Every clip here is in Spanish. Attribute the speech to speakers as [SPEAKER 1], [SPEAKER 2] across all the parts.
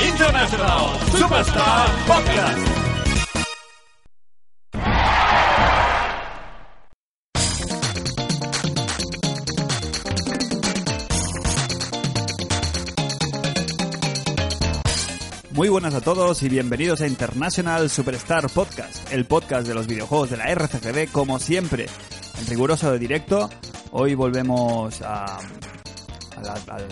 [SPEAKER 1] International Superstar Podcast.
[SPEAKER 2] Muy buenas a todos y bienvenidos a International Superstar Podcast, el podcast de los videojuegos de la RCGD como siempre, en riguroso de directo. Hoy volvemos a- a la- al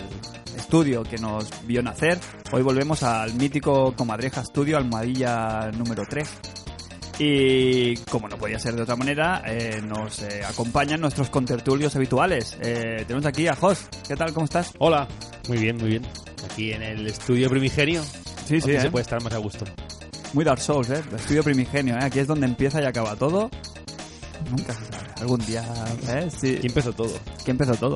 [SPEAKER 2] estudio que nos vio nacer, hoy volvemos al mítico Comadreja Estudio Almohadilla número 3. Y como no podía ser de otra manera, eh, nos eh, acompañan nuestros contertulios habituales. Eh, tenemos aquí a Jos. ¿Qué tal? ¿Cómo estás?
[SPEAKER 3] Hola. Muy bien, muy bien. Aquí en el estudio primigenio.
[SPEAKER 2] Sí, ¿eh?
[SPEAKER 3] Aquí se puede estar más a gusto.
[SPEAKER 2] Muy Dark Souls, ¿eh? Estudio primigenio, ¿eh? Aquí es donde empieza y acaba todo. Nunca se sabe. Algún día, ¿eh? Sí.
[SPEAKER 3] Aquí empezó todo.
[SPEAKER 2] Aquí empezó todo.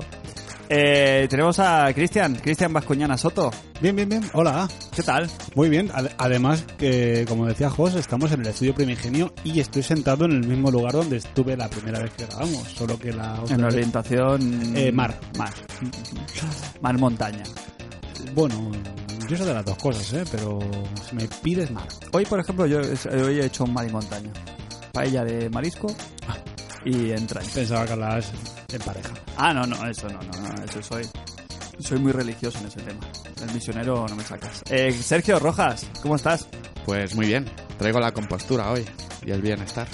[SPEAKER 2] Eh, tenemos a Cristian, Cristian Vascuñana Soto.
[SPEAKER 4] Bien, bien, bien. Hola.
[SPEAKER 2] ¿Qué tal?
[SPEAKER 4] Muy bien. Ad- Además, que como decía Jos, estamos en el estudio Primigenio y estoy sentado en el mismo lugar donde estuve la primera vez que grabamos. Solo que la otra
[SPEAKER 2] En
[SPEAKER 4] vez-
[SPEAKER 2] orientación...
[SPEAKER 4] Eh, mar.
[SPEAKER 2] Mar. Mar montaña.
[SPEAKER 4] Bueno, yo sé de las dos cosas, ¿eh? Pero si me pides mal.
[SPEAKER 2] Hoy, por ejemplo, yo es- eh, hoy he hecho un mar y montaña. Paella de marisco y entraña.
[SPEAKER 4] Pensaba que hablabas en pareja.
[SPEAKER 2] Ah, no, no, eso no, no, no, eso soy... Soy muy religioso en ese tema. El misionero no me sacas. Eh, Sergio Rojas, ¿cómo estás?
[SPEAKER 5] Pues muy bien, traigo la compostura hoy y el bienestar.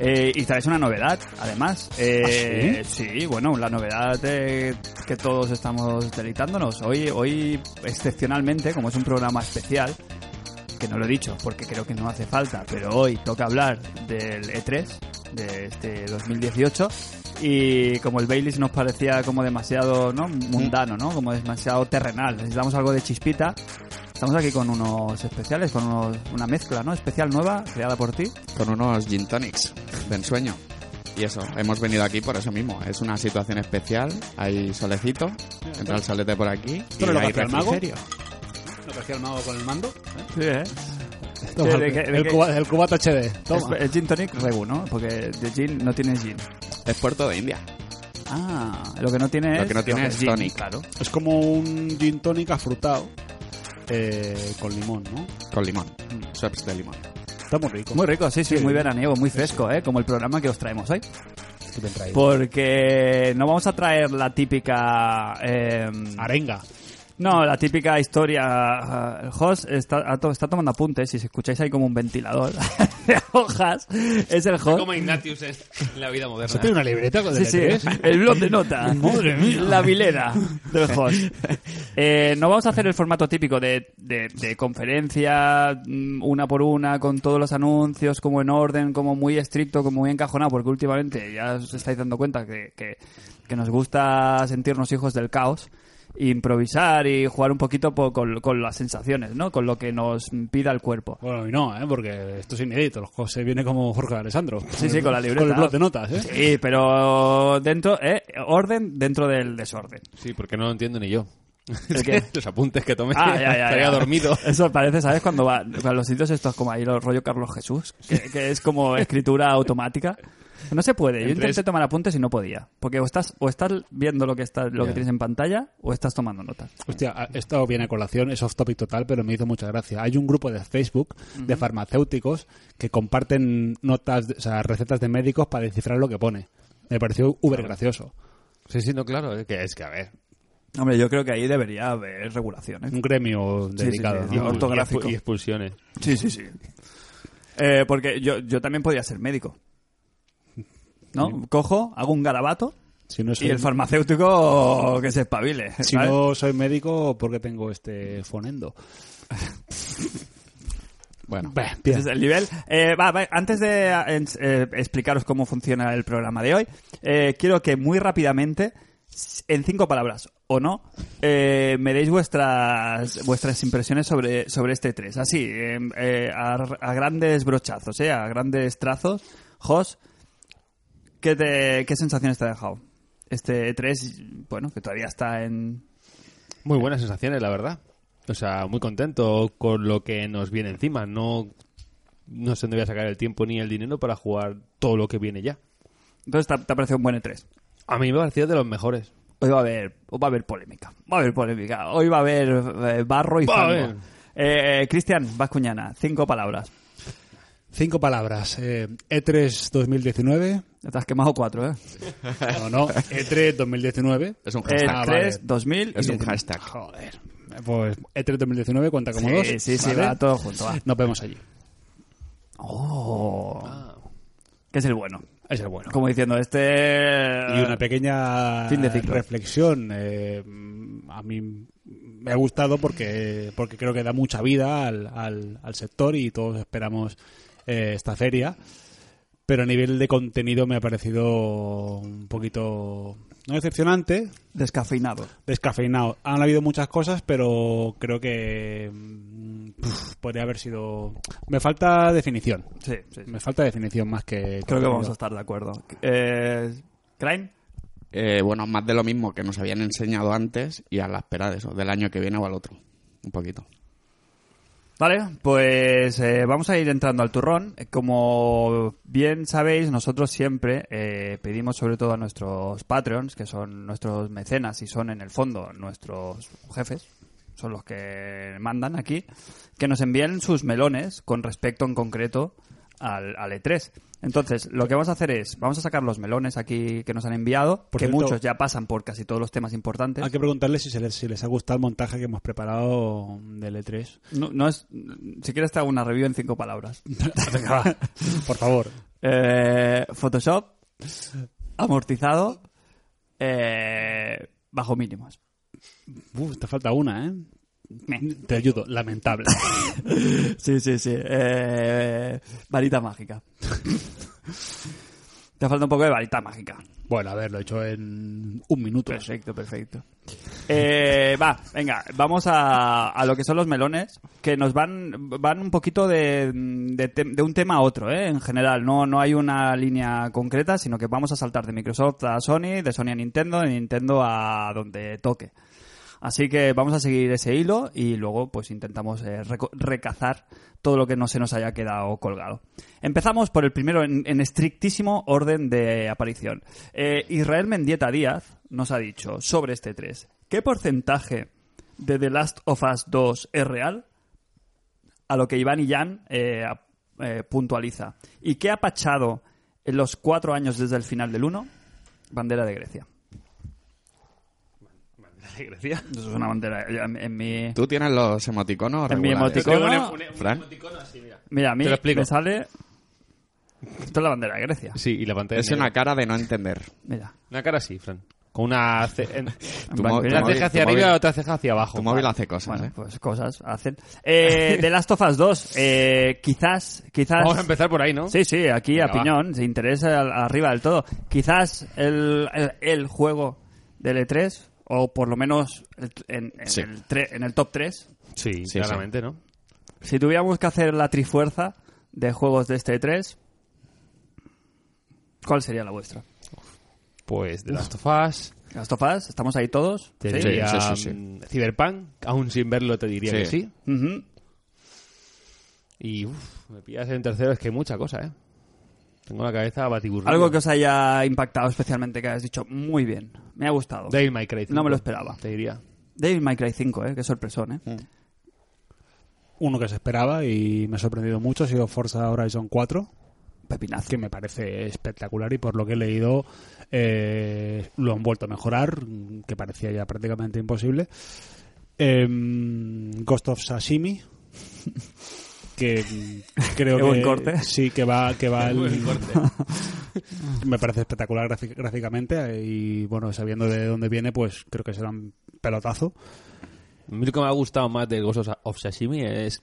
[SPEAKER 2] Eh, y traes una novedad, además. Eh, sí? bueno, la novedad eh, que todos estamos deleitándonos. Hoy, hoy, excepcionalmente, como es un programa especial, que no lo he dicho porque creo que no hace falta, pero hoy toca hablar del E3 de este 2018. Y como el Baileys nos parecía como demasiado ¿no? mundano, ¿no? como demasiado terrenal, necesitamos algo de chispita. Estamos aquí con unos especiales, con unos- una mezcla ¿no? especial nueva creada por ti.
[SPEAKER 5] Con unos gin tonics de ensueño. Y eso, hemos venido aquí por eso mismo. Es una situación especial, hay solecito, entra el solete por aquí.
[SPEAKER 4] ¿Esto no lo
[SPEAKER 5] hay
[SPEAKER 4] que hacía el mago?
[SPEAKER 5] refrigerio.
[SPEAKER 4] ¿Lo que hacía el mago con el mando?
[SPEAKER 2] Sí, ¿eh?
[SPEAKER 4] Toma,
[SPEAKER 2] ¿De qué- de
[SPEAKER 4] el,
[SPEAKER 2] qué?
[SPEAKER 4] cuba- el cubato HD. Toma.
[SPEAKER 2] Es, es gin tonic regu, ¿no? Porque de gin no tiene gin.
[SPEAKER 5] Es puerto de India.
[SPEAKER 2] Ah, lo que no tiene
[SPEAKER 5] Lo
[SPEAKER 2] es...
[SPEAKER 5] que no tiene es
[SPEAKER 2] gin,
[SPEAKER 5] tonic.
[SPEAKER 2] Claro.
[SPEAKER 4] Es como un gin tonic afrutado eh, con limón, ¿no?
[SPEAKER 5] Con limón.
[SPEAKER 2] Mm.
[SPEAKER 5] Swaps de limón.
[SPEAKER 4] Está muy rico.
[SPEAKER 2] Muy rico, sí, sí,
[SPEAKER 4] Sí.
[SPEAKER 2] muy veraniego, muy fresco, ¿eh? Como el programa que os traemos hoy.
[SPEAKER 4] Que te han
[SPEAKER 2] Pues,
[SPEAKER 4] traído.
[SPEAKER 2] Porque no vamos a traer la típica... eh,
[SPEAKER 5] Ah.
[SPEAKER 4] Arenga.
[SPEAKER 2] no, la típica historia... El host está, ha to- está tomando apuntes y si escucháis hay como un ventilador de hojas. Es el host.
[SPEAKER 3] Como Ignatius en en la vida
[SPEAKER 4] ¿Eso
[SPEAKER 3] moderna.
[SPEAKER 4] tiene una libreta con
[SPEAKER 2] Sí,
[SPEAKER 4] el
[SPEAKER 2] sí,
[SPEAKER 4] E3?
[SPEAKER 2] el blog de nota.
[SPEAKER 4] Madre mía.
[SPEAKER 2] La vilera del host. Eh, no vamos a hacer el formato típico de, de- de conferencia, mm, una por una, con todos los anuncios, como en orden, como muy estricto, como muy encajonado, porque últimamente ya os estáis dando cuenta que, que- que nos gusta sentirnos hijos del caos. Improvisar y jugar un poquito po- con, con las sensaciones, ¿no? Con lo que nos pida el cuerpo.
[SPEAKER 4] Bueno, y no, ¿eh? porque esto es inédito. José viene como Jorge Alessandro.
[SPEAKER 2] Sí, sí, con la libreta.
[SPEAKER 4] Con el blog de notas, ¿eh?
[SPEAKER 2] Sí, pero dentro, ¿eh? Orden dentro del desorden.
[SPEAKER 3] Sí, porque no lo entiendo ni yo.
[SPEAKER 2] ¿El qué?
[SPEAKER 3] Los apuntes que tomé.
[SPEAKER 2] Ah, ya, ya,
[SPEAKER 3] Estaría
[SPEAKER 2] ya.
[SPEAKER 3] dormido.
[SPEAKER 2] Eso parece, ¿sabes? Cuando va a los sitios estos como ahí, los rollo Carlos Jesús, que, que es como escritura automática. No se puede. Yo
[SPEAKER 3] Entre
[SPEAKER 2] intenté
[SPEAKER 3] es-
[SPEAKER 2] tomar apuntes y no podía. Porque o estás, o estás viendo lo que está, lo que
[SPEAKER 3] Ya.
[SPEAKER 2] tienes en pantalla o estás tomando notas.
[SPEAKER 4] Hostia, ha- esto viene a colación, es off topic total, pero me hizo mucha gracia. Hay un grupo de Facebook de farmacéuticos que comparten notas, de- o sea, recetas de médicos para descifrar lo que pone. Me pareció uber gracioso.
[SPEAKER 3] Sí, sí, no, claro. Es que, es que a ver.
[SPEAKER 2] Hombre, yo creo que ahí debería haber regulaciones.
[SPEAKER 4] Un gremio
[SPEAKER 2] sí,
[SPEAKER 4] dedicado.
[SPEAKER 2] sí,
[SPEAKER 4] ¿no?
[SPEAKER 2] Dios. Ortográfico.
[SPEAKER 3] Y expu- Y expulsiones.
[SPEAKER 2] Sí, sí, sí. Eh, porque yo, yo también podría ser médico. ¿No? Cojo, hago un garabato
[SPEAKER 4] Si no
[SPEAKER 2] y
[SPEAKER 4] soy,
[SPEAKER 2] el farmacéutico ¿eh? que se espabile.
[SPEAKER 4] si
[SPEAKER 2] ¿sabes?
[SPEAKER 4] no soy médico, ¿por qué tengo este fonendo?
[SPEAKER 5] Bueno,
[SPEAKER 4] Bah, bien.
[SPEAKER 2] Ese pues es el nivel. Eh, va, va, antes de eh, eh, explicaros cómo funciona el programa de hoy, eh, quiero que muy rápidamente, s- en cinco palabras o no, eh, me deis vuestras vuestras impresiones sobre, sobre este 3. Así, eh, eh, a, r- a grandes brochazos, eh, a grandes trazos. Jos, ¿qué, te- ¿qué sensaciones te ha dejado? Este 3, bueno, que todavía está en...
[SPEAKER 3] Muy buenas sensaciones, la verdad. O sea, muy contento con lo que nos viene encima. No, no sé dónde voy a sacar el tiempo ni el dinero para jugar todo lo que viene ya.
[SPEAKER 2] Entonces, ¿te ha, te ha parecido un buen E3?
[SPEAKER 3] A mí me ha parecido de los mejores.
[SPEAKER 2] Hoy va a haber, va a haber polémica. Va a haber polémica. Hoy va a haber eh, barro y
[SPEAKER 3] Va a
[SPEAKER 2] fango.
[SPEAKER 3] haber.
[SPEAKER 2] Eh, Cristian Vascuñana, cinco palabras.
[SPEAKER 4] Cinco palabras. eh, E3 2019.
[SPEAKER 2] Ya Te has quemado cuatro, ¿eh?
[SPEAKER 4] No, E no. E3 2019.
[SPEAKER 5] Es un
[SPEAKER 2] Eh,
[SPEAKER 5] hashtag.
[SPEAKER 4] Ah, vale.
[SPEAKER 2] tres, dos mil.
[SPEAKER 5] Es
[SPEAKER 2] y
[SPEAKER 5] un
[SPEAKER 2] diez-
[SPEAKER 5] hashtag.
[SPEAKER 4] Joder. Pues E3 2019 cuenta como dos.
[SPEAKER 2] Sí, sí, sí,
[SPEAKER 4] ¿vale?
[SPEAKER 2] va todo junto. va.
[SPEAKER 4] Nos vemos allí.
[SPEAKER 2] Oh. Que es el bueno.
[SPEAKER 4] Es el bueno.
[SPEAKER 2] Como diciendo, este.
[SPEAKER 4] Y una pequeña
[SPEAKER 2] Fin de ciclo.
[SPEAKER 4] reflexión. eh, mm, a mí me ha gustado porque, porque creo que da mucha vida al, al- al sector y todos esperamos eh, esta feria. Pero a nivel de contenido me ha parecido un poquito, no decepcionante,
[SPEAKER 2] Descafeinado.
[SPEAKER 4] descafeinado. Han habido muchas cosas, pero creo que mm, puf, podría haber sido... Me falta definición.
[SPEAKER 2] Sí, sí. sí.
[SPEAKER 4] Me falta definición más que...
[SPEAKER 2] Creo que vamos a
[SPEAKER 4] contenido.
[SPEAKER 2] estar de acuerdo. Eh, Crane,
[SPEAKER 5] Eh, bueno, más de lo mismo que nos habían enseñado antes y a la espera de eso, del año que viene o al otro. Un poquito.
[SPEAKER 2] Vale, pues eh, vamos a ir entrando al turrón. Eh, Como bien sabéis, nosotros siempre eh, pedimos sobre todo a nuestros Patreons, que son nuestros mecenas y son en el fondo nuestros jefes, son los que mandan aquí, que nos envíen sus melones con respecto en concreto al, al E3. Entonces, lo que vamos a hacer es, vamos a sacar los melones aquí que nos han enviado,
[SPEAKER 4] Por
[SPEAKER 2] que
[SPEAKER 4] cierto-
[SPEAKER 2] muchos ya pasan por casi todos los temas importantes.
[SPEAKER 4] Hay que preguntarle si, se les, si les ha gustado el montaje que hemos preparado del E3.
[SPEAKER 2] No, no es, si quieres te hago una review en cinco palabras.
[SPEAKER 4] Venga, va. Por favor.
[SPEAKER 2] Eh, Photoshop, amortizado, eh, bajo mínimos.
[SPEAKER 4] Uf, te falta una, ¿eh?
[SPEAKER 2] Meh.
[SPEAKER 4] Te ayudo. Lamentable.
[SPEAKER 2] Sí, sí, sí. Eh, varita mágica. Te falta un poco de varita mágica.
[SPEAKER 4] Bueno, a ver, lo he hecho en un minuto.
[SPEAKER 2] Perfecto, perfecto. Eh, va, venga, vamos a, a lo que son los melones, que nos van, van un poquito de, de tem- de un tema a otro, ¿eh? en general. No, no hay una línea concreta, sino que vamos a saltar de Microsoft a Sony, de Sony a Nintendo, de Nintendo a donde toque. Así que vamos a seguir ese hilo y luego pues intentamos eh, reco- recazar todo lo que no se nos haya quedado colgado. Empezamos por el primero en, en estrictísimo orden de aparición. Eh, Israel Mendieta Díaz nos ha dicho sobre este 3, ¿qué porcentaje de The Last of Us 2 es real? A lo que Iván y Jan eh, a- eh, puntualiza. ¿Y qué ha pachado en los cuatro años desde el final del 1? Bandera de Grecia.
[SPEAKER 3] Grecia.
[SPEAKER 2] Eso es una bandera. eh, En, en mi...
[SPEAKER 5] ¿Tú tienes los emoticonos
[SPEAKER 2] En mi
[SPEAKER 5] regulares?
[SPEAKER 2] emoticono-
[SPEAKER 5] Fran,
[SPEAKER 2] Mira, a mí
[SPEAKER 3] Te lo explico.
[SPEAKER 2] me sale. Esto es la bandera de Grecia.
[SPEAKER 3] Sí, y la pantalla.
[SPEAKER 5] es
[SPEAKER 3] negra.
[SPEAKER 5] una cara de no entender.
[SPEAKER 2] Mira.
[SPEAKER 3] Una cara así, Fran. Con una, ce- en-
[SPEAKER 5] Tu
[SPEAKER 2] blanco
[SPEAKER 5] mo-
[SPEAKER 2] y
[SPEAKER 5] tu
[SPEAKER 2] negro.
[SPEAKER 3] una
[SPEAKER 5] móvil-
[SPEAKER 3] ceja hacia
[SPEAKER 5] tu móvil-
[SPEAKER 3] arriba y otra ceja hacia abajo.
[SPEAKER 5] Tu móvil hace cosas,
[SPEAKER 2] Bueno,
[SPEAKER 5] ¿eh?
[SPEAKER 2] pues cosas hacen. Eh, The Last of Us 2. eh, quizás. quizás
[SPEAKER 3] Vamos a empezar por ahí, ¿no?
[SPEAKER 2] Sí, sí, aquí
[SPEAKER 3] Venga,
[SPEAKER 2] a piñón, se interesa al- arriba del todo. Quizás el, el, el juego del E3, o por lo menos el- en, en
[SPEAKER 5] Sí.
[SPEAKER 2] el, tre- en el top 3,
[SPEAKER 3] Sí,
[SPEAKER 5] Sí,
[SPEAKER 3] claramente, ¿no?
[SPEAKER 2] si tuviéramos que hacer la trifuerza de juegos de este E3, ¿cuál sería la vuestra?
[SPEAKER 3] Pues The Last of Us.
[SPEAKER 2] Last of Us, estamos ahí todos.
[SPEAKER 3] Te
[SPEAKER 2] ¿Sí?
[SPEAKER 3] diría
[SPEAKER 5] Sí, sí, sí.
[SPEAKER 3] mm, Cyberpunk. Aún sin verlo te diría
[SPEAKER 5] Sí.
[SPEAKER 3] que sí.
[SPEAKER 2] Ujú.
[SPEAKER 3] Y uff, me pillas en tercero. Es que hay mucha cosa, ¿eh? Tengo la cabeza batiburrida.
[SPEAKER 2] Algo que os haya impactado especialmente, que hayas dicho muy bien, me ha gustado.
[SPEAKER 3] Devil May Cry 5,
[SPEAKER 2] No me lo esperaba.
[SPEAKER 3] Te diría.
[SPEAKER 2] Devil May Cry 5, ¿eh? qué sorpresón, ¿eh?
[SPEAKER 4] Uno que se esperaba y me ha sorprendido mucho ha sido Forza Horizon 4,
[SPEAKER 2] Pepinazo.
[SPEAKER 4] que me parece espectacular y por lo que he leído eh, lo han vuelto a mejorar, que parecía ya prácticamente imposible. Em, Ghost of Sashimi, que mm, creo
[SPEAKER 2] Qué
[SPEAKER 4] que
[SPEAKER 2] buen corte.
[SPEAKER 4] sí que va que va el, me parece espectacular grafi- gráficamente eh, y bueno sabiendo de dónde viene pues creo que será un pelotazo
[SPEAKER 3] A mí Lo que me ha gustado más de Ghost of Sashimi es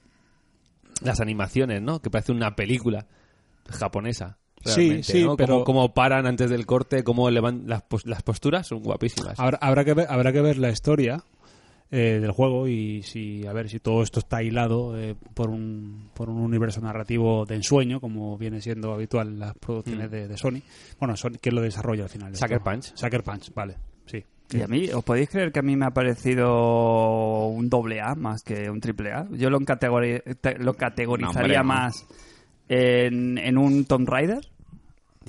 [SPEAKER 3] las animaciones, ¿no? Que parece una película japonesa.
[SPEAKER 4] Sí,
[SPEAKER 3] realmente,
[SPEAKER 4] sí,
[SPEAKER 3] ¿no? Cómo-
[SPEAKER 4] pero-
[SPEAKER 3] Cómo paran antes del corte, cómo levantan las, pos- las posturas, son guapísimas.
[SPEAKER 4] Habrá, habrá que ver, habrá que ver la historia eh, del juego y si a ver si todo esto está hilado eh, por un por un universo narrativo de ensueño como viene siendo habitual en las producciones de, de Sony bueno Sony que lo desarrolla al final
[SPEAKER 3] Mm. Sucker
[SPEAKER 4] esto?
[SPEAKER 3] Punch.
[SPEAKER 4] Sucker Punch vale sí
[SPEAKER 2] Y a mí, ¿os podéis creer que a mí me ha parecido un doble A más que un triple A? Yo lo, encategori- te- lo categorizaría
[SPEAKER 5] No, hombre, no.
[SPEAKER 2] más en, en un Tomb Raider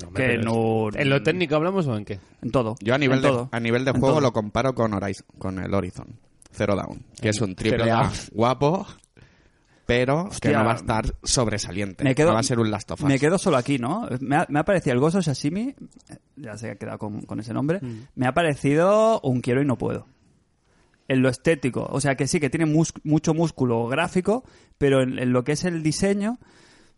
[SPEAKER 3] No, hombre,
[SPEAKER 2] que
[SPEAKER 3] pero
[SPEAKER 2] en
[SPEAKER 3] es-
[SPEAKER 2] un...
[SPEAKER 3] ¿En lo técnico hablamos o en qué?
[SPEAKER 2] En todo.
[SPEAKER 5] Yo a nivel
[SPEAKER 2] en
[SPEAKER 5] de,
[SPEAKER 2] todo.
[SPEAKER 5] a nivel de
[SPEAKER 2] En
[SPEAKER 5] juego
[SPEAKER 2] todo.
[SPEAKER 5] lo comparo con Horizon, con el Horizon. Zero Down, que es un triple
[SPEAKER 3] Zero
[SPEAKER 5] A
[SPEAKER 3] Dawn.
[SPEAKER 5] guapo pero que
[SPEAKER 2] Hostia.
[SPEAKER 5] no va a estar sobresaliente.
[SPEAKER 2] Me quedo-
[SPEAKER 5] no va a ser un Last of Us.
[SPEAKER 2] Me quedo solo aquí, ¿no? Me ha, me ha parecido el Gozo Sashimi, ya se ha quedado con, con ese nombre,
[SPEAKER 3] Mm.
[SPEAKER 2] me ha parecido un quiero y no puedo. En lo estético, o sea que sí, que tiene mus- mucho músculo gráfico, pero en, en lo que es el diseño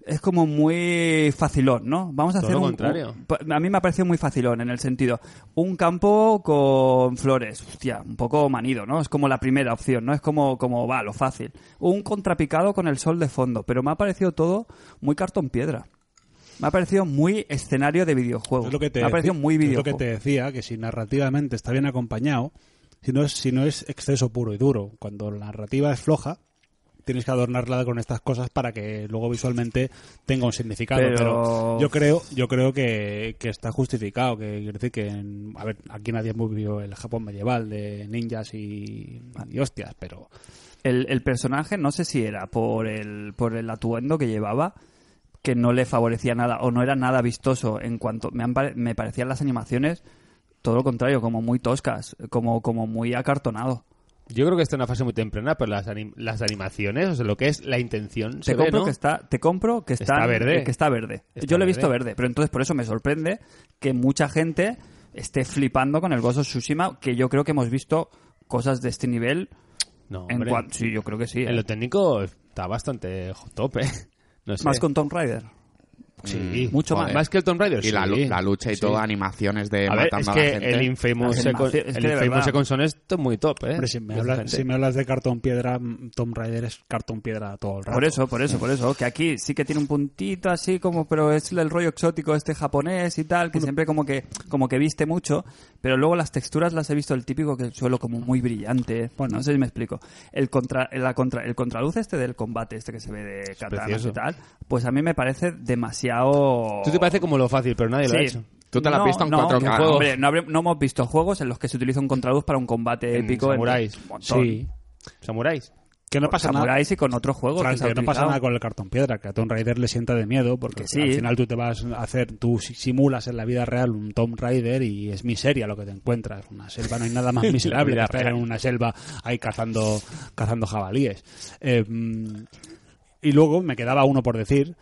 [SPEAKER 2] es como muy facilón, ¿no? Vamos a
[SPEAKER 3] Todo
[SPEAKER 2] hacer
[SPEAKER 3] lo
[SPEAKER 2] un-
[SPEAKER 3] contrario.
[SPEAKER 2] un- pa- a mí me ha parecido muy facilón en el sentido un campo con flores, hostia, un poco manido, ¿no? Es como la primera opción, ¿no? Es como como va, lo fácil. Un contrapicado con el sol de fondo, pero me ha parecido todo muy cartón piedra. Me ha parecido muy escenario de videojuego.
[SPEAKER 4] Es lo que te
[SPEAKER 2] me ha parecido
[SPEAKER 4] decí-
[SPEAKER 2] muy
[SPEAKER 4] es
[SPEAKER 2] videojuego.
[SPEAKER 4] lo que te decía, que si narrativamente está bien acompañado, si no es, si no es exceso puro y duro, cuando la narrativa es floja, tienes que adornarla con estas cosas para que luego visualmente tenga un significado.
[SPEAKER 2] Pero-
[SPEAKER 4] Pero, yo creo, yo creo que, que está justificado, que quiero decir que en- a ver, aquí nadie movió el Japón medieval de ninjas y, y hostias, pero
[SPEAKER 2] El, el personaje, no sé si era por el, por el atuendo que llevaba, que no le favorecía nada o no era nada vistoso en cuanto me, han pare- me parecían las animaciones todo lo contrario, como muy toscas, como, como muy acartonado.
[SPEAKER 3] Yo creo que está en una fase muy temprana, pero las, anim- las animaciones, o sea, lo que es la intención, se
[SPEAKER 2] Te
[SPEAKER 3] ve,
[SPEAKER 2] compro,
[SPEAKER 3] ¿no?
[SPEAKER 2] que está, te compro que está,
[SPEAKER 3] Está verde.
[SPEAKER 2] Que está verde.
[SPEAKER 3] Está
[SPEAKER 2] Yo lo
[SPEAKER 3] verde.
[SPEAKER 2] he visto verde, pero entonces por eso me sorprende que mucha gente esté flipando con el Ghost of Tsushima, que yo creo que hemos visto cosas de este nivel.
[SPEAKER 3] No,
[SPEAKER 2] En
[SPEAKER 3] hombre.
[SPEAKER 2] cuan- Sí, yo creo que sí.
[SPEAKER 3] En
[SPEAKER 2] ¿eh?
[SPEAKER 3] lo técnico está bastante top, ¿eh? No sé.
[SPEAKER 2] Más con Tomb Raider.
[SPEAKER 3] Sí,
[SPEAKER 5] Mm,
[SPEAKER 3] mucho
[SPEAKER 5] joder.
[SPEAKER 3] más. Más que el Tomb Raider.
[SPEAKER 5] Y la,
[SPEAKER 3] sí.
[SPEAKER 5] lu- la lucha y
[SPEAKER 3] Sí.
[SPEAKER 5] todo, animaciones de
[SPEAKER 3] A ver, es
[SPEAKER 5] matando a
[SPEAKER 3] que
[SPEAKER 5] la gente.
[SPEAKER 3] el Infamous
[SPEAKER 2] Las
[SPEAKER 3] Second,
[SPEAKER 2] animaciones, es
[SPEAKER 3] el
[SPEAKER 2] que de
[SPEAKER 3] Infamous
[SPEAKER 2] verdad.
[SPEAKER 3] Second Son es to- muy top, ¿eh?
[SPEAKER 4] hombre, si, me
[SPEAKER 3] Es
[SPEAKER 4] hablas,
[SPEAKER 3] gente.
[SPEAKER 4] si me hablas de cartón piedra, mm, Tomb Raider es cartón piedra todo el rato.
[SPEAKER 2] Por eso, por eso, por eso. Que aquí sí que tiene un puntito así como, pero es el rollo exótico este japonés y tal, que siempre como que, como que viste mucho, pero luego las texturas las he visto el típico que suelo como muy brillante. Bueno, no sé si me explico. El contra, la contra, el contraluz este del combate este que se ve de katanas
[SPEAKER 3] precioso.
[SPEAKER 2] y tal, pues a mí me parece demasiado...
[SPEAKER 3] Tú te parece como lo fácil, pero nadie lo ha
[SPEAKER 2] Sí.
[SPEAKER 3] hecho.
[SPEAKER 5] Tú te la has
[SPEAKER 2] No,
[SPEAKER 5] visto en
[SPEAKER 2] no,
[SPEAKER 5] 4K,
[SPEAKER 2] que-
[SPEAKER 5] ¿no?
[SPEAKER 2] hombre, no, habré- no hemos visto juegos en los que se utiliza un contraluz para un combate
[SPEAKER 3] En
[SPEAKER 2] épico.
[SPEAKER 3] samuráis.
[SPEAKER 2] En, un montón.
[SPEAKER 4] Sí,
[SPEAKER 3] Samuráis.
[SPEAKER 4] que no
[SPEAKER 2] Con
[SPEAKER 4] pasa nada.
[SPEAKER 2] samuráis y con otros juegos.
[SPEAKER 4] Frank,
[SPEAKER 2] que se ha
[SPEAKER 4] que no pasa
[SPEAKER 2] utilizado.
[SPEAKER 4] nada con el cartón piedra, que a Tomb Raider le sienta de miedo, porque
[SPEAKER 2] Que sí.
[SPEAKER 4] al final tú te vas a hacer, tú si- simulas en la vida real un Tomb Raider y es miseria lo que te encuentras. Una selva, no hay nada más miserable que
[SPEAKER 3] vida
[SPEAKER 4] estar en
[SPEAKER 3] real.
[SPEAKER 4] una selva ahí cazando, cazando jabalíes. Eh, mm, y luego me quedaba uno por decir,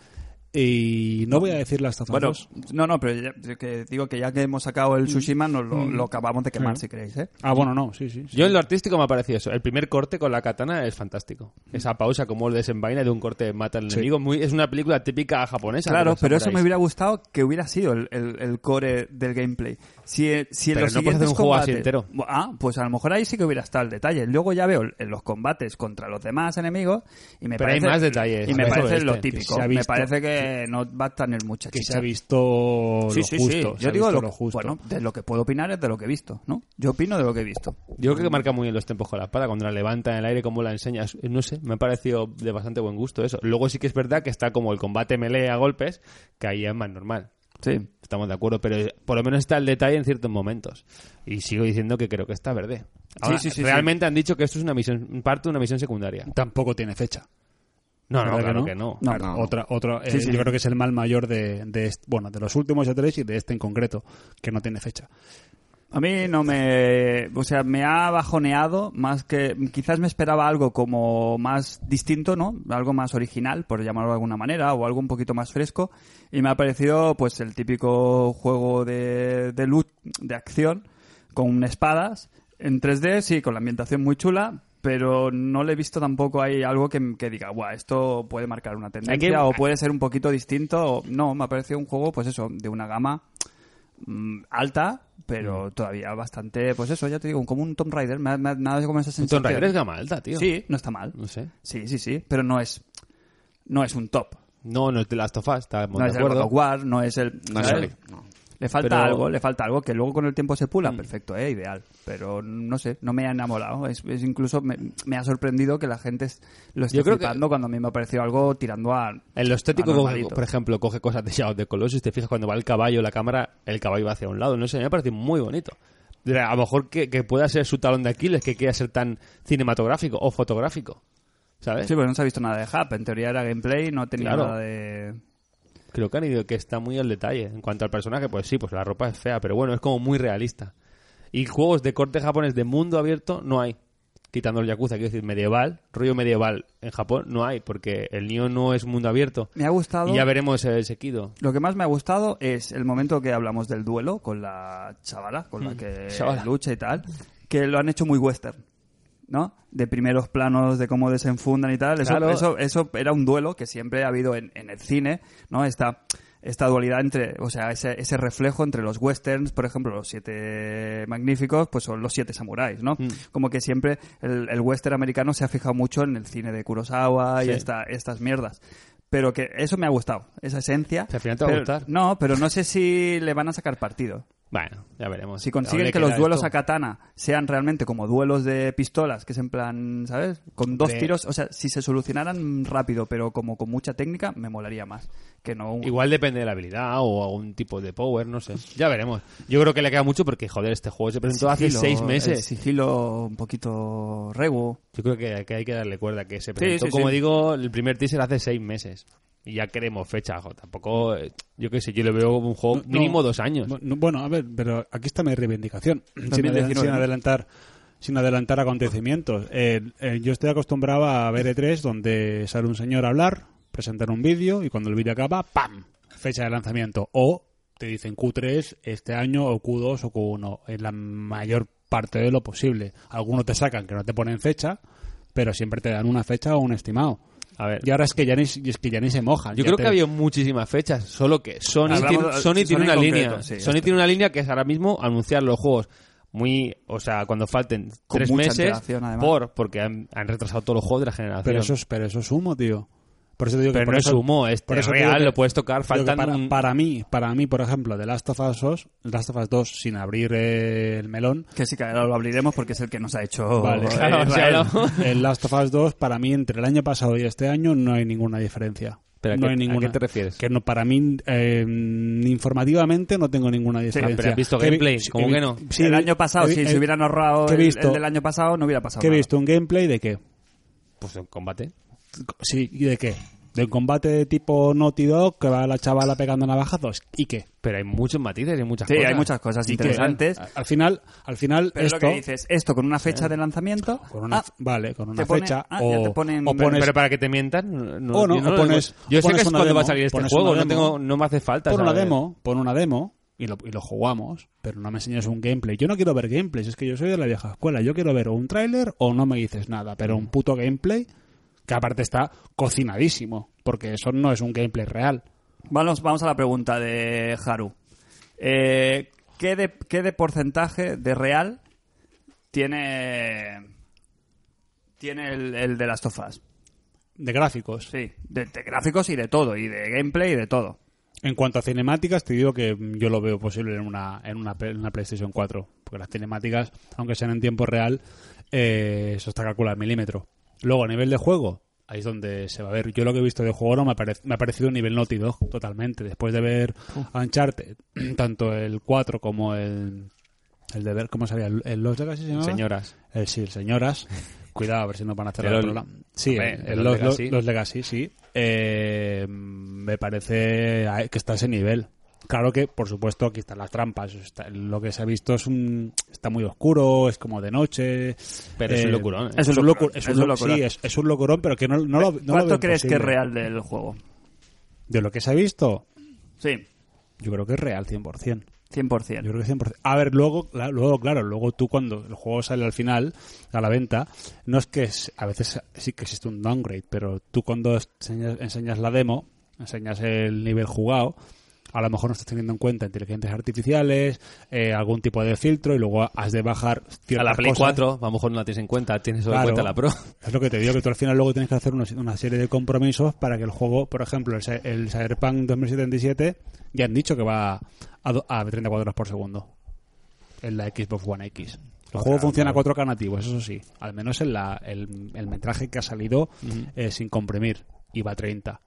[SPEAKER 4] y no voy a decir las tazas.
[SPEAKER 2] Bueno, no, no, pero ya- que digo que ya que hemos sacado el Tsushima, nos lo, lo acabamos de quemar,
[SPEAKER 4] Sí.
[SPEAKER 2] si queréis, ¿eh?
[SPEAKER 4] Ah, bueno, no, sí, sí. sí.
[SPEAKER 3] Yo en lo artístico me ha parecido eso. El primer corte con la katana es fantástico. Esa pausa como desenvaina de un corte mata al enemigo. Muy, es una película típica japonesa. de
[SPEAKER 2] Claro,
[SPEAKER 3] los
[SPEAKER 2] pero eso me
[SPEAKER 3] samuráis.
[SPEAKER 2] hubiera gustado que hubiera sido el, el- el core del gameplay. Si, eh, si en
[SPEAKER 3] Pero
[SPEAKER 2] los
[SPEAKER 3] no puedes hacer
[SPEAKER 2] siguientes
[SPEAKER 3] un juego así
[SPEAKER 2] combates-
[SPEAKER 3] entero.
[SPEAKER 2] Bu- Ah, pues a lo mejor ahí sí que hubiera estado el detalle. Luego ya veo en los combates contra los demás enemigos y me
[SPEAKER 3] Pero hay
[SPEAKER 2] parece...
[SPEAKER 3] más detalles.
[SPEAKER 2] Y me
[SPEAKER 3] Sobre
[SPEAKER 2] parece
[SPEAKER 3] este,
[SPEAKER 2] lo
[SPEAKER 3] que
[SPEAKER 2] típico.
[SPEAKER 4] se ha
[SPEAKER 2] me
[SPEAKER 4] visto
[SPEAKER 2] parece que no va a tener mucha
[SPEAKER 4] que
[SPEAKER 2] chicha.
[SPEAKER 4] se ha visto
[SPEAKER 2] Sí,
[SPEAKER 4] lo
[SPEAKER 2] sí, sí.
[SPEAKER 4] justo. se
[SPEAKER 2] Yo
[SPEAKER 4] ha
[SPEAKER 2] digo
[SPEAKER 4] visto
[SPEAKER 2] lo,
[SPEAKER 4] lo justo.
[SPEAKER 2] Bueno, de lo que puedo opinar es de lo que he visto, ¿no? Yo opino de lo que he visto.
[SPEAKER 3] Yo creo que marca muy bien los tiempos con la espada, cuando la levanta en el aire, como la enseñas. No sé, me ha parecido de bastante buen gusto eso. Luego sí que es verdad que está como el combate melee a golpes, que ahí es más normal.
[SPEAKER 2] Sí.
[SPEAKER 3] Estamos de acuerdo, pero por lo menos está el detalle en ciertos momentos. Y sigo diciendo que creo que está verde. Ahora,
[SPEAKER 2] sí, sí,
[SPEAKER 3] realmente han dicho que esto es una misión, parte de una misión secundaria.
[SPEAKER 4] Tampoco tiene fecha.
[SPEAKER 3] No, no,
[SPEAKER 4] ¿Verdad que
[SPEAKER 3] claro
[SPEAKER 4] no?
[SPEAKER 3] que no.
[SPEAKER 2] No,
[SPEAKER 4] Claro,
[SPEAKER 5] no.
[SPEAKER 4] otra, otra, eh,
[SPEAKER 2] Sí, sí.
[SPEAKER 4] yo creo que es el mal mayor de, de est- bueno, de los últimos E3 y de este en concreto, que no tiene fecha.
[SPEAKER 2] A mí no me. O sea, me ha bajoneado más que. Quizás me esperaba algo como más distinto, ¿no? Algo más original, por llamarlo de alguna manera, o algo un poquito más fresco. Y me ha parecido, pues, el típico juego de, de luz, de acción, con espadas, en 3D, sí, con la ambientación muy chula. Pero no le he visto tampoco ahí algo que, que diga, guau, esto puede marcar una tendencia o puede ser un poquito distinto. o- No, me ha parecido un juego, pues eso, de una gama mm, alta,
[SPEAKER 3] Mm.
[SPEAKER 2] pero todavía bastante, pues eso, ya te digo, como un Tomb Raider, me ha, me ha- me ha dado como esa sensación.
[SPEAKER 3] Tomb Raider es gama alta, tío.
[SPEAKER 2] Sí, no está mal.
[SPEAKER 3] No sé.
[SPEAKER 2] Sí, sí, sí, pero no es no es un top.
[SPEAKER 3] No, no es de Last of Us, estamos
[SPEAKER 2] No
[SPEAKER 3] de
[SPEAKER 2] es el God
[SPEAKER 3] acuerdo.
[SPEAKER 2] of War, no es el...
[SPEAKER 5] No,
[SPEAKER 2] ¿sabes?
[SPEAKER 5] no, no.
[SPEAKER 2] Le falta
[SPEAKER 3] Pero- Mm.
[SPEAKER 2] algo, le falta algo que luego con el tiempo se pula, perfecto, eh, ideal. Pero no sé, no me ha enamorado. Es, es incluso me, me ha sorprendido que la gente es- lo esté
[SPEAKER 3] Yo creo que- Eh.
[SPEAKER 2] flipando cuando a mí me ha parecido algo tirando a.
[SPEAKER 3] En lo estético,
[SPEAKER 2] Anormalito.
[SPEAKER 3] coge- por ejemplo, coge cosas de Shadow de Colossus. Te fijas cuando va el caballo, la cámara, el caballo va hacia un lado. No sé, me parece muy bonito. A lo mejor que, que pueda ser su talón de Aquiles, que quiera ser tan cinematográfico o fotográfico. ¿Sabes?
[SPEAKER 2] Sí, pues no se ha visto nada de Hub. En teoría era gameplay, no tenía
[SPEAKER 3] Claro.
[SPEAKER 2] nada de.
[SPEAKER 3] Creo que han ido que está muy al detalle. En cuanto al personaje, pues sí, pues la ropa es fea, pero bueno, es como muy realista. Y juegos de corte japonés de mundo abierto no hay. quitando el Yakuza, quiero decir, medieval, rollo medieval en Japón no hay, porque el Nioh no es mundo abierto.
[SPEAKER 2] Me ha gustado.
[SPEAKER 3] Y ya veremos el Sekido.
[SPEAKER 2] Lo que más me ha gustado es el momento que hablamos del duelo con la chavala, con la que
[SPEAKER 3] Mm, chavala.
[SPEAKER 2] lucha y tal, que lo han hecho muy western, ¿no? De primeros planos, de cómo desenfundan y tal. Eso,
[SPEAKER 3] Claro.
[SPEAKER 2] eso, eso era un duelo que siempre ha habido en, en el cine, ¿no? Esta, esta dualidad entre, o sea, ese, ese reflejo entre los westerns, por ejemplo, los siete magníficos, pues son los siete samuráis, ¿no?
[SPEAKER 3] Mm.
[SPEAKER 2] Como que siempre el, el western americano se ha fijado mucho en el cine de Kurosawa y
[SPEAKER 3] Sí.
[SPEAKER 2] esta- estas mierdas. Pero que eso me ha gustado, esa esencia.
[SPEAKER 3] O sea, al final te va a
[SPEAKER 2] Pero-
[SPEAKER 3] gustar.
[SPEAKER 2] No, pero no sé si le van a sacar partido.
[SPEAKER 3] Bueno, ya veremos.
[SPEAKER 2] Si consiguen
[SPEAKER 3] Aún
[SPEAKER 2] que
[SPEAKER 3] le
[SPEAKER 2] los
[SPEAKER 3] queda
[SPEAKER 2] duelos
[SPEAKER 3] esto.
[SPEAKER 2] a katana sean realmente como duelos de pistolas, que es en plan, ¿sabes? Con dos
[SPEAKER 3] Hombre.
[SPEAKER 2] tiros, o sea, si se solucionaran rápido, pero como con mucha técnica, me molaría más. Que no un-
[SPEAKER 3] Igual depende de la habilidad o algún tipo de power, no sé. Ya veremos. Yo creo que le queda mucho porque, joder, este juego se presentó hace
[SPEAKER 2] sigilo-
[SPEAKER 3] seis
[SPEAKER 2] el
[SPEAKER 3] meses.
[SPEAKER 2] sigilo un poquito regu.
[SPEAKER 3] Yo creo que, que hay que darle cuerda que se
[SPEAKER 2] Sí,
[SPEAKER 3] presentó,
[SPEAKER 2] sí,
[SPEAKER 3] como
[SPEAKER 2] sí.
[SPEAKER 3] digo, el primer teaser hace seis meses. Y ya queremos fecha, jo, tampoco, eh, yo qué sé, yo le veo como un juego
[SPEAKER 4] No,
[SPEAKER 3] mínimo
[SPEAKER 4] no.
[SPEAKER 3] dos años.
[SPEAKER 4] Bu- no, Bueno, a ver, pero aquí está mi reivindicación. Sin, adela-
[SPEAKER 2] 2019,
[SPEAKER 4] sin
[SPEAKER 2] ¿no?
[SPEAKER 4] adelantar sin adelantar acontecimientos. Eh, eh, yo estoy acostumbrado a ver E3 donde sale un señor a hablar, presentar un vídeo y cuando el vídeo acaba, ¡pam! Fecha de lanzamiento. O te dicen Q3 este año o Q2 o Q1 en la mayor parte de lo posible. Algunos te sacan que no te ponen fecha, pero siempre te dan una fecha o un estimado.
[SPEAKER 3] A ver,
[SPEAKER 4] Y ahora es que ya ni, y es que ya ni se mojan.
[SPEAKER 3] yo
[SPEAKER 4] Ya
[SPEAKER 3] creo
[SPEAKER 4] te-
[SPEAKER 3] que había muchísimas fechas, solo que Sony,
[SPEAKER 2] Hablamos-
[SPEAKER 3] tiene, Sony
[SPEAKER 2] Sony
[SPEAKER 3] tiene
[SPEAKER 2] en
[SPEAKER 3] una
[SPEAKER 2] concreto,
[SPEAKER 3] línea.
[SPEAKER 2] sí,
[SPEAKER 3] Sony tiene una línea que es ahora mismo anunciar los juegos muy, o sea, cuando falten
[SPEAKER 2] Con
[SPEAKER 3] tres
[SPEAKER 2] mucha
[SPEAKER 3] meses,
[SPEAKER 2] antelación, además.
[SPEAKER 3] por, porque han, han retrasado todos los juegos de la generación.
[SPEAKER 4] Pero eso, es, pero eso es humo, tío. Por eso te digo que
[SPEAKER 3] Pero
[SPEAKER 4] por
[SPEAKER 3] no
[SPEAKER 4] eso-
[SPEAKER 3] es humo, es
[SPEAKER 4] por eso te digo
[SPEAKER 3] real,
[SPEAKER 4] que-
[SPEAKER 3] lo puedes tocar,
[SPEAKER 4] digo que
[SPEAKER 3] faltan
[SPEAKER 4] para,
[SPEAKER 3] un-
[SPEAKER 4] para mí, para mí, por ejemplo, de Last of Us 2, Last of Us 2 sin abrir eh, el melón,
[SPEAKER 2] Que sí que ahora lo abriremos porque es el que nos ha hecho...
[SPEAKER 4] Vale,
[SPEAKER 3] Oh, claro,
[SPEAKER 2] eh,
[SPEAKER 3] o sea,
[SPEAKER 2] Israel.
[SPEAKER 3] no.
[SPEAKER 4] el Last of Us 2 para mí entre el año pasado y este año no hay ninguna diferencia.
[SPEAKER 3] Pero ¿a
[SPEAKER 4] no
[SPEAKER 3] qué-
[SPEAKER 4] hay
[SPEAKER 3] a
[SPEAKER 4] ninguna.
[SPEAKER 3] qué te refieres?
[SPEAKER 4] Que no, para mí, eh, informativamente, no tengo ninguna diferencia.
[SPEAKER 3] pero ¿has visto
[SPEAKER 4] Que he vi-
[SPEAKER 3] gameplay?
[SPEAKER 4] sí,
[SPEAKER 3] ¿Cómo
[SPEAKER 4] he vi-
[SPEAKER 3] que no?
[SPEAKER 4] sí,
[SPEAKER 2] el
[SPEAKER 4] he-
[SPEAKER 2] año pasado,
[SPEAKER 4] he vi-
[SPEAKER 2] si
[SPEAKER 4] he-
[SPEAKER 2] se hubieran ahorrado
[SPEAKER 4] que he
[SPEAKER 2] el, el
[SPEAKER 4] visto-
[SPEAKER 2] del año pasado, no hubiera pasado
[SPEAKER 4] que he
[SPEAKER 2] nada.
[SPEAKER 4] visto un gameplay de qué?
[SPEAKER 3] Pues un combate.
[SPEAKER 4] Sí, ¿y de qué? ¿De un combate de tipo Naughty Dog que va la chavala pegando navajazos? ¿Y qué?
[SPEAKER 3] Pero hay muchos matices y muchas
[SPEAKER 2] Sí,
[SPEAKER 3] cosas.
[SPEAKER 2] hay muchas cosas
[SPEAKER 4] ¿Y qué?
[SPEAKER 3] Ah.
[SPEAKER 2] interesantes.
[SPEAKER 4] Al, al final, al final
[SPEAKER 2] Pero
[SPEAKER 4] esto
[SPEAKER 2] lo que dices, esto con una fecha de lanzamiento...
[SPEAKER 4] con una
[SPEAKER 2] ah,
[SPEAKER 4] vale, con una
[SPEAKER 2] te pone-
[SPEAKER 4] fecha
[SPEAKER 2] ah, ya
[SPEAKER 4] o,
[SPEAKER 2] te ponen-
[SPEAKER 4] o pones
[SPEAKER 3] Pero para que te mientan, no, no-
[SPEAKER 4] O no,
[SPEAKER 3] yo
[SPEAKER 4] o
[SPEAKER 3] lo
[SPEAKER 4] pones-
[SPEAKER 3] tengo. Yo sé que
[SPEAKER 4] pones
[SPEAKER 3] es cuando
[SPEAKER 4] una
[SPEAKER 3] va a
[SPEAKER 4] demo,
[SPEAKER 3] salir este
[SPEAKER 4] pones
[SPEAKER 3] juego,
[SPEAKER 4] una
[SPEAKER 3] no,
[SPEAKER 4] demo.
[SPEAKER 3] tengo, no me hace falta.
[SPEAKER 4] pon una
[SPEAKER 3] saber.
[SPEAKER 4] demo, pon una demo y lo, y lo jugamos, pero no me enseñas un gameplay. Yo no quiero ver gameplays, es que yo soy de la vieja escuela, yo quiero ver o un tráiler o no me dices nada, pero un puto gameplay que aparte está cocinadísimo, porque eso no es un gameplay real.
[SPEAKER 2] Vamos, vamos a la pregunta de Haru. Eh, ¿qué, de, qué de porcentaje de real tiene, tiene el, el de las tofas?
[SPEAKER 4] De gráficos.
[SPEAKER 2] Sí, de, de gráficos y de todo, y de gameplay y de todo.
[SPEAKER 4] En cuanto a cinemáticas, te digo que mm, yo lo veo posible en una, en una, pe- en una PlayStation 4. Porque las cinemáticas, aunque sean en tiempo real, eh, eso está calculado al milímetro. Luego, a nivel de juego, ahí es donde se va a ver. Yo lo que he visto de juego ahora me, ha parec- me ha parecido un nivel Naughty Dog, totalmente. Después de ver Uncharted, tanto el 4 como el... El de ver, ¿cómo sabía? ¿El, el Lost Legacy se llamaba?
[SPEAKER 3] Señoras.
[SPEAKER 4] Eh, sí, el señoras. Cuidado, a ver si nos van a cerrar
[SPEAKER 3] El
[SPEAKER 4] el,
[SPEAKER 3] Ol-
[SPEAKER 4] programa. Sí,
[SPEAKER 3] Hombre,
[SPEAKER 4] el-
[SPEAKER 3] el
[SPEAKER 4] el-
[SPEAKER 3] Old
[SPEAKER 4] los,
[SPEAKER 3] Legacy.
[SPEAKER 4] los, los Legacy, sí. Eh, me parece a- que está a ese nivel. Claro que, por supuesto, aquí están las trampas. Está- lo que se ha visto es un, está muy oscuro, es como de noche.
[SPEAKER 3] Pero es un locurón, ¿eh?
[SPEAKER 4] Es un locurón. Es un lo-
[SPEAKER 2] locurón.
[SPEAKER 4] sí, es, es un locurón, pero que no, no lo, no lo
[SPEAKER 2] ¿Cuánto
[SPEAKER 4] veo
[SPEAKER 2] crees que es
[SPEAKER 4] imposible.
[SPEAKER 2] real del juego?
[SPEAKER 4] De lo que se ha visto,
[SPEAKER 2] Sí,
[SPEAKER 4] yo creo que es real 100%.
[SPEAKER 2] 100%.
[SPEAKER 4] Yo creo que 100%. A ver, luego, cla- luego, claro, luego tú cuando el juego sale al final, a la venta, no es que es- a veces sí que existe un downgrade, pero tú cuando enseñas, enseñas la demo, enseñas el nivel jugado, a lo mejor no estás teniendo en cuenta inteligencias artificiales, eh, algún tipo de filtro y luego has de bajar
[SPEAKER 3] A
[SPEAKER 4] ciertas
[SPEAKER 3] la Play
[SPEAKER 4] cosas.
[SPEAKER 3] 4, a lo mejor no la tienes en cuenta, tienes solo
[SPEAKER 4] Claro.
[SPEAKER 3] en cuenta la Pro.
[SPEAKER 4] Es lo que te digo, que tú al final luego tienes que hacer unos- una, serie de compromisos para que el juego, por ejemplo, el, Cy- el Cyberpunk 2077, ya han dicho que va a, do- a 30 cuadros por segundo en la Xbox One X. El juego funciona a 4K nativos, eso sí. Al menos en la, el, el metraje que ha salido eh, sin comprimir. Y va a 30.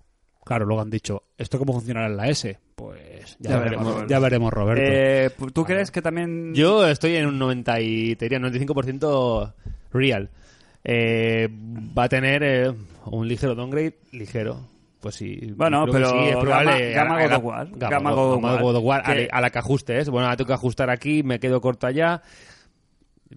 [SPEAKER 4] Claro, luego han dicho, ¿esto cómo funcionará en la S? Pues ya,
[SPEAKER 2] Ya veremos,
[SPEAKER 4] veremos,
[SPEAKER 2] Roberto.
[SPEAKER 4] ya veremos, Roberto.
[SPEAKER 2] Eh, ¿Tú crees que también...
[SPEAKER 3] Yo estoy en un 90 y, te diría, 95% real. Eh, va a tener eh, un ligero downgrade, ligero. Pues sí.
[SPEAKER 2] Bueno,
[SPEAKER 3] creo que
[SPEAKER 2] pero
[SPEAKER 3] sí, es probable.
[SPEAKER 2] Gamma- Gamma
[SPEAKER 3] A- a-
[SPEAKER 2] God of War.
[SPEAKER 3] Gamma,
[SPEAKER 2] Gamma
[SPEAKER 3] God-
[SPEAKER 2] God of
[SPEAKER 3] Gamma God of War,
[SPEAKER 2] War,
[SPEAKER 3] a la-
[SPEAKER 2] que-
[SPEAKER 3] a la que ajustes. Bueno, ahora tengo que ajustar aquí, me quedo corto allá.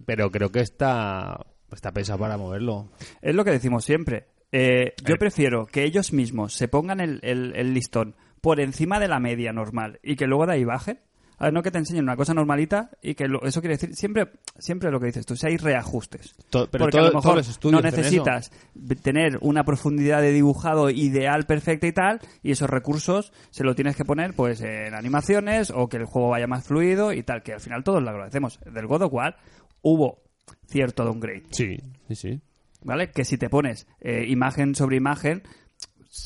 [SPEAKER 3] Pero creo que está... Pues está pensado para moverlo.
[SPEAKER 2] Es lo que decimos siempre. Eh, yo prefiero que ellos mismos se pongan el, el- el listón por encima de la media normal y que luego de ahí bajen. A ver, no que te enseñen una cosa normalita y que lo- eso quiere decir siempre siempre lo que dices tú, si hay reajustes.
[SPEAKER 3] To- pero
[SPEAKER 2] Porque
[SPEAKER 3] todo-
[SPEAKER 2] a lo
[SPEAKER 3] todos
[SPEAKER 2] mejor
[SPEAKER 3] los estudios
[SPEAKER 2] no
[SPEAKER 3] hacen
[SPEAKER 2] necesitas b- tener una profundidad de dibujado ideal, perfecta y tal, y esos recursos se lo tienes que poner pues en animaciones o que el juego vaya más fluido y tal, que al final todos lo agradecemos. Del God of War hubo cierto downgrade.
[SPEAKER 3] Sí, sí, sí.
[SPEAKER 2] ¿vale? Que si te pones eh, imagen sobre imagen,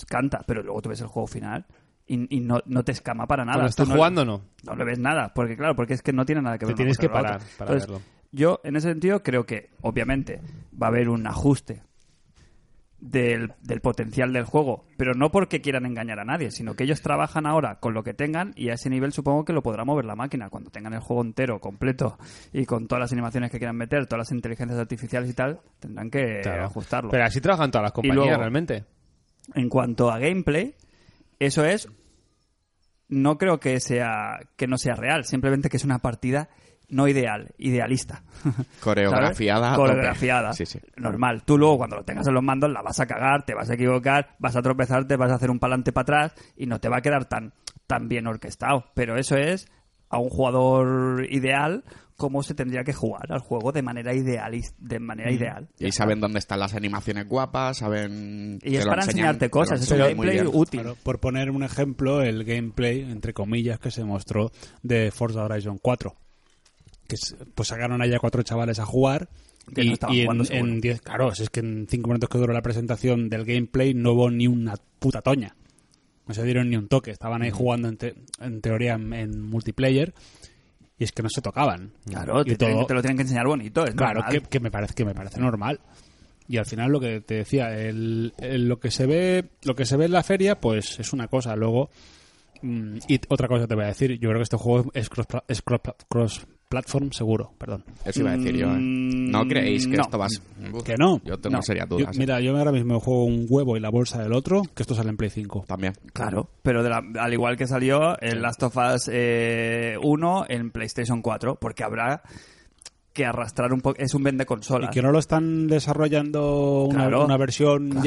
[SPEAKER 2] canta, pero luego tú ves el juego final y, y no, no te escama para nada.
[SPEAKER 3] Cuando
[SPEAKER 2] Tú
[SPEAKER 3] estás
[SPEAKER 2] no-
[SPEAKER 3] jugando, no.
[SPEAKER 2] No le ves nada, porque claro, porque es que no tiene nada
[SPEAKER 3] Te
[SPEAKER 2] que ver. una
[SPEAKER 3] tienes
[SPEAKER 2] cosa
[SPEAKER 3] que
[SPEAKER 2] con la
[SPEAKER 3] parar
[SPEAKER 2] otra.
[SPEAKER 3] para
[SPEAKER 2] Entonces,
[SPEAKER 3] verlo.
[SPEAKER 2] Yo, en ese sentido, creo que, obviamente, va a haber un ajuste del, del potencial del juego, pero no porque quieran engañar a nadie, sino que ellos trabajan ahora con lo que tengan y a ese nivel supongo que lo podrá mover la máquina. Cuando tengan el juego entero, completo y con todas las animaciones que quieran meter, todas las inteligencias artificiales y tal, tendrán que
[SPEAKER 3] Claro.
[SPEAKER 2] Eh, ajustarlo.
[SPEAKER 3] Pero así trabajan todas las compañías,
[SPEAKER 2] luego-
[SPEAKER 3] realmente.
[SPEAKER 2] En cuanto a gameplay, eso es. No creo que sea que no sea real, simplemente que es una partida no ideal, idealista.
[SPEAKER 5] Coreografiada. a
[SPEAKER 2] ¿Sabes?
[SPEAKER 5] tope.
[SPEAKER 2] Coreografiada.
[SPEAKER 5] Sí, sí.
[SPEAKER 2] Normal. Tú luego, cuando lo tengas en los mandos, la vas a cagar, te vas a equivocar, vas a tropezarte, vas a hacer un palante para atrás y no te va a quedar tan, tan bien orquestado. Pero eso es a un jugador ideal cómo se tendría que jugar al juego de manera idealis- de
[SPEAKER 5] Mm.
[SPEAKER 2] manera ideal.
[SPEAKER 5] Y saben dónde están las animaciones guapas, saben...
[SPEAKER 2] Y
[SPEAKER 5] te
[SPEAKER 2] es
[SPEAKER 5] lo
[SPEAKER 2] para
[SPEAKER 5] enseñan-
[SPEAKER 2] enseñarte
[SPEAKER 5] te lo
[SPEAKER 2] cosas, es un
[SPEAKER 5] enseñan muy
[SPEAKER 2] gameplay
[SPEAKER 5] bien.
[SPEAKER 2] útil.
[SPEAKER 4] Claro, por poner un ejemplo, el gameplay, entre comillas, que se mostró de Forza Horizon 4. Que es- pues sacaron allá cuatro chavales a jugar.
[SPEAKER 2] Que no estaban
[SPEAKER 4] y
[SPEAKER 2] jugando
[SPEAKER 4] en,
[SPEAKER 2] seguro.
[SPEAKER 4] en diez- claro, si es que en cinco minutos que duró la presentación del gameplay no hubo ni una puta toña. No se dieron ni un toque. Estaban ahí jugando en, te- en teoría en, en multiplayer y es que no se tocaban.
[SPEAKER 2] Claro,
[SPEAKER 4] y
[SPEAKER 2] te, tienen- te lo tienen que enseñar bonito. Es
[SPEAKER 4] Claro,
[SPEAKER 2] normal.
[SPEAKER 4] que, que me parece que me parece normal. Y al final lo que te decía, el, el- lo que se ve, lo que se ve en la feria, pues es una cosa. Luego mm, y otra cosa te voy a decir, yo creo que este juego es cross, pla- es cross, pla- cross platform seguro, perdón.
[SPEAKER 5] Eso iba a decir yo, ¿eh?
[SPEAKER 2] Mm,
[SPEAKER 5] ¿No creéis que
[SPEAKER 2] no.
[SPEAKER 5] esto va a ser...?
[SPEAKER 4] Que no.
[SPEAKER 5] Yo tengo
[SPEAKER 4] No.
[SPEAKER 5] serias
[SPEAKER 4] Yo-
[SPEAKER 5] dudas. ¿eh?
[SPEAKER 4] mira, yo ahora mismo juego un huevo y la bolsa del otro, que esto sale en Play 5.
[SPEAKER 5] También.
[SPEAKER 2] Claro, pero de la- al igual que salió el Last of Us eh, 1 en PlayStation 4, porque habrá que arrastrar un poco. Es un vende
[SPEAKER 4] Y
[SPEAKER 2] consola.
[SPEAKER 4] que no lo están desarrollando una,
[SPEAKER 2] Claro.
[SPEAKER 4] una versión
[SPEAKER 2] Claro.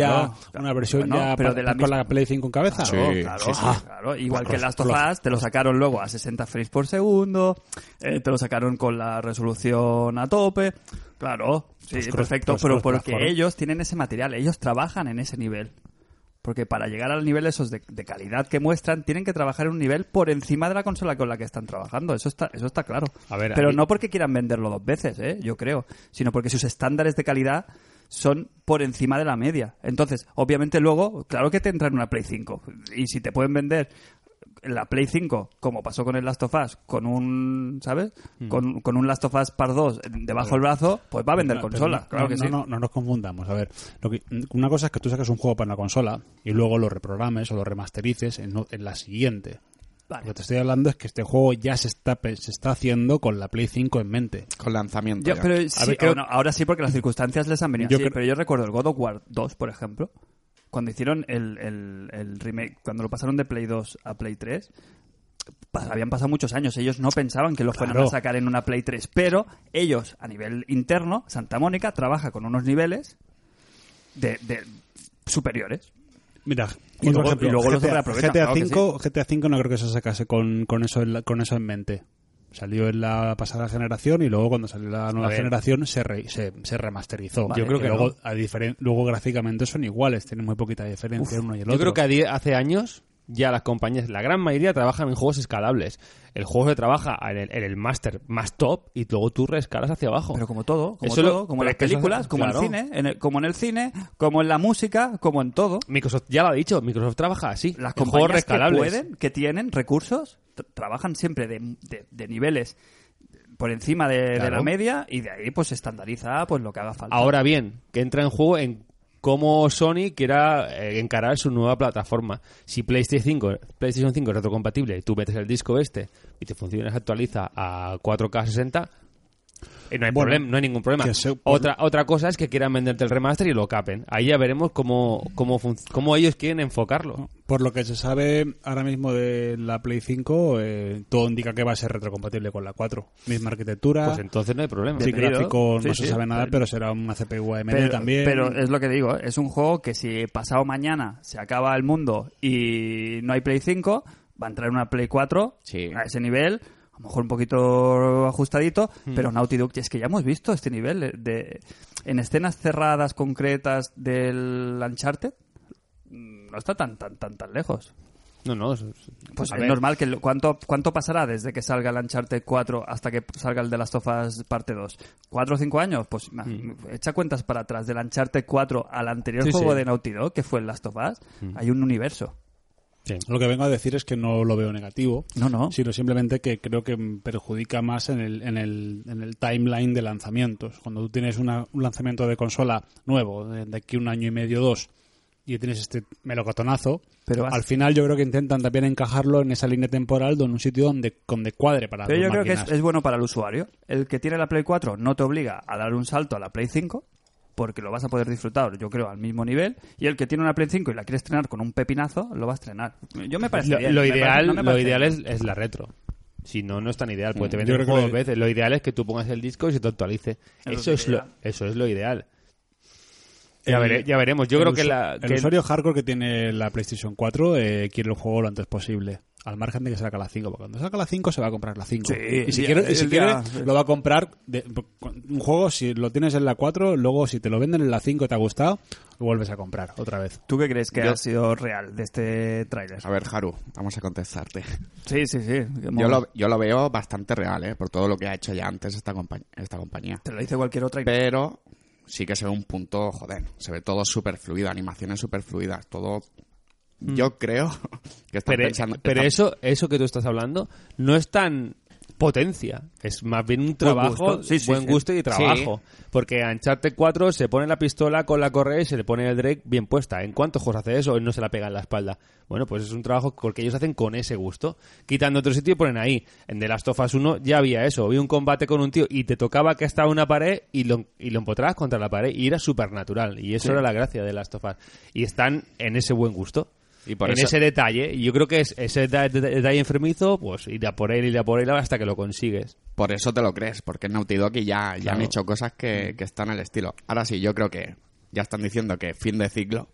[SPEAKER 4] ya, una versión
[SPEAKER 2] Bueno,
[SPEAKER 4] ya
[SPEAKER 2] pero
[SPEAKER 4] pa-
[SPEAKER 2] de la
[SPEAKER 4] con la
[SPEAKER 2] misma-
[SPEAKER 4] Play 5 en cabeza.
[SPEAKER 5] Sí.
[SPEAKER 2] Oh, Claro, claro, claro. Igual que el Last of Us, te lo sacaron luego a 60 frames por segundo, eh, te lo sacaron con la resolución a tope. Claro, sí,
[SPEAKER 4] Pues cross-
[SPEAKER 2] perfecto,
[SPEAKER 4] pues
[SPEAKER 2] pero
[SPEAKER 4] cross
[SPEAKER 2] porque
[SPEAKER 3] ¿eh?
[SPEAKER 4] platform.
[SPEAKER 2] ellos tienen ese material, ellos trabajan en ese nivel. Porque para llegar al nivel esos de, de calidad que muestran, tienen que trabajar en un nivel por encima de la consola con la que están trabajando. Eso está, eso está claro.
[SPEAKER 3] A ver, a
[SPEAKER 2] Pero
[SPEAKER 3] mí-
[SPEAKER 2] no porque quieran venderlo dos veces, ¿eh? yo creo, sino porque sus estándares de calidad son por encima de la media. Entonces, obviamente luego, claro que te entra en una Play 5. Y si te pueden vender la Play 5, como pasó con el Last of Us, con un, ¿sabes?
[SPEAKER 4] Mm.
[SPEAKER 2] Con, con un Last of Us Part 2 debajo del brazo, pues va a vender
[SPEAKER 4] No, pero
[SPEAKER 2] consola,
[SPEAKER 4] no,
[SPEAKER 2] claro
[SPEAKER 4] no,
[SPEAKER 2] que
[SPEAKER 4] no,
[SPEAKER 2] sí.
[SPEAKER 4] No, no nos confundamos. A ver, lo que- una cosa es que tú saques un juego para una consola y luego lo reprogrames o lo remasterices en, o- en la siguiente. Lo
[SPEAKER 2] Vale.
[SPEAKER 4] que te estoy hablando es que este juego ya se está, pe- se está haciendo con la Play 5 en mente.
[SPEAKER 5] Con lanzamiento.
[SPEAKER 2] Yo-
[SPEAKER 5] ya.
[SPEAKER 2] pero sí,
[SPEAKER 4] ver, creo-
[SPEAKER 2] bueno, ahora sí, porque las circunstancias les han venido.
[SPEAKER 4] Yo
[SPEAKER 2] así,
[SPEAKER 4] creo-
[SPEAKER 2] Pero yo recuerdo el God of War 2, por ejemplo, cuando hicieron el, el- el remake, cuando lo pasaron de Play 2 a Play 3, pas- habían pasado muchos años. Ellos no pensaban que lo fueran
[SPEAKER 4] Claro.
[SPEAKER 2] a sacar en una Play 3, pero ellos, a nivel interno, Santa Mónica trabaja con unos niveles de- de superiores.
[SPEAKER 4] Mira,
[SPEAKER 2] Y
[SPEAKER 4] otro
[SPEAKER 2] luego-
[SPEAKER 4] ejemplo,
[SPEAKER 2] y luego lo
[SPEAKER 4] GTA,
[SPEAKER 2] sobreaprovechan,
[SPEAKER 4] GTA
[SPEAKER 2] claro que
[SPEAKER 4] 5 GTA 5 no creo que se sacase con, con eso en la- con eso en mente. Salió en la pasada generación y luego cuando salió la nueva
[SPEAKER 3] ver.
[SPEAKER 4] generación se, re- se, se remasterizó.
[SPEAKER 2] Vale,
[SPEAKER 4] Yo creo que
[SPEAKER 2] pero-
[SPEAKER 4] luego, a diferen- luego gráficamente son iguales, tienen muy poquita diferencia uno y el
[SPEAKER 3] Yo
[SPEAKER 4] otro.
[SPEAKER 3] creo que a die- hace años ya las compañías, la gran mayoría, trabajan en juegos escalables. El juego se trabaja en el, en el máster más top y luego tú reescalas hacia abajo.
[SPEAKER 2] Pero como todo, como
[SPEAKER 3] Eso lo-
[SPEAKER 2] todo, como
[SPEAKER 3] pero
[SPEAKER 2] las
[SPEAKER 3] es que eso-
[SPEAKER 2] películas, como
[SPEAKER 3] claro.
[SPEAKER 2] el cine, en el- como en el cine, como en la música, como en todo.
[SPEAKER 3] Microsoft, ya lo ha dicho, Microsoft trabaja así.
[SPEAKER 2] Las
[SPEAKER 3] en juegos
[SPEAKER 2] compañías que
[SPEAKER 3] reescalables.
[SPEAKER 2] pueden, que tienen recursos, tr- trabajan siempre de, de- de niveles por encima de, de
[SPEAKER 3] Claro.
[SPEAKER 2] la media y de ahí pues se estandariza pues lo que haga falta.
[SPEAKER 3] Ahora bien, que entra en juego en cómo Sony quiera eh, encarar su nueva plataforma. Si PlayStation 5, PlayStation 5 es retrocompatible y tú metes el disco este y te funciona, se actualiza a 4K 60, Eh, no hay
[SPEAKER 4] Bueno,
[SPEAKER 3] problema, no hay ningún problema.
[SPEAKER 4] que se-
[SPEAKER 3] Otra, otra cosa es que quieran venderte el remaster y lo capen. Ahí ya veremos cómo, cómo, func- cómo ellos quieren enfocarlo.
[SPEAKER 4] Por lo que se sabe ahora mismo de la Play 5, eh, todo indica que va a ser retrocompatible con la 4. Misma arquitectura,
[SPEAKER 3] Pues entonces no hay problema.
[SPEAKER 4] sin
[SPEAKER 2] entendido.
[SPEAKER 4] gráfico, no
[SPEAKER 2] Sí,
[SPEAKER 4] se
[SPEAKER 2] sí,
[SPEAKER 4] sabe nada,
[SPEAKER 2] pero-
[SPEAKER 4] pero será una CPU AMD
[SPEAKER 2] Pero,
[SPEAKER 4] también.
[SPEAKER 2] pero es lo que digo, ¿eh? es un juego que si pasado mañana se acaba el mundo y no hay Play 5, va a entrar una Play 4
[SPEAKER 5] Sí.
[SPEAKER 2] a ese nivel, a lo mejor un poquito ajustadito, pero Naughty Dog, es que ya hemos visto este nivel de, de- en escenas cerradas concretas del Uncharted, mm, no está tan tan tan tan lejos.
[SPEAKER 3] No, no. es-
[SPEAKER 2] Pues
[SPEAKER 3] a
[SPEAKER 2] es
[SPEAKER 3] ver.
[SPEAKER 2] normal que lo- cuánto cuánto pasará desde que salga el Uncharted 4 hasta que salga el de las Tofas parte 2. ¿Cuatro o cinco años? Pues ma- echa cuentas para atrás del Uncharted 4 al anterior
[SPEAKER 3] Mm. Sí, Mm.
[SPEAKER 2] juego
[SPEAKER 3] sí.
[SPEAKER 2] de Naughty Dog, que fue el Last of Us, hay un universo.
[SPEAKER 3] Sí.
[SPEAKER 4] Lo que vengo a decir es que no lo veo negativo,
[SPEAKER 2] No, no.
[SPEAKER 4] sino simplemente que creo que mm, perjudica más en el, en el, en el timeline de lanzamientos. Cuando tú tienes una- un lanzamiento de consola nuevo, de, de aquí un año y medio, dos, y tienes este melocotonazo,
[SPEAKER 2] Pero vas-
[SPEAKER 4] al final yo creo que intentan también encajarlo en esa línea temporal de un sitio donde, donde cuadre para
[SPEAKER 2] Pero
[SPEAKER 4] las
[SPEAKER 2] yo
[SPEAKER 4] dos
[SPEAKER 2] creo que es,
[SPEAKER 4] máquinas.
[SPEAKER 2] es bueno para el usuario. El que tiene la Play 4 no te obliga a dar un salto a la Play 5, porque lo vas a poder disfrutar, yo creo, al mismo nivel. Y el que tiene una Play 5 y la quiere estrenar con un pepinazo, lo va a estrenar. Yo me parece
[SPEAKER 3] Lo,
[SPEAKER 2] bien,
[SPEAKER 3] lo
[SPEAKER 2] me parece-
[SPEAKER 3] ideal,
[SPEAKER 2] no me
[SPEAKER 3] lo
[SPEAKER 2] parece
[SPEAKER 3] ideal
[SPEAKER 2] mal.
[SPEAKER 3] es, es la retro. Si no, no es tan ideal, porque te
[SPEAKER 4] Mm, yo
[SPEAKER 3] venden el
[SPEAKER 4] creo que
[SPEAKER 3] juego dos
[SPEAKER 4] lo-
[SPEAKER 3] veces. Lo ideal es que tú pongas el disco y se te actualice.
[SPEAKER 2] lo
[SPEAKER 3] Eso es lo,
[SPEAKER 2] ideal.
[SPEAKER 3] eso es lo ideal. Ya,
[SPEAKER 4] El-
[SPEAKER 3] vere- ya veremos. Yo
[SPEAKER 4] el
[SPEAKER 3] creo que
[SPEAKER 4] usu-
[SPEAKER 3] la.
[SPEAKER 4] el
[SPEAKER 3] que-
[SPEAKER 4] usuario hardcore que tiene la PlayStation 4 eh, quiere el juego lo antes posible. Al margen de que salga la 5, porque cuando salga la 5 se va a comprar la 5.
[SPEAKER 2] Sí,
[SPEAKER 4] y si
[SPEAKER 2] el
[SPEAKER 4] quiere,
[SPEAKER 2] día-
[SPEAKER 4] y si
[SPEAKER 2] el
[SPEAKER 4] quiere,
[SPEAKER 2] día-
[SPEAKER 4] lo va a comprar. de- un juego, si lo tienes en la 4, luego si te lo venden en la 5 y te ha gustado, lo vuelves a comprar otra vez.
[SPEAKER 2] ¿Tú qué crees que
[SPEAKER 5] Yo-
[SPEAKER 2] ha sido real de este tráiler?
[SPEAKER 5] Pues A ver, Haru, vamos a contestarte.
[SPEAKER 2] Sí, sí, sí.
[SPEAKER 5] Yo lo, yo lo veo bastante real, ¿eh? Por todo lo que ha hecho ya antes esta, compañ- esta compañía.
[SPEAKER 2] Te lo dice cualquier otra. y-
[SPEAKER 5] Pero sí que se ve un punto, joder, se ve todo súper fluido, animaciones súper fluidas, todo... Yo creo que están
[SPEAKER 3] Mm. pero
[SPEAKER 5] pensando...
[SPEAKER 3] pero
[SPEAKER 5] están-
[SPEAKER 3] eso, eso que tú estás hablando no es tan potencia. Es más bien un trabajo,
[SPEAKER 2] gusto. Sí, sí,
[SPEAKER 3] buen
[SPEAKER 2] sí.
[SPEAKER 3] gusto y trabajo. Porque a Uncharted 4 se pone la pistola con la correa y se le pone el Drake bien puesta. ¿En cuántos juegos hace eso? No se la pega en la espalda. Bueno, pues es un trabajo porque ellos hacen con ese gusto. Quitan de otro sitio y ponen ahí. En The Last of Us 1 ya había eso. Había un combate con un tío y te tocaba que estaba una pared y lo, y lo empotrabas contra la pared y era supernatural. Y eso era la gracia de The Last of Us. Y están en ese buen gusto
[SPEAKER 5] Y por
[SPEAKER 3] en
[SPEAKER 5] eso-
[SPEAKER 3] ese detalle. Y yo creo que es ese da- da- detalle enfermizo, pues ir a por él, ir a por él hasta que lo consigues.
[SPEAKER 5] Por eso te lo crees, porque en Naughty Dog y ya, ya han
[SPEAKER 3] Claro.
[SPEAKER 5] hecho cosas que, que están al estilo. Ahora sí, yo creo que ya están diciendo que fin de ciclo.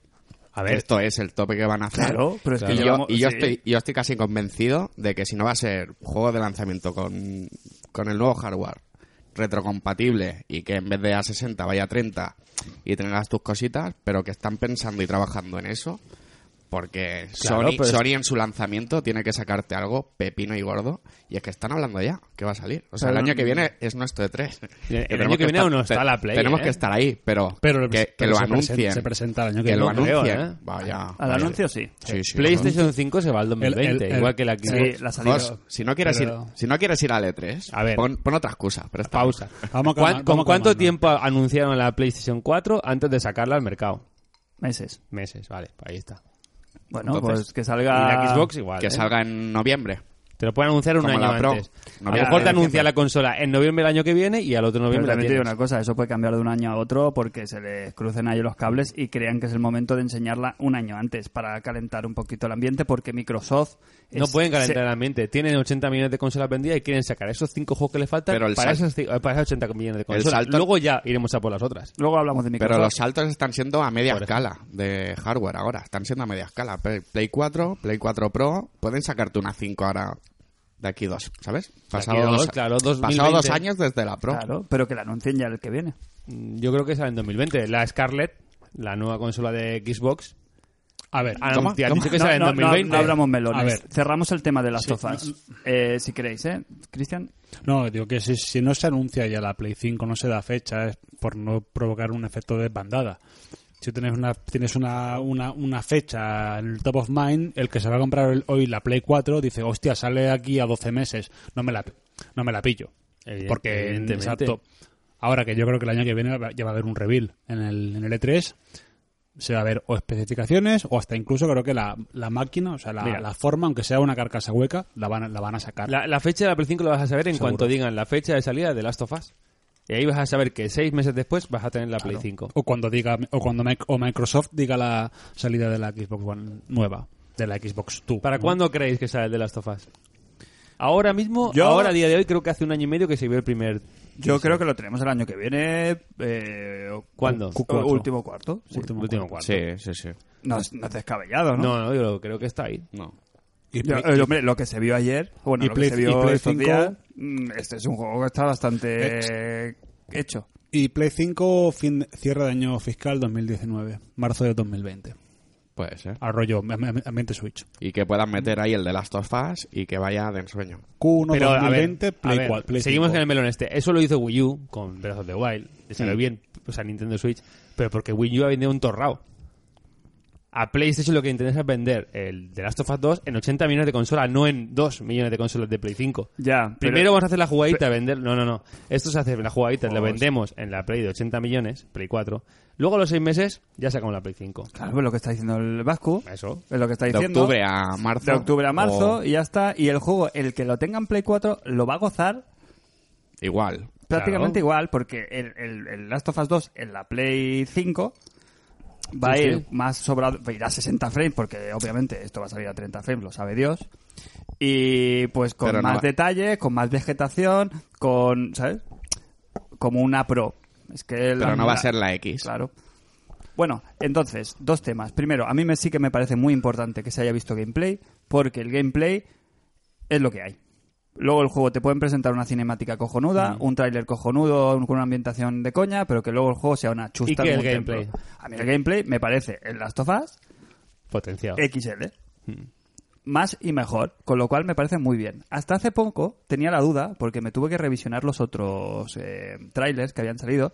[SPEAKER 3] A ver.
[SPEAKER 5] Esto es el tope que van a hacer.
[SPEAKER 2] Claro, pero es que
[SPEAKER 5] y yo,
[SPEAKER 2] llevamos-
[SPEAKER 5] y yo
[SPEAKER 2] sí.
[SPEAKER 5] estoy, yo estoy casi convencido de que si no va a ser juego de lanzamiento con, con el nuevo hardware retrocompatible y que en vez de a 60 vaya a 30 y tengas tus cositas, pero que están pensando y trabajando en eso, porque
[SPEAKER 3] Claro,
[SPEAKER 5] Sony,
[SPEAKER 3] pero es-
[SPEAKER 5] Sony en su lanzamiento tiene que sacarte algo pepino y gordo, y es que están hablando ya, que va a salir. O sea,
[SPEAKER 2] Pero
[SPEAKER 5] el año
[SPEAKER 2] no-
[SPEAKER 5] que viene es nuestro E3.
[SPEAKER 3] El- el
[SPEAKER 5] Tenemos
[SPEAKER 3] año que viene aún no
[SPEAKER 5] estar-
[SPEAKER 3] está la
[SPEAKER 5] te-
[SPEAKER 3] Play,
[SPEAKER 5] Tenemos
[SPEAKER 3] ¿eh?
[SPEAKER 5] que estar ahí, pero,
[SPEAKER 4] Pero-
[SPEAKER 5] que, que
[SPEAKER 4] pero
[SPEAKER 5] lo
[SPEAKER 4] se presen-
[SPEAKER 5] anuncien.
[SPEAKER 4] se presenta el año que
[SPEAKER 5] que lo
[SPEAKER 4] viene,
[SPEAKER 5] anuncien.
[SPEAKER 3] creo, ¿eh?
[SPEAKER 5] Vaya.
[SPEAKER 2] Al anuncio sí.
[SPEAKER 5] Sí, sí,
[SPEAKER 3] PlayStation 5 se va al
[SPEAKER 4] el-
[SPEAKER 3] 2020,
[SPEAKER 4] el-
[SPEAKER 3] igual que la
[SPEAKER 2] Sí,
[SPEAKER 3] Xbox.
[SPEAKER 2] la salida.
[SPEAKER 5] Jos, si no quieres
[SPEAKER 4] pero-
[SPEAKER 5] ir, si no quieres ir al E3,
[SPEAKER 3] A ver.
[SPEAKER 5] Pon, pon otra excusa, pero esta-
[SPEAKER 3] Pausa. ¿Cuán-
[SPEAKER 4] Vamos calmando,
[SPEAKER 3] ¿Con
[SPEAKER 4] vamos
[SPEAKER 3] cuánto
[SPEAKER 4] calmando.
[SPEAKER 3] tiempo anunciaron la PlayStation 4 antes de sacarla al mercado?
[SPEAKER 2] Meses.
[SPEAKER 3] Meses, vale, ahí está.
[SPEAKER 2] Bueno,
[SPEAKER 5] Entonces,
[SPEAKER 2] pues que
[SPEAKER 3] Y
[SPEAKER 2] salga.
[SPEAKER 3] la Xbox igual.
[SPEAKER 5] que
[SPEAKER 3] ¿eh?
[SPEAKER 5] salga en noviembre.
[SPEAKER 3] Te lo pueden anunciar un
[SPEAKER 5] como
[SPEAKER 3] año
[SPEAKER 5] la Pro.
[SPEAKER 3] antes. A
[SPEAKER 5] Noviembre,
[SPEAKER 3] lo mejor te anuncia
[SPEAKER 5] diciembre.
[SPEAKER 3] la consola en noviembre del año que viene y al otro
[SPEAKER 2] Pero
[SPEAKER 3] noviembre la
[SPEAKER 2] también te digo
[SPEAKER 3] tienes.
[SPEAKER 2] una cosa, eso puede cambiar de un año a otro porque se les crucen ahí los cables y crean que es el momento de enseñarla un año antes para calentar un poquito el ambiente porque Microsoft...
[SPEAKER 3] No
[SPEAKER 2] es-
[SPEAKER 3] pueden calentar
[SPEAKER 2] se-
[SPEAKER 3] la mente. Tienen 80 millones de consolas vendidas y quieren sacar esos 5 juegos que le faltan
[SPEAKER 5] Pero el
[SPEAKER 3] para,
[SPEAKER 5] sal-
[SPEAKER 3] esas ci- eh, para esos 80 millones de consolas.
[SPEAKER 5] salto-
[SPEAKER 3] Luego ya iremos a por las otras.
[SPEAKER 2] Luego hablamos de
[SPEAKER 5] Pero
[SPEAKER 2] Microsoft.
[SPEAKER 5] los saltos están siendo a media
[SPEAKER 3] Por ejemplo.
[SPEAKER 5] escala de hardware ahora. Están siendo a media escala. Play Play 4, Play 4 Pro, pueden sacarte una 5 ahora de aquí dos, ¿sabes? Pasado,
[SPEAKER 3] dos,
[SPEAKER 5] dos,
[SPEAKER 3] claro,
[SPEAKER 5] pasado
[SPEAKER 3] 2020.
[SPEAKER 5] dos años desde la Pro.
[SPEAKER 2] Claro, pero que la anuncien ya el que viene.
[SPEAKER 3] Mm, Yo creo que sale en 2020. La Scarlett, la nueva consola de Xbox,
[SPEAKER 4] A ver,
[SPEAKER 3] han
[SPEAKER 5] Toma,
[SPEAKER 3] anunciado- han
[SPEAKER 5] toma.
[SPEAKER 3] dicho que
[SPEAKER 2] no,
[SPEAKER 3] sale en
[SPEAKER 2] no, no,
[SPEAKER 3] 2020.
[SPEAKER 2] no hablamos melones.
[SPEAKER 4] A ver.
[SPEAKER 2] Cerramos el tema de las
[SPEAKER 4] Sí,
[SPEAKER 2] tofas. Eh, si queréis, ¿eh? Cristian,
[SPEAKER 4] No, digo que si, si no se anuncia ya la Play 5, no se da fecha, es por no provocar un efecto de bandada. Si tienes una tienes una, una, una fecha en el top of mind, el que se va a comprar el- hoy la Play 4 dice, hostia, sale aquí a 12 meses, no me la, no me la pillo.
[SPEAKER 3] Evidente-
[SPEAKER 4] Porque,
[SPEAKER 3] evidentemente.
[SPEAKER 4] exacto. Ahora que yo creo que el año que viene va- ya va a haber un reveal en el, en el E3, se va a ver o especificaciones o hasta incluso creo que la, la máquina, o sea, la,
[SPEAKER 3] Mira.
[SPEAKER 4] la forma, aunque sea una carcasa hueca, la van, a- la van a sacar.
[SPEAKER 3] La, la fecha de la Play 5 la vas a saber en
[SPEAKER 4] Seguro.
[SPEAKER 3] cuanto digan la fecha de salida de Last of Us. Y ahí vas a saber que seis meses después vas a tener la Play 5.
[SPEAKER 4] O cuando diga o cuando Mic- o Microsoft diga la salida de la Xbox One nueva, de la Xbox 2.
[SPEAKER 3] ¿Para
[SPEAKER 4] ¿no?
[SPEAKER 3] cuándo creéis que sale el de Last of Us? Ahora mismo,
[SPEAKER 2] Yo-
[SPEAKER 3] ahora a día de hoy, creo que hace un año y medio que se vio el primer.
[SPEAKER 2] Yo creo que lo tenemos el año que viene. Eh, o-
[SPEAKER 3] ¿Cuándo?
[SPEAKER 2] cu-
[SPEAKER 4] Q4.
[SPEAKER 2] Último cuarto. sí.
[SPEAKER 3] último, cuarto.
[SPEAKER 5] Sí, sí, sí.
[SPEAKER 2] No, es, no es descabellado, ¿no?
[SPEAKER 3] No, no, yo creo que está ahí.
[SPEAKER 5] No.
[SPEAKER 4] Y
[SPEAKER 2] Yo-
[SPEAKER 4] Play-
[SPEAKER 2] eh, hombre, lo que se vio ayer, bueno,
[SPEAKER 4] y
[SPEAKER 2] lo
[SPEAKER 4] Play-
[SPEAKER 2] que se
[SPEAKER 4] y
[SPEAKER 2] vio
[SPEAKER 4] Play
[SPEAKER 2] estos
[SPEAKER 4] 5.
[SPEAKER 2] días, mm, este es un juego que está bastante hecho.
[SPEAKER 4] Y Play 5 fin, cierre de año fiscal 2019, marzo de 2020.
[SPEAKER 5] Puede ser.
[SPEAKER 4] Arroyo, am- am- ambiente Switch.
[SPEAKER 5] Y que puedas meter ahí el de Last of Us y que vaya de ensueño.
[SPEAKER 4] Q1
[SPEAKER 3] Pero a ver,
[SPEAKER 4] 2020, Play
[SPEAKER 3] a ver,
[SPEAKER 4] 4, Play
[SPEAKER 3] seguimos
[SPEAKER 4] 5.
[SPEAKER 3] en el melón este. Eso lo hizo Wii U con Breath of the Wild. Le salió
[SPEAKER 2] Mm.
[SPEAKER 3] bien, o sea, Nintendo Switch. Pero porque Wii U ha vendido un torrao. A PlayStation lo que interesa es vender el The Last of Us 2 en 80 millones de consolas, no en 2 millones de consolas de Play 5.
[SPEAKER 2] Ya, pero-
[SPEAKER 3] Primero vamos a hacer la jugadita, vender. No, no, no. Esto se hace la jugadita, lo vendemos en la Play de 80 millones, Play 4. Luego a los 6 meses ya sacamos la Play 5.
[SPEAKER 2] Claro, pues lo que está diciendo el Vasco.
[SPEAKER 3] Eso.
[SPEAKER 2] Es lo que está
[SPEAKER 5] De
[SPEAKER 2] diciendo.
[SPEAKER 5] octubre a marzo. Oh.
[SPEAKER 2] De octubre a marzo
[SPEAKER 5] o
[SPEAKER 2] y ya está. Y el juego, el que lo tenga en Play 4, lo va a gozar
[SPEAKER 5] Igual.
[SPEAKER 2] prácticamente
[SPEAKER 3] Claro.
[SPEAKER 2] igual, porque el, el- el Last of Us 2 en la Play 5 va
[SPEAKER 3] Sí,
[SPEAKER 2] a ir
[SPEAKER 3] sí.
[SPEAKER 2] más sobrado, va a ir a 60 frames, porque obviamente esto va a salir a 30 frames, lo sabe Dios. Y pues con
[SPEAKER 5] Pero no
[SPEAKER 2] más
[SPEAKER 5] va-
[SPEAKER 2] detalle, con más vegetación, con, ¿sabes? Como una pro. Es que
[SPEAKER 5] Pero no va a ser la X.
[SPEAKER 2] Claro. Bueno, entonces, dos temas. Primero, a mí me sí que me parece muy importante que se haya visto gameplay, porque el gameplay es lo que hay. Luego el juego te pueden presentar una cinemática cojonuda,
[SPEAKER 3] Mm.
[SPEAKER 2] un tráiler cojonudo un- con una ambientación de coña, pero que luego el juego sea una chusta.
[SPEAKER 3] ¿Y qué
[SPEAKER 2] como
[SPEAKER 3] el
[SPEAKER 2] un templo.
[SPEAKER 3] gameplay?
[SPEAKER 2] A mí el gameplay me parece el Last of Us
[SPEAKER 3] Potenciado.
[SPEAKER 2] XL.
[SPEAKER 3] Mm.
[SPEAKER 2] Más y mejor, con lo cual me parece muy bien. Hasta hace poco tenía la duda, porque me tuve que revisionar los otros eh, trailers que habían salido,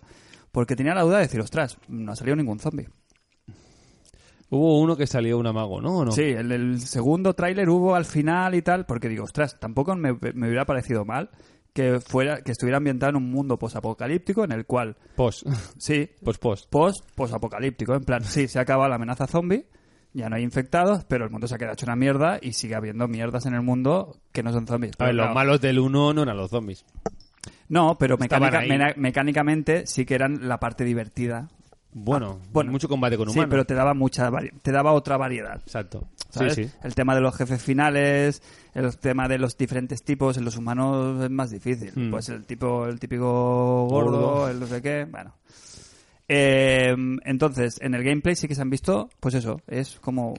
[SPEAKER 2] porque tenía la duda de decir, ostras, no ha salido ningún zombie.
[SPEAKER 3] Hubo uno que salió un amago, ¿no? ¿O no?
[SPEAKER 2] Sí, el, el segundo tráiler hubo al final y tal, porque digo, ostras, tampoco me, me hubiera parecido mal que fuera que estuviera ambientado en un mundo posapocalíptico en el cual,
[SPEAKER 3] Pos.
[SPEAKER 2] sí,
[SPEAKER 3] Pos, pos.
[SPEAKER 2] post posapocalíptico, en plan, sí, se ha acabado la amenaza zombie, ya no hay infectados, pero el mundo se ha quedado hecho una mierda y sigue habiendo mierdas en el mundo que no son zombies.
[SPEAKER 3] A ver,
[SPEAKER 2] Pero
[SPEAKER 3] los
[SPEAKER 2] claro,
[SPEAKER 3] malos del 1 no eran los zombies.
[SPEAKER 2] No, pero
[SPEAKER 3] estaban
[SPEAKER 2] mecánica-
[SPEAKER 3] ahí.
[SPEAKER 2] mena- mecánicamente sí que eran la parte divertida.
[SPEAKER 3] Ah, Bueno,
[SPEAKER 2] bueno.
[SPEAKER 3] mucho combate con
[SPEAKER 2] Sí,
[SPEAKER 3] humanos.
[SPEAKER 2] pero te daba mucha vari- te daba otra variedad.
[SPEAKER 3] Exacto.
[SPEAKER 2] ¿sabes?
[SPEAKER 3] Sí, sí.
[SPEAKER 2] El tema de los jefes finales, el tema de los diferentes tipos, en los humanos es más difícil.
[SPEAKER 3] Mm.
[SPEAKER 2] Pues el tipo, el típico gordo,
[SPEAKER 3] Gordo.
[SPEAKER 2] el no sé qué, bueno. Eh, entonces, en el gameplay sí que se han visto, pues eso, es como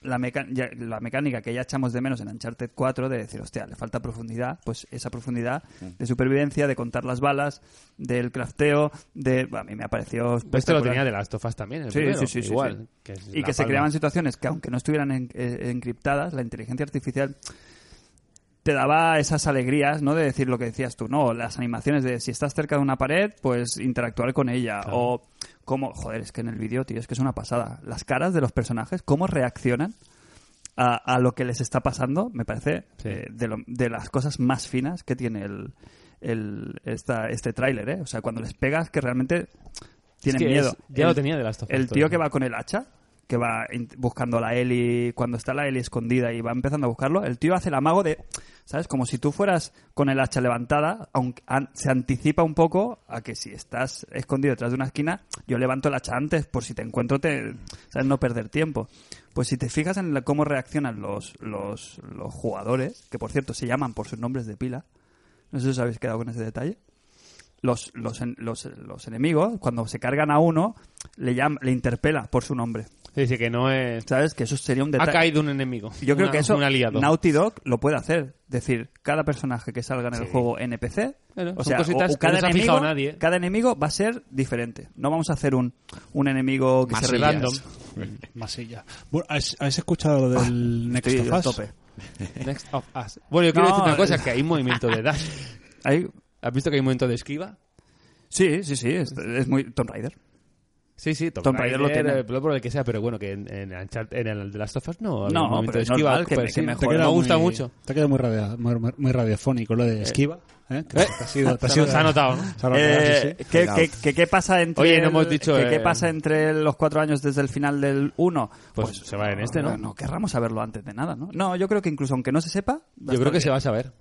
[SPEAKER 2] la, meca- ya- la mecánica que ya echamos de menos en Uncharted 4 de decir, hostia, le falta profundidad, pues esa profundidad
[SPEAKER 3] Hmm.
[SPEAKER 2] de supervivencia, de contar las balas, del crafteo, de... A mí me ha parecido...
[SPEAKER 3] Este lo
[SPEAKER 2] espectacular.
[SPEAKER 3] tenía de Last of Us también, el
[SPEAKER 2] Sí,
[SPEAKER 3] primero.
[SPEAKER 2] sí, sí, sí,
[SPEAKER 3] Igual.
[SPEAKER 2] sí.
[SPEAKER 3] es
[SPEAKER 2] y
[SPEAKER 3] la
[SPEAKER 2] que se
[SPEAKER 3] palma.
[SPEAKER 2] creaban situaciones que aunque no estuvieran en- eh, encriptadas, la inteligencia artificial te daba esas alegrías, ¿no? De decir lo que decías tú, ¿no? Las animaciones de si estás cerca de una pared, pues interactuar con ella. O cómo... Joder, es que en el vídeo, tío, es que es una pasada. Las caras de los personajes, cómo reaccionan a, a lo que les está pasando, me parece
[SPEAKER 3] Sí.
[SPEAKER 2] eh, de, lo- de las cosas más finas que tiene el, el- esta, este tráiler, ¿eh? O sea, cuando les pegas que realmente tienen
[SPEAKER 3] que
[SPEAKER 2] miedo.
[SPEAKER 3] es- ya
[SPEAKER 2] El-
[SPEAKER 3] lo tenía de Last of Us
[SPEAKER 2] El
[SPEAKER 3] todo
[SPEAKER 2] tío
[SPEAKER 3] eso.
[SPEAKER 2] que va con el hacha, que va in- buscando a la Eli, cuando está la Eli escondida y va empezando a buscarlo, el tío hace el amago de, ¿sabes? Como si tú fueras con el hacha levantada, aunque an- se anticipa un poco a que si estás escondido detrás de una esquina, yo levanto el hacha antes por si te encuentro, te, ¿sabes? No perder tiempo. Pues si te fijas en la- cómo reaccionan los, los, los jugadores, que por cierto se llaman por sus nombres de pila, no sé si os habéis quedado con ese detalle los, los, en- los, los enemigos, cuando se cargan a uno, le, llam- le interpela por su nombre.
[SPEAKER 3] Sí, sí, que no es...
[SPEAKER 2] ¿Sabes? Que eso sería un
[SPEAKER 3] Ha
[SPEAKER 2] detalle.
[SPEAKER 3] caído un enemigo.
[SPEAKER 2] Yo creo
[SPEAKER 3] Una-
[SPEAKER 2] que eso
[SPEAKER 3] Un aliado.
[SPEAKER 2] Naughty Dog lo puede hacer. Es decir, cada personaje que salga en el
[SPEAKER 3] Sí.
[SPEAKER 2] juego NPC,
[SPEAKER 3] Claro, son
[SPEAKER 2] o sea,
[SPEAKER 3] cositas
[SPEAKER 2] o- o
[SPEAKER 3] que
[SPEAKER 2] cada,
[SPEAKER 3] no se ha
[SPEAKER 2] enemigo,
[SPEAKER 3] fijado nadie.
[SPEAKER 2] cada enemigo va a ser diferente. No vamos a hacer un, un enemigo que
[SPEAKER 5] Más
[SPEAKER 2] se
[SPEAKER 5] sillas.
[SPEAKER 2] random.
[SPEAKER 4] Masilla. Bueno, ¿has, has escuchado lo del Next
[SPEAKER 2] Sí,
[SPEAKER 4] of
[SPEAKER 2] a
[SPEAKER 4] Us?
[SPEAKER 2] tope.
[SPEAKER 3] Next of Us. Bueno, yo quiero
[SPEAKER 2] No,
[SPEAKER 3] decir una cosa,
[SPEAKER 2] el-
[SPEAKER 3] que hay movimiento de dash.
[SPEAKER 2] Ahí-
[SPEAKER 3] ¿Has visto que hay movimiento de esquiva?
[SPEAKER 2] sí, sí, sí. Es, es muy Tomb Raider.
[SPEAKER 3] Sí, sí, Tomb,
[SPEAKER 2] Tomb Raider lo tiene.
[SPEAKER 3] eh, por el que sea, pero bueno, que en, en, Uncharted- en el The Last of Us no. había
[SPEAKER 2] No,
[SPEAKER 3] un movimiento
[SPEAKER 2] pero
[SPEAKER 3] de
[SPEAKER 2] es
[SPEAKER 3] esquiva,
[SPEAKER 2] normal, que me-
[SPEAKER 3] pero sí,
[SPEAKER 2] que me
[SPEAKER 3] te-
[SPEAKER 2] joda
[SPEAKER 3] me
[SPEAKER 4] quedado
[SPEAKER 3] gusta
[SPEAKER 4] muy-
[SPEAKER 3] mucho.
[SPEAKER 4] Te ha quedado muy, radio- muy, muy radiofónico lo de esquiva. ¿eh? Que Te ha sido, te ha
[SPEAKER 3] Se
[SPEAKER 4] sido-
[SPEAKER 3] nos ha notado, ¿no?
[SPEAKER 4] se ha notado, sí, sí.
[SPEAKER 2] Eh, ¿qué, qué, qué- qué pasa entre
[SPEAKER 3] Oye, no
[SPEAKER 2] el-
[SPEAKER 3] hemos dicho,
[SPEAKER 2] qué,
[SPEAKER 3] eh,
[SPEAKER 2] qué pasa entre los cuatro años desde el final del 1?
[SPEAKER 3] Pues se va en este, ¿no?
[SPEAKER 2] No querramos saberlo antes de nada, ¿no? No, yo creo que incluso aunque no se sepa... va a
[SPEAKER 3] Yo creo
[SPEAKER 2] estar
[SPEAKER 3] que se
[SPEAKER 2] bien.
[SPEAKER 3] va a saber.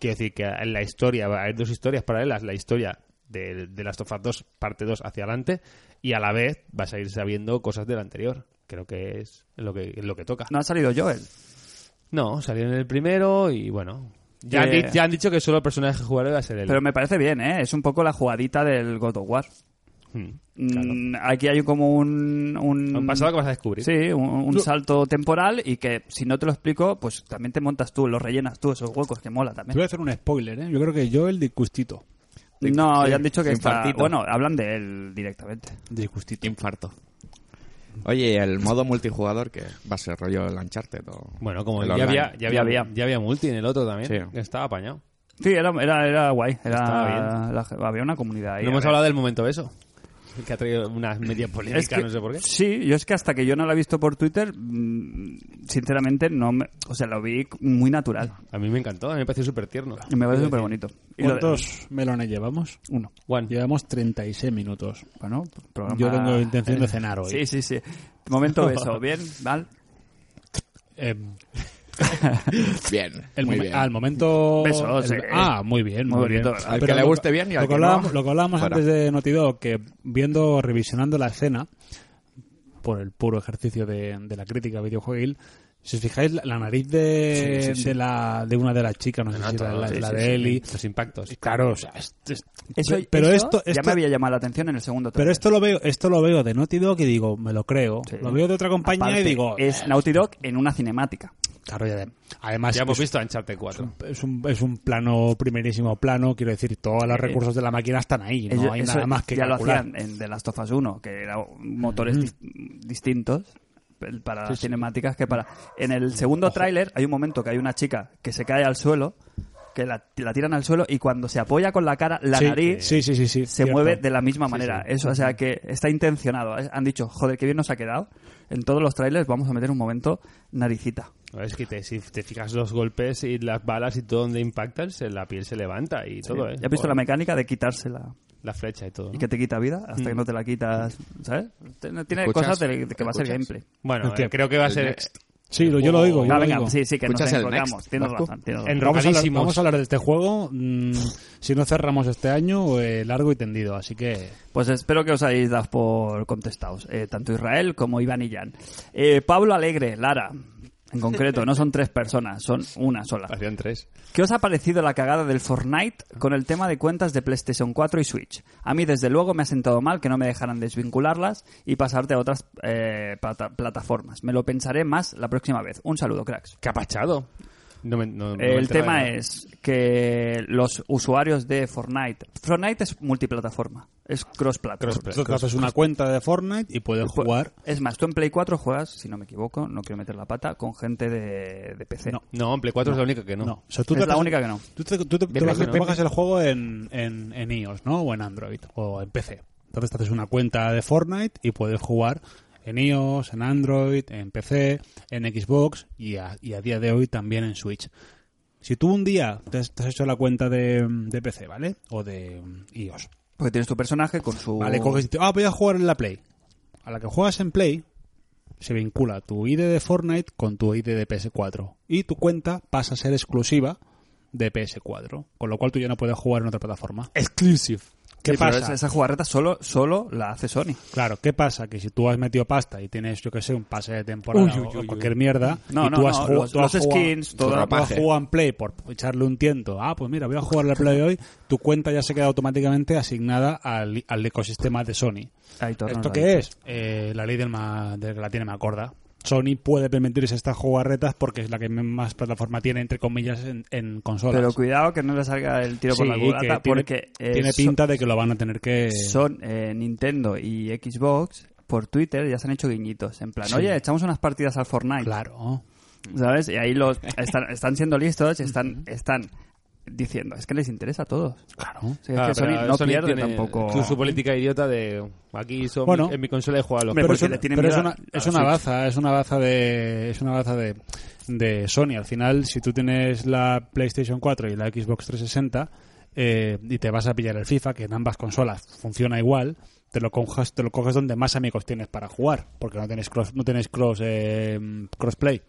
[SPEAKER 3] Quiero decir que en la historia va a haber dos historias paralelas, la historia de, de Last of Us 2, parte 2 hacia adelante, y a la vez vas a ir sabiendo cosas del anterior. Creo que es lo que, es lo que toca.
[SPEAKER 2] No ha salido Joel.
[SPEAKER 3] No, salió en el primero y bueno. Ya, han,
[SPEAKER 2] Eh,
[SPEAKER 3] di- ya han dicho que solo el personaje jugable va a ser el.
[SPEAKER 2] Pero me parece bien, ¿eh? Es un poco la jugadita del God of War.
[SPEAKER 3] Mm, claro.
[SPEAKER 2] Mm, Aquí hay como un... Un,
[SPEAKER 3] Un pasado que vas a descubrir.
[SPEAKER 2] Mm. Sí, un, un salto temporal y que si no te lo explico, pues también te montas tú, lo rellenas tú, esos huecos que mola
[SPEAKER 4] Te voy
[SPEAKER 2] también.
[SPEAKER 4] a hacer un spoiler, ¿eh? Yo creo que yo el disgustito.
[SPEAKER 2] No, ya han dicho que está...
[SPEAKER 5] Infartito.
[SPEAKER 2] Bueno, hablan de él directamente.
[SPEAKER 4] Disgustito.
[SPEAKER 5] Infarto. Oye, ¿y el modo multijugador que va a ser rollo el Uncharted o
[SPEAKER 3] Bueno, como
[SPEAKER 5] el
[SPEAKER 3] ya
[SPEAKER 5] online?
[SPEAKER 3] había, ya, había,
[SPEAKER 2] Ya había.
[SPEAKER 3] ya había multi en el otro también.
[SPEAKER 5] Sí.
[SPEAKER 3] que Estaba apañado.
[SPEAKER 2] Sí, era, era, era guay.
[SPEAKER 3] Estaba
[SPEAKER 2] Era, la- había una comunidad ahí.
[SPEAKER 3] no
[SPEAKER 2] a
[SPEAKER 3] hemos
[SPEAKER 2] ver.
[SPEAKER 3] hablado del momento eso. Que ha traído una media polémica,
[SPEAKER 2] Es que-
[SPEAKER 3] no sé por qué.
[SPEAKER 2] Sí, yo es que hasta que yo no la he visto por Twitter, mm, sinceramente, no me, o sea, lo vi muy natural.
[SPEAKER 3] A mí me encantó, a mí me pareció súper tierno.
[SPEAKER 2] Y Me parece súper bonito. Y lo de-
[SPEAKER 4] ¿Cuántos melones llevamos?
[SPEAKER 2] Uno.
[SPEAKER 3] Juan,
[SPEAKER 4] Llevamos 36 minutos.
[SPEAKER 2] Bueno, programa-
[SPEAKER 4] Yo tengo intención de cenar hoy.
[SPEAKER 2] Sí, sí, sí. Momento beso. Bien, ¿vale?
[SPEAKER 4] Eh,
[SPEAKER 5] Bien,
[SPEAKER 4] el
[SPEAKER 5] muy
[SPEAKER 4] momen-
[SPEAKER 5] bien.
[SPEAKER 4] ah, el momento.
[SPEAKER 2] Besos,
[SPEAKER 4] el-
[SPEAKER 2] eh.
[SPEAKER 4] ah, muy bien.
[SPEAKER 2] Muy
[SPEAKER 4] Muy,
[SPEAKER 2] bonito,
[SPEAKER 4] bien.
[SPEAKER 2] ¿verdad?
[SPEAKER 5] Al
[SPEAKER 4] Pero
[SPEAKER 5] que le
[SPEAKER 4] lo-
[SPEAKER 5] guste bien y al
[SPEAKER 4] lo
[SPEAKER 5] que
[SPEAKER 4] hablábamos-
[SPEAKER 5] no,
[SPEAKER 4] Lo que hablábamos
[SPEAKER 5] fuera.
[SPEAKER 4] antes de Naughty Dog, que viendo, revisionando la escena, por el puro ejercicio de, de la crítica videojueguil, si os fijáis, la, la nariz de, de la, de una de las chicas, no sé si era la,
[SPEAKER 3] Sí,
[SPEAKER 4] la
[SPEAKER 3] sí,
[SPEAKER 4] de
[SPEAKER 3] sí.
[SPEAKER 4] Ellie.
[SPEAKER 3] Los impactos.
[SPEAKER 4] Claro, o sea, es-
[SPEAKER 3] este
[SPEAKER 4] es-
[SPEAKER 2] Eso,
[SPEAKER 4] pe- pero
[SPEAKER 2] eso
[SPEAKER 4] esto,
[SPEAKER 2] ya
[SPEAKER 4] esto-
[SPEAKER 2] me había llamado la atención en el segundo
[SPEAKER 4] pero
[SPEAKER 2] tráiler.
[SPEAKER 4] esto lo veo, esto lo veo de Naughty Dog y digo, me lo creo.
[SPEAKER 2] Sí.
[SPEAKER 4] Lo veo de otra compañía
[SPEAKER 2] Aparte,
[SPEAKER 4] y digo,
[SPEAKER 5] eh,
[SPEAKER 4] eh,
[SPEAKER 2] Es Naughty Dog en una cinemática.
[SPEAKER 4] claro, ya de- además
[SPEAKER 3] Ya hemos
[SPEAKER 4] es,
[SPEAKER 3] visto Uncharted 4.
[SPEAKER 4] es un, es un plano primerísimo plano, quiero decir, todos los recursos de la máquina están ahí, no
[SPEAKER 2] Ello-
[SPEAKER 4] hay
[SPEAKER 2] eso
[SPEAKER 4] nada más que
[SPEAKER 2] ya
[SPEAKER 4] calcular.
[SPEAKER 2] lo hacían en The Last of Us 1, que eran motores dis- distintos pel- para las cinemáticas que para... En el segundo tráiler hay un momento que hay una chica que se cae al suelo, que la, la tiran al suelo y cuando se apoya con la cara, la
[SPEAKER 4] Sí,
[SPEAKER 2] nariz
[SPEAKER 4] sí, sí, sí, sí,
[SPEAKER 2] se
[SPEAKER 4] cierto.
[SPEAKER 2] mueve de la misma manera. Eso, o sea, que está intencionado. Han dicho, joder, qué bien nos ha quedado. En todos los trailers vamos a meter un momento naricita.
[SPEAKER 3] Es que te- si te fijas los golpes y las balas y todo donde impactan, se- la piel se levanta y todo, ¿eh?
[SPEAKER 2] ¿Ya has visto la
[SPEAKER 3] Joder,
[SPEAKER 2] mecánica de quitársela
[SPEAKER 3] la flecha y todo.
[SPEAKER 2] y
[SPEAKER 3] ¿no?
[SPEAKER 2] que te quita vida hasta
[SPEAKER 4] Mm.
[SPEAKER 2] que no te la quitas? ¿Sabes? Tiene tiene
[SPEAKER 5] ¿Escuchas?
[SPEAKER 2] cosas de, de que va a ser
[SPEAKER 5] ¿Escuchas?
[SPEAKER 2] gameplay.
[SPEAKER 3] Bueno,
[SPEAKER 4] Hostia,
[SPEAKER 3] eh, creo que va a
[SPEAKER 5] el
[SPEAKER 3] ser
[SPEAKER 5] next.
[SPEAKER 4] Sí, lo- yo lo digo. Yo
[SPEAKER 2] Ah,
[SPEAKER 4] lo
[SPEAKER 2] venga,
[SPEAKER 4] digo.
[SPEAKER 2] sí, sí, que nos
[SPEAKER 5] ¿Escuchas el
[SPEAKER 2] enrocamos.
[SPEAKER 5] next,
[SPEAKER 2] Tienes
[SPEAKER 5] Vasco?
[SPEAKER 2] razón, tienes razón.
[SPEAKER 4] Vamos a, hablar,
[SPEAKER 3] enrocadísimos.
[SPEAKER 4] vamos a hablar de este juego, mm, si no cerramos este año, eh, largo y tendido. Así que
[SPEAKER 2] Pues espero que os hayáis dado por contestados, eh, tanto Israel como Iván y Jan. Eh, Pablo Alegre, Lara, en concreto, no son tres personas, son una sola.
[SPEAKER 3] Hacían tres.
[SPEAKER 2] ¿Qué os ha parecido la cagada del Fortnite con el tema de cuentas de PlayStation 4 y Switch? A mí, desde luego, me ha sentado mal que no me dejaran desvincularlas y pasarte a otras eh, plata- plataformas. Me lo pensaré más la próxima vez. Un saludo, cracks.
[SPEAKER 3] Capachado. No me- no- no me enteraba
[SPEAKER 2] El
[SPEAKER 3] de
[SPEAKER 2] tema
[SPEAKER 3] nada.
[SPEAKER 2] es que los usuarios de Fortnite. Fortnite es multiplataforma, es cross-platform.
[SPEAKER 3] Crossplay.
[SPEAKER 4] tú te haces una cuenta de Fortnite y puedes
[SPEAKER 2] Pu-
[SPEAKER 4] jugar.
[SPEAKER 2] Es más, tú en Play 4 juegas, si no me equivoco, no quiero meter la pata, con gente de, de PC.
[SPEAKER 4] No.
[SPEAKER 3] No, en Play 4 es la única que no.
[SPEAKER 4] No, o sea, tú
[SPEAKER 2] Es
[SPEAKER 4] te
[SPEAKER 2] la
[SPEAKER 4] haces-
[SPEAKER 2] única que no.
[SPEAKER 4] Tú, te, tú te- tú
[SPEAKER 5] Bien,
[SPEAKER 4] bajas,
[SPEAKER 5] bien,
[SPEAKER 4] tú
[SPEAKER 5] bien.
[SPEAKER 4] bajas el juego en, en, en iOS, ¿no? O en Android, o en PC. Entonces te haces una cuenta de Fortnite y puedes jugar en iOS, en Android, en PC, en Xbox y a, y a día de hoy también en Switch. Si tú un día te has, te has hecho la cuenta de, de PC, ¿vale? O de mm, iOS.
[SPEAKER 2] Porque tienes tu personaje con su.
[SPEAKER 4] Vale, coges y te, ah, voy a jugar en la Play. A la que juegas en Play, se vincula tu ID de Fortnite con tu ID de PS4. Y tu cuenta pasa a ser exclusiva de PS4. Con lo cual tú ya no puedes jugar en otra plataforma.
[SPEAKER 3] Exclusive.
[SPEAKER 4] ¿Qué
[SPEAKER 2] Sí, pero
[SPEAKER 4] pasa?
[SPEAKER 2] esa, esa jugarreta solo, solo la hace Sony.
[SPEAKER 4] Claro, ¿qué pasa? Que si tú has metido pasta y tienes, yo que sé, un pase de temporada
[SPEAKER 3] Uy, uy,
[SPEAKER 4] o-
[SPEAKER 3] uy,
[SPEAKER 4] o
[SPEAKER 3] uy.
[SPEAKER 4] cualquier mierda,
[SPEAKER 2] No,
[SPEAKER 4] y
[SPEAKER 2] no,
[SPEAKER 4] tú has
[SPEAKER 2] no,
[SPEAKER 4] jugado-
[SPEAKER 2] los-
[SPEAKER 4] tú has
[SPEAKER 2] los
[SPEAKER 4] jugado-
[SPEAKER 2] skins,
[SPEAKER 4] tú
[SPEAKER 2] todo-
[SPEAKER 4] has
[SPEAKER 5] ropaje.
[SPEAKER 4] jugado en Play por echarle un tiento. Ah, pues mira, voy a jugar la Play hoy. Tu cuenta ya se queda automáticamente asignada al, al ecosistema de Sony.
[SPEAKER 2] Aitor nos lo
[SPEAKER 4] ¿Esto
[SPEAKER 2] ha
[SPEAKER 4] qué
[SPEAKER 2] dicho.
[SPEAKER 4] es? Eh, la ley del, ma- de que la tiene más gorda. Sony puede permitirse estas jugarretas porque es la que más plataforma tiene, entre comillas, en, en consolas.
[SPEAKER 2] Pero cuidado que no le salga el tiro por
[SPEAKER 4] Sí,
[SPEAKER 2] la
[SPEAKER 4] que
[SPEAKER 2] culata,
[SPEAKER 4] tiene,
[SPEAKER 2] porque. eh,
[SPEAKER 4] tiene
[SPEAKER 2] so-
[SPEAKER 4] pinta de que lo van a tener que...
[SPEAKER 2] son eh, Nintendo y Xbox por Twitter ya se han hecho guiñitos. En plan, oye, echamos unas partidas al Fortnite.
[SPEAKER 4] Claro.
[SPEAKER 2] ¿Sabes? Y ahí los están, están siendo listos y están, están diciendo, es que les interesa a todos.
[SPEAKER 4] Claro.
[SPEAKER 2] O sea, es que Sony no pierde tampoco.
[SPEAKER 3] Su, su política idiota de. Aquí son
[SPEAKER 4] Bueno.
[SPEAKER 3] en mi consola he jugado a los.
[SPEAKER 2] Me-
[SPEAKER 4] Pero
[SPEAKER 2] porque
[SPEAKER 4] es, una,
[SPEAKER 2] le tienen
[SPEAKER 4] pero
[SPEAKER 2] miedo
[SPEAKER 4] es una-
[SPEAKER 2] a-
[SPEAKER 4] es
[SPEAKER 2] a
[SPEAKER 4] una
[SPEAKER 2] Switch.
[SPEAKER 4] baza, es una baza de es una baza de, de Sony. Al final, si tú tienes la PlayStation 4 y la Xbox 360 eh, y te vas a pillar el FIFA, que en ambas consolas funciona igual, te lo coges, te lo coges donde más amigos tienes para jugar, porque no tienes cross, no tienes cross eh, em, crossplay.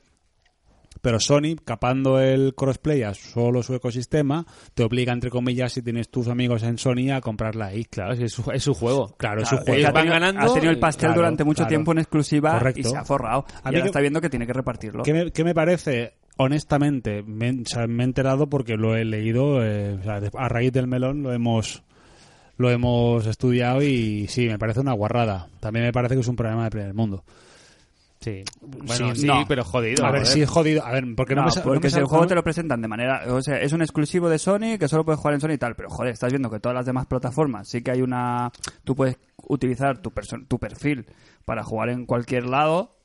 [SPEAKER 4] Pero Sony, capando el crossplay a solo su ecosistema, te obliga, entre comillas, si tienes tus amigos en Sony, a comprarla ahí.
[SPEAKER 3] Claro, es, que es su, es su juego.
[SPEAKER 4] Claro, es
[SPEAKER 2] Claro,
[SPEAKER 4] un
[SPEAKER 2] es que
[SPEAKER 4] juego.
[SPEAKER 2] ha
[SPEAKER 3] van
[SPEAKER 2] tenido,
[SPEAKER 3] ganando
[SPEAKER 2] ha tenido el
[SPEAKER 3] y-
[SPEAKER 2] pastel
[SPEAKER 4] claro,
[SPEAKER 2] durante mucho
[SPEAKER 4] claro.
[SPEAKER 2] tiempo en exclusiva y
[SPEAKER 4] Correcto.
[SPEAKER 2] se ha forrado.
[SPEAKER 4] A
[SPEAKER 2] y
[SPEAKER 4] mí
[SPEAKER 2] ahora
[SPEAKER 4] que-
[SPEAKER 2] está viendo que tiene que repartirlo.
[SPEAKER 4] ¿Qué me, qué me parece? Honestamente, me, o sea, me he enterado porque lo he leído, eh, o sea, de- a raíz del melón lo hemos lo hemos estudiado y sí, me parece una guarrada. También me parece que es un problema de primer mundo.
[SPEAKER 3] Sí. Bueno,
[SPEAKER 4] Sí,
[SPEAKER 3] sí,
[SPEAKER 4] no.
[SPEAKER 3] pero jodido.
[SPEAKER 4] a ver,
[SPEAKER 3] joder.
[SPEAKER 4] sí, jodido. A ver, porque no,
[SPEAKER 2] No,
[SPEAKER 4] me sa- no me
[SPEAKER 2] porque si
[SPEAKER 4] sal-
[SPEAKER 2] el juego
[SPEAKER 4] no-
[SPEAKER 2] te lo presentan de manera... O sea, es un exclusivo de Sony que solo puedes jugar en Sony y tal. Pero, joder, estás viendo que todas las demás plataformas sí que hay una... Tú puedes utilizar tu, perso- tu perfil para jugar en cualquier lado.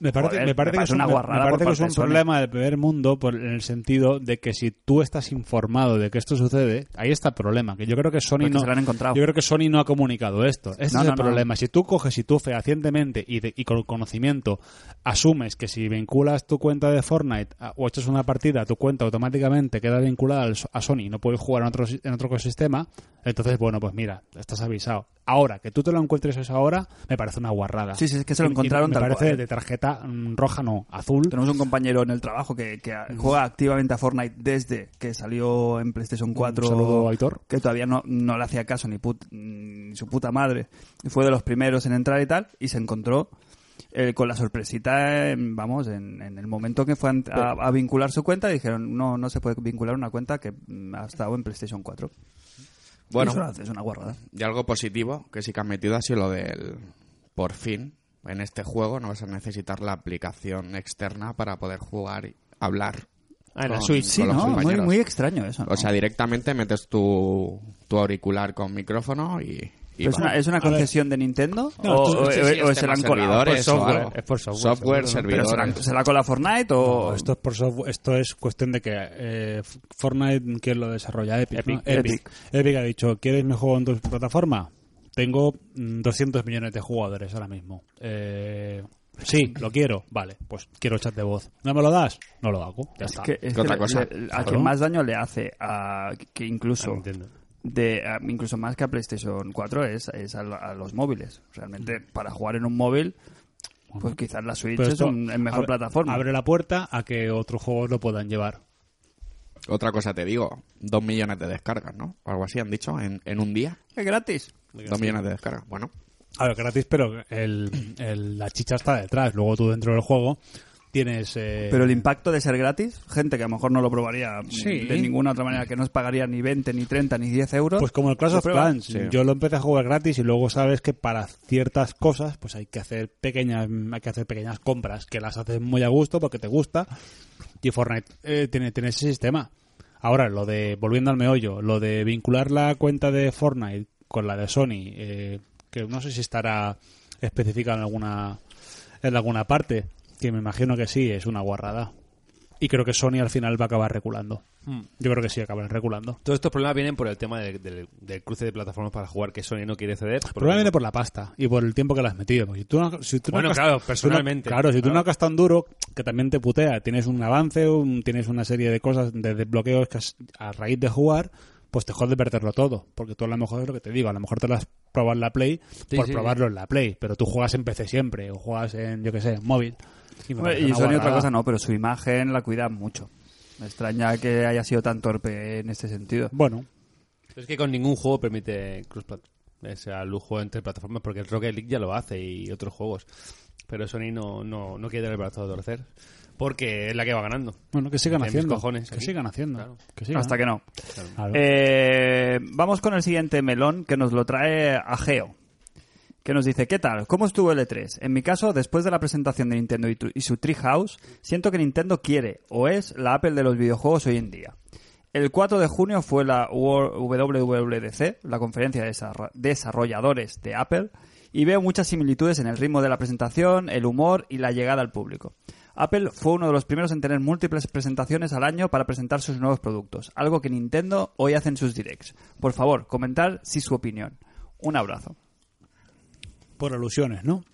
[SPEAKER 4] Me parece,
[SPEAKER 2] Joder,
[SPEAKER 4] me parece
[SPEAKER 2] me
[SPEAKER 4] que
[SPEAKER 2] parece
[SPEAKER 4] es un,
[SPEAKER 2] una
[SPEAKER 4] me- me
[SPEAKER 2] guarrada
[SPEAKER 4] parece
[SPEAKER 2] por
[SPEAKER 4] que es
[SPEAKER 2] parte
[SPEAKER 4] un
[SPEAKER 2] de Sony.
[SPEAKER 4] problema del primer mundo por, en el sentido de que si tú estás informado de que esto sucede, ahí está el problema. Que yo creo que Sony
[SPEAKER 2] Porque
[SPEAKER 4] no,
[SPEAKER 2] se lo han encontrado.
[SPEAKER 4] yo creo que Sony no ha comunicado esto. Este
[SPEAKER 2] No,
[SPEAKER 4] es
[SPEAKER 2] no,
[SPEAKER 4] el
[SPEAKER 2] no.
[SPEAKER 4] problema. Si tú coges y tú fehacientemente y, de- y con conocimiento asumes que si vinculas tu cuenta de Fortnite a- o echas una partida, tu cuenta automáticamente queda vinculada al so- a Sony y no puedes jugar en otro, si- en otro ecosistema, entonces, bueno, pues mira, estás avisado. Ahora, que tú te lo encuentres eso ahora, me parece una guarrada.
[SPEAKER 2] Sí, sí, es que se lo
[SPEAKER 4] Y- y
[SPEAKER 2] encontraron
[SPEAKER 4] Me
[SPEAKER 2] tal
[SPEAKER 4] parece
[SPEAKER 2] cual.
[SPEAKER 4] de tarjeta mm, roja, no, azul.
[SPEAKER 2] Tenemos un compañero en el trabajo que, que
[SPEAKER 5] Mm.
[SPEAKER 2] juega activamente a Fortnite desde que salió en PlayStation 4.
[SPEAKER 4] saludo, Aitor.
[SPEAKER 2] Que todavía no, no le hacía caso ni, put- ni su puta madre. Y Fue de los primeros en entrar y tal. Y se encontró eh, con la sorpresita, en- vamos, en, en el momento que fue ant- a, a vincular su cuenta. Dijeron, no, no se puede vincular una cuenta que mm, ha estado en PlayStation 4.
[SPEAKER 5] Bueno,
[SPEAKER 2] Y eso es una guarrada.
[SPEAKER 5] Y algo positivo que sí que han metido ha sido lo del por fin. En este juego no vas a necesitar la aplicación externa para poder jugar y hablar.
[SPEAKER 3] Ah, en la
[SPEAKER 5] con-
[SPEAKER 3] Switch.
[SPEAKER 5] con
[SPEAKER 2] Sí,
[SPEAKER 5] los
[SPEAKER 2] ¿no? Muy,
[SPEAKER 5] compañeros.
[SPEAKER 2] muy extraño eso. ¿no?
[SPEAKER 5] O sea, directamente metes tu, tu auricular con micrófono y. y
[SPEAKER 2] ¿Pero ¿Es,
[SPEAKER 5] va.
[SPEAKER 2] una, Pues ¿Es una concesión de Nintendo?
[SPEAKER 4] No,
[SPEAKER 2] ¿O,
[SPEAKER 4] esto-
[SPEAKER 2] o-
[SPEAKER 5] Sí, sí,
[SPEAKER 2] o- o
[SPEAKER 5] es
[SPEAKER 2] se la
[SPEAKER 5] tema
[SPEAKER 2] han colado? pues,
[SPEAKER 5] servidores
[SPEAKER 3] ah, por
[SPEAKER 5] o
[SPEAKER 3] software,
[SPEAKER 5] algo.
[SPEAKER 3] es por software, seguro,
[SPEAKER 2] ¿Pero
[SPEAKER 5] Software,
[SPEAKER 2] se
[SPEAKER 5] servidores.
[SPEAKER 2] la, se la cola Fortnite o...?
[SPEAKER 4] No, Oh, esto, es por software- esto es cuestión de que eh, F- Fortnite, ¿quién lo desarrolla? Epic. ¿no?
[SPEAKER 3] Epic.
[SPEAKER 2] Epic.
[SPEAKER 4] Epic ha dicho, ¿quieres mi juego en tu plataforma? Tengo mm, 200 millones de jugadores ahora mismo. Eh, sí, lo quiero. Vale, pues quiero chat de voz. ¿No me lo das? No lo hago. Ya está.
[SPEAKER 2] que- es
[SPEAKER 5] ¿Qué otra
[SPEAKER 2] le-
[SPEAKER 5] cosa?
[SPEAKER 2] le- a
[SPEAKER 5] Claro.
[SPEAKER 2] quien más daño le hace a que incluso
[SPEAKER 3] Nintendo.
[SPEAKER 2] de a- incluso más que a PlayStation 4 es, es a, lo- a los móviles realmente para jugar en un móvil pues quizás la Switch
[SPEAKER 4] Pero
[SPEAKER 2] es
[SPEAKER 4] esto
[SPEAKER 2] un- es mejor
[SPEAKER 4] abre-
[SPEAKER 2] plataforma
[SPEAKER 4] Abre la puerta a que otros juegos lo puedan llevar.
[SPEAKER 5] Otra cosa te digo: dos millones de descargas, ¿no? O algo así han dicho en, en un día.
[SPEAKER 2] es gratis
[SPEAKER 5] Dos millones de descargas. Bueno,
[SPEAKER 4] A ver, gratis, pero el, el- la chicha está detrás. Luego tú dentro del juego tienes... eh,
[SPEAKER 2] pero el impacto de ser gratis gente que a lo mejor no lo probaría mm,
[SPEAKER 4] Sí.
[SPEAKER 2] de ninguna otra manera que no os pagaría ni 20 ni 30 ni 10 euros
[SPEAKER 4] Pues como el Clash
[SPEAKER 2] ¿Lo
[SPEAKER 4] of
[SPEAKER 2] pruebas?
[SPEAKER 4] Clans,
[SPEAKER 5] Sí.
[SPEAKER 4] yo lo empecé a jugar gratis y luego sabes que para ciertas cosas pues hay que hacer pequeñas hay que hacer pequeñas compras que las haces muy a gusto porque te gusta y Fortnite eh, tiene, tiene ese sistema. Ahora, lo de, volviendo al meollo, lo de vincular la cuenta de Fortnite con la de Sony, eh, que no sé si estará especificado en alguna, en alguna parte, que me imagino que sí, es una guarrada. Y creo que Sony al final va a acabar reculando.
[SPEAKER 3] Mm.
[SPEAKER 4] Yo creo que sí acabarán reculando.
[SPEAKER 3] Todos estos problemas vienen por el tema del, del- del cruce de plataformas para jugar que Sony no quiere ceder. porque-
[SPEAKER 4] Probablemente por la pasta y por el tiempo que la has metido. porque si tú no- si tú no
[SPEAKER 3] Bueno,
[SPEAKER 4] has-
[SPEAKER 3] claro,
[SPEAKER 4] tú no-
[SPEAKER 3] personalmente.
[SPEAKER 4] claro, si tú
[SPEAKER 3] Claro.
[SPEAKER 4] no has tan duro, que también te putea. Tienes un avance, un- tienes una serie de cosas, de desbloqueos que has- a raíz de jugar, pues te jode perderlo todo. Porque tú a lo mejor es lo que te digo, a lo mejor te lo has probado en la Play
[SPEAKER 3] Sí,
[SPEAKER 4] por
[SPEAKER 3] sí,
[SPEAKER 4] probarlo en la Play, pero tú juegas en PC siempre o juegas en, yo que sé, en móvil. Y, me parece
[SPEAKER 2] Eh, y
[SPEAKER 4] una
[SPEAKER 2] Sony otra
[SPEAKER 4] guarrada.
[SPEAKER 2] cosa no pero su imagen la cuidan mucho me extraña que haya sido tan torpe en este sentido
[SPEAKER 4] Bueno,
[SPEAKER 3] Es que con ningún juego permite cruz ese lujo entre plataformas porque el Rocket League ya lo hace y otros juegos. Pero Sony no, no, no quiere dar el brazo a torcer porque es la que va ganando.
[SPEAKER 4] bueno, que sigan
[SPEAKER 3] De mis
[SPEAKER 4] haciendo.
[SPEAKER 3] cojones
[SPEAKER 4] que
[SPEAKER 3] aquí.
[SPEAKER 4] sigan haciendo.
[SPEAKER 3] Claro.
[SPEAKER 4] que sigan.
[SPEAKER 2] hasta que no
[SPEAKER 4] Claro.
[SPEAKER 2] Eh, vamos con el siguiente melón que nos lo trae Ageo. Que nos dice, ¿qué tal? ¿Cómo estuvo el E3? En mi caso, después de la presentación de Nintendo y, tu- y su Treehouse, siento que Nintendo quiere o es la Apple de los videojuegos hoy en día. El 4 de junio fue la Wor- WWDC, la conferencia de desarro- desarrolladores de Apple, y veo muchas similitudes en el ritmo de la presentación, el humor y la llegada al público. Apple fue uno de los primeros en tener múltiples presentaciones al año para presentar sus nuevos productos, algo que Nintendo hoy hace en sus directs. Por favor, comentar si su opinión. Un abrazo.
[SPEAKER 4] Por alusiones, ¿no?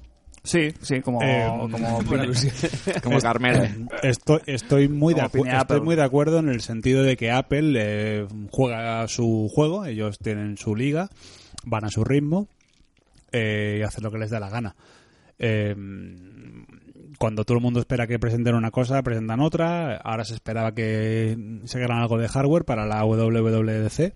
[SPEAKER 2] Sí, sí, como,
[SPEAKER 4] Eh,
[SPEAKER 2] como
[SPEAKER 5] como Carmel.
[SPEAKER 4] Estoy, estoy, muy, de
[SPEAKER 2] Como
[SPEAKER 4] acu-
[SPEAKER 2] opina
[SPEAKER 4] estoy
[SPEAKER 2] Apple.
[SPEAKER 4] muy de acuerdo en el sentido de que Apple eh, juega su juego, ellos tienen su liga, van a su ritmo eh, y hacen lo que les da la gana. eh, cuando todo el mundo espera que presenten una cosa, presentan otra. Ahora se esperaba que sacaran algo de hardware para la WWDC.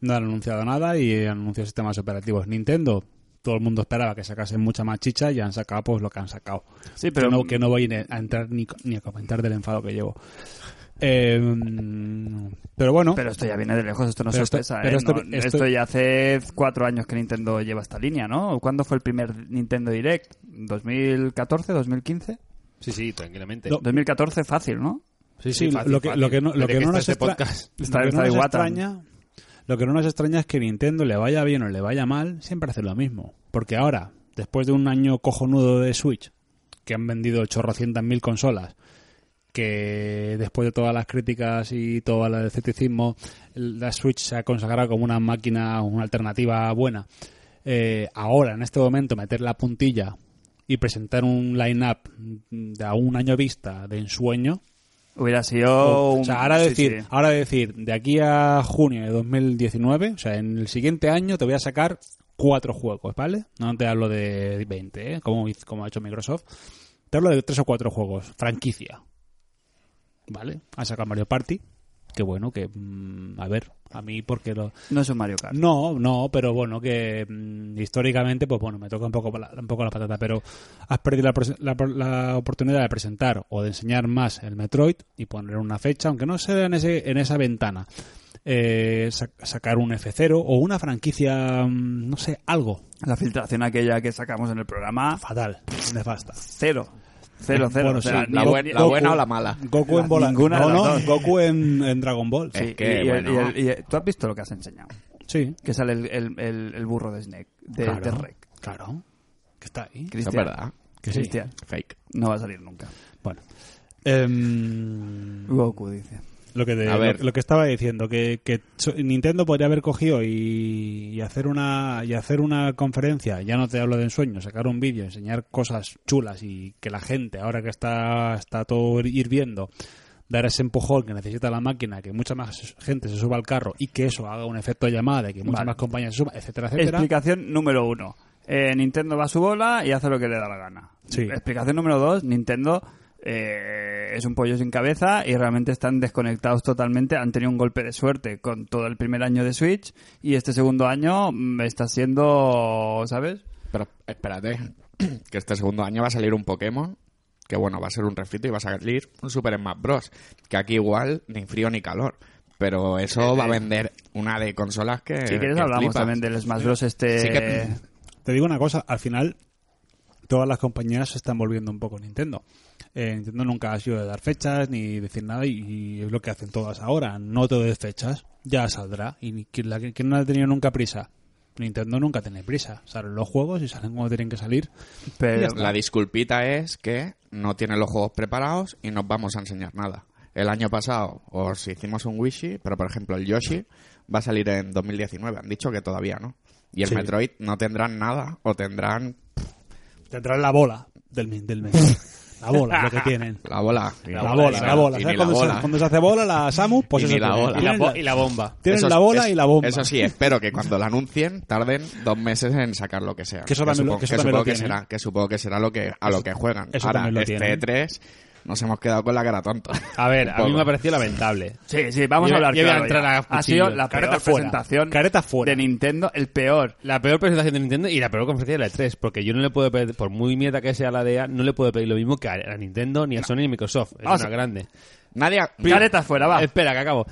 [SPEAKER 4] No han anunciado nada y han anunciado sistemas operativos. Nintendo, todo el mundo esperaba que sacasen mucha más chicha y han sacado pues lo que han sacado.
[SPEAKER 2] Sí, pero-
[SPEAKER 4] Que no, que no voy ni a entrar ni, ni a comentar del enfado que llevo. Eh, pero bueno,
[SPEAKER 2] Pero esto ya viene de lejos, esto no es
[SPEAKER 4] Pero esto-
[SPEAKER 2] sorpresa. ¿eh?
[SPEAKER 4] pero esto-
[SPEAKER 2] No,
[SPEAKER 4] esto-
[SPEAKER 2] esto ya hace cuatro años que Nintendo lleva esta línea, ¿no? ¿Cuándo fue el primer Nintendo Direct? ¿2014, 2015?
[SPEAKER 3] Sí, sí, tranquilamente.
[SPEAKER 4] No,
[SPEAKER 2] 2014 fácil, ¿no?
[SPEAKER 4] sí, lo que- lo que no-
[SPEAKER 3] Desde
[SPEAKER 4] lo que no
[SPEAKER 3] está
[SPEAKER 4] nos
[SPEAKER 3] este
[SPEAKER 4] extra-
[SPEAKER 3] podcast.
[SPEAKER 2] Está-
[SPEAKER 4] lo que
[SPEAKER 2] está
[SPEAKER 4] no nos
[SPEAKER 2] Iwata.
[SPEAKER 4] extraña, lo que no nos extraña es que Nintendo le vaya bien o le vaya mal, siempre hace lo mismo. Porque ahora, después de un año cojonudo de Switch, que han vendido chorrocientas mil consolas, que después de todas las críticas y todo el escepticismo, la Switch se ha consagrado como una máquina, una alternativa buena. Eh, ahora, en este momento, meter la puntilla y presentar un line-up de a un año vista de ensueño,
[SPEAKER 2] Hubiera sido...
[SPEAKER 4] o
[SPEAKER 2] un-
[SPEAKER 4] sea, ahora
[SPEAKER 2] sí,
[SPEAKER 4] decir,
[SPEAKER 2] sí.
[SPEAKER 4] ahora decir, de aquí a junio de 2019, o sea, en el siguiente año te voy a sacar cuatro juegos, ¿vale? No te hablo de 20, ¿eh? como, hiz- como ha hecho Microsoft. Te hablo de tres o cuatro juegos, franquicia. ¿Vale? Ha sacado Mario Party, que bueno, que mm, a ver, a mí porque lo,
[SPEAKER 2] No es un Mario Kart.
[SPEAKER 4] no, no, pero bueno, que mm, históricamente, pues bueno, me toca un poco, la- un poco la patata, pero has perdido la, prese- la- la oportunidad de presentar o de enseñar más el Metroid y poner una fecha, aunque no sea en, ese, en esa ventana. Eh, sa- sacar un F0 o una franquicia, mm, no sé, algo
[SPEAKER 2] La filtración aquella que sacamos en el programa,
[SPEAKER 4] fatal, nefasta.
[SPEAKER 2] cero. Cero, cero.
[SPEAKER 4] Eh, Bueno,
[SPEAKER 2] o sea,
[SPEAKER 4] sí,
[SPEAKER 5] La,
[SPEAKER 2] ni-
[SPEAKER 5] buen- la
[SPEAKER 2] Goku-
[SPEAKER 5] buena o la mala.
[SPEAKER 4] Goku
[SPEAKER 2] La-
[SPEAKER 4] en bola.
[SPEAKER 2] ninguna de
[SPEAKER 4] no,
[SPEAKER 2] las
[SPEAKER 4] no,
[SPEAKER 2] dos.
[SPEAKER 4] Goku en, en Dragon Ball.
[SPEAKER 2] Sí,
[SPEAKER 5] Es que,
[SPEAKER 2] y- y-
[SPEAKER 5] bueno.
[SPEAKER 2] y- y- ¿Tú has visto lo que has enseñado?
[SPEAKER 4] Sí,
[SPEAKER 2] Que sale el, el- el- el burro de Snake, de,
[SPEAKER 4] claro,
[SPEAKER 2] de Rec.
[SPEAKER 4] Claro, que está ahí.
[SPEAKER 5] Eso
[SPEAKER 2] Cristian,
[SPEAKER 5] es verdad.
[SPEAKER 4] Que sí.
[SPEAKER 2] Cristian,
[SPEAKER 5] Fake.
[SPEAKER 2] no va a salir nunca.
[SPEAKER 4] Bueno. Em,
[SPEAKER 2] Goku dice.
[SPEAKER 4] Lo que, te-
[SPEAKER 5] A ver.
[SPEAKER 4] lo, lo que estaba diciendo, que, que so- Nintendo podría haber cogido y, y hacer una y hacer una conferencia, ya no te hablo de ensueño, sacar un vídeo, enseñar cosas chulas y que la gente, ahora que está, está todo hirviendo, dar ese empujón que necesita la máquina, que mucha más gente se suba al carro y que eso haga un efecto de llamada, y que muchas
[SPEAKER 2] Vale.
[SPEAKER 4] más compañías se suban, etcétera, etcétera.
[SPEAKER 2] Explicación número uno. Eh, Nintendo va a su bola y hace lo que le da la gana.
[SPEAKER 4] Sí.
[SPEAKER 2] Explicación número dos. Nintendo eh, es un pollo sin cabeza y realmente están desconectados totalmente. Han tenido un golpe de suerte con todo el primer año de Switch y este segundo año mm, está siendo, ¿sabes?
[SPEAKER 5] Pero espérate, que este segundo año va a salir un Pokémon. Que bueno, va a ser un refrito y va a salir un Super Smash Bros. Que aquí igual ni frío ni calor. Pero eso va a vender una de consolas que.
[SPEAKER 2] Eh, Si quieres
[SPEAKER 5] Eh, que
[SPEAKER 2] hablamos
[SPEAKER 5] flipas.
[SPEAKER 2] también del Smash Bros. Este...
[SPEAKER 5] Sí que-
[SPEAKER 4] Te digo una cosa, al final todas las compañías se están volviendo un poco Nintendo. Eh, Nintendo nunca ha sido de dar fechas ni decir nada y, y es lo que hacen todas ahora. No te des fechas, ya saldrá. Y ni- quien, la, quien no ha tenido nunca prisa. Nintendo nunca tiene prisa. Salen los juegos y salen cuando tienen que salir.
[SPEAKER 2] Pero,
[SPEAKER 5] Eh, La disculpita es que no tienen los juegos preparados y nos vamos a enseñar nada. El año pasado os hicimos un Wishy, pero por ejemplo el Yoshi va a salir en 2019. Han dicho que todavía no. Y el
[SPEAKER 4] Sí.
[SPEAKER 5] Metroid no tendrán nada o tendrán
[SPEAKER 4] Tendrán la bola del, mi- del mes. La bola, lo que tienen.
[SPEAKER 5] la bola.
[SPEAKER 4] La, bola, la bola.
[SPEAKER 5] Y
[SPEAKER 4] ¿Sabes
[SPEAKER 5] ni la
[SPEAKER 4] cuando,
[SPEAKER 5] bola.
[SPEAKER 4] Se, cuando se hace bola la Samu? Pues
[SPEAKER 5] Y
[SPEAKER 4] eso
[SPEAKER 5] ni la
[SPEAKER 4] tienen.
[SPEAKER 5] bola.
[SPEAKER 3] Y la,
[SPEAKER 4] Tienen
[SPEAKER 3] bo- y la bomba.
[SPEAKER 4] tienen
[SPEAKER 5] Eso
[SPEAKER 4] la
[SPEAKER 5] es-
[SPEAKER 4] bola
[SPEAKER 5] es-
[SPEAKER 4] y la bomba.
[SPEAKER 5] Eso sí, espero que cuando la anuncien tarden dos meses en sacar lo que sea.
[SPEAKER 4] Que eso también lo-
[SPEAKER 5] supongo-
[SPEAKER 4] que eso
[SPEAKER 5] que
[SPEAKER 4] también
[SPEAKER 5] supongo
[SPEAKER 4] lo
[SPEAKER 5] que
[SPEAKER 4] tienen.
[SPEAKER 5] será, que supongo que será lo que, a lo que juegan.
[SPEAKER 4] eso
[SPEAKER 5] Ahora,
[SPEAKER 4] también lo
[SPEAKER 5] este
[SPEAKER 4] tienen. Ah.
[SPEAKER 5] 3 nos hemos quedado con la cara tonta.
[SPEAKER 3] A ver,
[SPEAKER 5] Un
[SPEAKER 3] a mí
[SPEAKER 5] poco.
[SPEAKER 3] me ha parecido lamentable.
[SPEAKER 2] Sí, sí, vamos
[SPEAKER 3] Yo-
[SPEAKER 2] a hablar
[SPEAKER 3] yo voy a
[SPEAKER 2] claro
[SPEAKER 3] entrar
[SPEAKER 2] ya.
[SPEAKER 3] a
[SPEAKER 2] Ha sido
[SPEAKER 3] cuchillo.
[SPEAKER 2] la peor
[SPEAKER 3] Careta fuera.
[SPEAKER 2] presentación
[SPEAKER 4] Careta fuera.
[SPEAKER 2] de Nintendo, el peor.
[SPEAKER 3] La peor presentación de Nintendo y la peor conferencia de la E3, porque yo no le puedo pedir, por muy mierda que sea la DEA, no le puedo pedir lo mismo que a a Nintendo, ni a Sony, ni a Microsoft. Es
[SPEAKER 2] Vamos
[SPEAKER 3] una
[SPEAKER 2] a-
[SPEAKER 3] grande.
[SPEAKER 5] Nadie. ha-
[SPEAKER 2] Careta fuera, va.
[SPEAKER 3] Espera, que acabo.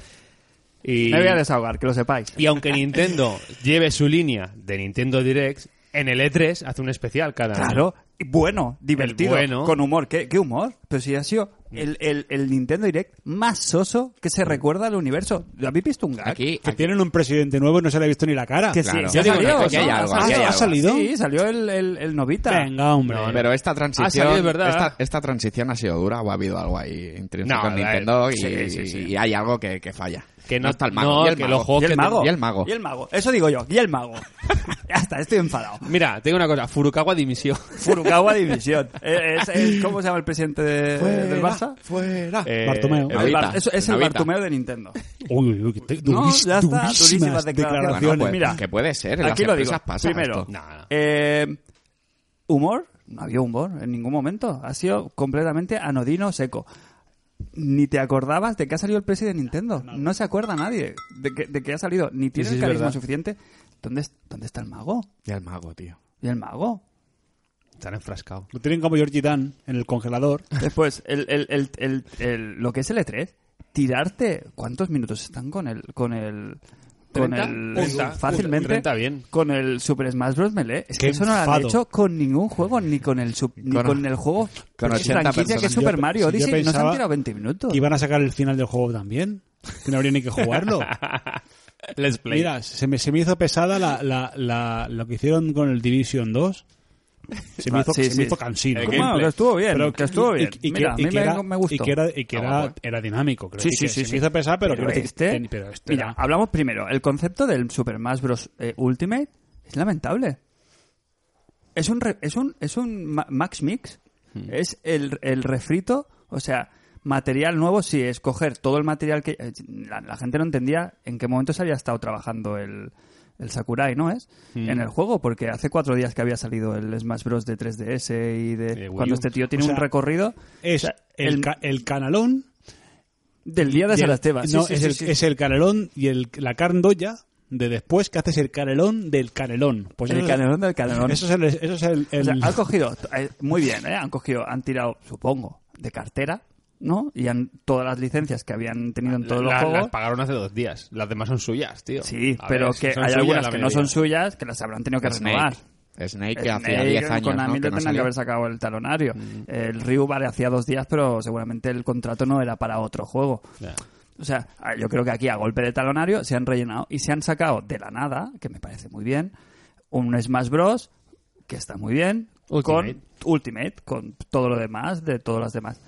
[SPEAKER 3] Y,
[SPEAKER 2] Me voy a desahogar, que lo sepáis.
[SPEAKER 3] y aunque Nintendo lleve su línea de Nintendo Direct, en el E3 hace un especial cada año.
[SPEAKER 2] Claro, y bueno, divertido,
[SPEAKER 3] bueno.
[SPEAKER 2] con humor. ¿Qué, qué humor? Pero si ha sido el, el- el Nintendo Direct más soso que se recuerda al universo. ¿Lo habéis visto un gag?
[SPEAKER 5] Aquí,
[SPEAKER 4] Que
[SPEAKER 5] aquí-
[SPEAKER 4] tienen un presidente nuevo y no se le ha visto ni la cara.
[SPEAKER 2] Que
[SPEAKER 5] Claro.
[SPEAKER 2] sí, se ha
[SPEAKER 5] Yo digo,
[SPEAKER 2] salido,
[SPEAKER 5] aquí hay
[SPEAKER 2] ¿no?
[SPEAKER 5] algo,
[SPEAKER 2] ¿Ha
[SPEAKER 5] aquí hay
[SPEAKER 2] salido?
[SPEAKER 5] algo.
[SPEAKER 2] Sí, salió el, el, el novita.
[SPEAKER 4] Venga, hombre.
[SPEAKER 3] No,
[SPEAKER 5] Pero esta
[SPEAKER 3] Ha salido, es
[SPEAKER 5] transición,
[SPEAKER 3] verdad.
[SPEAKER 5] esta, esta transición ha sido dura o ha habido algo ahí intrínseco
[SPEAKER 3] No,
[SPEAKER 5] con
[SPEAKER 3] eh,
[SPEAKER 5] Nintendo y,
[SPEAKER 3] sí, sí, sí.
[SPEAKER 5] y hay algo que, que falla.
[SPEAKER 3] Que no-
[SPEAKER 5] está el mago.
[SPEAKER 3] no,
[SPEAKER 5] y el
[SPEAKER 3] que
[SPEAKER 5] mago.
[SPEAKER 3] los juegos
[SPEAKER 2] Y el
[SPEAKER 3] que-
[SPEAKER 2] mago.
[SPEAKER 5] Y el mago.
[SPEAKER 2] Y el mago. Eso digo yo. Y el mago. ya está, estoy enfadado.
[SPEAKER 3] Mira, te digo una cosa, Furukawa dimisión.
[SPEAKER 2] Furukawa División. Eh, es- es- ¿Cómo se llama el presidente de- del Barça?
[SPEAKER 5] Fuera.
[SPEAKER 3] Eh,
[SPEAKER 4] Bartomeu.
[SPEAKER 2] El
[SPEAKER 5] Navita,
[SPEAKER 2] Bar- es, Ah, es el
[SPEAKER 5] Navita.
[SPEAKER 2] Bartomeo de Nintendo.
[SPEAKER 4] Uy, uy, uy, que te-
[SPEAKER 2] No,
[SPEAKER 4] duris-
[SPEAKER 2] ya está,
[SPEAKER 4] durísimas
[SPEAKER 2] durísimas declaraciones.
[SPEAKER 5] Bueno, pues,
[SPEAKER 2] Mira,
[SPEAKER 5] que puede ser. en
[SPEAKER 2] Aquí
[SPEAKER 5] las
[SPEAKER 2] lo digo.
[SPEAKER 5] empresas pasa
[SPEAKER 2] Primero,
[SPEAKER 5] esto.
[SPEAKER 3] Nah.
[SPEAKER 2] eh, humor No había humor en ningún momento. Ha sido completamente anodino seco. Ni te acordabas de que ha salido el presidente de Nintendo. No se acuerda nadie de que, de que ha salido. Ni tiene
[SPEAKER 3] Sí,
[SPEAKER 2] el
[SPEAKER 3] es
[SPEAKER 2] carisma
[SPEAKER 3] verdad.
[SPEAKER 2] suficiente. ¿Dónde, es- ¿Dónde está el mago?
[SPEAKER 5] Y el mago, tío.
[SPEAKER 2] ¿Y el mago?
[SPEAKER 3] Están enfrascados.
[SPEAKER 4] Lo tienen como Georgie Dan en el congelador.
[SPEAKER 2] Después, el, el- el- el- el- lo que es el E3, tirarte. ¿Cuántos minutos están con el. con el. con
[SPEAKER 3] 30?
[SPEAKER 2] el.
[SPEAKER 3] 30.
[SPEAKER 2] fácilmente.
[SPEAKER 3] 30 bien.
[SPEAKER 2] Con el Super Smash Bros. Melee. Es que
[SPEAKER 4] Qué
[SPEAKER 2] eso no lo han
[SPEAKER 4] enfado.
[SPEAKER 2] hecho con ningún juego, ni con el. sub- ni
[SPEAKER 5] Con-
[SPEAKER 2] con el juego.
[SPEAKER 5] con
[SPEAKER 2] de su
[SPEAKER 5] 80
[SPEAKER 2] franquicia que es
[SPEAKER 5] personas.
[SPEAKER 2] Super
[SPEAKER 4] Yo-
[SPEAKER 2] Mario
[SPEAKER 4] si yo
[SPEAKER 2] Odyssey. Nos han
[SPEAKER 4] pensaba
[SPEAKER 2] tirado 20 minutos.
[SPEAKER 4] ¿Y van a sacar el final del juego también? Que no habría ni que jugarlo.
[SPEAKER 3] Let's play.
[SPEAKER 4] Mira, se me, se me hizo pesada la, la- la- lo que hicieron con el Division 2. Se me
[SPEAKER 2] Ah,
[SPEAKER 4] hizo,
[SPEAKER 2] sí,
[SPEAKER 4] se
[SPEAKER 2] sí.
[SPEAKER 4] me hizo cansino.
[SPEAKER 3] El
[SPEAKER 2] Bueno, que estuvo bien. que estuvo bien.
[SPEAKER 4] Y, y que-
[SPEAKER 2] Mira, a
[SPEAKER 4] y
[SPEAKER 2] mí
[SPEAKER 4] que
[SPEAKER 2] me,
[SPEAKER 4] era,
[SPEAKER 2] me gustó. Ah,
[SPEAKER 4] Y que era, y que era, era dinámico. creo.
[SPEAKER 2] Sí,
[SPEAKER 4] Y
[SPEAKER 2] sí,
[SPEAKER 4] que
[SPEAKER 2] sí,
[SPEAKER 4] Se
[SPEAKER 2] sí.
[SPEAKER 4] me hizo pesada, pero,
[SPEAKER 2] Pero
[SPEAKER 4] creo que
[SPEAKER 2] este,
[SPEAKER 4] ten- pero este
[SPEAKER 2] mira,
[SPEAKER 4] era-
[SPEAKER 2] hablamos primero. El concepto del Super Smash Bros. eh, Ultimate es lamentable. Es un, re- es un, es un ma- Max Mix.
[SPEAKER 4] Hmm.
[SPEAKER 2] Es el, el refrito, o sea, material nuevo, sí, es coger todo el material que... eh, la, la gente no entendía en qué momento se había estado trabajando el, el Sakurai, ¿no es?
[SPEAKER 4] Hmm.
[SPEAKER 2] En el juego, porque hace cuatro días que había salido el Smash Bros. de 3DS y de...
[SPEAKER 3] De Wii
[SPEAKER 2] cuando
[SPEAKER 3] U.
[SPEAKER 2] este tío tiene
[SPEAKER 4] O sea,
[SPEAKER 2] un recorrido...
[SPEAKER 4] es
[SPEAKER 2] o sea,
[SPEAKER 4] el, ca- el canalón.
[SPEAKER 2] del día de
[SPEAKER 4] y el-
[SPEAKER 2] Sarasteva. Sí,
[SPEAKER 4] no,
[SPEAKER 2] sí,
[SPEAKER 4] es,
[SPEAKER 2] sí,
[SPEAKER 4] el,
[SPEAKER 2] sí.
[SPEAKER 4] es el canelón y el, la carndoya de después que haces el canelón del canelón. Pues
[SPEAKER 2] el
[SPEAKER 4] eso-
[SPEAKER 2] canelón del canelón.
[SPEAKER 4] Eso es el. Eso es el,
[SPEAKER 2] O sea,
[SPEAKER 4] el-
[SPEAKER 2] han cogido, eh, muy bien, ¿eh? han cogido, han tirado, supongo, de cartera, ¿no? Y han todas las licencias que habían tenido en todos los
[SPEAKER 3] Las-
[SPEAKER 2] juegos.
[SPEAKER 3] Las pagaron hace dos días. Las demás son suyas, tío.
[SPEAKER 2] sí,
[SPEAKER 3] A
[SPEAKER 2] pero
[SPEAKER 3] ver,
[SPEAKER 2] que
[SPEAKER 3] son
[SPEAKER 2] hay
[SPEAKER 3] suyas
[SPEAKER 2] algunas
[SPEAKER 3] la
[SPEAKER 2] que no son
[SPEAKER 3] mayoría.
[SPEAKER 2] suyas, que las habrán tenido que renovar.
[SPEAKER 5] Snake. Snake, que hacía
[SPEAKER 2] Snake,
[SPEAKER 5] 10 años
[SPEAKER 2] con
[SPEAKER 5] ¿no?
[SPEAKER 2] Ami
[SPEAKER 5] que
[SPEAKER 2] le
[SPEAKER 5] no
[SPEAKER 2] tendrán que
[SPEAKER 5] salía.
[SPEAKER 2] haber sacado el talonario. El Ryu vale hacía dos días, pero seguramente el contrato no era para otro juego.
[SPEAKER 3] Ya.
[SPEAKER 2] O sea, ah, yo creo que aquí a golpe de talonario se han rellenado y se han sacado de la nada, que me parece muy bien, un Smash Bros. que está muy bien,
[SPEAKER 3] Ultimate.
[SPEAKER 2] con Ultimate, con todo lo demás, de todas las demás.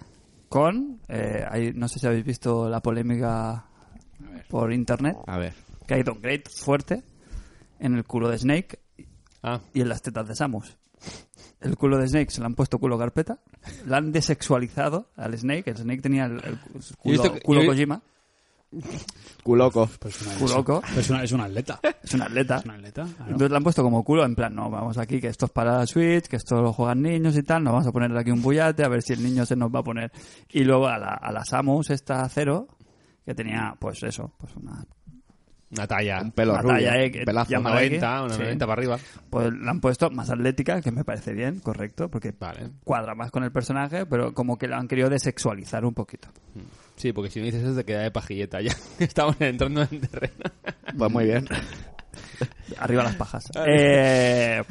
[SPEAKER 2] Con, eh, hay- no sé si habéis visto la polémica por internet,
[SPEAKER 5] A ver.
[SPEAKER 2] que hay Don Great fuerte en el culo de Snake
[SPEAKER 3] Ah,
[SPEAKER 2] y en las tetas de Samus. El culo de Snake se le han puesto culo carpeta, la han desexualizado al Snake, el Snake tenía el,
[SPEAKER 3] Yo
[SPEAKER 2] el
[SPEAKER 3] he visto
[SPEAKER 2] culo,
[SPEAKER 3] que-
[SPEAKER 2] culo
[SPEAKER 3] yo he-
[SPEAKER 2] Kojima,
[SPEAKER 5] Culoco.
[SPEAKER 4] pues una-
[SPEAKER 2] culoco.
[SPEAKER 4] Es, una, es un atleta. Es
[SPEAKER 2] Es un atleta.
[SPEAKER 4] un atleta. claro.
[SPEAKER 2] Entonces le han puesto como culo, en plan, no, vamos aquí, que esto es para Switch, que esto lo juegan niños y tal, nos vamos a ponerle aquí un bullate, a ver si el niño se nos va a poner. Y luego a la, a la Samus, esta cero, que tenía, pues eso, pues una,
[SPEAKER 3] una talla.
[SPEAKER 5] Un pelo
[SPEAKER 2] Una
[SPEAKER 5] rubio.
[SPEAKER 2] talla, eh, que
[SPEAKER 5] pelazo.
[SPEAKER 2] llama-
[SPEAKER 3] Una 90, una
[SPEAKER 2] Sí.
[SPEAKER 3] 90 para arriba.
[SPEAKER 2] pues la han puesto más atlética, que me parece bien, correcto, porque
[SPEAKER 3] Vale.
[SPEAKER 2] cuadra más con el personaje, pero como que la han querido desexualizar un poquito.
[SPEAKER 3] Sí, porque si no dices eso te queda de pajilleta ya. Estamos entrando en terreno.
[SPEAKER 5] Pues muy bien.
[SPEAKER 2] Arriba las pajas. Eh,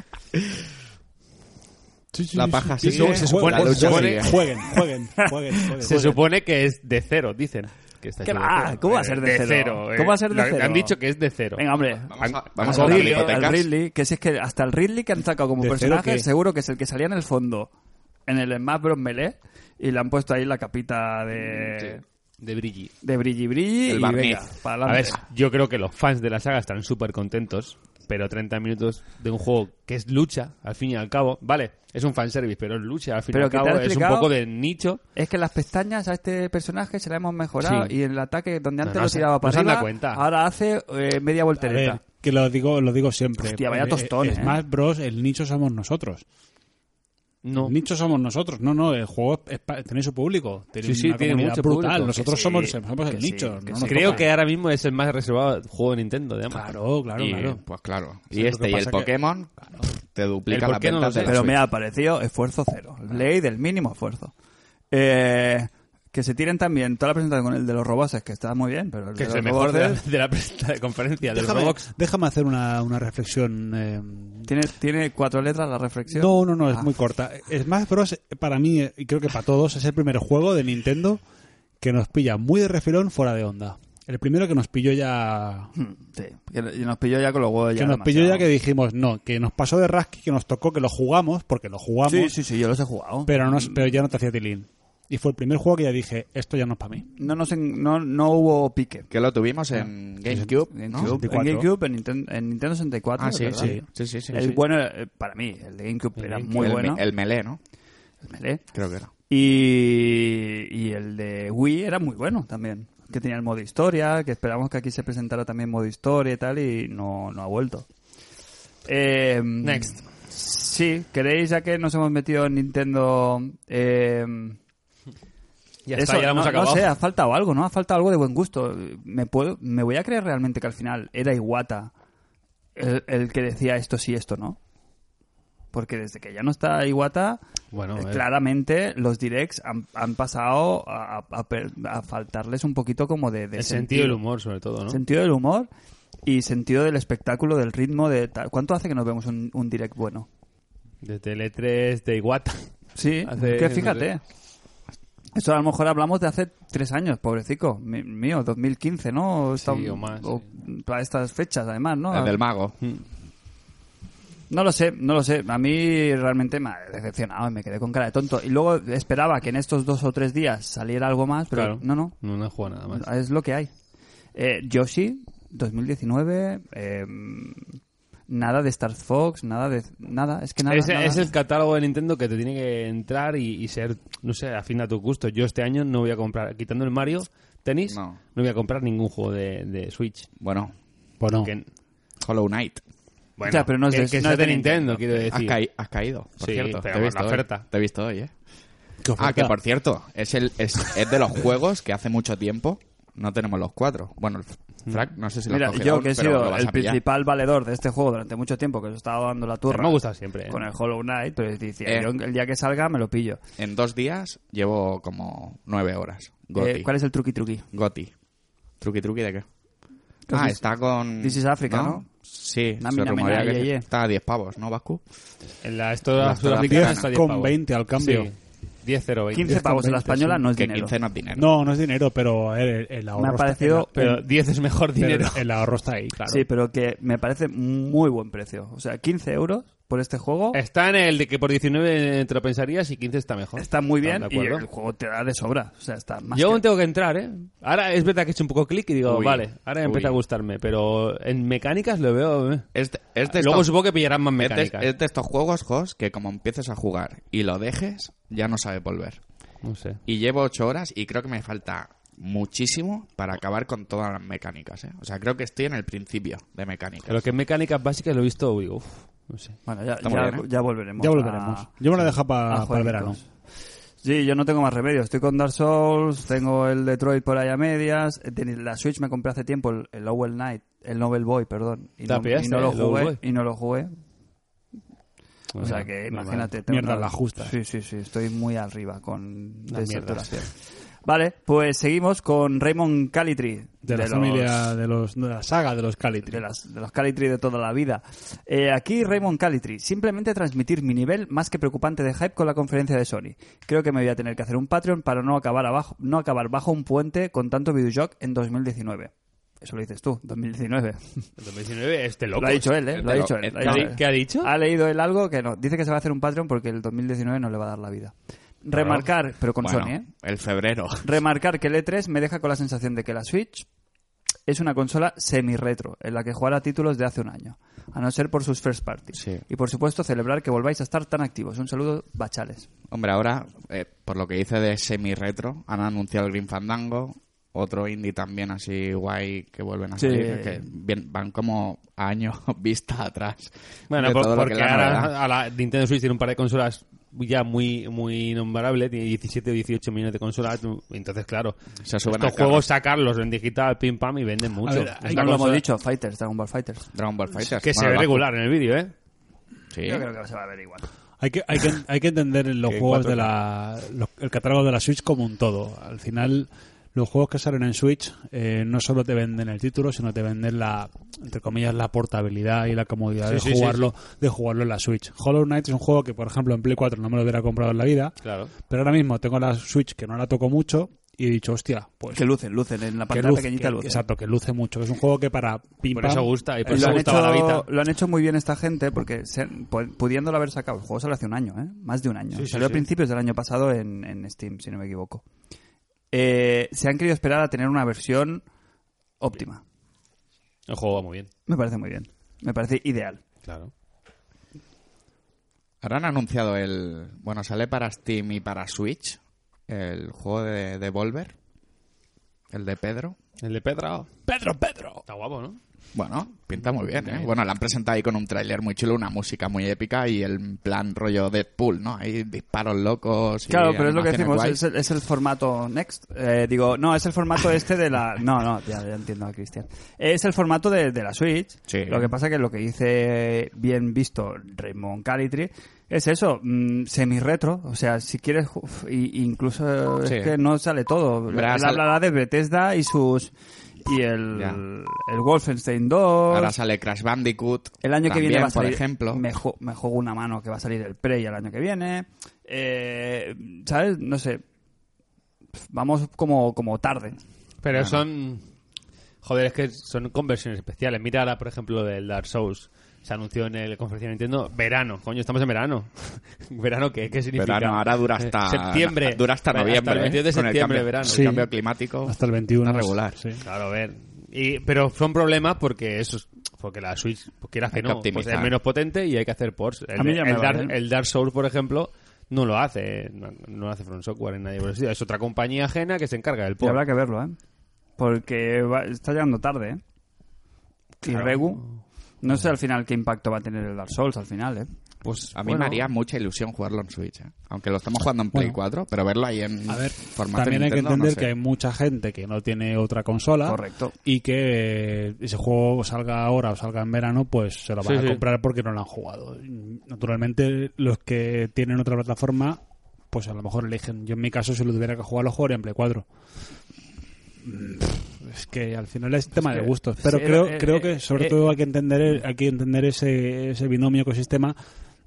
[SPEAKER 5] La paja sigue.
[SPEAKER 4] Se supone-
[SPEAKER 5] la lucha
[SPEAKER 4] se supone-
[SPEAKER 5] sigue.
[SPEAKER 4] jueguen, jueguen, jueguen, jueguen.
[SPEAKER 3] Se supone que es de cero, dicen. Que está
[SPEAKER 2] ¿Qué
[SPEAKER 3] hecho
[SPEAKER 2] va? ¿Cómo va a ser de cero? ¿Cómo va a ser de
[SPEAKER 3] eh. lo-
[SPEAKER 2] cero?
[SPEAKER 3] Han dicho que es de cero.
[SPEAKER 2] venga, hombre.
[SPEAKER 5] Vamos a,
[SPEAKER 2] Al
[SPEAKER 5] vamos a hablar de
[SPEAKER 2] Ridley, al
[SPEAKER 5] hipotecas.
[SPEAKER 2] Ridley, que si es que hasta el Ridley que han sacado como
[SPEAKER 4] ¿De cero
[SPEAKER 2] personaje,
[SPEAKER 4] qué?
[SPEAKER 2] seguro que es el que salía en el fondo en el Smash Bros. Melee y le han puesto ahí la capita de,
[SPEAKER 3] De Brigi.
[SPEAKER 2] de brilli brilli
[SPEAKER 5] El
[SPEAKER 2] y
[SPEAKER 5] barniz.
[SPEAKER 2] venga, para
[SPEAKER 3] A ver,
[SPEAKER 2] adelante.
[SPEAKER 3] yo creo que los fans de la saga están súper contentos, pero 30 minutos de un juego que es lucha, al fin y al cabo, vale, es un fanservice, pero es lucha, al fin y
[SPEAKER 2] Pero
[SPEAKER 3] al
[SPEAKER 2] que te
[SPEAKER 3] cabo,
[SPEAKER 2] han
[SPEAKER 3] es un
[SPEAKER 2] explicado-
[SPEAKER 3] poco de nicho.
[SPEAKER 2] Es que las pestañas a este personaje se las hemos mejorado
[SPEAKER 3] Sí.
[SPEAKER 2] y el ataque donde antes
[SPEAKER 3] no
[SPEAKER 2] lo
[SPEAKER 3] se-
[SPEAKER 2] tiraba
[SPEAKER 3] no
[SPEAKER 2] para
[SPEAKER 3] se han dado
[SPEAKER 2] arriba,
[SPEAKER 3] cuenta.
[SPEAKER 2] ahora hace eh, media
[SPEAKER 4] A
[SPEAKER 2] voltereta.
[SPEAKER 4] ver, que lo digo, lo digo siempre.
[SPEAKER 2] Hostia, vaya tostón,
[SPEAKER 4] Es
[SPEAKER 2] eh.
[SPEAKER 4] más, bros, el nicho somos nosotros.
[SPEAKER 3] No.
[SPEAKER 4] El nicho somos nosotros. No, no, el juego es pa- tiene su público. Tiene
[SPEAKER 3] Sí, sí,
[SPEAKER 4] una
[SPEAKER 3] tiene
[SPEAKER 4] comunidad
[SPEAKER 3] mucho
[SPEAKER 4] brutal.
[SPEAKER 3] público, que
[SPEAKER 4] Nosotros
[SPEAKER 2] sí,
[SPEAKER 4] somos, somos el
[SPEAKER 2] que sí,
[SPEAKER 4] nicho.
[SPEAKER 2] que
[SPEAKER 4] no
[SPEAKER 2] sí.
[SPEAKER 4] nos
[SPEAKER 3] Creo
[SPEAKER 4] toca.
[SPEAKER 3] que ahora mismo es el más reservado juego de Nintendo, de ambos.
[SPEAKER 4] Claro, claro,
[SPEAKER 5] Y,
[SPEAKER 4] claro.
[SPEAKER 5] Pues claro.
[SPEAKER 4] sea,
[SPEAKER 5] Y
[SPEAKER 4] lo
[SPEAKER 5] este
[SPEAKER 4] que
[SPEAKER 5] y el
[SPEAKER 4] pasa que-
[SPEAKER 5] Pokémon te duplica
[SPEAKER 3] El
[SPEAKER 5] las
[SPEAKER 3] Pokémon
[SPEAKER 5] ventas
[SPEAKER 3] no sé,
[SPEAKER 5] de la
[SPEAKER 2] Pero me
[SPEAKER 5] Switch.
[SPEAKER 2] ha parecido esfuerzo cero. Ley del mínimo esfuerzo. Eh, que se tiren también toda la presentación con el de los robots, que está muy bien, pero el
[SPEAKER 3] Que
[SPEAKER 2] de
[SPEAKER 3] es
[SPEAKER 2] los
[SPEAKER 3] el mejor de la,
[SPEAKER 2] robots
[SPEAKER 3] de la presenta- de conferencia, del
[SPEAKER 4] Déjame,
[SPEAKER 3] Roblox.
[SPEAKER 4] déjame hacer una, una reflexión. eh,
[SPEAKER 2] tiene, tiene cuatro letras la reflexión.
[SPEAKER 4] No, no, no, es
[SPEAKER 2] Ah.
[SPEAKER 4] muy corta. Smash Bros. para mí, eh, y creo que para todos, es el primer juego de Nintendo que nos pilla muy de refilón fuera de onda. El primero que nos pilló ya...
[SPEAKER 2] Hmm, Sí, que y nos pilló ya con los huevos ya.
[SPEAKER 4] Que nos pilló ya
[SPEAKER 2] demasiado.
[SPEAKER 4] que dijimos, no, que nos pasó de rasqui, que nos tocó, que lo jugamos, porque lo jugamos,
[SPEAKER 2] Sí, sí, sí, yo los he jugado.
[SPEAKER 4] Pero, no, pero ya no te hacía tilín. Y fue el primer juego que ya dije, esto ya no es para mí.
[SPEAKER 2] No, nos en- no, no hubo pique.
[SPEAKER 5] Que lo tuvimos en GameCube,
[SPEAKER 2] En
[SPEAKER 5] ¿no?
[SPEAKER 2] GameCube,
[SPEAKER 4] 64.
[SPEAKER 2] en, GameCube, en Ninten- en Nintendo 64.
[SPEAKER 5] Ah,
[SPEAKER 2] es
[SPEAKER 5] sí,
[SPEAKER 2] verdad.
[SPEAKER 5] sí. Sí, sí, sí,
[SPEAKER 2] El
[SPEAKER 5] sí.
[SPEAKER 2] bueno, eh, para mí, el de GameCube era muy
[SPEAKER 5] el,
[SPEAKER 2] bueno.
[SPEAKER 5] me- el Melee, ¿no?
[SPEAKER 2] el Melee.
[SPEAKER 5] Creo que era.
[SPEAKER 2] Y, y el de Wii era muy bueno también. Que tenía el modo historia, que esperamos que aquí se presentara también modo historia y tal, y no, no ha vuelto. Eh,
[SPEAKER 3] Next.
[SPEAKER 2] Sí, ¿queréis ya que nos hemos metido en Nintendo? Eh,
[SPEAKER 3] Ya
[SPEAKER 2] eso,
[SPEAKER 3] está, ya lo hemos
[SPEAKER 2] no,
[SPEAKER 3] acabado.
[SPEAKER 2] no sé, ha faltado algo, ¿no? Ha faltado algo de buen gusto. ¿Me, puedo, me voy a creer realmente que al final era Iwata el, el que decía esto sí, esto no? Porque desde que ya no está Iwata,
[SPEAKER 3] Bueno,
[SPEAKER 2] eh,
[SPEAKER 3] eh.
[SPEAKER 2] claramente los directs han, han pasado a, a- a per- a faltarles un poquito como de, de
[SPEAKER 3] el sentido del humor, sobre todo, ¿no?
[SPEAKER 2] Sentido del humor y sentido del espectáculo, del ritmo. de tal. ¿Cuánto hace que nos vemos un, un direct bueno?
[SPEAKER 3] De Tele3, de Iguata.
[SPEAKER 2] Sí,
[SPEAKER 3] Hace-
[SPEAKER 2] que fíjate. Eso a lo mejor hablamos de hace tres años, pobrecico. mi- Mío, 2015, ¿no? Está-
[SPEAKER 3] Sí, o más,
[SPEAKER 2] Para estas fechas, además, ¿no?
[SPEAKER 5] El del mago.
[SPEAKER 2] No lo sé, no lo sé. A mí realmente me ha decepcionado y me quedé con cara de tonto. Y luego esperaba que en estos dos o tres días saliera algo más, pero
[SPEAKER 3] Claro.
[SPEAKER 2] no, no.
[SPEAKER 3] No, no juega nada más.
[SPEAKER 2] Es lo que hay. Eh, Yoshi, 2019. eh, nada de Star Fox, nada de. Nada, es que nada.
[SPEAKER 3] Ese
[SPEAKER 2] nada.
[SPEAKER 3] es el catálogo de Nintendo que te tiene que entrar y, y ser, no sé, afín a tu gusto. Yo este año no voy a comprar, quitando el Mario Tennis, no,
[SPEAKER 5] No.
[SPEAKER 3] voy a comprar ningún juego de, de Switch.
[SPEAKER 5] Bueno,
[SPEAKER 4] Pues no.
[SPEAKER 3] Que-
[SPEAKER 5] Hollow Knight.
[SPEAKER 3] bueno,
[SPEAKER 2] Ya, pero no es
[SPEAKER 3] que-
[SPEAKER 2] de-
[SPEAKER 3] que
[SPEAKER 2] no
[SPEAKER 3] sea
[SPEAKER 2] es de
[SPEAKER 3] de Nintendo,
[SPEAKER 2] Nintendo.
[SPEAKER 3] quiero
[SPEAKER 5] Has,
[SPEAKER 3] decir.
[SPEAKER 5] caí- has caído, por
[SPEAKER 3] Sí,
[SPEAKER 5] cierto.
[SPEAKER 3] pero
[SPEAKER 5] te he
[SPEAKER 3] por
[SPEAKER 5] visto
[SPEAKER 3] la
[SPEAKER 5] hoy.
[SPEAKER 3] oferta.
[SPEAKER 5] Te he visto hoy, ¿eh?
[SPEAKER 4] ¿Qué
[SPEAKER 5] Ah,
[SPEAKER 4] oferta?
[SPEAKER 5] que por cierto, es, el, es, es de los juegos que hace mucho tiempo no tenemos los cuatro. Bueno, el Frank, no sé si lo has
[SPEAKER 2] Mm. Mira,
[SPEAKER 5] cogido
[SPEAKER 2] yo
[SPEAKER 5] aún,
[SPEAKER 2] que he
[SPEAKER 5] pero lo
[SPEAKER 2] sido
[SPEAKER 5] vas
[SPEAKER 2] el
[SPEAKER 5] a pillar.
[SPEAKER 2] principal valedor de este juego durante mucho tiempo, que os estaba dando la turra.
[SPEAKER 3] Pero me ha gustado siempre, ¿eh?
[SPEAKER 2] Con el Hollow Knight, pero decía,
[SPEAKER 5] Eh.
[SPEAKER 2] yo el día que salga me lo pillo. Eh,
[SPEAKER 5] En dos días llevo como nueve horas. Goti.
[SPEAKER 2] Eh, ¿Cuál es el truqui truqui?
[SPEAKER 5] Goti. ¿Truqui truqui de qué?
[SPEAKER 2] ¿Qué
[SPEAKER 5] Ah,
[SPEAKER 2] haces?
[SPEAKER 5] está con...
[SPEAKER 2] This is Africa, ¿no?
[SPEAKER 5] Sí,
[SPEAKER 2] Nami,
[SPEAKER 5] se
[SPEAKER 2] nami,
[SPEAKER 5] rumorea
[SPEAKER 2] nami,
[SPEAKER 5] que
[SPEAKER 2] ye, ye.
[SPEAKER 5] está a 10 pavos, ¿no, Vasco?
[SPEAKER 3] En la esto
[SPEAKER 5] La
[SPEAKER 3] sudafricana
[SPEAKER 5] Zaragoza
[SPEAKER 3] está 10
[SPEAKER 4] con
[SPEAKER 3] pavos.
[SPEAKER 4] 20 al cambio.
[SPEAKER 3] Sí, 10 0 20.
[SPEAKER 2] 15 pavos en la
[SPEAKER 4] 20,
[SPEAKER 2] española
[SPEAKER 4] sí.
[SPEAKER 2] no es
[SPEAKER 5] Que
[SPEAKER 2] dinero.
[SPEAKER 5] 15 no es dinero.
[SPEAKER 4] No, no es dinero, pero el, el ahorro
[SPEAKER 2] Me ha
[SPEAKER 4] está-
[SPEAKER 2] parecido-
[SPEAKER 4] el-
[SPEAKER 3] Pero
[SPEAKER 4] el-
[SPEAKER 3] 10 es mejor
[SPEAKER 4] pero
[SPEAKER 3] dinero.
[SPEAKER 4] el ahorro está ahí, claro.
[SPEAKER 2] Sí, pero que me parece muy buen precio. O sea, 15 euros por este juego.
[SPEAKER 5] Eh.
[SPEAKER 3] Está en el de que por 19 te lo pensarías y 15 está mejor.
[SPEAKER 2] Está muy bien
[SPEAKER 3] ¿Están de
[SPEAKER 2] y el
[SPEAKER 3] acuerdo?
[SPEAKER 2] juego te da de sobra. O sea, está más
[SPEAKER 3] Yo
[SPEAKER 2] que-
[SPEAKER 3] aún tengo que entrar, ¿eh? Ahora es verdad que he hecho un poco clic y digo,
[SPEAKER 5] Uy,
[SPEAKER 3] vale, ahora empieza
[SPEAKER 5] uy.
[SPEAKER 3] a gustarme, pero en mecánicas lo veo. ¿eh?
[SPEAKER 5] Es de- es
[SPEAKER 3] Luego
[SPEAKER 5] de Este, estos- este
[SPEAKER 3] supongo que pillarán ¿eh? más
[SPEAKER 5] es de-
[SPEAKER 3] mecánicas.
[SPEAKER 5] es de estos juegos, Jos, que como empieces a jugar y lo dejes, ya no sabes volver.
[SPEAKER 3] No sé.
[SPEAKER 5] Y llevo 8 horas y creo que me falta muchísimo para acabar con todas las mecánicas, ¿eh? O sea, creo que estoy en el principio de mecánicas.
[SPEAKER 3] Pero que en mecánicas básicas lo he visto, digo, uff, no sé.
[SPEAKER 2] Bueno, ya,
[SPEAKER 5] Está muy
[SPEAKER 2] ya-
[SPEAKER 5] bien, ¿eh?
[SPEAKER 2] ya volveremos.
[SPEAKER 4] Ya volveremos.
[SPEAKER 2] a-
[SPEAKER 4] Yo me la dejo
[SPEAKER 2] a
[SPEAKER 4] para el
[SPEAKER 2] jueguitos.
[SPEAKER 4] verano.
[SPEAKER 2] Sí, yo no tengo más remedio. Estoy con Dark Souls, tengo el Detroit por ahí a medias. eh, ten- La Switch me compré hace tiempo el, el Owl Knight, el Novel Boy, perdón. Y
[SPEAKER 3] ¿Te
[SPEAKER 2] no,
[SPEAKER 3] la pillaste,
[SPEAKER 2] y no lo
[SPEAKER 3] eh, el Owl
[SPEAKER 2] jugué.
[SPEAKER 3] Boy?
[SPEAKER 2] Y no lo jugué. O
[SPEAKER 3] Bueno,
[SPEAKER 2] sea que
[SPEAKER 3] normal.
[SPEAKER 2] imagínate. tengo
[SPEAKER 4] Mierda,
[SPEAKER 2] una-
[SPEAKER 4] la justa.
[SPEAKER 2] Sí, sí, sí. Estoy muy arriba con
[SPEAKER 3] Las mierdas.
[SPEAKER 2] desaturación. Vale, pues seguimos con Raymond Calitri.
[SPEAKER 4] De la
[SPEAKER 2] los-
[SPEAKER 4] familia, de, los, de la saga de los Calitri.
[SPEAKER 2] de, las- de los Calitri de toda la vida. Eh, aquí Raymond Calitri, simplemente transmitir mi nivel más que preocupante de hype con la conferencia de Sony. Creo que me voy a tener que hacer un Patreon para no acabar, abajo, no acabar bajo un puente con tanto videojoc en 2019. Eso lo dices tú, 2019.
[SPEAKER 3] El 2019 es de
[SPEAKER 2] Lo
[SPEAKER 3] locos.
[SPEAKER 2] ha dicho él, ¿eh? Lo ha
[SPEAKER 5] de
[SPEAKER 2] dicho
[SPEAKER 5] lo-
[SPEAKER 2] él. lo ha
[SPEAKER 5] es
[SPEAKER 3] ¿Qué ha
[SPEAKER 2] dicho
[SPEAKER 3] di-
[SPEAKER 2] él.
[SPEAKER 3] ¿Qué ha dicho?
[SPEAKER 2] Ha leído él algo que no. Dice que se va a hacer un Patreon porque el 2019 no le va a dar la vida. Remarcar, pero con
[SPEAKER 5] Bueno,
[SPEAKER 2] Sony, ¿eh?
[SPEAKER 5] el febrero.
[SPEAKER 2] Remarcar que el E3 me deja con la sensación de que la Switch es una consola semi-retro, en la que jugar a títulos de hace un año, a no ser por sus first parties.
[SPEAKER 5] Sí.
[SPEAKER 2] Y por supuesto, celebrar que volváis a estar tan activos. Un saludo, bachales.
[SPEAKER 5] Hombre, ahora, eh, por lo que dice de semi-retro, han anunciado el Green Fandango, otro indie también así guay que vuelven a
[SPEAKER 2] Sí.
[SPEAKER 5] salir, que bien- van como años vista atrás.
[SPEAKER 3] Bueno,
[SPEAKER 5] de
[SPEAKER 3] por-
[SPEAKER 5] todo lo que
[SPEAKER 3] porque
[SPEAKER 5] es la
[SPEAKER 3] ahora
[SPEAKER 5] novedad.
[SPEAKER 3] a la Nintendo Switch tiene un par de consolas ya muy muy innombrables, tiene 17 o 18 millones de consolas, tú- entonces claro,
[SPEAKER 5] Se suben
[SPEAKER 3] estos
[SPEAKER 5] al carro.
[SPEAKER 3] juegos sacarlos en digital, pim pam, y venden mucho.
[SPEAKER 4] ver,
[SPEAKER 3] Es
[SPEAKER 4] hay
[SPEAKER 3] una
[SPEAKER 2] No lo
[SPEAKER 3] cosa
[SPEAKER 2] hemos dicho, Fighters, Dragon Ball Fighters.
[SPEAKER 5] Dragon Ball Fighters.
[SPEAKER 3] Que se
[SPEAKER 5] Bueno,
[SPEAKER 3] ve
[SPEAKER 5] la-
[SPEAKER 3] regular en el vídeo, ¿eh?
[SPEAKER 5] Sí.
[SPEAKER 2] Yo creo que se va a ver igual.
[SPEAKER 4] Hay que, hay que, hay que entender los
[SPEAKER 5] Que
[SPEAKER 4] juegos
[SPEAKER 5] cuatro,
[SPEAKER 4] de la, los- el catálogo de la Switch como un todo. Al final, los juegos que salen en Switch eh, no solo te venden el título, sino te venden la, entre comillas, la portabilidad y la comodidad
[SPEAKER 3] Sí,
[SPEAKER 4] de
[SPEAKER 3] sí, sí,
[SPEAKER 4] jugarlo, de jugarlo en la Switch. Hollow Knight es un juego que, por ejemplo, en Play 4 no me lo hubiera comprado en la vida,
[SPEAKER 3] Claro.
[SPEAKER 4] pero ahora mismo tengo la Switch que no la toco mucho y he dicho, hostia, pues
[SPEAKER 2] Que lucen, lucen, en la
[SPEAKER 4] que
[SPEAKER 2] pantalla
[SPEAKER 4] luz-
[SPEAKER 2] pequeñita
[SPEAKER 4] que-
[SPEAKER 2] lucen.
[SPEAKER 4] exacto, que luce mucho. Es un juego que para pim,
[SPEAKER 3] Por
[SPEAKER 4] pam,
[SPEAKER 3] eso gusta y Eh, por
[SPEAKER 2] Eh, lo,
[SPEAKER 3] eso
[SPEAKER 2] han
[SPEAKER 3] gustaba la
[SPEAKER 2] hecho,
[SPEAKER 3] Vita.
[SPEAKER 2] lo han hecho muy bien esta gente porque se han- pu- pudiéndolo haber sacado, el juego salió hace un año, ¿eh? más de un año.
[SPEAKER 3] Sí, sí,
[SPEAKER 2] salió a
[SPEAKER 3] sí.
[SPEAKER 2] principios del año pasado en, en Steam, si no me equivoco. Eh, se han querido esperar a tener una versión óptima.
[SPEAKER 3] El juego va muy bien.
[SPEAKER 2] Me parece muy bien. Me parece ideal.
[SPEAKER 3] Claro.
[SPEAKER 5] Ahora han anunciado el... Bueno, sale para Steam y para Switch el juego de Devolver, el de Pedro.
[SPEAKER 3] El de Pedro.
[SPEAKER 2] Pedro, Pedro.
[SPEAKER 3] Está guapo, ¿no?
[SPEAKER 5] Bueno, pinta muy bien, ¿eh? Bueno, la han presentado ahí con un tráiler muy chulo, una música muy épica y el plan rollo Deadpool, ¿no? Ahí disparos locos. y
[SPEAKER 2] Claro, pero es lo que
[SPEAKER 5] animaciones
[SPEAKER 2] decimos, es
[SPEAKER 5] guays.
[SPEAKER 2] el, es el formato Next. Eh, digo, no, es el formato este de la... No, no, ya, ya entiendo a Cristian. Es el formato de, de la Switch.
[SPEAKER 5] Sí.
[SPEAKER 2] Lo que pasa que lo que dice bien visto Raymond Calitri es eso, mm, semi-retro. O sea, si quieres... uf, y- incluso
[SPEAKER 5] Sí.
[SPEAKER 2] es que no sale todo.
[SPEAKER 5] Verás,
[SPEAKER 2] Él
[SPEAKER 5] al-
[SPEAKER 2] hablará de Bethesda y sus... Y el,
[SPEAKER 5] Ya.
[SPEAKER 2] el Wolfenstein 2.
[SPEAKER 5] Ahora sale Crash Bandicoot.
[SPEAKER 2] El año que
[SPEAKER 5] también,
[SPEAKER 2] viene va a salir,
[SPEAKER 5] por ejemplo.
[SPEAKER 2] Me, ju- me juego una mano que va a salir el Prey el año que viene. Eh, ¿Sabes? No sé. Vamos como, como tarde.
[SPEAKER 3] Pero son. Joder, es que son conversiones especiales. Mira ahora, por ejemplo, del Dark Souls. Se anunció en el conferencia de Nintendo. Verano, coño, estamos en verano. ¿Verano qué? ¿Qué significa?
[SPEAKER 5] Verano, ahora dura hasta
[SPEAKER 3] Eh, Septiembre.
[SPEAKER 5] Dura hasta
[SPEAKER 3] Hasta el
[SPEAKER 5] noviembre.
[SPEAKER 3] 22 de
[SPEAKER 5] ¿eh? Con el
[SPEAKER 3] septiembre,
[SPEAKER 5] cambio-
[SPEAKER 3] verano.
[SPEAKER 5] el
[SPEAKER 4] Sí.
[SPEAKER 5] cambio climático.
[SPEAKER 4] Hasta el 21.
[SPEAKER 5] Está regular.
[SPEAKER 4] Sí.
[SPEAKER 3] Claro, a ver. Y, pero son problemas porque eso es- porque la Switch, pues quieras que
[SPEAKER 5] Hay que
[SPEAKER 3] no, pues es
[SPEAKER 5] optimizar.
[SPEAKER 3] menos potente y hay que hacer ports. El,
[SPEAKER 2] A mí ya me
[SPEAKER 3] el Dark,
[SPEAKER 2] vale. ¿eh?
[SPEAKER 3] el Dark Souls, por ejemplo, no lo hace. eh. No, no lo hace From Software en nadie. por el estilo. Es otra compañía ajena que se encarga del
[SPEAKER 2] Y habrá
[SPEAKER 3] port.
[SPEAKER 2] que verlo, ¿eh? Porque va- está llegando tarde, ¿eh? Y Regu. No sé al final qué impacto va a tener el Dark Souls al final, ¿eh?
[SPEAKER 3] Pues,
[SPEAKER 5] A mí
[SPEAKER 3] bueno,
[SPEAKER 5] me haría mucha ilusión jugarlo en Switch, ¿eh? aunque lo estamos jugando en Play
[SPEAKER 4] Bueno.
[SPEAKER 5] 4, pero verlo ahí en
[SPEAKER 4] A ver,
[SPEAKER 5] formato
[SPEAKER 4] también hay que
[SPEAKER 5] Nintendo, no
[SPEAKER 4] entender
[SPEAKER 5] sé.
[SPEAKER 4] que hay mucha gente que no tiene otra consola.
[SPEAKER 2] Correcto.
[SPEAKER 4] Y que eh, ese juego salga ahora o salga en verano, pues se lo van
[SPEAKER 3] Sí,
[SPEAKER 4] a
[SPEAKER 3] sí.
[SPEAKER 4] comprar porque no lo han jugado. Y, Naturalmente, los que tienen otra plataforma, pues a lo mejor eligen. Yo en mi caso, si lo tuviera que jugar, lo jugaría en Play 4. Mm, pff, Es que al final es tema de
[SPEAKER 2] que-
[SPEAKER 4] gustos. Pero
[SPEAKER 2] sí,
[SPEAKER 4] creo,
[SPEAKER 2] eh,
[SPEAKER 4] creo
[SPEAKER 2] eh,
[SPEAKER 4] que sobre
[SPEAKER 2] eh,
[SPEAKER 4] todo hay que entender, hay que entender ese, ese binomio ecosistema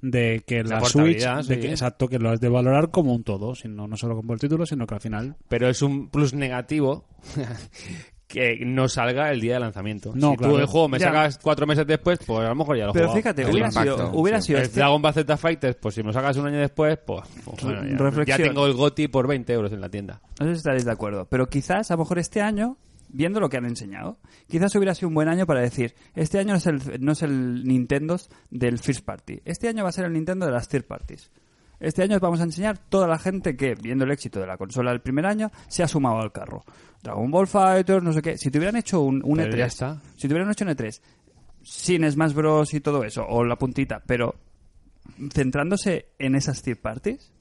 [SPEAKER 4] de que la, Switch,
[SPEAKER 3] portabilidad,
[SPEAKER 4] de que-
[SPEAKER 3] sí.
[SPEAKER 4] exacto, que lo has de valorar como un todo, sino, no solo como el título, sino que al final
[SPEAKER 3] pero es un plus negativo que no salga el día de lanzamiento.
[SPEAKER 4] No,
[SPEAKER 3] si
[SPEAKER 4] claro.
[SPEAKER 3] tú el juego me
[SPEAKER 2] Ya.
[SPEAKER 3] sacas cuatro meses después, pues a lo mejor ya lo he
[SPEAKER 2] Pero
[SPEAKER 3] jugado.
[SPEAKER 2] fíjate,
[SPEAKER 5] El
[SPEAKER 2] hubiera
[SPEAKER 5] impacto,
[SPEAKER 2] sido, hubiera
[SPEAKER 5] sí.
[SPEAKER 2] sido
[SPEAKER 3] el
[SPEAKER 2] este-
[SPEAKER 3] Dragon Ball Z Fighters, pues si me lo sacas un año después, pues, pues bueno, ya- ya,
[SPEAKER 2] Reflexión.
[SPEAKER 3] tengo el GOTI por 20 euros en la tienda.
[SPEAKER 2] No sé si estaréis de acuerdo, pero quizás a lo mejor este año, viendo lo que han enseñado, quizás hubiera sido un buen año para decir, este año no es el, no es el Nintendo del First Party, este año va a ser el Nintendo de las Third Parties. Este año os vamos a enseñar toda la gente que, viendo el éxito de la consola del primer año, se ha sumado al carro. Dragon Ball Fighters, no sé qué. Si te hubieran hecho un, un
[SPEAKER 3] Pero
[SPEAKER 2] E3,
[SPEAKER 3] ya está.
[SPEAKER 2] si te hubieran hecho un E3 sin Smash Bros y todo eso, o la puntita, pero centrándose en esas third parties,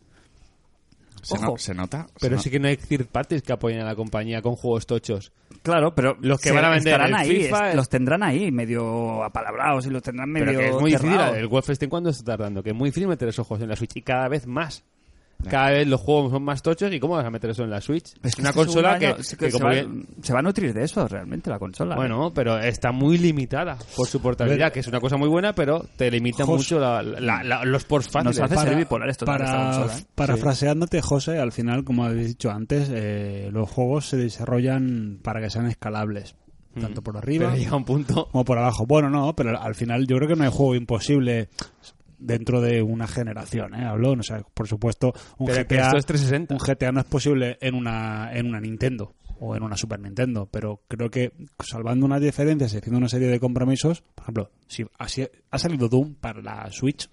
[SPEAKER 5] se, no-
[SPEAKER 2] ojo.
[SPEAKER 5] se nota. se
[SPEAKER 3] Pero
[SPEAKER 5] nota.
[SPEAKER 3] sí que no hay third parties que apoyen a la compañía con juegos tochos.
[SPEAKER 2] Claro, pero
[SPEAKER 3] Los que
[SPEAKER 2] se-
[SPEAKER 3] van a vender
[SPEAKER 2] estarán
[SPEAKER 3] el
[SPEAKER 2] ahí,
[SPEAKER 3] FIFA,
[SPEAKER 2] es-
[SPEAKER 3] el-
[SPEAKER 2] los tendrán ahí medio apalabrados y los tendrán medio
[SPEAKER 3] Pero que es muy
[SPEAKER 2] cerrados.
[SPEAKER 3] difícil. El Wolfenstein, ¿cuándo está tardando? Que es muy difícil meter esos juegos en la Switch y cada vez más.
[SPEAKER 5] Ya.
[SPEAKER 3] Cada vez los juegos son más tochos y ¿cómo vas a meter eso en la Switch?
[SPEAKER 2] Es que
[SPEAKER 3] una
[SPEAKER 2] este
[SPEAKER 3] consola
[SPEAKER 2] segundo
[SPEAKER 3] que,
[SPEAKER 2] año sí que
[SPEAKER 3] que
[SPEAKER 2] se,
[SPEAKER 3] como
[SPEAKER 2] va,
[SPEAKER 3] bien-
[SPEAKER 2] se va a nutrir de eso realmente la consola.
[SPEAKER 3] Bueno, pero está muy limitada por su portabilidad, que es una cosa muy buena, pero te limita
[SPEAKER 4] Jos-
[SPEAKER 3] mucho la- la- la- los ports fáciles.
[SPEAKER 2] hace ser bipolar esto, esta consola, ¿eh?
[SPEAKER 4] Parafraseándote, José, al final, como habéis dicho antes, eh, los juegos se desarrollan para que sean escalables, tanto por arriba
[SPEAKER 3] Mm. Pero llega un punto...
[SPEAKER 4] como por abajo. Bueno, no, pero al final yo creo que no hay juego imposible dentro de una generación, ¿eh? Hablo, o sea, por supuesto, un
[SPEAKER 3] Pero que
[SPEAKER 4] GTA,
[SPEAKER 3] esto es 360.
[SPEAKER 4] un GTA no es posible en una, en una Nintendo o en una Super Nintendo, pero creo que salvando unas diferencias y haciendo una serie de compromisos, por ejemplo, si así ha salido Doom para la Switch,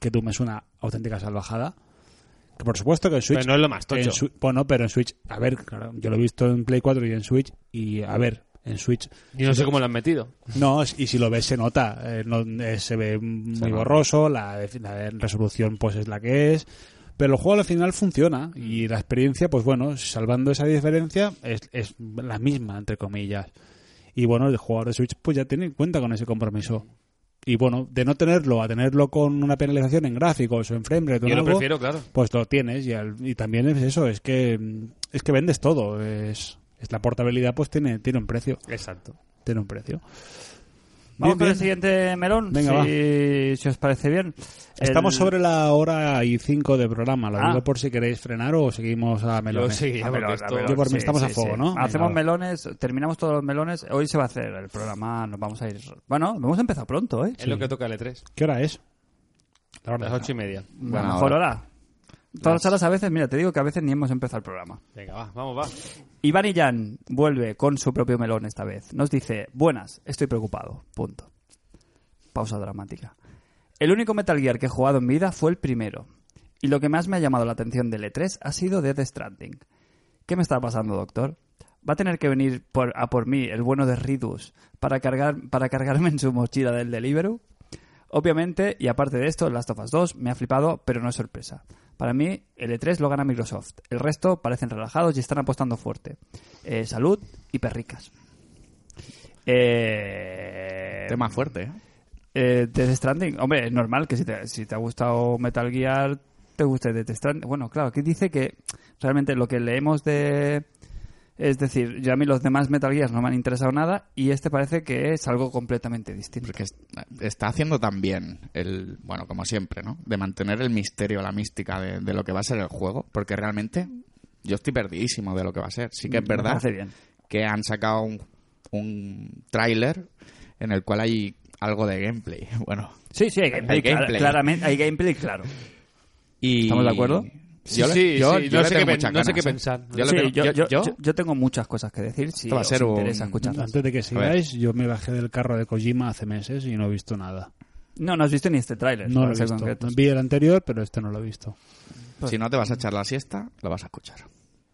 [SPEAKER 4] que Doom es una auténtica salvajada, que por supuesto que en Switch...
[SPEAKER 3] Pero no es lo más tocho.
[SPEAKER 4] en Swi- bueno, pero en Switch, a ver, claro, yo lo he visto en Play 4 y en Switch, y a ver, en Switch
[SPEAKER 3] Yo no sé cómo lo han metido.
[SPEAKER 4] no, y si lo ves se nota, eh, no, eh, se ve muy borroso, la, la resolución pues es la que es, pero el juego al final funciona y
[SPEAKER 3] Mm.
[SPEAKER 4] la experiencia, pues bueno, salvando esa diferencia, es, es la misma, entre comillas. Y bueno, el jugador de Switch pues ya tiene en cuenta con ese compromiso. Y bueno, de no tenerlo a tenerlo con una penalización en gráficos o en frame rate o
[SPEAKER 3] Yo
[SPEAKER 4] en
[SPEAKER 3] lo
[SPEAKER 4] algo,
[SPEAKER 3] prefiero, claro.
[SPEAKER 4] pues lo tienes y, al- y también es eso, es que mm, es que vendes todo, es, es la portabilidad pues tiene tiene un precio,
[SPEAKER 3] Exacto.
[SPEAKER 4] tiene un precio.
[SPEAKER 2] Vamos
[SPEAKER 4] Bien,
[SPEAKER 2] con el
[SPEAKER 4] bien.
[SPEAKER 2] siguiente melón,
[SPEAKER 4] Venga,
[SPEAKER 2] si, si os parece bien.
[SPEAKER 4] Estamos
[SPEAKER 2] El-
[SPEAKER 4] sobre la hora y cinco de programa. Lo
[SPEAKER 2] Ah.
[SPEAKER 4] digo por si queréis frenar o seguimos a melones.
[SPEAKER 3] Yo sí,
[SPEAKER 2] Ah,
[SPEAKER 3] porque
[SPEAKER 2] melón,
[SPEAKER 3] esto-
[SPEAKER 2] ah, melón,
[SPEAKER 4] Yo por mí
[SPEAKER 2] sí,
[SPEAKER 4] estamos a
[SPEAKER 2] sí,
[SPEAKER 4] fuego,
[SPEAKER 2] sí.
[SPEAKER 4] ¿no?
[SPEAKER 2] Hacemos
[SPEAKER 4] Venga, va.
[SPEAKER 2] melones, terminamos todos los melones. Hoy se va a hacer el programa, nos vamos a ir. Bueno, hemos empezado pronto, ¿eh?
[SPEAKER 3] Es lo que toca el E3.
[SPEAKER 4] ¿Qué hora es?
[SPEAKER 3] A las ocho y media.
[SPEAKER 2] A
[SPEAKER 5] Buena
[SPEAKER 2] lo mejor
[SPEAKER 5] hora.
[SPEAKER 2] ahora. Todas las horas a veces, mira, te digo que a veces ni hemos empezado el programa.
[SPEAKER 3] Venga, va, vamos, va.
[SPEAKER 2] Iván y Jan vuelve con su propio melón esta vez. Nos dice, buenas, estoy preocupado. Punto. Pausa dramática. El único Metal Gear que he jugado en mi vida fue el primero. Y E lo que más me ha llamado la atención del E3 ha sido Death Stranding. ¿Qué me está pasando, doctor? Va a tener que venir por, a por mí el bueno de Ridus para, cargar, para cargarme en su mochila del Deliveroo. Obviamente, y aparte de esto, Last of Us 2 me ha flipado, pero no es sorpresa. Para mí, el E3 lo gana Microsoft. El resto parecen relajados y están apostando fuerte. Eh, salud y perricas. Eh,
[SPEAKER 5] Tema fuerte, ¿eh?
[SPEAKER 2] eh, Death Stranding, hombre, es normal que si te, si te ha gustado Metal Gear, te guste Death Stranding. Bueno, claro, aquí dice que realmente lo que leemos de... Es decir, yo a mí los demás Metal Gears no me han interesado nada y este parece que es algo completamente distinto.
[SPEAKER 5] Porque es- está haciendo también el, bueno, como siempre, ¿no? De mantener el misterio, la mística de, de lo que va a ser el juego, porque realmente yo estoy perdidísimo de lo que va a ser. Sí que es
[SPEAKER 2] Me
[SPEAKER 5] verdad
[SPEAKER 2] Mm, parece bien.
[SPEAKER 5] que han sacado un, un tráiler en el cual hay algo de gameplay, bueno.
[SPEAKER 2] Sí, sí, hay gameplay.
[SPEAKER 5] gameplay,
[SPEAKER 2] clara-
[SPEAKER 5] gameplay.
[SPEAKER 2] claramente, hay gameplay, claro.
[SPEAKER 5] Y
[SPEAKER 2] ¿Estamos de acuerdo?
[SPEAKER 5] Yo le-
[SPEAKER 3] Sí,
[SPEAKER 5] yo-
[SPEAKER 3] sí,
[SPEAKER 5] yo
[SPEAKER 3] no
[SPEAKER 5] le
[SPEAKER 3] sé
[SPEAKER 5] tengo
[SPEAKER 3] qué pen-
[SPEAKER 5] muchas
[SPEAKER 3] no sé
[SPEAKER 5] ganas,
[SPEAKER 3] qué
[SPEAKER 5] ¿eh?
[SPEAKER 3] pensar.
[SPEAKER 5] Yo le
[SPEAKER 2] Sí,
[SPEAKER 5] tengo-
[SPEAKER 2] yo,
[SPEAKER 5] yo-
[SPEAKER 2] yo-
[SPEAKER 5] yo-
[SPEAKER 2] yo- yo tengo muchas cosas que decir. Si
[SPEAKER 5] Esto va a
[SPEAKER 2] os
[SPEAKER 5] ser un-
[SPEAKER 2] interesa escucharlas.
[SPEAKER 4] Antes de que sigáis, yo me bajé del carro de Kojima hace meses y no he visto nada.
[SPEAKER 2] No, no has visto ni este tráiler.
[SPEAKER 4] No lo
[SPEAKER 2] para
[SPEAKER 4] he
[SPEAKER 2] ser
[SPEAKER 4] visto.
[SPEAKER 2] concretos.
[SPEAKER 4] Vi el anterior, pero este no lo he visto. Pues
[SPEAKER 5] si no te vas a echar la siesta, lo vas a escuchar.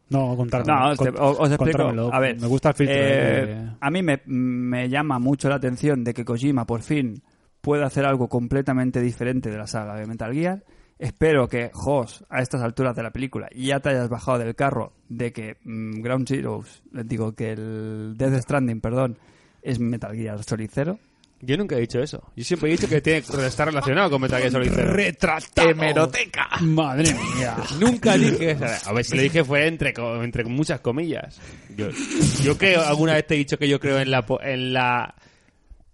[SPEAKER 4] No, contármelo.
[SPEAKER 2] No, os, te-
[SPEAKER 4] Cont-
[SPEAKER 2] os- os explico.
[SPEAKER 4] contármelo.
[SPEAKER 2] A ver,
[SPEAKER 4] me gusta el filtro.
[SPEAKER 2] eh,
[SPEAKER 4] eh, de-
[SPEAKER 2] A mí me, me llama mucho la atención de que Kojima por fin pueda hacer algo completamente diferente de la saga de Metal Gear. Espero que, Jos, a estas alturas de la película, ya te hayas bajado del carro de que mm, Ground Zeroes, digo, que el Death Stranding, perdón, es Metal Gear Solicero.
[SPEAKER 3] Yo nunca he dicho eso. Yo siempre he dicho que tiene que estar relacionado con Metal Gear Solid Zero.
[SPEAKER 4] ¡Retratado!
[SPEAKER 5] ¡Hemeroteca!
[SPEAKER 4] Madre mía.
[SPEAKER 3] Nunca dije eso. A ver, si lo dije fue entre, co- entre muchas comillas. Yo, yo creo, alguna vez te he dicho que yo creo en la, po- en la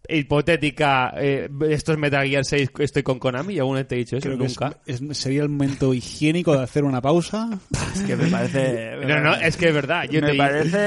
[SPEAKER 3] hipotética, eh, esto es Metal Gear 6, estoy con Konami, y alguna vez te he dicho eso,
[SPEAKER 4] Creo que es-
[SPEAKER 3] nunca.
[SPEAKER 4] es- sería el momento higiénico de hacer una pausa.
[SPEAKER 2] Es que me parece...
[SPEAKER 3] No, no, es que es verdad. Yo,
[SPEAKER 2] me
[SPEAKER 3] te,
[SPEAKER 2] parece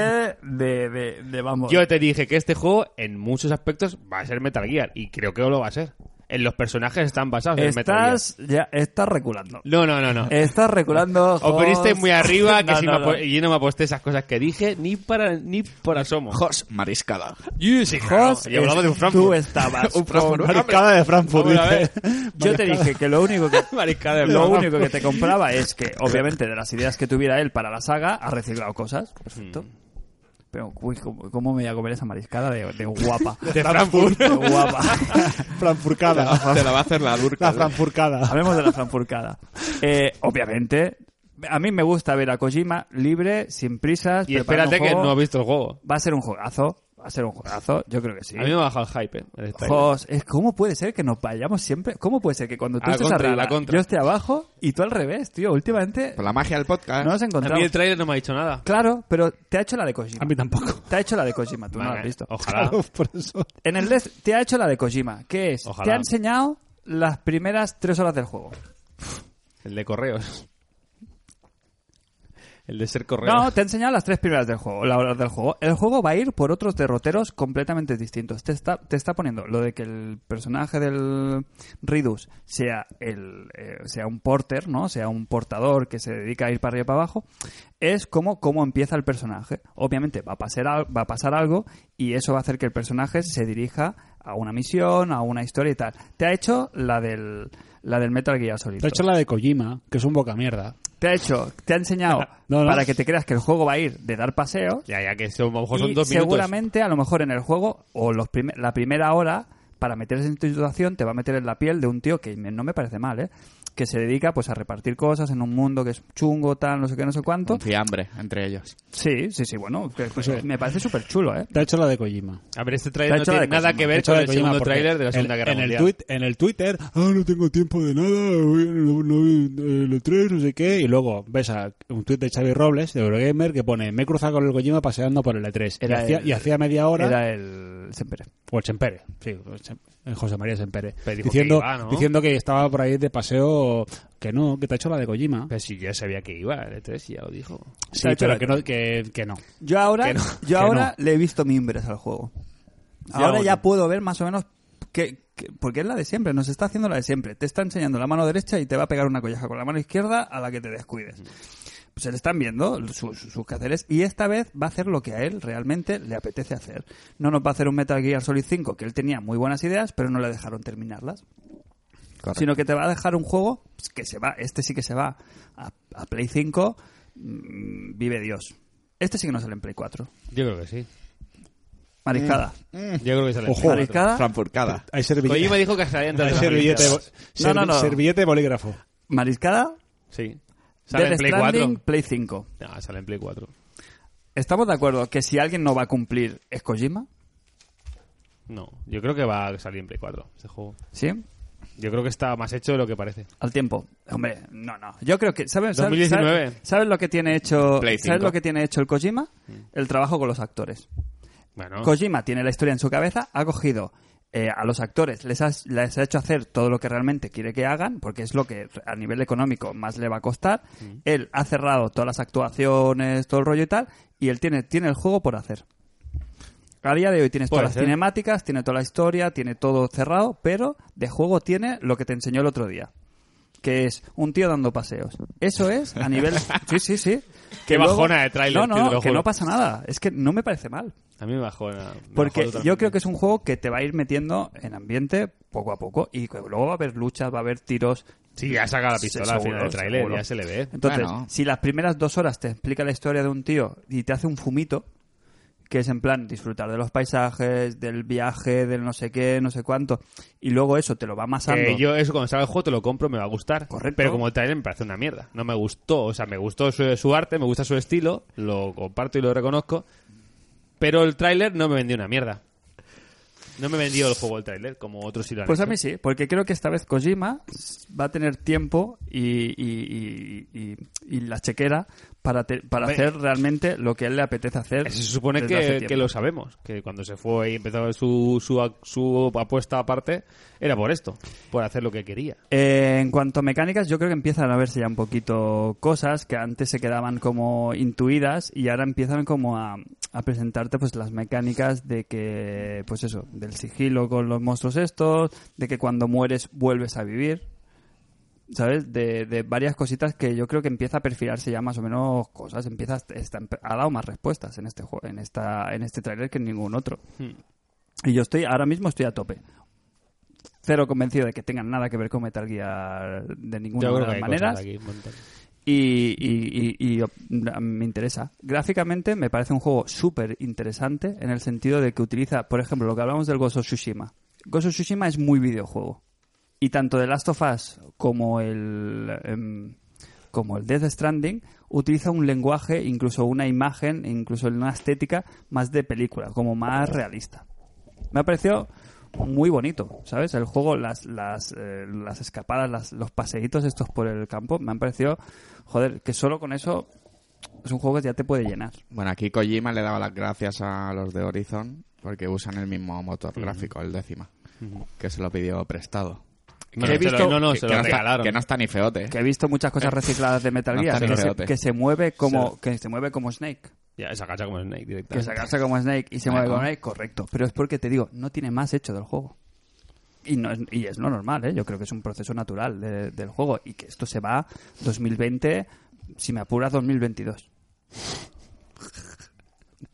[SPEAKER 2] de, de, de vamos.
[SPEAKER 3] yo te dije que este juego, en muchos aspectos, va a ser Metal Gear, y creo que lo va a ser. En los personajes están basados en Metal Gear.
[SPEAKER 2] estás, ya, estás reculando.
[SPEAKER 3] No, no, no, no.
[SPEAKER 2] Estás reculando.
[SPEAKER 3] Os viniste
[SPEAKER 2] Jos.
[SPEAKER 3] este muy arriba, que
[SPEAKER 2] No,
[SPEAKER 3] si
[SPEAKER 2] no,
[SPEAKER 3] me
[SPEAKER 2] no.
[SPEAKER 3] apo- y yo no me aposté esas cosas que dije, ni para ni por asomo.
[SPEAKER 5] Jos Mariscada.
[SPEAKER 3] Yo sí, claro,
[SPEAKER 2] Jos,
[SPEAKER 3] y hablamos de un
[SPEAKER 2] es-
[SPEAKER 3] Frankfurt.
[SPEAKER 2] Tú estabas.
[SPEAKER 5] Un Frankfurt.
[SPEAKER 2] con-
[SPEAKER 4] Maricada de Frankfurt,
[SPEAKER 3] Vamos a
[SPEAKER 4] dice.
[SPEAKER 2] Yo te dije que lo único que
[SPEAKER 3] Mariscada de
[SPEAKER 2] lo
[SPEAKER 3] Frankfurt.
[SPEAKER 2] único que te compraba es que, obviamente, de las ideas que tuviera él para la saga, ha reciclado cosas. Perfecto.
[SPEAKER 3] Mm.
[SPEAKER 2] Pero, uy, ¿cómo, cómo me voy a comer esa mariscada de, de guapa?
[SPEAKER 3] De Frankfurt.
[SPEAKER 2] De guapa.
[SPEAKER 4] Frankfurcada.
[SPEAKER 5] Te la va a hacer la
[SPEAKER 4] La
[SPEAKER 5] durca.
[SPEAKER 4] Frankfurcada.
[SPEAKER 2] Hablemos de la franfurcada. Eh, obviamente, a mí me gusta ver a Kojima libre, sin prisas.
[SPEAKER 3] Y espérate
[SPEAKER 2] preparando un
[SPEAKER 3] que
[SPEAKER 2] juego.
[SPEAKER 3] no has visto el juego.
[SPEAKER 2] Va a ser un juegazo. Va a ser un juegazo. Yo creo que sí.
[SPEAKER 3] A mí me ha bajado el hype, eh, el trailer.
[SPEAKER 2] Jos, es ¿cómo puede ser que nos vayamos siempre? ¿Cómo puede ser que cuando tú
[SPEAKER 3] A la
[SPEAKER 2] estés
[SPEAKER 3] contra, a la
[SPEAKER 2] arriba,
[SPEAKER 3] contra.
[SPEAKER 2] yo esté abajo y tú al revés, tío? Últimamente
[SPEAKER 5] Por Pues la magia del podcast.
[SPEAKER 2] no nos
[SPEAKER 3] A mí el
[SPEAKER 2] encontramos.
[SPEAKER 3] trailer no me ha dicho nada.
[SPEAKER 2] Claro, pero te ha hecho la de Kojima.
[SPEAKER 4] A mí tampoco.
[SPEAKER 2] Te ha hecho la de Kojima, tú no la
[SPEAKER 3] Vale,
[SPEAKER 2] has visto.
[SPEAKER 3] Ojalá.
[SPEAKER 4] Por eso.
[SPEAKER 2] En el Death te ha hecho la de Kojima, que es,
[SPEAKER 3] Ojalá.
[SPEAKER 2] te ha enseñado las primeras tres horas del juego.
[SPEAKER 3] El de correos. El de ser correo.
[SPEAKER 2] No, te ha enseñado las tres primeras del juego, las horas del juego. El juego va a ir por otros derroteros completamente distintos. Te está, te está poniendo lo de que el personaje del Ridus sea el eh, sea un porter, ¿no? Sea un portador que se dedica a ir para arriba y para abajo. Es como cómo empieza el personaje. Obviamente va a pasar al- va a pasar algo y eso va a hacer que el personaje se dirija a una misión, a una historia y tal. Te ha hecho la del la del Metal Gear Solid.
[SPEAKER 4] Te he hecho la de Kojima, que es un boca mierda.
[SPEAKER 2] Te ha hecho, te ha enseñado
[SPEAKER 4] No, no.
[SPEAKER 2] para que te creas que el juego va a ir de dar paseos
[SPEAKER 3] Ya, ya, que son, a lo mejor Pues son
[SPEAKER 2] y
[SPEAKER 3] dos minutos.
[SPEAKER 2] seguramente, a lo mejor en el juego, o los prim- la primera hora, para meterse en tu situación, te va a meter en la piel de un tío que me- no me parece mal, ¿eh? Que se dedica pues a repartir cosas en un mundo que es chungo, tal, no sé qué, no sé cuánto.
[SPEAKER 5] Un fiambre entre ellos.
[SPEAKER 2] Sí, sí, sí, bueno, que- pues, me parece súper chulo, ¿eh?
[SPEAKER 4] Te ha hecho la de Kojima.
[SPEAKER 3] A ver, este
[SPEAKER 2] Te ha
[SPEAKER 3] trailer no
[SPEAKER 2] hecho la
[SPEAKER 3] tiene
[SPEAKER 2] de
[SPEAKER 3] nada
[SPEAKER 2] Kojima.
[SPEAKER 3] que
[SPEAKER 4] Te ha
[SPEAKER 3] ver
[SPEAKER 4] hecho
[SPEAKER 3] con
[SPEAKER 4] la
[SPEAKER 3] el
[SPEAKER 4] de Kojima
[SPEAKER 3] segundo
[SPEAKER 4] porque
[SPEAKER 3] trailer de la
[SPEAKER 4] en-
[SPEAKER 3] Segunda Guerra
[SPEAKER 4] en
[SPEAKER 3] Mundial.
[SPEAKER 4] El tuit- en el Twitter, ah, no tengo tiempo de nada, eh, no, no vi, eh, el 3, no sé qué. Y luego ves a un tuit de Xavi Robles, de Eurogamer, que pone, me he cruzado con el Kojima paseando por el E3. Y
[SPEAKER 2] Era
[SPEAKER 4] hacía,
[SPEAKER 2] el-
[SPEAKER 4] y hacía media hora...
[SPEAKER 2] Era el... siempre.
[SPEAKER 4] O el Sempere, sí, el Sem- el José María Sempere.
[SPEAKER 3] Pero dijo
[SPEAKER 4] diciendo,
[SPEAKER 3] que iba, ¿no?
[SPEAKER 4] diciendo que estaba por ahí de paseo, que no, que te ha hecho la de Kojima.
[SPEAKER 3] Pero si yo sabía que iba, el E3 ya lo dijo.
[SPEAKER 4] Sí,
[SPEAKER 2] te ha hecho
[SPEAKER 4] pero
[SPEAKER 2] la
[SPEAKER 4] que no, que, que no.
[SPEAKER 2] Yo ahora,
[SPEAKER 3] Que no,
[SPEAKER 2] yo
[SPEAKER 4] que
[SPEAKER 2] ahora le he visto mimbres al juego. Ahora
[SPEAKER 3] bueno.
[SPEAKER 2] ya puedo ver más o menos que, porque es la de siempre, nos está haciendo la de siempre. Te está enseñando la mano derecha y te va a pegar una colleja con la mano izquierda a la que te descuides. Pues se le están viendo sus, sus quehaceres y esta vez va a hacer lo que a él realmente le apetece hacer. No nos va a hacer un Metal Gear Solid 5, que él tenía muy buenas ideas, pero no le dejaron terminarlas sino que te va a dejar un juego pues, que se va, este sí que se va a, a Play 5, mm, vive Dios. Este sí que no sale en Play 4.
[SPEAKER 3] Yo creo que sí.
[SPEAKER 2] Mariscada.
[SPEAKER 3] Yo creo que sale.
[SPEAKER 4] Ojo.
[SPEAKER 2] Mariscada.
[SPEAKER 5] Franfurcada.
[SPEAKER 4] Hay servilleta.
[SPEAKER 3] Kojima dijo que salía entre
[SPEAKER 4] hay
[SPEAKER 3] las
[SPEAKER 4] servillete,
[SPEAKER 3] películas.
[SPEAKER 4] servi-
[SPEAKER 2] no, no.
[SPEAKER 4] servillete y bolígrafo.
[SPEAKER 2] Mariscada.
[SPEAKER 3] Sí. Sale en
[SPEAKER 2] Death
[SPEAKER 3] Play
[SPEAKER 2] Stranding,
[SPEAKER 3] 4.
[SPEAKER 2] Play 5.
[SPEAKER 3] No, sale en Play 4.
[SPEAKER 2] ¿Estamos de acuerdo que si alguien no va a cumplir es Kojima?
[SPEAKER 3] No, yo creo que va a salir en Play 4 ese juego.
[SPEAKER 2] ¿Sí?
[SPEAKER 3] Yo creo que está más hecho de lo que parece.
[SPEAKER 2] Al tiempo. Hombre, no, no. Yo creo que... ¿Sabes, sabes-
[SPEAKER 3] 2019. Mm.
[SPEAKER 2] sabes- sabes lo que tiene hecho,
[SPEAKER 5] Play
[SPEAKER 2] ¿Sabes
[SPEAKER 5] 5.
[SPEAKER 2] lo que tiene hecho el Kojima? El trabajo con los actores.
[SPEAKER 3] Bueno,
[SPEAKER 2] Kojima tiene la historia en su cabeza, ha cogido eh, a los actores, les ha, les ha hecho hacer todo lo que realmente quiere que hagan, porque es lo que a nivel económico más le va a costar. Él ha cerrado todas las actuaciones, todo el rollo y tal, y él tiene, tiene el juego por hacer. A día de hoy tienes
[SPEAKER 3] Puede
[SPEAKER 2] todas
[SPEAKER 3] ser.
[SPEAKER 2] las cinemáticas, tiene toda la historia, tiene todo cerrado, pero de juego tiene lo que te enseñó el otro día. Que es un tío dando paseos. Eso es a nivel. Sí, sí, sí.
[SPEAKER 3] Qué
[SPEAKER 2] luego-
[SPEAKER 3] bajona de tráiler,
[SPEAKER 2] No,
[SPEAKER 3] tío, te
[SPEAKER 2] no,
[SPEAKER 3] lo
[SPEAKER 2] que
[SPEAKER 3] juro.
[SPEAKER 2] no pasa nada. Es que no me parece mal.
[SPEAKER 3] a mí me bajó. la- me
[SPEAKER 2] Porque
[SPEAKER 3] bajó totalmente.
[SPEAKER 2] yo creo que es un juego que te va a ir metiendo en ambiente poco a poco y que luego va a haber luchas, va a haber tiros.
[SPEAKER 3] Sí, ya saca la
[SPEAKER 2] Sí,
[SPEAKER 3] pistola al
[SPEAKER 2] seguro,
[SPEAKER 3] final del tráiler,
[SPEAKER 2] seguro.
[SPEAKER 3] ya se le ve.
[SPEAKER 2] Entonces,
[SPEAKER 5] Bueno.
[SPEAKER 2] si las primeras dos horas te explica la historia de un tío y te hace un fumito, que es en plan disfrutar de los paisajes, del viaje, del no sé qué, no sé cuánto, y luego eso te lo va masando.
[SPEAKER 3] Que Eh, yo eso cuando salga el juego te lo compro, me va a gustar.
[SPEAKER 2] Correcto.
[SPEAKER 3] Pero como trailer me parece una mierda. No me gustó. O sea, me gustó su, su arte, me gusta su estilo, lo comparto y lo reconozco. Pero el tráiler no me vendió una mierda. No me vendió el juego el tráiler, como otros sí lo han
[SPEAKER 2] Pues a
[SPEAKER 3] hecho.
[SPEAKER 2] mí sí, porque creo que esta vez Kojima va a tener tiempo y, y- y- y- y la chequera para, te- para hacer realmente lo que a él le apetece hacer.
[SPEAKER 3] Se supone
[SPEAKER 2] desde hace
[SPEAKER 3] que,
[SPEAKER 2] tiempo.
[SPEAKER 3] que lo sabemos, que cuando se fue y empezó su, su, su apuesta aparte, era por esto, por hacer lo que quería.
[SPEAKER 2] Eh, en cuanto a mecánicas, yo creo que empiezan a verse ya un poquito cosas que antes se quedaban como intuidas y ahora empiezan como a, a presentarte pues las mecánicas de que, pues eso, del sigilo con los monstruos estos, de que cuando mueres vuelves a vivir, ¿sabes? De, de varias cositas que yo creo que empieza a perfilarse ya más o menos cosas, empieza a, está- ha dado más respuestas en este juego, en esta, en este tráiler que en ningún otro.
[SPEAKER 3] Hmm.
[SPEAKER 2] Y yo estoy, ahora mismo estoy a tope. Cero convencido de que tengan nada que ver con Metal Gear de ninguna de las
[SPEAKER 3] hay
[SPEAKER 2] maneras.
[SPEAKER 3] cosas aquí, un montón.
[SPEAKER 2] Y, y- y- y, op- me interesa. Gráficamente me parece un juego súper interesante en el sentido de que utiliza, por ejemplo, lo que hablamos del Ghost of Tsushima. Ghost of Tsushima es muy videojuego. Y tanto The Last of Us como el, em, como el Death Stranding utiliza un lenguaje, incluso una imagen, incluso una estética más de película, como más realista. Me ha parecido muy bonito, ¿sabes? El juego, las, las, eh, las escapadas, las- los paseitos estos por el campo, me han parecido, joder, que solo con eso es un juego que ya te puede llenar.
[SPEAKER 5] Bueno, aquí Kojima le daba las gracias a los de Horizon porque usan el mismo motor gráfico, el décima, que se lo pidió prestado.
[SPEAKER 3] No,
[SPEAKER 2] Que he
[SPEAKER 3] se lo-
[SPEAKER 2] visto-
[SPEAKER 3] no, no,
[SPEAKER 5] que,
[SPEAKER 3] se
[SPEAKER 5] que
[SPEAKER 3] lo
[SPEAKER 5] no está-
[SPEAKER 3] regalaron.
[SPEAKER 5] que no está ni feote. ¿eh?
[SPEAKER 2] Que he visto muchas cosas recicladas de Metal
[SPEAKER 5] No
[SPEAKER 2] Gear,
[SPEAKER 5] está
[SPEAKER 2] que se,
[SPEAKER 5] feo, tío.
[SPEAKER 2] que se mueve como, que se mueve como Snake.
[SPEAKER 3] Ya, esa cacha como Snake
[SPEAKER 2] Que
[SPEAKER 3] directamente.
[SPEAKER 2] se agacha como Snake y se mueve
[SPEAKER 5] Ajá.
[SPEAKER 2] como Snake, correcto. Pero es porque te digo, no tiene más hecho del juego. Y, no es, y es lo normal, ¿eh? Yo creo que es un proceso natural de- del juego. Y que esto se va 2020, si me apuras, 2022.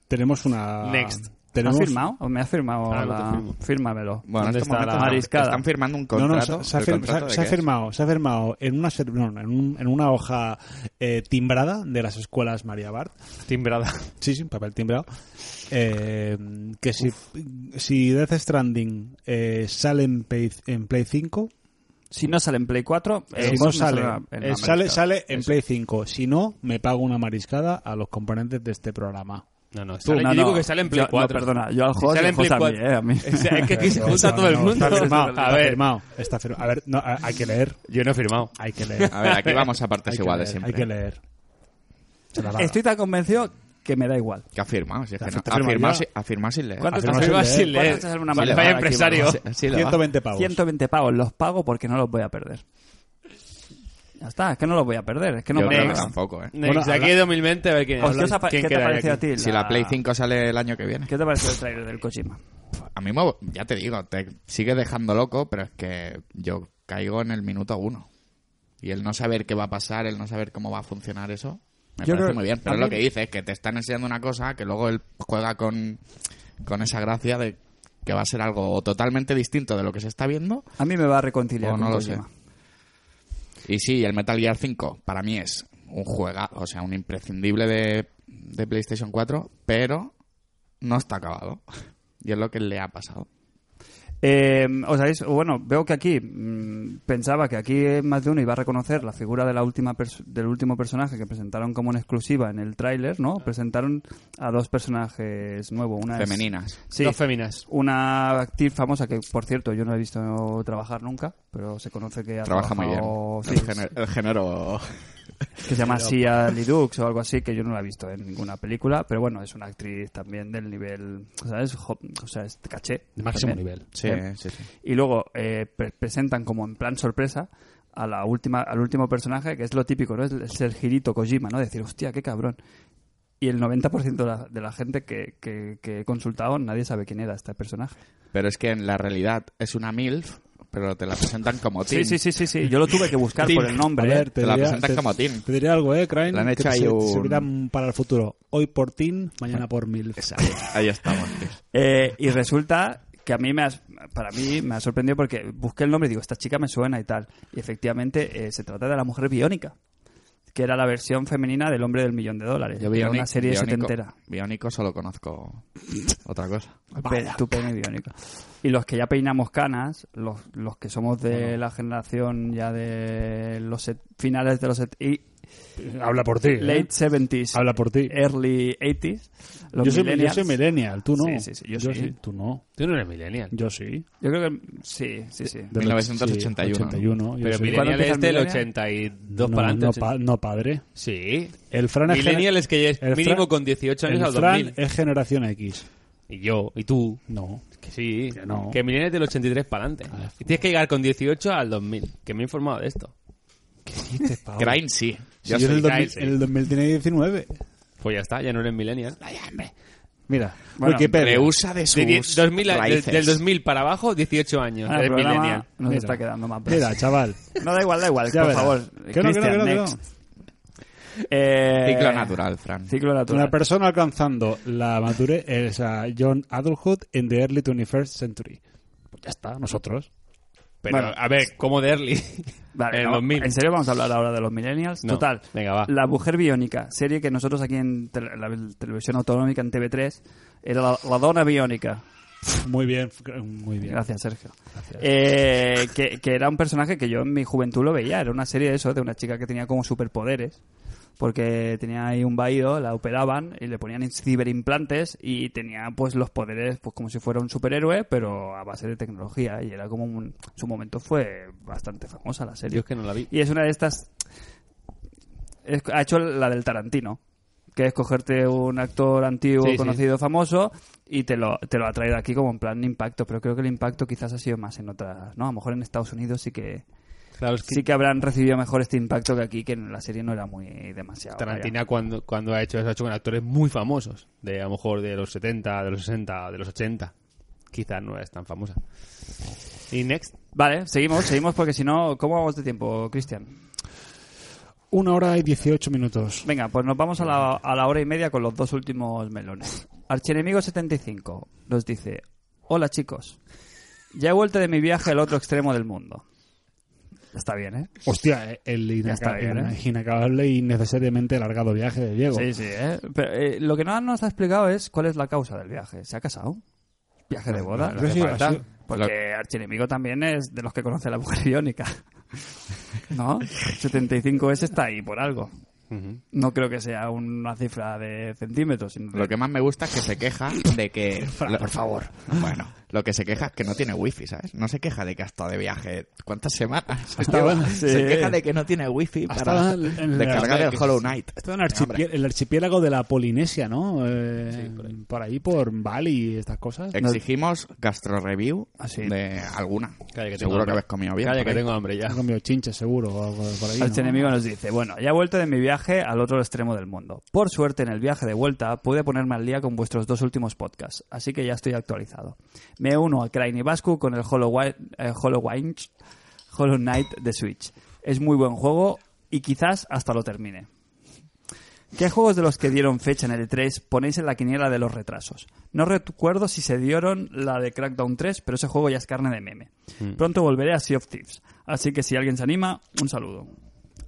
[SPEAKER 4] Tenemos una...
[SPEAKER 3] Next.
[SPEAKER 2] ¿Me ha
[SPEAKER 4] Tenemos...
[SPEAKER 2] firmado? ¿O ¿Me ha firmado?
[SPEAKER 3] Ah, no te
[SPEAKER 2] la-
[SPEAKER 3] firmo.
[SPEAKER 2] Fírmamelo.
[SPEAKER 5] Bueno, en
[SPEAKER 3] ¿Dónde
[SPEAKER 5] estos
[SPEAKER 3] está
[SPEAKER 5] momentos
[SPEAKER 3] la
[SPEAKER 5] están-
[SPEAKER 2] mariscada?
[SPEAKER 5] están firmando un
[SPEAKER 4] No,
[SPEAKER 5] contrato.
[SPEAKER 4] no, se, se ha,
[SPEAKER 5] ¿El
[SPEAKER 4] fir-
[SPEAKER 5] contrato
[SPEAKER 4] se ha-
[SPEAKER 5] de
[SPEAKER 4] se ha
[SPEAKER 5] qué es?
[SPEAKER 4] firmado, se ha firmado en una, ser- no, en un- en una hoja eh, timbrada de las escuelas María Bart.
[SPEAKER 3] Timbrada.
[SPEAKER 4] Sí, sí, papel timbrado. Eh, que si, si Death Stranding eh, sale en Play, en Play 5,
[SPEAKER 2] Si no sale en Play 4, eh,
[SPEAKER 4] si
[SPEAKER 2] eso
[SPEAKER 4] no
[SPEAKER 2] me
[SPEAKER 4] sale,
[SPEAKER 2] saldrá en la
[SPEAKER 4] eh,
[SPEAKER 2] mariscada.
[SPEAKER 4] sale, sale en Play 5. Si no, me pago una mariscada a los componentes de este programa.
[SPEAKER 3] No, no,
[SPEAKER 2] Tú,
[SPEAKER 3] sale-
[SPEAKER 2] no,
[SPEAKER 3] yo digo
[SPEAKER 2] no,
[SPEAKER 3] que sale en
[SPEAKER 2] yo-
[SPEAKER 3] Play
[SPEAKER 2] no,
[SPEAKER 3] 4.
[SPEAKER 2] perdona, yo al
[SPEAKER 3] Si
[SPEAKER 2] Jos y
[SPEAKER 3] sale
[SPEAKER 2] al
[SPEAKER 3] en Play
[SPEAKER 2] Jos a mí,
[SPEAKER 3] 4.
[SPEAKER 2] eh, a mí.
[SPEAKER 3] O sea, es que aquí se junta
[SPEAKER 4] No,
[SPEAKER 3] todo el
[SPEAKER 4] no,
[SPEAKER 3] mundo.
[SPEAKER 4] Está firmado,
[SPEAKER 3] a
[SPEAKER 4] está
[SPEAKER 3] ver,
[SPEAKER 4] firmado, está firmado. A ver, no, a- hay que leer,
[SPEAKER 3] yo no he firmado.
[SPEAKER 4] hay que leer.
[SPEAKER 5] A ver, aquí vamos a partes
[SPEAKER 4] hay que
[SPEAKER 5] iguales
[SPEAKER 4] leer,
[SPEAKER 5] pues siempre.
[SPEAKER 4] Hay que leer. Se la va.
[SPEAKER 2] Estoy tan convencido que me da igual.
[SPEAKER 5] Que ha firmado, si es
[SPEAKER 4] Te
[SPEAKER 5] que no.
[SPEAKER 4] ha
[SPEAKER 5] Ha
[SPEAKER 4] firmado
[SPEAKER 5] firmado
[SPEAKER 4] ya.
[SPEAKER 5] si- ha firmado sin leer.
[SPEAKER 2] ¿Cuánto
[SPEAKER 4] Afirma
[SPEAKER 2] estás-
[SPEAKER 4] sin
[SPEAKER 2] ¿cuánto
[SPEAKER 4] leer.
[SPEAKER 3] ¿Cuánto
[SPEAKER 2] estás en una
[SPEAKER 5] Sí, le
[SPEAKER 2] mariscada
[SPEAKER 3] vaya
[SPEAKER 2] aquí,
[SPEAKER 3] empresario.
[SPEAKER 2] vamos?
[SPEAKER 5] Sí, sí, lo va.
[SPEAKER 4] 120 pavos.
[SPEAKER 2] 120 pavos, los pago porque no los voy a perder. Ya está, es que no los voy a perder, es que no
[SPEAKER 5] Yo
[SPEAKER 2] me
[SPEAKER 5] creo que
[SPEAKER 2] pagan.
[SPEAKER 5] tampoco, ¿eh.
[SPEAKER 3] Next,
[SPEAKER 4] Bueno,
[SPEAKER 3] de aquí
[SPEAKER 4] habla-
[SPEAKER 3] de 2020 a ver quién,
[SPEAKER 2] Pues, ¿Qué, os ha pa-
[SPEAKER 3] quién
[SPEAKER 2] qué te
[SPEAKER 3] queda
[SPEAKER 2] ha
[SPEAKER 3] ahí
[SPEAKER 2] parecido a
[SPEAKER 3] aquí.
[SPEAKER 2] ti?
[SPEAKER 5] Si la
[SPEAKER 3] Ah.
[SPEAKER 5] Play 5 sale el año que viene.
[SPEAKER 2] ¿Qué te ha parecido el trailer del Kojima?
[SPEAKER 5] A mí, me- ya te digo, te sigue dejando loco, pero es que yo caigo en el minuto uno. Y el no saber qué va a pasar, el no saber cómo va a funcionar eso, me
[SPEAKER 2] Yo
[SPEAKER 5] parece
[SPEAKER 2] creo-
[SPEAKER 5] muy bien. Pero
[SPEAKER 2] a
[SPEAKER 5] es
[SPEAKER 2] mí-
[SPEAKER 5] lo que dices, que te están enseñando una cosa que luego él juega con, con esa gracia de que va a ser algo o totalmente distinto de lo que se está viendo.
[SPEAKER 2] A mí me va a reconciliar
[SPEAKER 5] Pues
[SPEAKER 2] con
[SPEAKER 5] no lo
[SPEAKER 2] Kojima.
[SPEAKER 5] Y sí, el Metal Gear 5 para mí es un juega, o sea, un imprescindible de de PlayStation 4, pero no está acabado. Y es lo que le ha pasado.
[SPEAKER 2] Eh, os habéis- bueno, veo que aquí mm, pensaba que aquí eh, más de uno iba a reconocer la figura de la última pers- del último personaje que presentaron como en exclusiva en el tráiler, ¿no? Presentaron a dos personajes nuevos, una es-
[SPEAKER 5] Femeninas.
[SPEAKER 2] sí,
[SPEAKER 3] Dos féminas.
[SPEAKER 2] una actriz famosa que por cierto yo no he visto trabajar nunca, pero se conoce que ha
[SPEAKER 5] Trabaja muy bien.
[SPEAKER 2] trabajado-
[SPEAKER 5] El,
[SPEAKER 2] sí,
[SPEAKER 5] género, el género-
[SPEAKER 2] que se llama Sia Lidux o algo así, que yo no la he visto en ninguna película, pero bueno, es una actriz también del nivel, ¿sabes? Jo- O sea, es caché.
[SPEAKER 3] De máximo
[SPEAKER 2] también.
[SPEAKER 3] nivel.
[SPEAKER 5] Sí,
[SPEAKER 2] Bien.
[SPEAKER 5] sí, sí.
[SPEAKER 2] Y luego eh, pre- presentan como en plan sorpresa a la última, al último personaje, que es lo típico, ¿no? Es el- Es el girito Kojima, ¿no? Decir, hostia, qué cabrón. Y el 90% de la, de la gente que, que- que he consultado, nadie sabe quién era este personaje.
[SPEAKER 5] Pero es que en la realidad es una MILF, pero te la presentan como Tim.
[SPEAKER 2] Sí, sí, sí, sí, sí. Yo lo tuve que buscar por el nombre.
[SPEAKER 4] A ver,
[SPEAKER 5] te
[SPEAKER 4] te,
[SPEAKER 5] la
[SPEAKER 4] diría,
[SPEAKER 5] presentan
[SPEAKER 4] te-
[SPEAKER 5] como Tim.
[SPEAKER 4] te diré algo, eh, Crane.
[SPEAKER 5] Le han hecho
[SPEAKER 4] que
[SPEAKER 5] ahí
[SPEAKER 4] se-
[SPEAKER 5] un-
[SPEAKER 4] servirán para el futuro. Hoy por Tim, mañana por Mil.
[SPEAKER 5] Ahí estamos. tío.
[SPEAKER 2] Eh, y resulta que a mí me has- para mí me ha sorprendido porque busqué el nombre y digo, esta chica me suena y tal. Y efectivamente eh, se trata de la mujer biónica, que era la versión femenina del hombre del millón de dólares.
[SPEAKER 5] Yo
[SPEAKER 2] Era
[SPEAKER 5] Bionic-
[SPEAKER 2] una serie
[SPEAKER 5] Bionico-
[SPEAKER 2] setentera.
[SPEAKER 5] Bionico solo conozco otra cosa.
[SPEAKER 2] Pe- tu pene biónico. Y los que ya peinamos canas, los, los que somos de la generación ya de los set- finales de los set- y
[SPEAKER 4] Habla por ti. ¿eh?
[SPEAKER 2] late 70s,
[SPEAKER 4] Habla por ti.
[SPEAKER 2] early 80s, los
[SPEAKER 4] Yo soy, yo
[SPEAKER 2] millennials.
[SPEAKER 4] soy millennial, tú no.
[SPEAKER 2] Sí, sí, sí, yo sí.
[SPEAKER 4] Tú no.
[SPEAKER 3] Tú no eres millennial.
[SPEAKER 4] Yo sí.
[SPEAKER 2] Yo creo que sí, sí, sí.
[SPEAKER 4] Del
[SPEAKER 5] 1981.
[SPEAKER 4] sí, 81, yo
[SPEAKER 3] Pero
[SPEAKER 4] soy-
[SPEAKER 3] millennial
[SPEAKER 2] ¿Cuándo empieza
[SPEAKER 3] es
[SPEAKER 2] el
[SPEAKER 3] del
[SPEAKER 2] millennial?
[SPEAKER 3] 82
[SPEAKER 4] no,
[SPEAKER 3] para adelante.
[SPEAKER 4] no,
[SPEAKER 3] ochen-
[SPEAKER 4] pa- no, padre.
[SPEAKER 3] sí.
[SPEAKER 4] El Fran es,
[SPEAKER 3] Millennial
[SPEAKER 4] gener-
[SPEAKER 3] es que ya es
[SPEAKER 4] el Fran-
[SPEAKER 3] mínimo con 18 años
[SPEAKER 4] el
[SPEAKER 3] al
[SPEAKER 4] Fran
[SPEAKER 3] 2000.
[SPEAKER 4] es generación X.
[SPEAKER 3] Y yo, y tú.
[SPEAKER 4] No.
[SPEAKER 3] Que sí.
[SPEAKER 4] Que no.
[SPEAKER 3] Millennial es del 83 para adelante. Y tienes que llegar con 18 al 2000. Que me he informado de esto.
[SPEAKER 5] Crane sí.
[SPEAKER 4] Si Ah, yo
[SPEAKER 5] Yo
[SPEAKER 4] en
[SPEAKER 5] soy
[SPEAKER 4] el, 2000,
[SPEAKER 5] Crane, sí.
[SPEAKER 4] en el 2000 tenía 19.
[SPEAKER 3] Pues ya está, ya no eres millennial.
[SPEAKER 4] Mira,
[SPEAKER 2] Bueno,
[SPEAKER 4] Wikipedia.
[SPEAKER 5] Rehúsa de sus
[SPEAKER 3] De die- 2000 a- del,
[SPEAKER 5] raíces.
[SPEAKER 3] del 2000 para abajo, 18 años.
[SPEAKER 2] Ah, el
[SPEAKER 3] eres
[SPEAKER 2] programa
[SPEAKER 3] millennial.
[SPEAKER 2] nos
[SPEAKER 4] Mira.
[SPEAKER 2] está quedando más
[SPEAKER 4] Mira, chaval.
[SPEAKER 2] No, da igual, da igual,
[SPEAKER 4] Ya
[SPEAKER 2] por
[SPEAKER 4] verás.
[SPEAKER 2] favor.
[SPEAKER 4] Que no, que no, que no, que no.
[SPEAKER 2] next. Eh,
[SPEAKER 5] Ciclo natural, Fran.
[SPEAKER 2] Ciclo natural.
[SPEAKER 4] Una persona alcanzando la madurez es a John Adulthood in the early 21st century. Pues ya está, nosotros.
[SPEAKER 3] Pero,
[SPEAKER 2] Bueno.
[SPEAKER 3] a ver, ¿cómo de early?
[SPEAKER 2] Vale,
[SPEAKER 3] en
[SPEAKER 2] no,
[SPEAKER 3] 2000.
[SPEAKER 2] ¿En serio vamos a hablar ahora de los millennials?
[SPEAKER 3] No,
[SPEAKER 2] Total.
[SPEAKER 3] venga, va.
[SPEAKER 2] La Mujer Biónica, serie que nosotros aquí en tele- la televisión autonómica, en TV3, era la, la Dona Biónica.
[SPEAKER 4] Muy bien, muy bien.
[SPEAKER 2] Gracias, Sergio. Eh, que, que era un personaje que yo en mi juventud lo veía. Era una serie de eso, de una chica que tenía como superpoderes. Porque tenía ahí un vaído, la operaban y le ponían ciberimplantes y tenía pues los poderes pues como si fuera un superhéroe, pero a base de tecnología. Y era como un... en su momento fue bastante famosa la
[SPEAKER 3] Yo
[SPEAKER 2] serie.
[SPEAKER 3] es que no la vi.
[SPEAKER 2] Y es una de estas... es- ha hecho la del Tarantino, que es cogerte un actor antiguo,
[SPEAKER 3] Sí, sí.
[SPEAKER 2] conocido, famoso, y te lo, te lo ha traído aquí como en plan impacto. Pero creo que el impacto quizás ha sido más en otras, ¿no? A lo mejor en Estados Unidos sí que
[SPEAKER 3] Claro, es que
[SPEAKER 2] sí que habrán recibido mejor este impacto que aquí, que en la serie no era muy demasiado.
[SPEAKER 3] Tarantino cuando, cuando ha hecho eso ha hecho con actores muy famosos. De a lo mejor de los 70, de los 60, de los 80. Quizás no es tan famosa. Y next.
[SPEAKER 2] vaya. Vale, seguimos, seguimos, porque si no, ¿cómo vamos de tiempo, Cristian?
[SPEAKER 4] Una hora y 18 minutos.
[SPEAKER 2] Venga, pues nos vamos a la, a la hora y media con los dos últimos melones. Archienemigo75 nos dice: Hola chicos, ya he vuelto de mi viaje al otro extremo del mundo. Está bien, ¿eh?
[SPEAKER 4] Hostia, eh, el,
[SPEAKER 2] Ya está
[SPEAKER 4] inaca-
[SPEAKER 2] bien, ¿eh?
[SPEAKER 4] el inacabable y necesariamente alargado viaje de Diego.
[SPEAKER 2] Sí, sí, ¿eh? Pero, eh, lo que no nos ha explicado es cuál es la causa del viaje. ¿Se ha casado? ¿Viaje de boda?
[SPEAKER 4] Yo sí,
[SPEAKER 5] falta.
[SPEAKER 4] así-
[SPEAKER 2] Porque Archienemigo también es de los que conoce a la mujer biónica. ¿No? 75S está ahí por algo. No creo que sea una cifra de centímetros, sino de
[SPEAKER 5] Lo que más me gusta es que se queja de que... por favor. Bueno, lo que se queja es que no tiene wifi, ¿sabes? No se queja de que ha estado de viaje cuántas semanas.
[SPEAKER 4] Estaba-
[SPEAKER 5] Se queja de que no tiene wifi
[SPEAKER 4] Ha
[SPEAKER 5] para
[SPEAKER 4] estado en- en la-
[SPEAKER 5] descargar el Hollow Knight.
[SPEAKER 4] Está en archipié- el archipiélago de la Polinesia, ¿no? Eh, por,
[SPEAKER 3] por
[SPEAKER 4] ahí. por Bali y estas cosas.
[SPEAKER 5] Exigimos gastro review
[SPEAKER 2] Ah, sí.
[SPEAKER 5] de alguna.
[SPEAKER 3] Calla, que tengo
[SPEAKER 5] Seguro que
[SPEAKER 3] hambre.
[SPEAKER 5] habéis comido bien.
[SPEAKER 3] Calla,
[SPEAKER 5] por
[SPEAKER 3] que
[SPEAKER 5] ahí.
[SPEAKER 3] tengo hambre ya.
[SPEAKER 4] Han comido chinches, seguro. o algo por ahí,
[SPEAKER 2] Este
[SPEAKER 4] ¿no?
[SPEAKER 2] enemigo nos dice, bueno, ya he vuelto de mi viaje al otro extremo del mundo. Por suerte, en el viaje de vuelta pude ponerme al día con vuestros dos últimos podcasts, así que ya estoy actualizado. Me uno a Crane y Bascu con el Hollow, Wi- eh, Hollow Winds- Hollow Knight de Switch. Es muy buen juego y quizás hasta lo termine. ¿Qué juegos de los que dieron fecha en el E3 ponéis en la quiniela de los retrasos? No recuerdo si se dieron la de Crackdown 3, pero ese juego
[SPEAKER 3] Mm.
[SPEAKER 2] ya es carne de meme. Pronto volveré a Sea of Thieves, así que si alguien se anima, un saludo.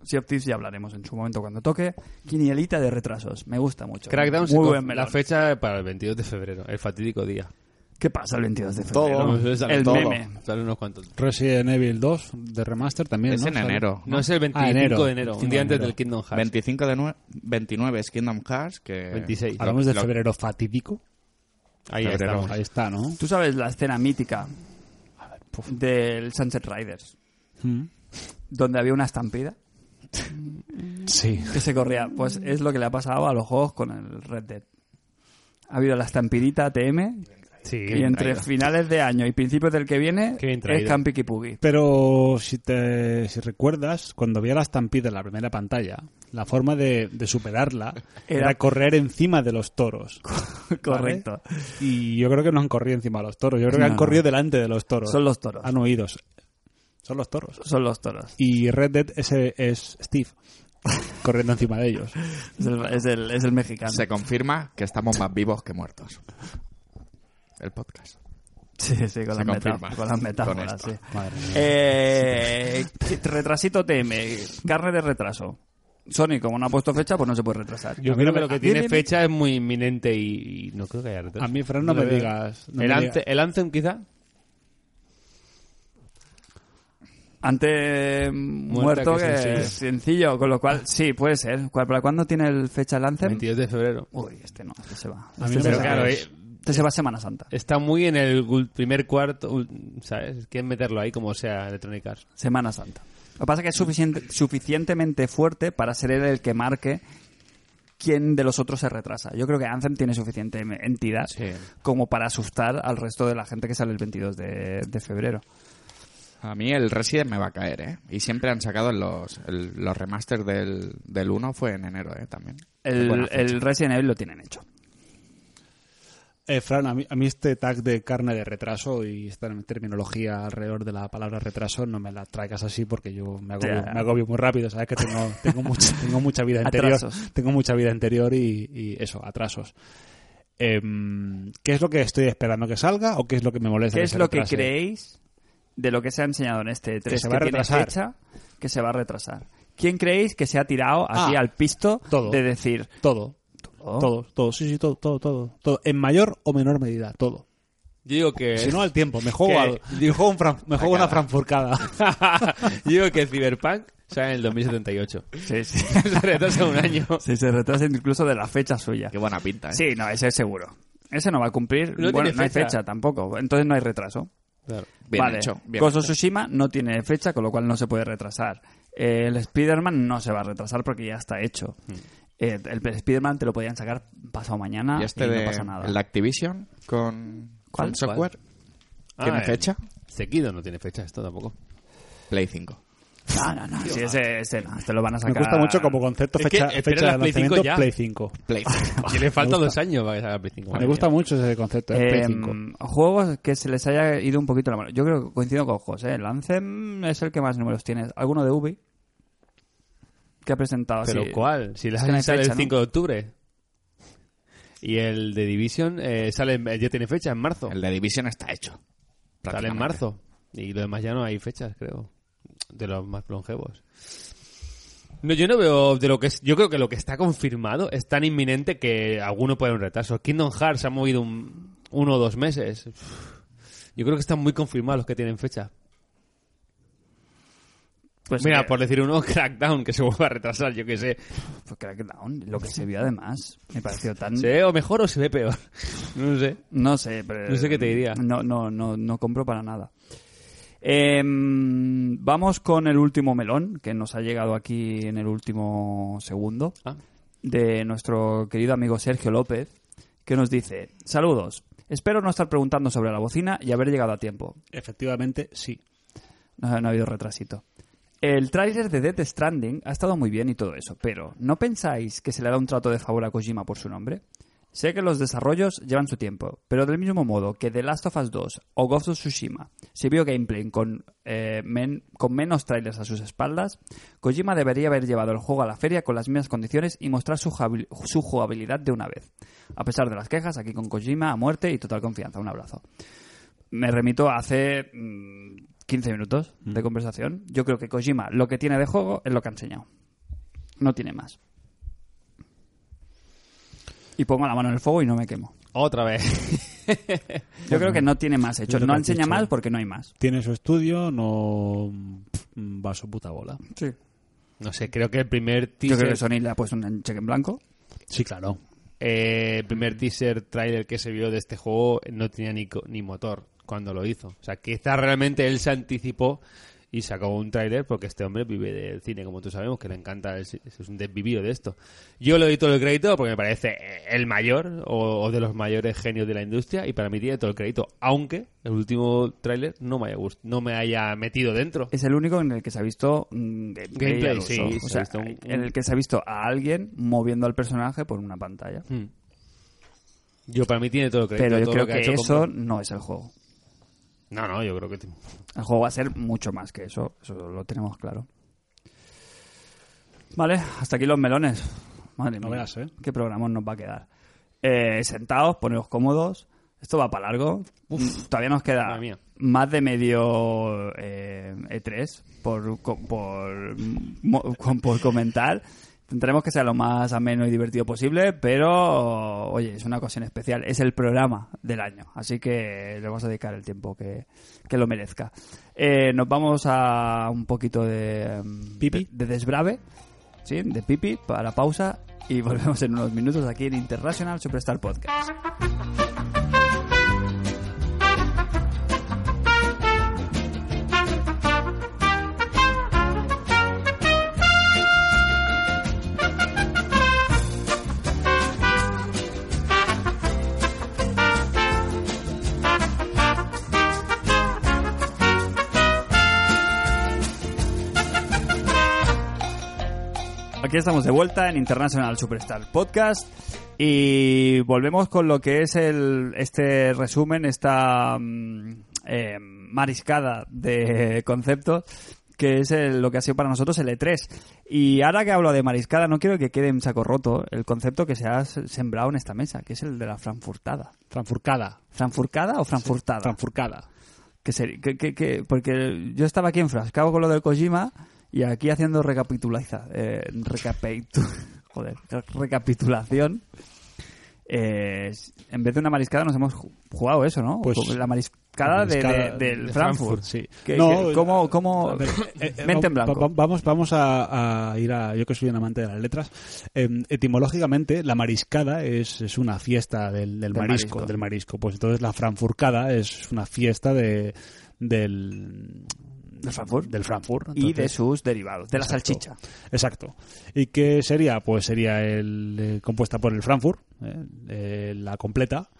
[SPEAKER 2] Sea of Thieves ya hablaremos en su momento cuando toque. Quinielita de retrasos, me gusta mucho.
[SPEAKER 3] Crackdown se
[SPEAKER 2] Muy
[SPEAKER 3] con-
[SPEAKER 2] buen melón.
[SPEAKER 3] la fecha para el 22 de febrero, el fatídico día.
[SPEAKER 2] ¿Qué pasa el 22 de
[SPEAKER 5] Todo,
[SPEAKER 2] febrero?
[SPEAKER 3] Vamos, sale
[SPEAKER 2] el
[SPEAKER 3] todo.
[SPEAKER 2] meme.
[SPEAKER 3] Salen unos cuantos.
[SPEAKER 4] Resident Evil 2 de remaster también.
[SPEAKER 5] Es
[SPEAKER 4] ¿no?
[SPEAKER 5] en
[SPEAKER 4] Sale.
[SPEAKER 5] enero.
[SPEAKER 3] No es el 25
[SPEAKER 4] Ah, enero.
[SPEAKER 3] de enero, un
[SPEAKER 4] 25
[SPEAKER 3] día
[SPEAKER 4] de
[SPEAKER 3] antes
[SPEAKER 4] enero.
[SPEAKER 3] del Kingdom Hearts.
[SPEAKER 5] 25 de nue- 29 es Kingdom Hearts, que...
[SPEAKER 3] 26.
[SPEAKER 4] Hablamos de
[SPEAKER 5] Lo-
[SPEAKER 4] febrero fatídico.
[SPEAKER 3] Ahí
[SPEAKER 5] febrero.
[SPEAKER 3] estamos.
[SPEAKER 4] Ahí está, ¿no?
[SPEAKER 2] Tú sabes la escena mítica del Sunset Riders,
[SPEAKER 4] Mm.
[SPEAKER 2] donde había una estampida
[SPEAKER 4] Sí.
[SPEAKER 2] que se corría. Pues es lo que le ha pasado a los juegos con el Red Dead. Ha habido la estampidita ATM
[SPEAKER 3] Sí,
[SPEAKER 2] y entre
[SPEAKER 5] traído.
[SPEAKER 2] finales de año y principios del que viene
[SPEAKER 3] Qué bien
[SPEAKER 2] es
[SPEAKER 3] traído.
[SPEAKER 2] Campi Kipugi.
[SPEAKER 4] Pero si te si recuerdas, cuando vi a la estampida en la primera pantalla, la forma de, de superarla
[SPEAKER 2] Era-
[SPEAKER 4] era... correr encima de los toros.
[SPEAKER 2] Correcto.
[SPEAKER 4] Y yo creo que no han corrido encima de los toros, yo creo
[SPEAKER 2] No.
[SPEAKER 4] que han corrido delante de los toros.
[SPEAKER 2] Son los toros.
[SPEAKER 4] Han huido. Son los toros.
[SPEAKER 2] Son los toros.
[SPEAKER 4] Y Red Dead ese es Steve, corriendo encima de ellos.
[SPEAKER 2] Es el, es el- es el mexicano.
[SPEAKER 5] Se confirma que estamos más vivos que muertos. El podcast.
[SPEAKER 2] Sí, sí, con,
[SPEAKER 5] Se
[SPEAKER 2] las, meta-
[SPEAKER 5] confirma.
[SPEAKER 2] con las metáforas,
[SPEAKER 5] Con
[SPEAKER 2] sí.
[SPEAKER 5] esto.
[SPEAKER 4] Madre mía.
[SPEAKER 2] Eh, retrasito TM, carne de retraso. Sony, como no ha puesto fecha, pues no se puede retrasar.
[SPEAKER 3] Yo
[SPEAKER 4] A mí
[SPEAKER 3] creo
[SPEAKER 4] no
[SPEAKER 3] que
[SPEAKER 4] me-
[SPEAKER 3] lo que
[SPEAKER 4] a-
[SPEAKER 3] tiene
[SPEAKER 4] viene-
[SPEAKER 3] fecha es muy inminente y, y no creo que haya retraso.
[SPEAKER 4] A mí, Fran, no me
[SPEAKER 3] le veo.
[SPEAKER 4] digas. no
[SPEAKER 3] el,
[SPEAKER 4] me
[SPEAKER 3] ante- el Anthem, quizá.
[SPEAKER 2] Ante
[SPEAKER 3] Muerta
[SPEAKER 2] muerto
[SPEAKER 3] que
[SPEAKER 2] que
[SPEAKER 3] sencillo.
[SPEAKER 2] sencillo. con lo cual sí, puede ser. ¿Cuál- ¿Para cuándo tiene el fecha el Anthem?
[SPEAKER 3] 22 de febrero.
[SPEAKER 2] Uy, este no, este se va.
[SPEAKER 4] A
[SPEAKER 2] Este
[SPEAKER 4] mí no
[SPEAKER 2] se
[SPEAKER 4] me
[SPEAKER 2] va.
[SPEAKER 4] claro,
[SPEAKER 3] eh,
[SPEAKER 2] Este se va Semana Santa.
[SPEAKER 3] Está muy en el ul- primer cuarto, ul- ¿sabes? Quieren meterlo ahí como sea Electronic Arts.
[SPEAKER 2] Semana Santa. Lo que pasa es que es suficiente- suficientemente fuerte para ser él el que marque quién de los otros se retrasa. Yo creo que Anthem tiene suficiente em- entidad
[SPEAKER 5] Sí.
[SPEAKER 2] como para asustar al resto de la gente que sale el 22 de, de febrero.
[SPEAKER 5] A mí el Resident me va a caer, ¿eh? Y siempre han sacado los, el- los remasters del, del 1 fue en enero, ¿eh? También. Buena
[SPEAKER 2] El,
[SPEAKER 5] fecha.
[SPEAKER 2] el Resident Evil lo tienen hecho.
[SPEAKER 4] Eh, Fran, a mí, a mí este tag de carne de retraso y esta terminología alrededor de la palabra retraso no me la traigas así porque yo me agobio,
[SPEAKER 2] Ya.
[SPEAKER 4] me agobio muy rápido. Sabes que tengo, tengo, mucha, tengo mucha vida interior.
[SPEAKER 2] Atrasos.
[SPEAKER 4] Tengo mucha vida interior y, y eso, atrasos. Em, ¿Qué es lo que estoy esperando que salga o qué es lo que me molesta?
[SPEAKER 2] ¿Qué es
[SPEAKER 4] se
[SPEAKER 2] lo que
[SPEAKER 4] retrase?
[SPEAKER 2] creéis de lo que se ha enseñado en este 3
[SPEAKER 4] se va a retrasar.
[SPEAKER 2] que se va a retrasar? ¿Quién creéis que se ha tirado aquí
[SPEAKER 4] Ah,
[SPEAKER 2] al pisto
[SPEAKER 4] todo.
[SPEAKER 2] de decir
[SPEAKER 4] Todo,
[SPEAKER 2] "Oh,
[SPEAKER 4] todo, todo, sí, sí, todo, todo, todo, todo. En mayor o menor medida, todo.
[SPEAKER 3] Yo digo que.
[SPEAKER 4] Si no, al tiempo, me juego,
[SPEAKER 3] que-
[SPEAKER 4] al- me juego, un fran- me juego una franfurcada.
[SPEAKER 3] Yo digo que Cyberpunk sale en el 2078.
[SPEAKER 2] Sí, sí.
[SPEAKER 3] Se retrasa un año.
[SPEAKER 2] Sí, se retrasa incluso de la fecha suya.
[SPEAKER 5] Qué buena pinta, ¿eh?
[SPEAKER 2] Sí, no, ese es seguro. Ese no va a cumplir.
[SPEAKER 3] No
[SPEAKER 2] bueno,
[SPEAKER 3] tiene
[SPEAKER 2] no hay
[SPEAKER 3] fecha.
[SPEAKER 2] fecha tampoco. Entonces no hay retraso.
[SPEAKER 3] Claro.
[SPEAKER 5] Bien
[SPEAKER 2] vale.
[SPEAKER 5] hecho. bien
[SPEAKER 2] Ghost of
[SPEAKER 5] hecho.
[SPEAKER 2] Tsushima no tiene fecha, con lo cual no se puede retrasar. Eh, El Spider-Man no se va a retrasar porque ya está hecho. Eh, el Spider-Man te lo podían sacar pasado mañana
[SPEAKER 5] Y
[SPEAKER 2] y,
[SPEAKER 5] este
[SPEAKER 2] no
[SPEAKER 5] de,
[SPEAKER 2] pasa nada.
[SPEAKER 5] el de Activision con,
[SPEAKER 2] ¿Cuál?
[SPEAKER 5] con software.
[SPEAKER 3] ¿Cuál?
[SPEAKER 5] ¿Tiene
[SPEAKER 3] Ah, eh.
[SPEAKER 5] fecha?
[SPEAKER 3] Sekido no tiene fecha, esto tampoco.
[SPEAKER 5] Play 5.
[SPEAKER 2] No, no, no. Sí, ese, ese no. Este lo van a
[SPEAKER 4] Me
[SPEAKER 2] sacar.
[SPEAKER 4] gusta mucho como concepto
[SPEAKER 3] Es que
[SPEAKER 4] fecha,
[SPEAKER 3] espera
[SPEAKER 4] fecha
[SPEAKER 3] la
[SPEAKER 4] de
[SPEAKER 3] Play cinco
[SPEAKER 4] lanzamiento
[SPEAKER 3] ya.
[SPEAKER 4] Play 5.
[SPEAKER 5] Play 5.
[SPEAKER 3] Y le faltan
[SPEAKER 4] gusta.
[SPEAKER 3] dos años para que salga Play 5.
[SPEAKER 4] Me gusta mucho ese concepto, de Play
[SPEAKER 2] Eh,
[SPEAKER 4] 5.
[SPEAKER 3] Em,
[SPEAKER 2] Juegos que se les haya ido un poquito la mano. Yo creo que coincido con José. El Anthem es el que más números tiene. ¿Alguno de Ubi? Que ha presentado así.
[SPEAKER 3] ¿Pero cuál? Si la
[SPEAKER 2] Es que no hay
[SPEAKER 3] sale
[SPEAKER 2] fecha,
[SPEAKER 3] el
[SPEAKER 2] ¿no?
[SPEAKER 3] 5 de octubre. Y el de Division eh, sale, en- ya tiene fecha, en marzo.
[SPEAKER 5] El de Division está hecho.
[SPEAKER 3] Sale en
[SPEAKER 5] prácticamente.
[SPEAKER 3] marzo. Y lo demás ya no hay fechas, creo. De los más longevos. No, yo no veo de lo que es- yo creo que lo que está confirmado es tan inminente que alguno puede haber un retraso. Kingdom Hearts ha movido un, uno o dos meses. Uf. Yo creo que están muy confirmados los que tienen fecha.
[SPEAKER 2] Pues
[SPEAKER 3] Mira,
[SPEAKER 2] que-
[SPEAKER 3] por decir uno, Crackdown, que se vuelva a retrasar, yo qué sé.
[SPEAKER 2] pues Crackdown, lo que se vio además, me pareció tan...
[SPEAKER 3] ¿Se ve o mejor o se ve peor? No sé.
[SPEAKER 2] No sé, pero...
[SPEAKER 3] No sé qué te diría.
[SPEAKER 2] No, no, no, no compro para nada. Em, vamos con el último melón que nos ha llegado aquí en el último segundo
[SPEAKER 3] Ah.
[SPEAKER 2] de nuestro querido amigo Sergio López, que nos dice, saludos, espero no estar preguntando sobre la bocina y haber llegado a tiempo.
[SPEAKER 4] Efectivamente, sí.
[SPEAKER 2] No, no ha habido retrasito. El tráiler de Death Stranding ha estado muy bien y todo eso, pero ¿no pensáis que se le da un trato de favor a Kojima por su nombre? Sé que los desarrollos llevan su tiempo, pero del mismo modo que The Last of Us 2 o Ghost of Tsushima se vio gameplay con, eh, men- con menos trailers a sus espaldas, Kojima debería haber llevado el juego a la feria con las mismas condiciones y mostrar su, jabil- su jugabilidad de una vez. A pesar de las quejas, aquí con Kojima a muerte y total confianza. Un abrazo. me remito a hace mm, 15 minutos de
[SPEAKER 3] Mm.
[SPEAKER 2] conversación. Yo creo que Kojima lo que tiene de juego es lo que ha enseñado. No tiene más. Y pongo la mano en el fuego y no me quemo.
[SPEAKER 3] Otra vez.
[SPEAKER 2] Yo creo que no tiene más
[SPEAKER 4] es
[SPEAKER 2] hecho.
[SPEAKER 4] lo
[SPEAKER 2] No
[SPEAKER 4] que has
[SPEAKER 2] enseña
[SPEAKER 4] dicho.
[SPEAKER 2] más porque no hay más.
[SPEAKER 4] Tiene su estudio, no pff, va a su puta bola.
[SPEAKER 2] Sí.
[SPEAKER 3] No sé, creo que el primer
[SPEAKER 2] Yo
[SPEAKER 3] teaser...
[SPEAKER 2] creo que Sony le ha puesto un cheque en blanco.
[SPEAKER 4] Sí, claro.
[SPEAKER 3] Eh, el primer teaser trailer que se vio de este juego no tenía ni, co- ni motor cuando lo hizo. O sea, quizás realmente él se anticipó y sacó un trailer porque este hombre vive del cine, como tú sabemos, que le encanta, es, es un desvivido de esto. Yo le doy todo el crédito porque me parece eh, el mayor o, o de los mayores genios de la industria y para mí tiene todo el crédito, aunque el último trailer no me haya, gust- no me haya metido dentro.
[SPEAKER 2] Es el único en el que se ha visto mm, de-
[SPEAKER 3] Gameplay,
[SPEAKER 2] de Yaruso.
[SPEAKER 3] sí, se
[SPEAKER 2] O
[SPEAKER 3] ha
[SPEAKER 2] sea,
[SPEAKER 3] visto un-
[SPEAKER 2] en el que se ha visto a alguien moviendo al personaje por una pantalla.
[SPEAKER 3] Hmm. Yo para mí tiene todo el crédito.
[SPEAKER 2] Pero yo
[SPEAKER 3] todo
[SPEAKER 2] creo
[SPEAKER 3] lo ha
[SPEAKER 2] que,
[SPEAKER 3] hecho con-
[SPEAKER 2] eso no es el juego.
[SPEAKER 3] No, no, yo creo que... t-
[SPEAKER 2] El juego va a ser mucho más que eso. Eso lo tenemos claro. Vale, hasta aquí los melones. Madre
[SPEAKER 4] No
[SPEAKER 2] mía.
[SPEAKER 4] veas, ¿eh?
[SPEAKER 2] Qué programón nos va a quedar. Eh, sentados, poneros cómodos. Esto va para largo. Mm, Todavía nos queda
[SPEAKER 3] madre mía.
[SPEAKER 2] más de medio eh, E3 por, co- por, mo- con- por comentar. Intentaremos que sea lo más ameno y divertido posible, pero oye, es una ocasión especial. Es el programa del año, así que le vamos a dedicar el tiempo que, que lo merezca. Eh, nos vamos a un poquito de, mm,
[SPEAKER 4] Pipi.
[SPEAKER 2] de, de desbrave, ¿sí? de pipi, para pausa y volvemos en unos minutos aquí en International Superstar Podcast. Aquí estamos de vuelta en International Superstar Podcast y volvemos con lo que es el, este resumen, esta mm, eh, mariscada de conceptos que es el- lo que ha sido para nosotros el E3. Y ahora que hablo de mariscada, no quiero que quede en saco roto el concepto que se ha s- sembrado en esta mesa, que es el de la franfurtada.
[SPEAKER 4] Franfurcada.
[SPEAKER 2] ¿Franfurcada o franfurtada?
[SPEAKER 4] Franfurcada.
[SPEAKER 2] que ser- que- que- que- porque yo estaba aquí enfrascado con lo del Kojima y aquí haciendo recapituliza, eh, recapitu- joder, recapitulación. Eh, en vez de una mariscada nos hemos ju- jugado eso, ¿no?
[SPEAKER 4] Pues,
[SPEAKER 2] la mariscada, de- de-
[SPEAKER 4] mariscada
[SPEAKER 2] del
[SPEAKER 4] de
[SPEAKER 2] Frankfurt.
[SPEAKER 4] sí.
[SPEAKER 2] Que-
[SPEAKER 4] No,
[SPEAKER 2] que- ¿Cómo, cómo-
[SPEAKER 4] A ver, eh, eh,
[SPEAKER 2] mente en
[SPEAKER 4] va-
[SPEAKER 2] blanco.
[SPEAKER 4] va- Vamos, vamos a, a ir a. Yo que soy un amante de las letras. eh, etimológicamente, la mariscada es, es una fiesta del,
[SPEAKER 2] Del
[SPEAKER 4] del marisco,
[SPEAKER 2] marisco.
[SPEAKER 4] Del marisco. Pues entonces la franfurcada es una fiesta de, del.
[SPEAKER 2] Del Frankfurt.
[SPEAKER 4] Del Frankfurt.
[SPEAKER 2] y de
[SPEAKER 4] Entonces,
[SPEAKER 2] sus derivados, de la
[SPEAKER 4] Exacto.
[SPEAKER 2] salchicha.
[SPEAKER 4] Exacto. ¿Y qué sería? Pues sería el eh, compuesta por el Frankfurt, eh, eh, la completa,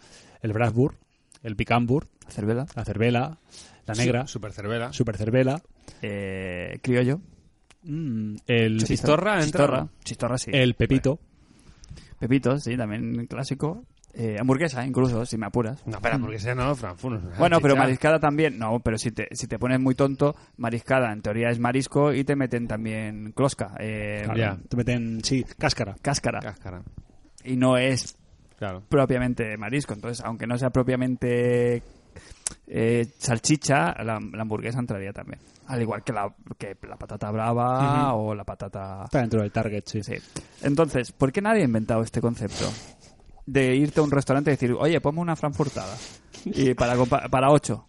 [SPEAKER 4] el Brasburg, el Picambur,
[SPEAKER 2] Cervela.
[SPEAKER 4] la cervela, la negra,
[SPEAKER 3] Super cervera.
[SPEAKER 4] super cervela,
[SPEAKER 2] Eh, criollo.
[SPEAKER 4] mm, el,
[SPEAKER 3] Chistorra, entra.
[SPEAKER 2] Chistorra. Chistorra, sí.
[SPEAKER 4] el pepito.
[SPEAKER 2] Pepito, sí, también clásico. Eh, hamburguesa, incluso, si me apuras.
[SPEAKER 3] No, espera, porque sea no, Frankfurt. no es
[SPEAKER 2] Bueno, pero
[SPEAKER 3] salchicha.
[SPEAKER 2] mariscada también. No, pero si te, si te pones muy tonto, mariscada en teoría es marisco y te meten también closca, eh,
[SPEAKER 3] Claro. Ya.
[SPEAKER 4] Te meten, sí, cáscara.
[SPEAKER 2] cáscara.
[SPEAKER 3] Cáscara,
[SPEAKER 2] Y no es
[SPEAKER 3] Ah. claro.
[SPEAKER 2] propiamente marisco. Entonces, aunque no sea propiamente eh, salchicha, la, la hamburguesa entraría también. Al igual que la, que la patata brava o la patata...
[SPEAKER 4] Está dentro del target, sí.
[SPEAKER 2] Sí. Entonces, ¿por qué nadie ha inventado este concepto? De irte a un restaurante y decir, oye, ponme una franfurtada. Y para, compa- para ocho.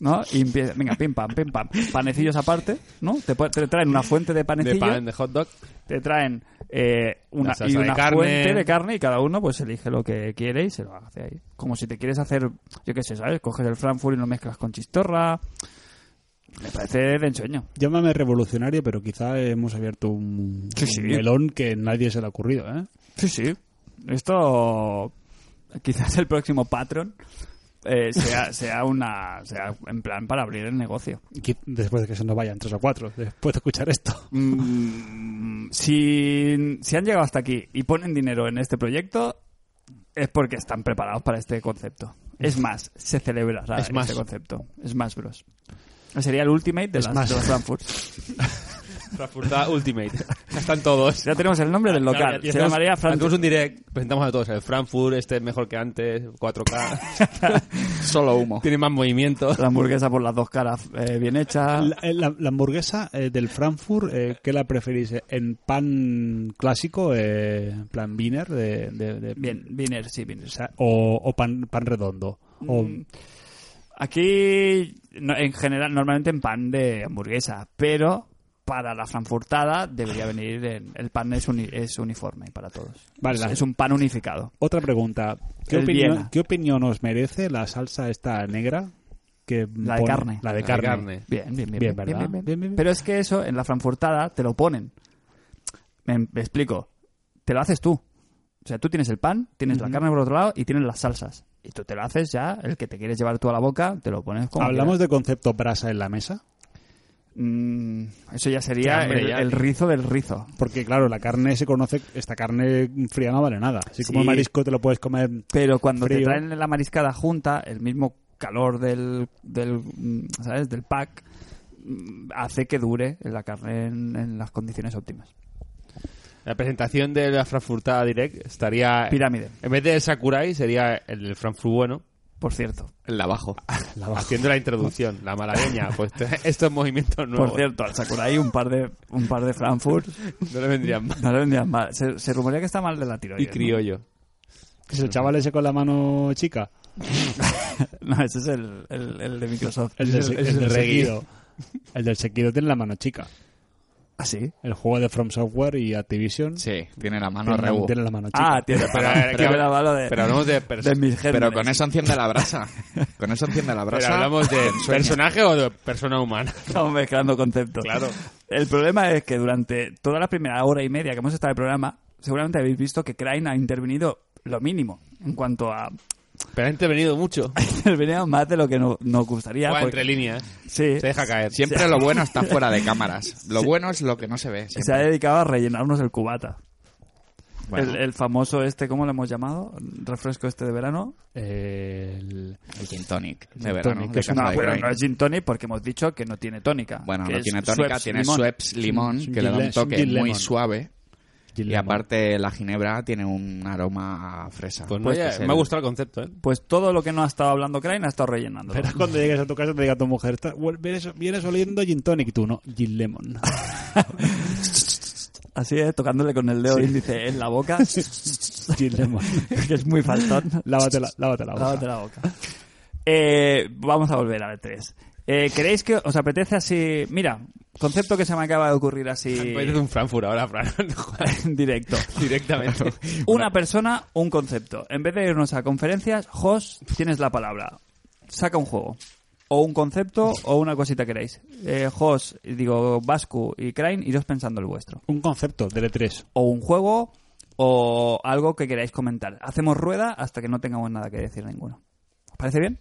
[SPEAKER 2] ¿No? Y empieza, venga, pim pam, pim pam. Panecillos aparte, ¿no? Te, pon- te traen una fuente de
[SPEAKER 3] De
[SPEAKER 2] panecillos.
[SPEAKER 3] pan, de hot dog.
[SPEAKER 2] Te traen eh, una,
[SPEAKER 3] La salsa
[SPEAKER 2] y
[SPEAKER 3] de
[SPEAKER 2] una
[SPEAKER 3] carne.
[SPEAKER 2] fuente de carne y cada uno pues elige lo que quiere y se lo hace ahí. Como si te quieres hacer, yo qué sé, ¿sabes? Coges el Frankfurt y lo mezclas con chistorra. Me parece de ensueño.
[SPEAKER 4] Llámame revolucionario, pero quizá hemos abierto un,
[SPEAKER 2] Sí, sí.
[SPEAKER 4] un melón que nadie se le ha ocurrido, ¿eh?
[SPEAKER 2] Sí, sí. Esto quizás el próximo patron eh, sea, sea una sea en plan para abrir el negocio.
[SPEAKER 4] Qui- Después de que se nos vayan tres o cuatro, después de escuchar esto.
[SPEAKER 2] Mm, si, si han llegado hasta aquí y ponen dinero en este proyecto es porque están preparados para este concepto. Es más, se celebrará
[SPEAKER 3] Es más.
[SPEAKER 2] este concepto. Es más, bros. Sería el ultimate de
[SPEAKER 4] Es
[SPEAKER 2] las,
[SPEAKER 4] más.
[SPEAKER 2] de las Frankfurt.
[SPEAKER 3] Frafurta Ultimate. Ya están todos.
[SPEAKER 2] Ya tenemos el nombre del
[SPEAKER 3] Claro,
[SPEAKER 2] local.
[SPEAKER 3] ya
[SPEAKER 2] Se
[SPEAKER 3] hacemos-
[SPEAKER 2] llamaría
[SPEAKER 3] Hacemos
[SPEAKER 2] Frankfurt.
[SPEAKER 3] un direct, presentamos a todos. El Frankfurt, este es mejor que antes, 4K.
[SPEAKER 5] Solo humo.
[SPEAKER 3] Tiene más movimiento.
[SPEAKER 2] La hamburguesa por las dos caras eh, bien hecha.
[SPEAKER 4] La, eh, la- la hamburguesa eh, del Frankfurt, eh, ¿qué la preferís? Eh, ¿En pan clásico, eh, en plan Wiener? De, de- de-
[SPEAKER 2] Bien, Viner, sí, Viner.
[SPEAKER 4] o, sea, o- o pan, pan redondo? O,
[SPEAKER 2] Mm, Aquí, no- en general, normalmente en pan de hamburguesa, pero para la franfurtada debería venir en- el pan es, uni- es uniforme para todos.
[SPEAKER 4] Vale,
[SPEAKER 2] es,
[SPEAKER 4] la-
[SPEAKER 2] es un pan unificado.
[SPEAKER 4] Otra pregunta. ¿Qué
[SPEAKER 2] El
[SPEAKER 4] opinión,
[SPEAKER 2] Viena.
[SPEAKER 4] ¿Qué opinión os merece la salsa esta negra? Que
[SPEAKER 2] La de carne.
[SPEAKER 4] La de
[SPEAKER 3] de
[SPEAKER 4] carne.
[SPEAKER 3] carne.
[SPEAKER 2] Bien, bien, bien.
[SPEAKER 4] Bien, ¿verdad? Bien, bien, bien.
[SPEAKER 2] Pero es que eso en la franfurtada te lo ponen. Me, me explico. Te lo haces tú. O sea, tú tienes el pan, tienes la carne por otro lado y tienes las salsas. Y tú te lo haces ya, el que te quieres llevar tú a la boca, te lo pones como.
[SPEAKER 4] ¿Hablamos de concepto brasa en la mesa?
[SPEAKER 2] quieras. Mm, eso ya sería
[SPEAKER 3] Qué hambre,
[SPEAKER 2] el-
[SPEAKER 3] ya.
[SPEAKER 2] el rizo del rizo.
[SPEAKER 4] Porque, claro, la carne se conoce, esta carne fría no vale nada. Así como
[SPEAKER 2] Sí.
[SPEAKER 4] el marisco te lo puedes comer.
[SPEAKER 2] Pero cuando te
[SPEAKER 4] frío.
[SPEAKER 2] traen la mariscada junta, el mismo calor del, del mm, ¿sabes? del pack mm, hace que dure la carne en, en las condiciones óptimas.
[SPEAKER 3] La presentación de la Frankfurtada Direct estaría.
[SPEAKER 2] Pirámide,
[SPEAKER 3] En vez de Sakurai, sería el Frankfurt bueno.
[SPEAKER 2] por cierto.
[SPEAKER 5] El de abajo.
[SPEAKER 3] haciendo la introducción, la malagueña. Pues estos movimientos nuevos.
[SPEAKER 2] Por cierto, al Sakurai un par de un par de Frankfurt
[SPEAKER 3] No le vendrían mal.
[SPEAKER 2] no le vendrían mal. Se, se rumorea que está mal de la tiroides.
[SPEAKER 3] Y criollo.
[SPEAKER 4] ¿Es el chaval ese con la mano chica?
[SPEAKER 2] No, No, ese es el, el- el de Microsoft.
[SPEAKER 4] El del,
[SPEAKER 3] Es el-
[SPEAKER 4] el
[SPEAKER 3] es el
[SPEAKER 4] del
[SPEAKER 3] reggae.
[SPEAKER 4] Sekiro. El del Sekiro tiene la mano chica.
[SPEAKER 2] ¿Ah, sí?
[SPEAKER 4] El juego de From Software y Activision
[SPEAKER 5] Sí, tiene la mano
[SPEAKER 4] tiene, la-
[SPEAKER 5] rebu.
[SPEAKER 4] tiene la mano chica.
[SPEAKER 2] Ah, tiene
[SPEAKER 3] Pero, eh,
[SPEAKER 2] para,
[SPEAKER 3] pero-
[SPEAKER 2] de,
[SPEAKER 3] pero hablamos de
[SPEAKER 2] de
[SPEAKER 3] personas.
[SPEAKER 2] mis gérmenes.
[SPEAKER 5] Pero con eso enciende la brasa. Con eso enciende la brasa.
[SPEAKER 3] hablamos de
[SPEAKER 5] Sueño.
[SPEAKER 3] personaje o de persona humana.
[SPEAKER 2] Estamos mezclando conceptos.
[SPEAKER 3] Claro.
[SPEAKER 2] El problema es que durante toda la primera hora y media que hemos estado en el programa, seguramente habéis visto que Crane ha intervenido lo mínimo en cuanto a.
[SPEAKER 3] Pero ha intervenido mucho.
[SPEAKER 2] ha intervenido más de lo que no- nos gustaría.
[SPEAKER 3] Juega
[SPEAKER 2] porque-
[SPEAKER 3] entre líneas.
[SPEAKER 2] sí.
[SPEAKER 3] Se deja caer.
[SPEAKER 5] Siempre lo bueno está fuera de cámaras. Lo bueno es lo que no se ve. siempre.
[SPEAKER 2] Se ha dedicado a rellenarnos el cubata.
[SPEAKER 5] Bueno.
[SPEAKER 2] El, el famoso este, ¿cómo lo hemos llamado? Refresco este de verano.
[SPEAKER 4] El-
[SPEAKER 5] El gin tonic de verano.
[SPEAKER 4] tonic,
[SPEAKER 5] de
[SPEAKER 4] es
[SPEAKER 5] Casa
[SPEAKER 2] No,
[SPEAKER 5] de
[SPEAKER 2] bueno,
[SPEAKER 5] Crane.
[SPEAKER 2] no es gin tonic porque hemos dicho que no tiene tónica.
[SPEAKER 5] Bueno,
[SPEAKER 2] que
[SPEAKER 5] no
[SPEAKER 2] es
[SPEAKER 5] tiene tónica,
[SPEAKER 2] Schweppes
[SPEAKER 5] tiene
[SPEAKER 2] limón.
[SPEAKER 5] Schweppes limón,
[SPEAKER 4] Es un
[SPEAKER 5] que le da
[SPEAKER 4] gin-
[SPEAKER 5] un
[SPEAKER 4] es un
[SPEAKER 5] toque
[SPEAKER 4] gin
[SPEAKER 5] muy
[SPEAKER 4] lemon.
[SPEAKER 5] suave.
[SPEAKER 4] Gin
[SPEAKER 5] Y
[SPEAKER 4] Lemon.
[SPEAKER 5] aparte la ginebra tiene un aroma a fresa.
[SPEAKER 3] Pues no,
[SPEAKER 5] Pues
[SPEAKER 3] ya-
[SPEAKER 5] es
[SPEAKER 3] me ha
[SPEAKER 5] el-
[SPEAKER 3] gustado el concepto, ¿eh?
[SPEAKER 2] Pues todo lo que no ha estado hablando Crane ha estado rellenando.
[SPEAKER 4] Verás cuando llegues a tu casa te diga tu mujer, "Está- vuel- vienes, vienes oliendo gin tonic y tú no, gin lemon.
[SPEAKER 2] Así es, tocándole con el dedo índice en la boca.
[SPEAKER 4] gin lemon.
[SPEAKER 2] que es muy faltón.
[SPEAKER 4] Lávate la, lávate la boca.
[SPEAKER 2] Lávate la boca. Eh, vamos a volver a ver tres. Eh, ¿Queréis que os apetece así? Mira, concepto que se me acaba de ocurrir así
[SPEAKER 3] Puedes hacer un Frankfurt ahora, Fran.
[SPEAKER 2] en directo.
[SPEAKER 3] Directamente.
[SPEAKER 2] Una persona, un concepto. En vez de irnos a conferencias, Jos, tienes la palabra. Saca un juego. O un concepto o una cosita que queréis. Eh, Jos, digo, Bascu y Crane, iros pensando el vuestro.
[SPEAKER 4] Un concepto de E3.
[SPEAKER 2] O un juego o algo que queráis comentar. Hacemos rueda hasta que no tengamos nada que decir ninguno. ¿Os parece bien?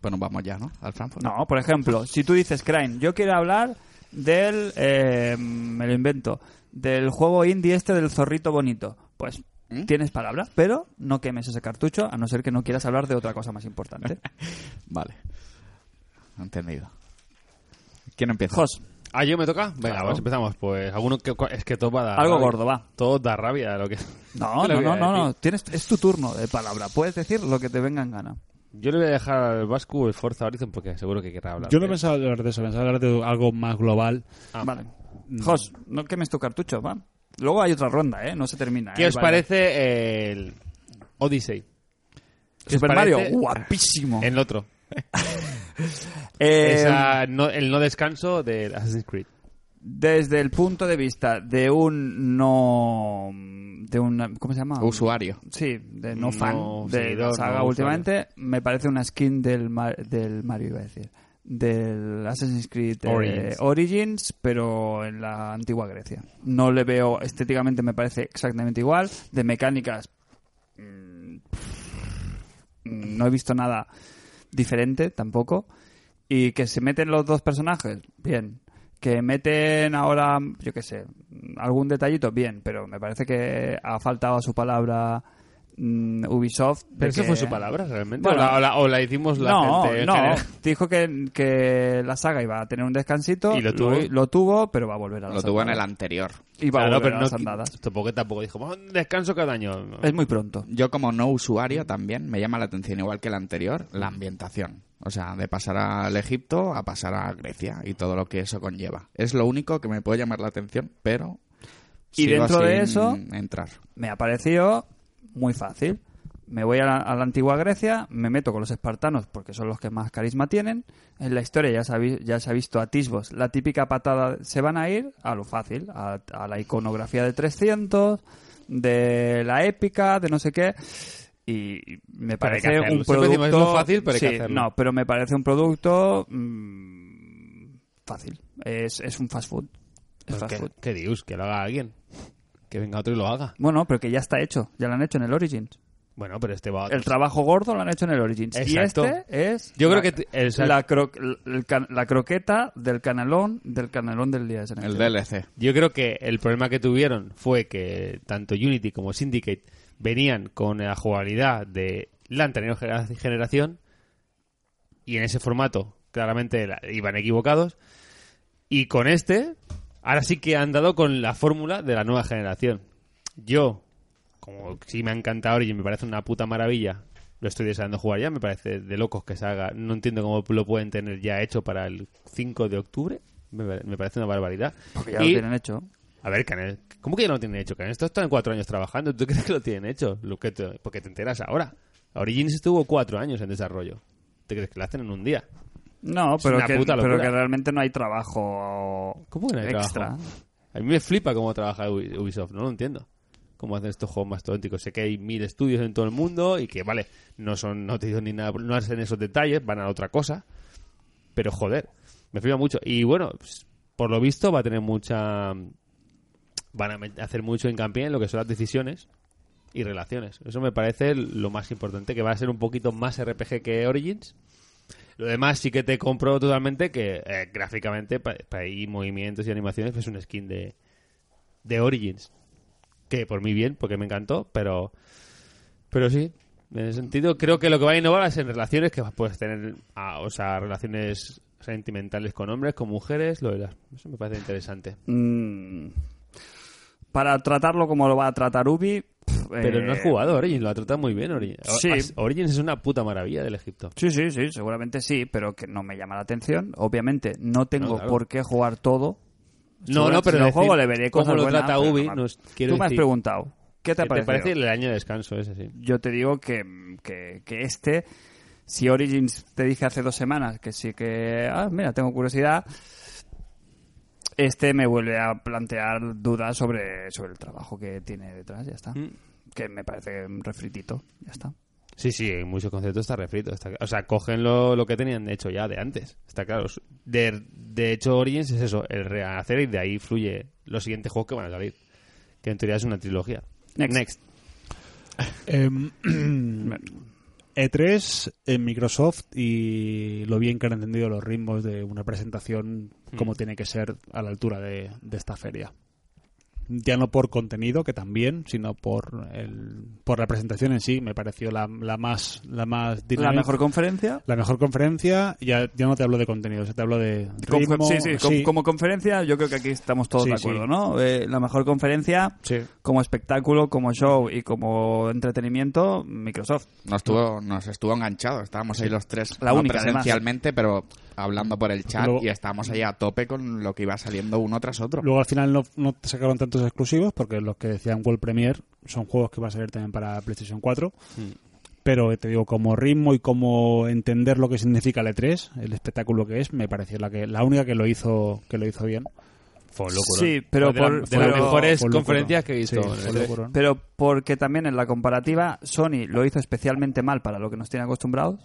[SPEAKER 5] Pues nos vamos ya, ¿no? Al Frankfurt.
[SPEAKER 2] No, por ejemplo, si tú dices, Crane, yo quiero hablar del. eh, me lo invento. Del juego indie este del zorrito bonito. Pues
[SPEAKER 3] ¿Eh?
[SPEAKER 5] ¿Mm?
[SPEAKER 2] tienes palabra, pero no quemes ese cartucho a no ser que no quieras hablar de otra cosa más importante.
[SPEAKER 5] Vale. Entendido. ¿Quién empieza?
[SPEAKER 2] Jos,
[SPEAKER 3] Ah, ¿yo me toca? Venga,
[SPEAKER 5] Claro.
[SPEAKER 3] pues empezamos. Pues alguno que... Es que todo va a dar
[SPEAKER 2] algo
[SPEAKER 3] rabia.
[SPEAKER 2] gordo, va.
[SPEAKER 3] Todo da rabia lo que...
[SPEAKER 2] No,
[SPEAKER 3] Ah, Lo
[SPEAKER 2] no,
[SPEAKER 3] voy a
[SPEAKER 2] no, no, no.
[SPEAKER 3] decir.
[SPEAKER 2] Tienes, es tu turno de palabra. Puedes decir lo que te venga en gana.
[SPEAKER 3] Yo le voy a dejar al Vasco el Forza Horizon porque seguro que querrá hablar. Eh,
[SPEAKER 4] Yo
[SPEAKER 3] de
[SPEAKER 4] no
[SPEAKER 3] él.
[SPEAKER 4] pensaba hablar de eso, pensaba hablar de algo más global.
[SPEAKER 3] Ah.
[SPEAKER 2] Vale. Jos, no quemes tu cartucho, va. Luego hay otra ronda, ¿eh? No se termina.
[SPEAKER 3] ¿Qué
[SPEAKER 2] ¿eh?
[SPEAKER 3] os
[SPEAKER 2] Vale.
[SPEAKER 3] parece el Odyssey? ¿Qué os
[SPEAKER 2] Super Mario,
[SPEAKER 3] parece
[SPEAKER 2] guapísimo.
[SPEAKER 3] El otro.
[SPEAKER 2] Eh,
[SPEAKER 3] Esa no- el no descanso de Assassin's Creed.
[SPEAKER 2] desde el punto de vista de un no de un ¿cómo se llama?
[SPEAKER 5] Usuario.
[SPEAKER 2] Sí, de no
[SPEAKER 3] No
[SPEAKER 2] fan de la
[SPEAKER 3] seguidor,
[SPEAKER 2] saga
[SPEAKER 3] no usuario.
[SPEAKER 2] últimamente me parece una skin del Mar- del Mario iba a decir del Assassin's Creed eh,
[SPEAKER 3] Origins.
[SPEAKER 2] Origins, pero en la antigua Grecia. No le veo estéticamente me parece exactamente igual, de mecánicas mm, mm, no he visto nada diferente tampoco. Y que se meten los dos personajes, bien. Que meten ahora, yo qué sé, algún detallito, bien. Pero me parece que ha faltado a su palabra mm, Ubisoft. de
[SPEAKER 3] ¿Pero esa
[SPEAKER 2] que-
[SPEAKER 3] fue su palabra realmente?
[SPEAKER 2] Bueno.
[SPEAKER 3] ¿O, la, o la- o la hicimos la
[SPEAKER 2] no,
[SPEAKER 3] gente en
[SPEAKER 2] no.
[SPEAKER 3] general?
[SPEAKER 2] Dijo que, que la saga iba a tener un descansito.
[SPEAKER 3] Y lo tuvo.
[SPEAKER 2] lo tuvo, pero va a volver a las
[SPEAKER 5] Lo tuvo en el
[SPEAKER 2] andadas.
[SPEAKER 5] anterior.
[SPEAKER 2] Y va a
[SPEAKER 3] Claro,
[SPEAKER 2] volver
[SPEAKER 3] pero
[SPEAKER 2] a
[SPEAKER 3] no-
[SPEAKER 2] las andadas.
[SPEAKER 3] Tampoco, tampoco dijo, "Vamos, descanso cada año. No.
[SPEAKER 2] Es muy pronto.
[SPEAKER 5] Yo como no usuario también me llama la atención, igual que el anterior, la ambientación. O sea, de pasar al Egipto a pasar a Grecia y todo lo que eso conlleva. Es lo único que me puede llamar la atención, pero...
[SPEAKER 2] Y
[SPEAKER 5] sigo
[SPEAKER 2] dentro de
[SPEAKER 5] sin
[SPEAKER 2] eso-
[SPEAKER 5] Entrar.
[SPEAKER 2] me ha parecido muy fácil. Me voy a la, a la antigua Grecia, me meto con los espartanos porque son los que más carisma tienen. En la historia ya se ha, vi- ya se ha visto atisbos. La típica patada se van a ir a lo fácil, a, a la iconografía de 300, de la épica, de no sé qué. Y me
[SPEAKER 3] Pero hay que
[SPEAKER 2] parece
[SPEAKER 3] hacerlo.
[SPEAKER 2] un
[SPEAKER 3] Siempre
[SPEAKER 2] producto.
[SPEAKER 3] decimos, es lo fácil, pero hay que
[SPEAKER 2] Sí,
[SPEAKER 3] hacerlo.
[SPEAKER 2] No, pero me parece un producto mm, fácil. Es, es un fast food. Es
[SPEAKER 3] Pues
[SPEAKER 2] fast
[SPEAKER 3] que,
[SPEAKER 2] food.
[SPEAKER 3] que Dios, que lo haga alguien. Que venga otro y lo haga.
[SPEAKER 2] Bueno, pero que ya está hecho, ya lo han hecho en el Origins.
[SPEAKER 3] Bueno, pero este va a
[SPEAKER 2] El trabajo gordo lo han hecho en el Origins.
[SPEAKER 3] Exacto.
[SPEAKER 2] Y este es.
[SPEAKER 3] Yo creo
[SPEAKER 2] la-
[SPEAKER 3] que t- el-
[SPEAKER 2] La, cro- el can- la croqueta del canalón del canalón del día de San
[SPEAKER 5] El
[SPEAKER 2] Antonio.
[SPEAKER 5] DLC.
[SPEAKER 3] Yo creo que el problema que tuvieron fue que tanto Unity como Syndicate venían con la jugabilidad de la anterior genera- generación y en ese formato claramente la- iban equivocados. Y con este, ahora sí que han dado con la fórmula de la nueva generación. Yo, como sí me ha encantado Origin, me parece una puta maravilla. Lo estoy deseando jugar ya, me parece de locos que se haga. No entiendo cómo lo pueden tener ya hecho para el 5 de octubre. Me pare- me parece una barbaridad.
[SPEAKER 2] Porque ya
[SPEAKER 3] Y-
[SPEAKER 2] lo tienen hecho.
[SPEAKER 3] a ver, Canel, ¿cómo que ya no lo tienen hecho, Canel? Esto están cuatro años trabajando. ¿Tú crees que lo tienen hecho? Lo que te- porque te enteras ahora. Origins estuvo cuatro años en desarrollo. ¿Te crees que lo hacen en un día?
[SPEAKER 2] No,
[SPEAKER 3] Es
[SPEAKER 2] pero
[SPEAKER 3] una
[SPEAKER 2] que,
[SPEAKER 3] puta
[SPEAKER 2] pero
[SPEAKER 3] locura.
[SPEAKER 2] que realmente no hay trabajo
[SPEAKER 3] ¿Cómo que no hay
[SPEAKER 2] extra.
[SPEAKER 3] trabajo? A mí me flipa cómo trabaja Ubi- Ubisoft. No lo entiendo. Cómo hacen estos juegos mastodónticos. Sé que hay mil estudios en todo el mundo y que, vale, no son noticias ni nada, no hacen esos detalles, van a otra cosa. Pero joder, me flipa mucho. Y bueno, pues, por lo visto va a tener mucha. Van a met- hacer mucho hincapié en lo que son las decisiones y relaciones. Eso me parece lo más importante, que va a ser un poquito más RPG que Origins. Lo demás sí que te compro totalmente que eh, gráficamente pa- pa- y movimientos y animaciones es un skin de, de Origins. Que por mí bien, porque me encantó, pero pero sí, en ese sentido creo que lo que va a innovar es en relaciones que puedes tener, ah, o sea, relaciones sentimentales con hombres, con mujeres, lo de las- eso me parece interesante.
[SPEAKER 2] Mm. Para tratarlo como lo va a tratar Ubi. pff,
[SPEAKER 3] Pero
[SPEAKER 2] eh,
[SPEAKER 3] no has jugado a Origins, lo ha tratado muy bien Origins. O-
[SPEAKER 2] Sí.
[SPEAKER 3] as- Origins es una puta maravilla del Egipto.
[SPEAKER 2] Sí, sí, sí, seguramente sí, pero que no me llama la atención. Obviamente, no tengo
[SPEAKER 3] No, claro.
[SPEAKER 2] por qué jugar todo.
[SPEAKER 3] No, no, pero
[SPEAKER 2] el
[SPEAKER 3] decir
[SPEAKER 2] juego le veré
[SPEAKER 3] cómo
[SPEAKER 2] cosas
[SPEAKER 3] lo
[SPEAKER 2] buenas,
[SPEAKER 3] trata
[SPEAKER 2] pero
[SPEAKER 3] Ubi,
[SPEAKER 2] no me-
[SPEAKER 3] nos- quiero
[SPEAKER 2] Tú me has
[SPEAKER 3] decir,
[SPEAKER 2] preguntado. ¿Qué
[SPEAKER 3] ¿qué
[SPEAKER 2] te, ha
[SPEAKER 3] te
[SPEAKER 2] parecido?
[SPEAKER 3] parece el año de descanso ese, sí?
[SPEAKER 2] yo te digo que, que- que este, si Origins te dije hace dos semanas que sí que, ah, mira, tengo curiosidad, este me vuelve a plantear dudas sobre, sobre el trabajo que tiene detrás, ya está.
[SPEAKER 3] Mm.
[SPEAKER 2] Que me parece un refritito, ya está.
[SPEAKER 3] Sí, sí, en muchos conceptos está refrito. está- o sea, cogen lo, lo que tenían de hecho ya de antes. Está claro. Su- De, de hecho, Origins es eso, el rehacer y de ahí fluye los siguientes juegos que van a salir. Que en teoría es una trilogía.
[SPEAKER 2] Next.
[SPEAKER 4] Em,
[SPEAKER 2] Me-
[SPEAKER 4] E3 en Microsoft y lo bien que han entendido los ritmos de una presentación
[SPEAKER 2] Hmm.
[SPEAKER 4] como tiene que ser a la altura de, de esta feria. Ya no por contenido, que también, sino por el, por la presentación en sí, me pareció la, la más la más
[SPEAKER 2] La
[SPEAKER 4] dinámica.
[SPEAKER 2] mejor conferencia.
[SPEAKER 4] la mejor conferencia, ya, ya no te hablo de contenido, se te hablo de
[SPEAKER 2] Confe-
[SPEAKER 4] ritmo,
[SPEAKER 2] sí, sí, com- como conferencia yo creo que aquí estamos todos
[SPEAKER 4] Sí,
[SPEAKER 2] de
[SPEAKER 4] sí.
[SPEAKER 2] acuerdo, ¿no? Eh, la mejor conferencia
[SPEAKER 4] sí.
[SPEAKER 2] como espectáculo, como show y como entretenimiento, Microsoft.
[SPEAKER 5] Nos estuvo, nos estuvo enganchado. Estábamos ahí los tres.
[SPEAKER 2] La
[SPEAKER 5] no
[SPEAKER 2] única, además.
[SPEAKER 5] presencialmente, pero hablando por el chat
[SPEAKER 4] Luego-
[SPEAKER 5] y estábamos ahí a tope con lo que iba saliendo uno tras otro.
[SPEAKER 4] Luego al final no, no te sacaron tantos exclusivos porque los que decían World Premier son juegos que van a salir también para PlayStation 4.
[SPEAKER 2] Hmm.
[SPEAKER 4] Pero eh, te digo, como ritmo y como entender lo que significa el E3, el espectáculo que es, me pareció la que la única que lo hizo que lo hizo bien.
[SPEAKER 3] Fue un locurón.
[SPEAKER 2] Sí, pero
[SPEAKER 3] Fue de la-
[SPEAKER 2] por-
[SPEAKER 3] de las
[SPEAKER 2] pero-
[SPEAKER 3] mejores
[SPEAKER 4] Fue un locurón.
[SPEAKER 3] conferencias que he visto.
[SPEAKER 4] Sí,
[SPEAKER 3] en el E
[SPEAKER 4] fue un
[SPEAKER 3] E3.
[SPEAKER 4] locurón.
[SPEAKER 2] Pero porque también en la comparativa Sony lo hizo especialmente mal para lo que nos tiene acostumbrados.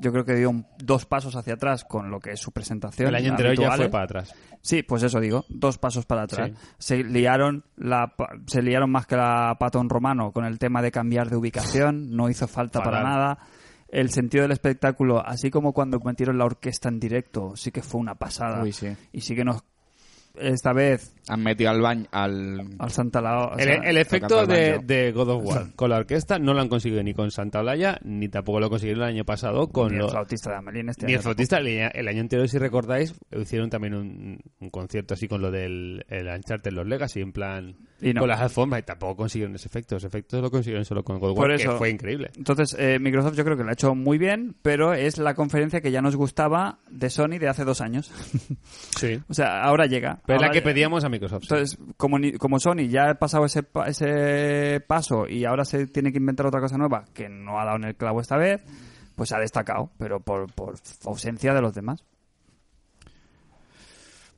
[SPEAKER 2] Yo creo que dio un- dos pasos hacia atrás con lo que es su presentación.
[SPEAKER 3] el año anterior ya
[SPEAKER 2] habituales.
[SPEAKER 3] fue para atrás.
[SPEAKER 2] Sí, pues eso digo, dos pasos para atrás. Se liaron la pa- se liaron más que la patón romano con el tema de cambiar de ubicación, no hizo falta para
[SPEAKER 3] Fatal.
[SPEAKER 2] nada. El sentido del espectáculo, así como cuando metieron la orquesta en directo, sí que fue una pasada.
[SPEAKER 5] Uy, sí.
[SPEAKER 2] Y sí que nos esta vez
[SPEAKER 5] Han metido al baño, al...
[SPEAKER 2] al Santa Lao. o
[SPEAKER 3] El, E-
[SPEAKER 2] sea,
[SPEAKER 3] el efecto
[SPEAKER 5] tocando el
[SPEAKER 3] de,
[SPEAKER 5] banjo.
[SPEAKER 3] de God of War con la orquesta no lo han conseguido ni con Santa Olaya, ni tampoco lo consiguieron el año pasado con
[SPEAKER 2] ni el
[SPEAKER 3] los...
[SPEAKER 2] flautista de Amelín este
[SPEAKER 3] Ni el
[SPEAKER 2] año.
[SPEAKER 3] flautista, el, el año anterior, si recordáis, hicieron también un, un concierto así con lo del el Uncharted Los Legacy, en plan
[SPEAKER 2] Y no.
[SPEAKER 3] con las alfombras, y tampoco consiguieron ese efecto. Ese efecto lo consiguieron solo con God of
[SPEAKER 2] Por
[SPEAKER 3] War,
[SPEAKER 2] eso.
[SPEAKER 3] que fue increíble.
[SPEAKER 2] Entonces, eh, Microsoft yo creo que lo ha hecho muy bien, pero es la conferencia que ya nos gustaba de Sony de hace dos años.
[SPEAKER 3] Sí.
[SPEAKER 2] o sea, ahora llega.
[SPEAKER 3] Pero es la
[SPEAKER 2] Ahora-
[SPEAKER 3] que pedíamos a Microsoft. sí.
[SPEAKER 2] Ah, Entonces, como, ni- como Sony ya ha pasado ese, pa- ese paso y ahora se tiene que inventar otra cosa nueva que no ha dado en el clavo esta vez, pues ha destacado, pero por, por ausencia de los demás.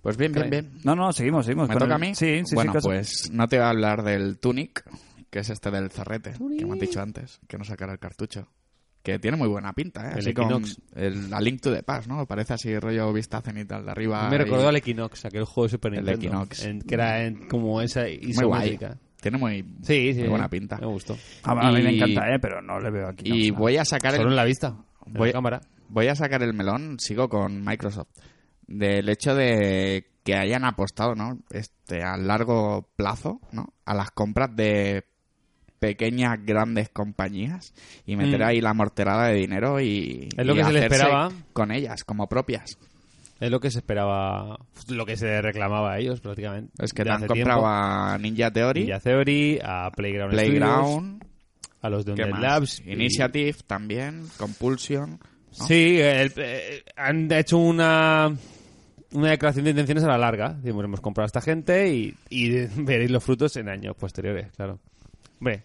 [SPEAKER 5] Pues bien, bien, bien.
[SPEAKER 2] No, no, seguimos, seguimos.
[SPEAKER 5] ¿Me
[SPEAKER 2] con
[SPEAKER 5] toca
[SPEAKER 2] el-
[SPEAKER 5] a mí?
[SPEAKER 2] Sí, sí,
[SPEAKER 5] Bueno,
[SPEAKER 2] sí. cosas-
[SPEAKER 5] pues no te voy a hablar del Tunic, que es este del zarrete, que me han dicho antes, que no sacará el cartucho. Que tiene muy buena pinta, ¿eh?
[SPEAKER 3] El
[SPEAKER 5] así con
[SPEAKER 3] Equinox.
[SPEAKER 5] el, la Link to the Past, ¿no? Parece así rollo vista cenital de arriba.
[SPEAKER 3] Me
[SPEAKER 5] y-
[SPEAKER 3] recordó al Equinox, aquel juego de Super
[SPEAKER 5] El
[SPEAKER 3] Nintendo.
[SPEAKER 5] Equinox.
[SPEAKER 3] en- que era en- como esa
[SPEAKER 5] Muy guay.
[SPEAKER 3] isométrica.
[SPEAKER 5] Tiene muy,
[SPEAKER 3] Sí, sí.
[SPEAKER 5] muy buena pinta.
[SPEAKER 3] Me gustó.
[SPEAKER 2] A, a mí me
[SPEAKER 5] Y-
[SPEAKER 2] encanta, eh, pero no le veo aquí. no,
[SPEAKER 5] Y
[SPEAKER 2] nada.
[SPEAKER 5] voy a sacar
[SPEAKER 3] Solo en
[SPEAKER 5] el,
[SPEAKER 3] la vista. en la
[SPEAKER 5] voy-
[SPEAKER 3] cámara.
[SPEAKER 5] voy a sacar el melón, sigo con Microsoft. Del hecho de que hayan apostado, ¿no? Este, a largo plazo, ¿no? A las compras de pequeñas, grandes compañías y meter
[SPEAKER 2] Mm.
[SPEAKER 5] ahí la morterada de dinero y,
[SPEAKER 3] Es lo
[SPEAKER 5] y
[SPEAKER 3] que se le
[SPEAKER 5] hacerse
[SPEAKER 3] esperaba.
[SPEAKER 5] con ellas, como propias.
[SPEAKER 3] Es lo que se esperaba, lo que se reclamaba a ellos prácticamente.
[SPEAKER 5] Es que te
[SPEAKER 3] de
[SPEAKER 5] han
[SPEAKER 3] hace
[SPEAKER 5] comprado
[SPEAKER 3] tiempo.
[SPEAKER 5] a Ninja Theory,
[SPEAKER 3] Y a Theory, a Playground, Studios,
[SPEAKER 5] Playground,
[SPEAKER 3] a los de
[SPEAKER 5] ¿qué
[SPEAKER 3] Undead
[SPEAKER 5] más?
[SPEAKER 3] Labs. y-
[SPEAKER 5] Initiative también, Compulsion. ¿no?
[SPEAKER 3] Sí, el- eh, han hecho una una declaración de intenciones a la larga. Decimos, hemos comprado a esta gente y, y veréis los frutos en años posteriores, claro. Hombre,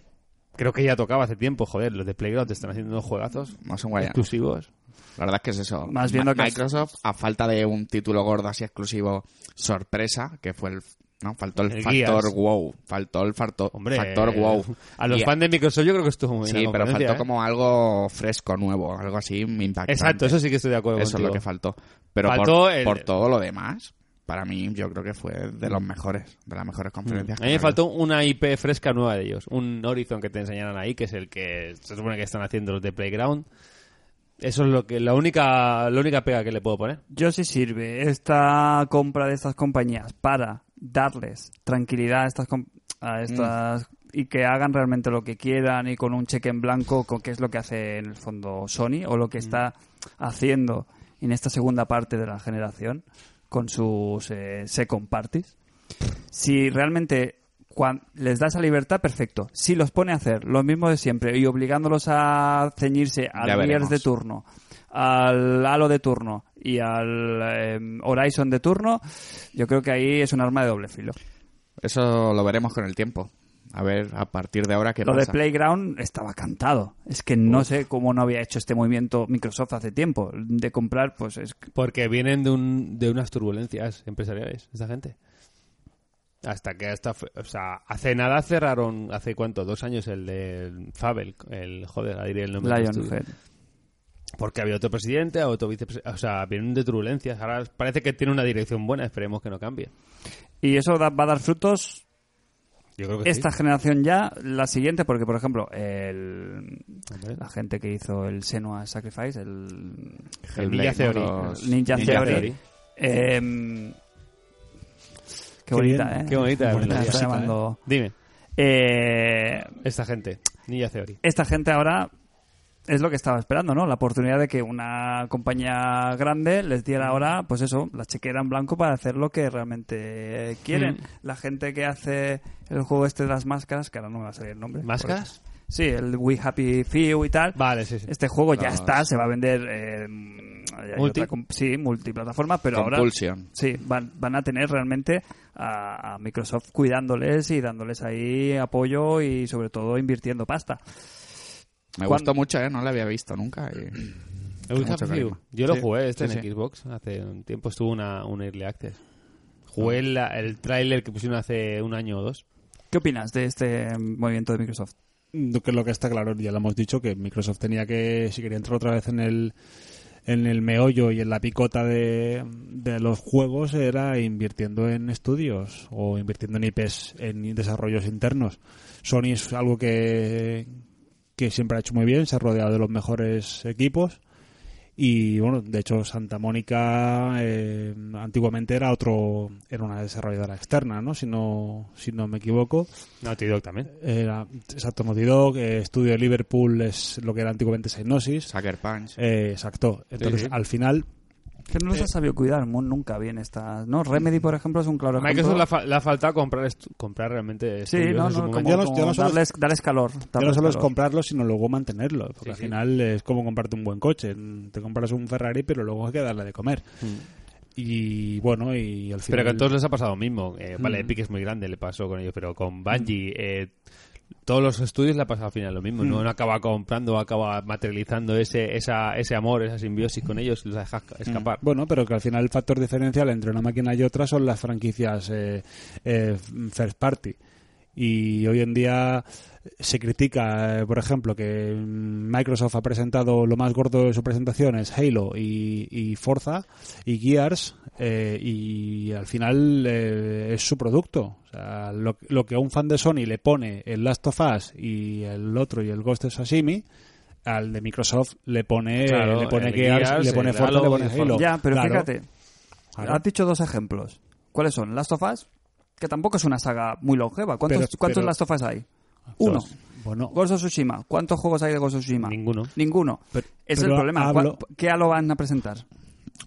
[SPEAKER 3] creo que ya tocaba hace tiempo, joder, los de Playground te están haciendo unos juegazos
[SPEAKER 5] No son guayanos.
[SPEAKER 3] exclusivos.
[SPEAKER 5] La verdad es que es eso.
[SPEAKER 2] Más viendo
[SPEAKER 5] Ma-
[SPEAKER 2] que es-
[SPEAKER 5] Microsoft, a falta de un título gordo así exclusivo, sorpresa, que fue el. ¿no? Faltó el,
[SPEAKER 3] El
[SPEAKER 5] factor
[SPEAKER 3] Gears.
[SPEAKER 5] wow. Faltó el farto-
[SPEAKER 3] Hombre,
[SPEAKER 5] factor wow.
[SPEAKER 3] A los
[SPEAKER 5] Y-
[SPEAKER 3] fans de Microsoft yo creo que estuvo muy bien.
[SPEAKER 5] Sí,
[SPEAKER 3] la
[SPEAKER 5] pero faltó
[SPEAKER 3] conferencia, ¿eh?
[SPEAKER 5] como algo fresco, nuevo, algo así impactante.
[SPEAKER 3] Exacto, eso sí que estoy de acuerdo
[SPEAKER 5] Eso es
[SPEAKER 3] contigo.
[SPEAKER 5] lo que faltó. Pero
[SPEAKER 3] Faltó
[SPEAKER 5] por,
[SPEAKER 3] el-
[SPEAKER 5] por todo lo demás, para mí yo creo que fue de los mejores, de las mejores conferencias.
[SPEAKER 3] Mm. A
[SPEAKER 5] que
[SPEAKER 3] mí me
[SPEAKER 5] ha
[SPEAKER 3] faltó una IP fresca nueva de ellos, un Horizon que te enseñaran ahí, que es el que se supone que están haciendo los de Playground. Eso es lo que la única la única pega que le puedo poner.
[SPEAKER 2] Yo sí sirve esta compra de estas compañías para darles tranquilidad a estas com- a estas y que hagan realmente lo que quieran y con un cheque en blanco con qué es lo que hace en el fondo Sony o lo que está haciendo en esta segunda parte de la generación con sus eh, second parties. Si realmente cuan- les da esa libertad, perfecto. Si los pone a hacer lo mismo de siempre y obligándolos a ceñirse al
[SPEAKER 5] Ya veremos.
[SPEAKER 2] Gears de turno, al Halo de turno y al eh, Horizon de turno, yo creo que ahí es un arma de doble filo.
[SPEAKER 5] Eso lo veremos con el tiempo. A ver, a partir de ahora qué
[SPEAKER 2] Lo
[SPEAKER 5] pasa.
[SPEAKER 2] de Playground estaba cantado. Es que no sé cómo no había hecho este movimiento Microsoft hace tiempo de comprar, pues es
[SPEAKER 3] Porque vienen de, un, de unas turbulencias empresariales, esta gente. Hasta que hasta, fue- o sea, hace nada cerraron, hace cuánto, dos años el de Fabel, el joder, ahí diré el nombre. del estudio.
[SPEAKER 2] Lionhead.
[SPEAKER 3] Porque había otro presidente, otro vicepresidente, o sea, vienen de turbulencias. Ahora parece que tiene una dirección buena, esperemos que no cambie.
[SPEAKER 2] Y eso da- va a dar frutos
[SPEAKER 5] ¿Ah,
[SPEAKER 3] Yo creo que sí.
[SPEAKER 2] esta generación ya, la siguiente, porque por ejemplo, el,
[SPEAKER 3] Hombre.
[SPEAKER 2] la gente que hizo el Senua Sacrifice, el
[SPEAKER 5] Hellblade,
[SPEAKER 3] Ninja
[SPEAKER 5] ¿no?
[SPEAKER 3] Theory.
[SPEAKER 5] Los-
[SPEAKER 2] Ninja,
[SPEAKER 5] Ninja
[SPEAKER 2] Theory.
[SPEAKER 5] Theory.
[SPEAKER 2] em, qué, bonita,
[SPEAKER 4] bien,
[SPEAKER 2] ¿eh?
[SPEAKER 3] qué bonita melodía.
[SPEAKER 2] está
[SPEAKER 4] Cosita,
[SPEAKER 2] llamando.
[SPEAKER 3] Dime,
[SPEAKER 2] Eh,
[SPEAKER 3] esta gente, Ninja Theory.
[SPEAKER 2] esta gente ahora es lo que estaba esperando, ¿no? La oportunidad de que una compañía grande les diera ahora, pues eso, la chequera en blanco para hacer lo que realmente eh, quieren. La gente que hace el juego este de las máscaras, que ahora no me va a salir el nombre.
[SPEAKER 3] ¿Máscaras?
[SPEAKER 2] Sí, el We Happy Few y tal.
[SPEAKER 3] Vale, sí, sí.
[SPEAKER 2] Este juego ya
[SPEAKER 5] Los-
[SPEAKER 2] está, se va a vender. Eh, hay otra
[SPEAKER 3] Multi.
[SPEAKER 2] com- sí, multiplataforma, pero ahora.
[SPEAKER 5] Compulsion.
[SPEAKER 2] Sí, van, van a tener realmente a, a Microsoft cuidándoles y dándoles ahí apoyo y sobre todo invirtiendo pasta.
[SPEAKER 5] Me
[SPEAKER 2] Cuando-
[SPEAKER 5] gustó mucho, ¿eh? No la había visto nunca. y-
[SPEAKER 2] Este
[SPEAKER 3] El Wings
[SPEAKER 5] Mucho
[SPEAKER 3] of Fear.
[SPEAKER 5] carisma.
[SPEAKER 3] Yo lo
[SPEAKER 5] Sí,
[SPEAKER 3] jugué este
[SPEAKER 5] sí,
[SPEAKER 3] en
[SPEAKER 5] sí.
[SPEAKER 3] Xbox hace un tiempo, estuvo una, un Early Access.
[SPEAKER 2] Ah.
[SPEAKER 3] Jugué la- el tráiler que pusieron hace un año o dos.
[SPEAKER 2] ¿Qué opinas de este movimiento de Microsoft?
[SPEAKER 4] Lo que- lo que está claro, ya lo hemos dicho, que Microsoft tenía que, si quería entrar otra vez en el, en el meollo y en la picota de, de los juegos, era invirtiendo en estudios o invirtiendo en IPs, en desarrollos internos. Sony es algo que, que siempre ha hecho muy bien, se ha rodeado de los mejores equipos Y bueno, de hecho Santa Mónica eh, antiguamente era otro, era una desarrolladora externa, ¿no? Si no, si no me equivoco.
[SPEAKER 3] Naughty Dog también.
[SPEAKER 4] Era, exacto, Naughty Dog, eh, Estudio de Liverpool es lo que era antiguamente Synosis.
[SPEAKER 5] Sucker Punch.
[SPEAKER 4] Eh, exacto. Entonces,
[SPEAKER 3] Sí, sí.
[SPEAKER 4] al final,
[SPEAKER 2] Que no se
[SPEAKER 4] Eh.
[SPEAKER 2] ha sabido cuidar mu- nunca bien estas, ¿no? Remedy, por ejemplo, es un claro
[SPEAKER 3] A
[SPEAKER 2] ejemplo.
[SPEAKER 3] Microsoft le ha, fa- le ha faltado comprar, estu- comprar realmente
[SPEAKER 2] Sí,
[SPEAKER 3] estudios
[SPEAKER 2] no,
[SPEAKER 3] en su
[SPEAKER 2] no, como,
[SPEAKER 3] momento.
[SPEAKER 4] Ya no-
[SPEAKER 2] como
[SPEAKER 4] ya no solo es-
[SPEAKER 2] darles, darles calor.
[SPEAKER 4] ya no
[SPEAKER 2] darles
[SPEAKER 4] solo es
[SPEAKER 2] calor.
[SPEAKER 4] comprarlo, sino luego mantenerlo. Porque
[SPEAKER 3] Sí,
[SPEAKER 4] al
[SPEAKER 3] sí.
[SPEAKER 4] final es como comprarte un buen coche. Te compras un Ferrari, pero luego hay que darle de comer. Y bueno, y al final.
[SPEAKER 3] Hmm. Pero que a todos les ha pasado lo mismo. Eh, Vale,
[SPEAKER 2] Mm.
[SPEAKER 3] Epic es muy grande, le pasó con ellos, pero con Bungie, eh, todos los estudios le ha pasado al final lo mismo.
[SPEAKER 2] Mm.
[SPEAKER 3] ¿no? Uno acaba comprando, acaba materializando ese, esa, ese amor, esa simbiosis con ellos y los deja escapar.
[SPEAKER 4] Mm. Bueno, pero que al final el factor diferencial entre una máquina y otra son las franquicias eh, eh, first party. Y hoy en día se critica, eh, por ejemplo, que mm, Microsoft ha presentado lo más gordo de su presentación es Halo y, y Forza y Gears eh, y al final eh, es su producto. O sea, lo, lo que a un fan de Sony le pone el Last of Us y el otro y el Ghost of Sashimi, al de Microsoft le pone,
[SPEAKER 3] Claro,
[SPEAKER 4] le pone
[SPEAKER 3] el
[SPEAKER 4] Gears,
[SPEAKER 3] Gears,
[SPEAKER 4] le pone
[SPEAKER 3] el
[SPEAKER 4] Forza,
[SPEAKER 3] Halo
[SPEAKER 4] le
[SPEAKER 3] y
[SPEAKER 4] pone
[SPEAKER 3] el
[SPEAKER 4] Halo.
[SPEAKER 3] Forza.
[SPEAKER 2] Ya, pero
[SPEAKER 4] Claro.
[SPEAKER 2] fíjate,
[SPEAKER 4] Claro.
[SPEAKER 2] has dicho dos ejemplos. ¿Cuáles son? Last of Us, que tampoco es una saga muy longeva. ¿Cuántos,
[SPEAKER 4] Pero-
[SPEAKER 2] cuántos
[SPEAKER 4] pero-
[SPEAKER 2] Last of Us hay? Uno.
[SPEAKER 4] Dos. Bueno,
[SPEAKER 2] Ghost of Tsushima. ¿Cuántos juegos hay de Ghost of Tsushima?
[SPEAKER 3] Ninguno.
[SPEAKER 2] Ninguno.
[SPEAKER 4] pero-
[SPEAKER 2] Es
[SPEAKER 4] pero
[SPEAKER 2] el problema.
[SPEAKER 4] hablo-
[SPEAKER 2] ¿Cuál- ¿Qué halo van a presentar?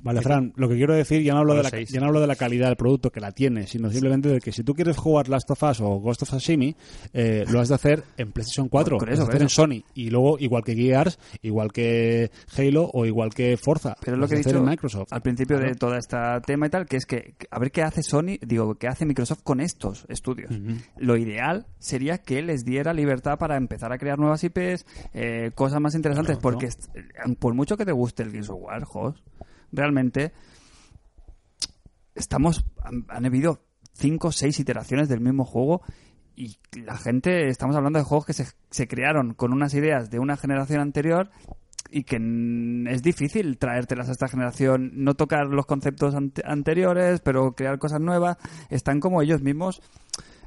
[SPEAKER 4] Vale, Fran, lo que quiero decir, ya no, hablo
[SPEAKER 3] A
[SPEAKER 4] de
[SPEAKER 3] los
[SPEAKER 4] la,
[SPEAKER 3] seis.
[SPEAKER 4] ya no hablo de la calidad del producto que la tiene, sino simplemente de que si tú quieres jugar Last of Us o Ghost of Sashimi, eh, lo has de hacer en PlayStation 4,
[SPEAKER 2] Por
[SPEAKER 4] lo has de
[SPEAKER 2] eso,
[SPEAKER 4] hacer en Sony, y luego igual que Gears, igual que Halo o igual que Forza.
[SPEAKER 2] Pero es lo
[SPEAKER 4] has
[SPEAKER 2] que he
[SPEAKER 4] de Pues hacer
[SPEAKER 2] dicho
[SPEAKER 4] en Microsoft.
[SPEAKER 2] al principio de
[SPEAKER 4] Claro.
[SPEAKER 2] todo este tema y tal, que es que que a ver qué hace Sony, digo, qué hace Microsoft con estos estudios. Lo ideal sería que les diera libertad para empezar a crear nuevas IPs, eh, cosas más interesantes, porque est- eh, por mucho que te guste el Gears of War, Jos, realmente estamos han, han habido cinco o seis iteraciones del mismo juego y la gente estamos hablando de juegos que se, se crearon con unas ideas de una generación anterior y que mm, es difícil traértelas a esta generación, no tocar los conceptos ante- anteriores, pero crear cosas nuevas, están como ellos mismos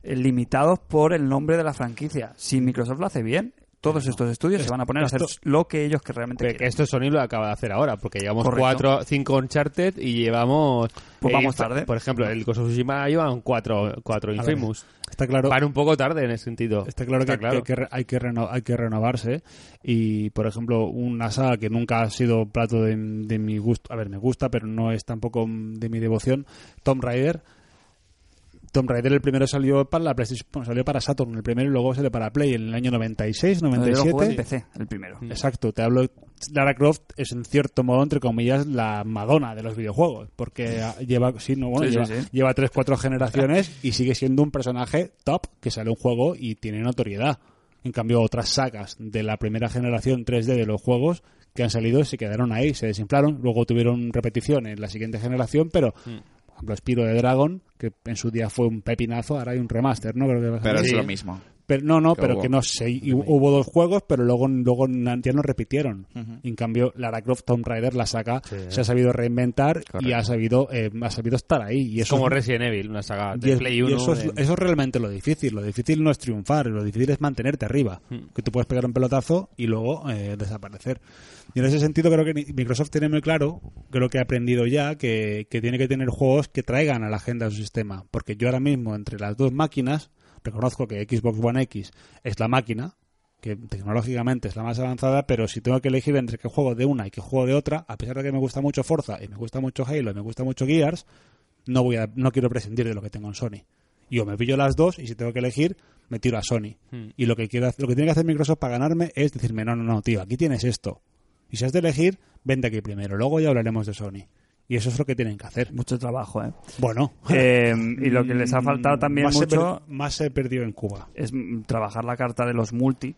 [SPEAKER 2] eh, limitados por el nombre de la franquicia. Si Microsoft lo hace bien, todos estos estudios se van a poner a hacer
[SPEAKER 4] esto-
[SPEAKER 2] lo que ellos que realmente
[SPEAKER 3] Pero que
[SPEAKER 2] quieren.
[SPEAKER 3] esto Sony lo acaba de hacer ahora, porque llevamos
[SPEAKER 2] Correcto.
[SPEAKER 3] cuatro, cinco Uncharted y llevamos...
[SPEAKER 2] Pues vamos
[SPEAKER 3] fa-
[SPEAKER 2] tarde.
[SPEAKER 3] Por ejemplo, el Ghost of Tsushima llevan cuatro, cuatro
[SPEAKER 4] A ver,
[SPEAKER 3] Infamous.
[SPEAKER 4] Está claro,
[SPEAKER 3] Van un poco tarde en ese sentido.
[SPEAKER 4] está claro, que, que- que re- hay, que reno- hay que renovarse y, por ejemplo, una saga que nunca ha sido plato de, de mi gusto, a ver, me gusta, pero no es tampoco mm, de mi devoción, Tomb Raider. Tomb Raider el primero salió para la PlayStation, bueno, salió para Saturn el primero y luego salió para Play en el año 96,
[SPEAKER 2] No, yo lo jugué en
[SPEAKER 4] 97.
[SPEAKER 2] PC, el primero.
[SPEAKER 4] Exacto, te hablo. Lara Croft es en cierto modo, entre comillas, la Madonna de los videojuegos, porque ah, lleva, sí, no, bueno,
[SPEAKER 2] Sí, sí,
[SPEAKER 4] lleva,
[SPEAKER 2] sí.
[SPEAKER 4] lleva tres, cuatro generaciones y sigue siendo un personaje top que sale un juego y tiene notoriedad. En cambio, otras sagas de la primera generación 3D de los juegos que han salido se quedaron ahí, se desinflaron, luego tuvieron repetición en la siguiente generación, pero
[SPEAKER 2] Mm.
[SPEAKER 4] por ejemplo, Spiro de Dragon, que en su día fue un pepinazo, ahora hay un remaster, ¿no? Creo que va a
[SPEAKER 5] Pero
[SPEAKER 4] salir.
[SPEAKER 5] es lo mismo.
[SPEAKER 4] Pero, no, no,
[SPEAKER 5] Que
[SPEAKER 4] pero
[SPEAKER 5] hubo.
[SPEAKER 4] que no sé. y hubo dos juegos, pero luego, luego na- ya no repitieron. En cambio, Lara Croft Tomb Raider, la saca, se ha sabido reinventar y
[SPEAKER 5] Correcto.
[SPEAKER 4] ha sabido, eh, ha sabido estar ahí. Y eso
[SPEAKER 3] Como
[SPEAKER 4] es-
[SPEAKER 3] Resident Evil, una saga
[SPEAKER 4] y
[SPEAKER 3] de
[SPEAKER 4] es-
[SPEAKER 3] Play
[SPEAKER 4] y
[SPEAKER 3] 1.
[SPEAKER 4] eso, es,
[SPEAKER 3] de-
[SPEAKER 4] eso es realmente lo difícil. Lo difícil no es triunfar, lo difícil es mantenerte arriba.
[SPEAKER 3] Hmm.
[SPEAKER 4] Que tú puedes pegar un pelotazo y luego eh, desaparecer. Y en ese sentido creo que ni- Microsoft tiene muy claro, creo que ha aprendido ya, que, que tiene que tener juegos que traigan a la agenda de su sistema. Porque yo ahora mismo, entre las dos máquinas, reconozco que Xbox One X es la máquina, que tecnológicamente es la más avanzada, pero si tengo que elegir entre qué juego de una y qué juego de otra, a pesar de que me gusta mucho Forza y me gusta mucho Halo y me gusta mucho Gears, no voy a, no quiero prescindir de lo que tengo en Sony. Yo me pillo las dos y si tengo que elegir, me tiro a Sony. Y lo que quiero, hacer- lo que tiene que hacer Microsoft para ganarme es decirme, no, no, no, tío, aquí tienes esto. Y si has de elegir, vente aquí primero, luego ya hablaremos de Sony. Y eso es lo que tienen que hacer.
[SPEAKER 2] Mucho trabajo, ¿eh?
[SPEAKER 4] Bueno, mm,
[SPEAKER 2] Eh, y lo que les ha faltado también
[SPEAKER 4] más
[SPEAKER 2] mucho
[SPEAKER 4] se per- más se perdió en Cuba.
[SPEAKER 2] es mm, trabajar la carta de los multi,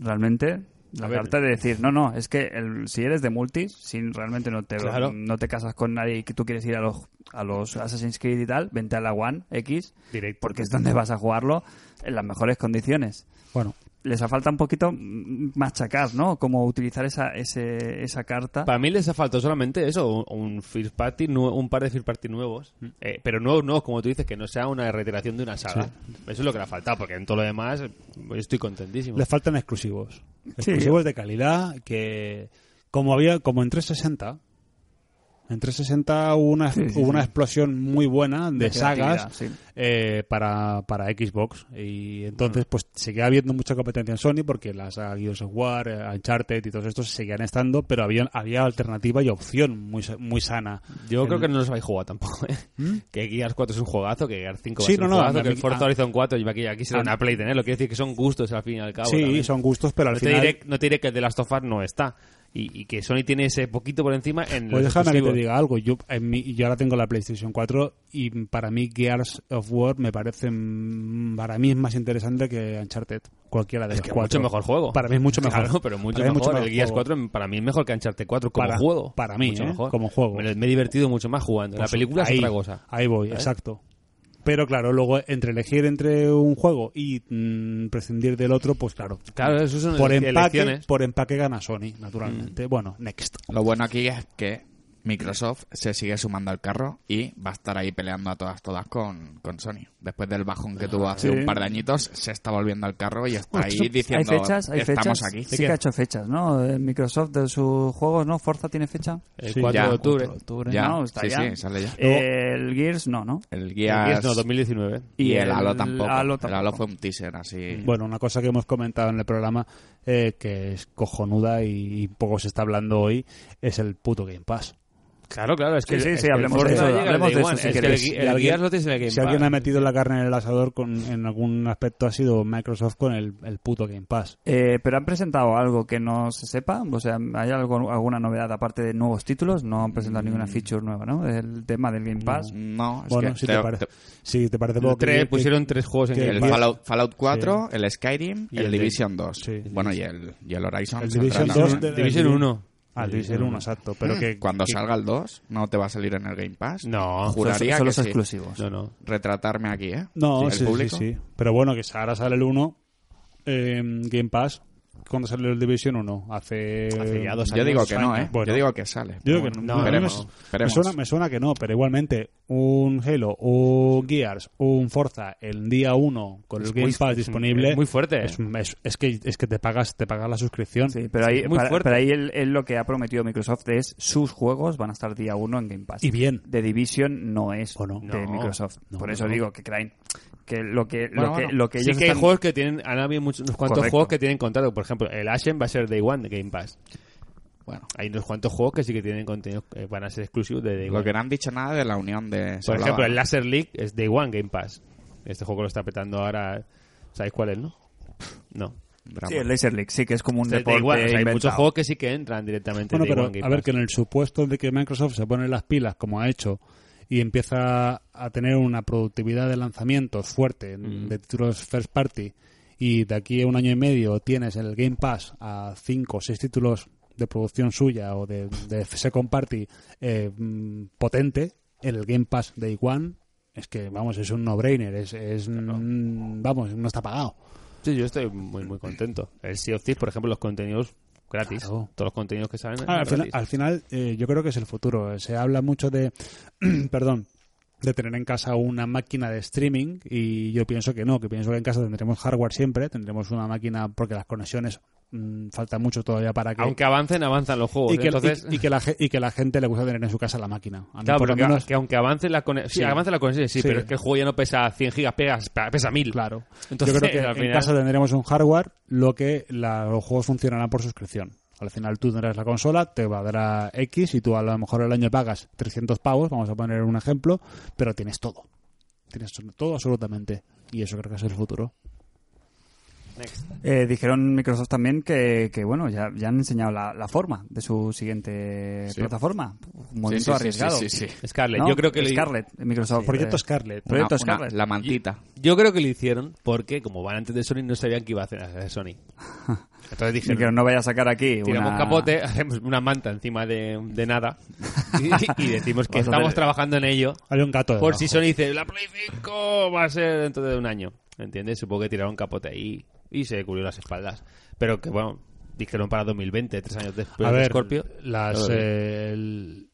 [SPEAKER 2] realmente. La
[SPEAKER 3] A ver.
[SPEAKER 2] carta de decir, no, no, es que el- si eres de multi, si realmente no te,
[SPEAKER 3] Claro.
[SPEAKER 2] no te casas con nadie y que tú quieres ir a los, a los Assassin's Creed y tal, vente a la One X,
[SPEAKER 3] Directo.
[SPEAKER 2] porque es donde vas a jugarlo en las mejores condiciones.
[SPEAKER 4] Bueno,
[SPEAKER 2] Les ha falta un poquito mm, machacar, ¿no? Como utilizar esa, ese- esa carta.
[SPEAKER 3] Para mí les ha faltado solamente eso, un, un first party, nue- un par de first party nuevos,
[SPEAKER 4] Mm.
[SPEAKER 3] eh, pero nuevos, nuevos, como tú dices, que no sea una reiteración de una saga. Eso es lo que le ha faltado, porque en todo lo demás eh, yo estoy contentísimo.
[SPEAKER 4] les faltan exclusivos. Exclusivos de calidad que Como había, como en 360, en 360 hubo una,
[SPEAKER 2] Sí, sí,
[SPEAKER 4] hubo una
[SPEAKER 2] sí.
[SPEAKER 4] explosión muy buena de,
[SPEAKER 2] De
[SPEAKER 4] sagas
[SPEAKER 2] creatividad, sí.
[SPEAKER 4] eh, para, para Xbox. Y
[SPEAKER 3] Mm.
[SPEAKER 4] entonces, pues seguía habiendo mucha competencia en Sony porque las saga Gears of War, eh, Uncharted y todos estos seguían estando, pero había, había alternativa y opción muy, sa- muy sana.
[SPEAKER 3] Yo
[SPEAKER 4] El-
[SPEAKER 3] creo que no los vais a jugar tampoco, ¿eh? Que Gears 4 es un jugazo, que Gears 5 va a
[SPEAKER 4] ¿Mm? Sí,
[SPEAKER 3] ser
[SPEAKER 4] no, ah.
[SPEAKER 3] un
[SPEAKER 4] no,
[SPEAKER 3] jugazo,
[SPEAKER 4] a
[SPEAKER 3] que
[SPEAKER 4] mí-
[SPEAKER 3] el Forza
[SPEAKER 4] a-
[SPEAKER 3] Horizon 4 y aquí, aquí será
[SPEAKER 4] a-
[SPEAKER 3] una Play tenerlo. Quiero decir que son gustos al fin y al cabo.
[SPEAKER 4] Ah. Sí,
[SPEAKER 3] también.
[SPEAKER 4] son gustos, pero al
[SPEAKER 3] no,
[SPEAKER 4] final...
[SPEAKER 3] te diré, no te diré que el de Last of Us no está. Y, y que Sony tiene ese poquito por encima en los
[SPEAKER 4] Pues déjame que te
[SPEAKER 3] exclusivos.
[SPEAKER 4] diga algo. Yo, en mi- yo ahora tengo la PlayStation 4 y para mí Gears of War me parece mm, para mí es más interesante que Uncharted. Cualquiera de
[SPEAKER 3] Es
[SPEAKER 4] los
[SPEAKER 3] que es
[SPEAKER 4] cuatro.
[SPEAKER 3] mucho mejor juego.
[SPEAKER 4] Para mí es mucho mejor.
[SPEAKER 3] Claro, pero mucho
[SPEAKER 4] Para mí
[SPEAKER 3] mejor.
[SPEAKER 4] es
[SPEAKER 3] el Gears
[SPEAKER 4] juego.
[SPEAKER 3] 4 para mí es mejor que Uncharted 4 como
[SPEAKER 4] Para-
[SPEAKER 3] juego.
[SPEAKER 4] para mí,
[SPEAKER 3] Mucho
[SPEAKER 4] ¿eh?
[SPEAKER 3] mejor.
[SPEAKER 4] Como juego.
[SPEAKER 3] Me, me he divertido mucho más jugando. La
[SPEAKER 4] Pues
[SPEAKER 3] película
[SPEAKER 4] ahí-
[SPEAKER 3] es otra cosa. ¿Eh?
[SPEAKER 4] Ahí voy,
[SPEAKER 3] ¿Sabes?
[SPEAKER 4] exacto. Pero claro, luego entre elegir entre un juego y mm, prescindir del otro, pues claro.
[SPEAKER 3] Claro, eso son
[SPEAKER 4] por
[SPEAKER 3] ele-
[SPEAKER 4] empaque,
[SPEAKER 3] elecciones. Mm.
[SPEAKER 4] por empaque gana Sony, naturalmente. Bueno, next.
[SPEAKER 5] Lo bueno aquí es que Microsoft se sigue sumando al carro y va a estar ahí peleando a todas, todas con, con Sony. Después del bajón que tuvo hace
[SPEAKER 2] Sí.
[SPEAKER 5] un par de añitos, se está volviendo al carro y está
[SPEAKER 2] Bueno,
[SPEAKER 5] ahí
[SPEAKER 2] sí,
[SPEAKER 5] diciendo
[SPEAKER 2] hay fechas, hay
[SPEAKER 5] estamos
[SPEAKER 2] fechas.
[SPEAKER 5] aquí.
[SPEAKER 2] Sí que ha hecho fechas, ¿no? Eh, Microsoft de sus juegos, ¿no? Forza tiene fecha.
[SPEAKER 3] El
[SPEAKER 4] Sí,
[SPEAKER 3] 4
[SPEAKER 5] ya.
[SPEAKER 3] de octubre.
[SPEAKER 2] Octubre,
[SPEAKER 5] Ya,
[SPEAKER 2] ¿no? Está
[SPEAKER 5] sí,
[SPEAKER 2] ya.
[SPEAKER 5] sí, sale ya.
[SPEAKER 2] Eh, el Gears no, ¿no?
[SPEAKER 5] El
[SPEAKER 3] El
[SPEAKER 5] guía
[SPEAKER 3] Gears no, 2019.
[SPEAKER 5] y el, Halo tampoco.
[SPEAKER 2] Halo
[SPEAKER 5] El Halo
[SPEAKER 2] tampoco.
[SPEAKER 5] fue un teaser así.
[SPEAKER 4] Bueno, una cosa que hemos comentado en el programa eh, que es cojonuda y, y poco se está hablando hoy es el puto Game Pass.
[SPEAKER 3] Claro, claro, es que
[SPEAKER 2] Sí, sí,
[SPEAKER 3] es que
[SPEAKER 2] sí,
[SPEAKER 3] el
[SPEAKER 2] hablemos de
[SPEAKER 3] Forza
[SPEAKER 2] eso,
[SPEAKER 3] llega al
[SPEAKER 2] hablemos
[SPEAKER 3] Day
[SPEAKER 2] de eso
[SPEAKER 3] One.
[SPEAKER 2] si
[SPEAKER 3] Es que
[SPEAKER 2] queréis.
[SPEAKER 3] el-
[SPEAKER 2] Si
[SPEAKER 3] el Gears lo tienes en el Game
[SPEAKER 4] si alguien ha
[SPEAKER 3] Pass.
[SPEAKER 4] metido la carne en el asador con, en algún aspecto ha sido Microsoft con el, el puto Game Pass.
[SPEAKER 2] Eh, pero han presentado algo que no se sepa, o sea, ¿hay algo, alguna novedad aparte de nuevos títulos? No han presentado
[SPEAKER 5] Mm.
[SPEAKER 2] ninguna feature nueva, ¿no? El tema del Game Pass.
[SPEAKER 5] No, es
[SPEAKER 4] bueno,
[SPEAKER 5] que
[SPEAKER 4] si te, parece, si te parece poco que-
[SPEAKER 3] Tres-
[SPEAKER 4] que-
[SPEAKER 3] pusieron tres juegos en
[SPEAKER 4] que-
[SPEAKER 5] el
[SPEAKER 3] Game Pass.
[SPEAKER 5] Fallout, Fallout 4, el Skyrim
[SPEAKER 3] Y
[SPEAKER 5] y el,
[SPEAKER 3] el de-
[SPEAKER 5] Division 2.
[SPEAKER 4] sí.
[SPEAKER 5] Bueno, y el, y el Horizon.
[SPEAKER 4] el
[SPEAKER 5] saldrá
[SPEAKER 4] Division 2
[SPEAKER 5] también.
[SPEAKER 4] de-
[SPEAKER 3] Division
[SPEAKER 4] el-
[SPEAKER 3] 1.
[SPEAKER 4] Ah, el Division 1, exacto. Pero que
[SPEAKER 5] Cuando
[SPEAKER 4] que-
[SPEAKER 5] salga el 2, no te va a salir en el Game Pass.
[SPEAKER 3] No.
[SPEAKER 5] Juraría
[SPEAKER 2] son, son
[SPEAKER 5] que
[SPEAKER 2] los
[SPEAKER 5] sí.
[SPEAKER 2] exclusivos.
[SPEAKER 3] No, no.
[SPEAKER 5] Retratarme aquí, ¿eh?
[SPEAKER 4] No,
[SPEAKER 5] el
[SPEAKER 4] sí, sí,
[SPEAKER 5] público.
[SPEAKER 4] sí. Pero bueno, que ahora sale el 1, eh, Game Pass. ¿Cuándo salió el Division 1? Hace,
[SPEAKER 3] Hace ya dos
[SPEAKER 5] Yo
[SPEAKER 3] años.
[SPEAKER 5] digo que no,
[SPEAKER 4] años.
[SPEAKER 5] ¿eh?
[SPEAKER 4] Bueno.
[SPEAKER 5] Yo digo que sale.
[SPEAKER 4] Yo
[SPEAKER 5] Pero
[SPEAKER 4] creo que
[SPEAKER 5] bueno,
[SPEAKER 4] no. A mí
[SPEAKER 5] veremos,
[SPEAKER 4] me-
[SPEAKER 5] veremos.
[SPEAKER 4] Me, suena, me suena que no, pero igualmente, un Halo, un Gears, un Forza, el día 1 con el
[SPEAKER 3] Es
[SPEAKER 4] Game
[SPEAKER 3] muy-
[SPEAKER 4] Pass
[SPEAKER 3] es un-
[SPEAKER 4] disponible.
[SPEAKER 3] es muy fuerte, eh.
[SPEAKER 4] Es, un- es- es que, es que te pagas te pagas la suscripción.
[SPEAKER 2] Sí, pero ahí,
[SPEAKER 3] Muy
[SPEAKER 2] para-
[SPEAKER 3] fuerte.
[SPEAKER 2] pero ahí él, él lo que ha prometido Microsoft es sus juegos van a estar día uno en Game Pass.
[SPEAKER 4] Y bien.
[SPEAKER 2] The Division no es
[SPEAKER 4] ¿O no?
[SPEAKER 2] de
[SPEAKER 3] No,
[SPEAKER 2] Microsoft.
[SPEAKER 4] no,
[SPEAKER 2] Por
[SPEAKER 4] no,
[SPEAKER 2] eso
[SPEAKER 4] no.
[SPEAKER 2] digo que creen que lo que,
[SPEAKER 5] Bueno,
[SPEAKER 2] lo que,
[SPEAKER 5] bueno.
[SPEAKER 2] lo que
[SPEAKER 3] Sí
[SPEAKER 2] ellos
[SPEAKER 3] que hay
[SPEAKER 2] están-
[SPEAKER 3] juegos que tienen, han habido muchos, unos cuantos
[SPEAKER 2] Correcto.
[SPEAKER 3] juegos que tienen contrato. Por ejemplo, el Ashen va a ser Day One de Game Pass.
[SPEAKER 5] Bueno,
[SPEAKER 3] Hay unos cuantos juegos que sí que tienen contenido, eh, van a ser exclusivos de Day
[SPEAKER 5] lo
[SPEAKER 3] One.
[SPEAKER 5] que no han dicho nada de la unión de... se
[SPEAKER 3] Por
[SPEAKER 5] hablaba,
[SPEAKER 3] ejemplo, el
[SPEAKER 5] ¿no?
[SPEAKER 3] Laser League es Day One Game Pass. Este juego lo está petando ahora. ¿Sabéis cuál es, no? No.
[SPEAKER 5] Drama.
[SPEAKER 2] Sí, el Laser League, sí que es como un
[SPEAKER 3] Este es Day
[SPEAKER 2] deporte
[SPEAKER 3] One. O sea, hay
[SPEAKER 2] inventado.
[SPEAKER 3] muchos juegos que sí que entran directamente
[SPEAKER 4] Bueno,
[SPEAKER 3] Day One
[SPEAKER 4] pero
[SPEAKER 3] Game
[SPEAKER 4] a ver,
[SPEAKER 3] Pass.
[SPEAKER 4] que en el supuesto de que Microsoft se pone las pilas, como ha hecho, y empieza a tener una productividad de lanzamientos fuerte de títulos first party, y de aquí a un año y medio tienes en el Game Pass a cinco o seis títulos de producción suya o de, de second party eh, mm, potente en el Game Pass de One, es que, vamos, es un no-brainer, es, es, mm, vamos, no está pagado.
[SPEAKER 3] Sí, yo estoy muy, muy contento. El Sea of Thieves, por ejemplo, los contenidos gratis.
[SPEAKER 4] Claro.
[SPEAKER 3] Todos los contenidos que salen.
[SPEAKER 4] Ah, al,
[SPEAKER 3] gratis.
[SPEAKER 4] final, al final, eh, yo creo que es el futuro. Se habla mucho de, perdón, de tener en casa una máquina de streaming y yo pienso que no, que pienso que en casa tendremos hardware siempre, tendremos una máquina porque las conexiones mm, falta mucho todavía para que...
[SPEAKER 3] Aunque avancen, avanzan los juegos. ¿eh?
[SPEAKER 4] y que,
[SPEAKER 3] Entonces,
[SPEAKER 4] y, y que la, ge- y que la gente le gusta tener en su casa la máquina. A mí
[SPEAKER 3] Claro,
[SPEAKER 4] por
[SPEAKER 3] pero
[SPEAKER 4] lo
[SPEAKER 3] que,
[SPEAKER 4] menos-
[SPEAKER 3] que aunque avance la conexión, sí,
[SPEAKER 4] Sí.
[SPEAKER 3] avance la conexión, sí,
[SPEAKER 4] Sí.
[SPEAKER 3] pero es que el juego ya no pesa 100 gigas, pesa, pesa 1000.
[SPEAKER 4] Claro.
[SPEAKER 3] Entonces,
[SPEAKER 4] Yo creo que
[SPEAKER 3] al
[SPEAKER 4] en
[SPEAKER 3] final-
[SPEAKER 4] casa tendremos un hardware, lo que la- los juegos funcionarán por suscripción. Al final tú tendrás la consola, te valdrá X y tú a lo mejor el año pagas 300 pavos, vamos a poner un ejemplo, pero tienes todo. Tienes todo absolutamente. Y eso creo que es el futuro.
[SPEAKER 2] Eh, dijeron Microsoft también que, que, bueno, ya, ya han enseñado la, la forma de su siguiente
[SPEAKER 5] Sí.
[SPEAKER 2] plataforma. Un
[SPEAKER 5] Sí,
[SPEAKER 2] movimiento
[SPEAKER 5] sí, sí,
[SPEAKER 2] arriesgado.
[SPEAKER 5] sí, sí, sí.
[SPEAKER 3] Scarlett,
[SPEAKER 2] ¿No?
[SPEAKER 3] yo creo que le-
[SPEAKER 2] Scarlett, Microsoft.
[SPEAKER 4] Proyecto
[SPEAKER 2] eh,
[SPEAKER 4] Scarlett.
[SPEAKER 2] Pro- Proyecto
[SPEAKER 5] Una- una-
[SPEAKER 2] Scarlett.
[SPEAKER 5] la mantita.
[SPEAKER 3] yo creo que lo hicieron porque como van antes de Sony no sabían que iba a hacer hacer Sony. Entonces dijeron,
[SPEAKER 2] Dijeron, no vaya a sacar aquí
[SPEAKER 3] tiramos
[SPEAKER 2] una...
[SPEAKER 3] capote, hacemos una manta encima de, de nada y, y decimos que
[SPEAKER 2] Vamos a
[SPEAKER 3] estamos
[SPEAKER 2] hacer-
[SPEAKER 3] trabajando en ello.
[SPEAKER 4] Hay un gato
[SPEAKER 3] Por
[SPEAKER 4] debajo.
[SPEAKER 3] si Sony dice, la Play 5 va a ser dentro de un año. ¿Entiendes? Supongo que tiraron capote ahí y se cubrió las espaldas. Pero que bueno, dijeron para 2020, tres años después
[SPEAKER 4] a
[SPEAKER 3] de
[SPEAKER 4] ver,
[SPEAKER 3] Scorpio.
[SPEAKER 4] las,
[SPEAKER 3] Todo bien.
[SPEAKER 4] eh, el-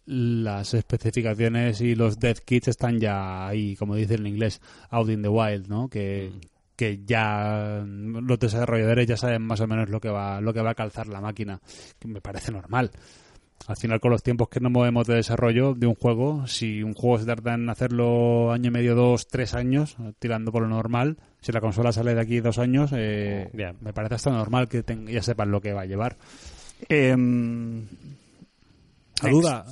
[SPEAKER 4] las
[SPEAKER 3] Mm.
[SPEAKER 4] especificaciones y los dev kits están ya ahí, como dice en inglés, out in the wild, ¿no? Que, que ya mm, los desarrolladores ya saben más o menos lo que va lo que va a calzar la máquina, que me parece normal. Al final con los tiempos que nos movemos de desarrollo de un juego, si un juego se tarda en hacerlo año y medio, dos, tres años, tirando por lo normal, si la consola sale de aquí dos años, eh,
[SPEAKER 3] Oh, Bien.
[SPEAKER 4] me parece hasta normal que ten- ya sepan lo que va a llevar.
[SPEAKER 2] Em,
[SPEAKER 4] ¿A duda?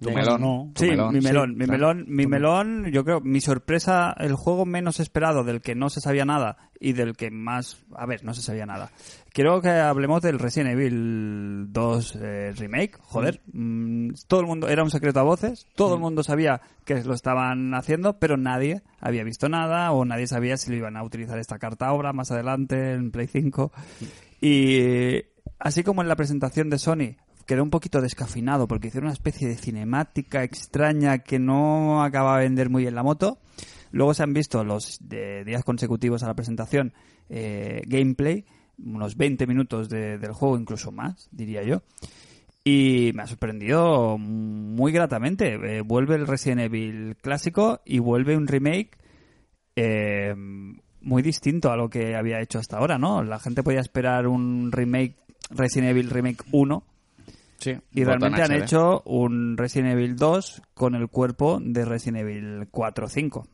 [SPEAKER 5] Tu melón.
[SPEAKER 4] No.
[SPEAKER 5] Tu
[SPEAKER 2] sí,
[SPEAKER 5] melón,
[SPEAKER 2] mi
[SPEAKER 5] sí,
[SPEAKER 2] melón, mi
[SPEAKER 5] claro.
[SPEAKER 2] melón, mi melón, yo creo, mi sorpresa, el juego menos esperado, del que no se sabía nada y del que más, a ver, no se sabía nada. Quiero que hablemos del Resident Evil 2 eh, remake, joder, mm, todo el mundo, era un secreto a voces, todo el
[SPEAKER 5] Mm.
[SPEAKER 2] mundo sabía que lo estaban haciendo, pero nadie había visto nada o nadie sabía si lo iban a utilizar esta carta ahora, más adelante, en Play 5. Y así como en la presentación de Sony quedó un poquito descafinado porque hicieron una especie de cinemática extraña que no acaba de vender muy bien la moto. Luego se han visto los de días consecutivos a la presentación eh, gameplay, unos 20 minutos de- del juego, incluso más, diría yo. Y me ha sorprendido muy gratamente. Eh, vuelve el Resident Evil clásico y vuelve un remake eh, muy distinto a lo que había hecho hasta ahora, ¿no? La gente podía esperar un remake, Resident Evil Remake 1,
[SPEAKER 5] Sí,
[SPEAKER 2] y
[SPEAKER 5] botón
[SPEAKER 2] realmente han
[SPEAKER 5] HD.
[SPEAKER 2] hecho un Resident Evil 2 con el cuerpo de Resident Evil 4 o 5.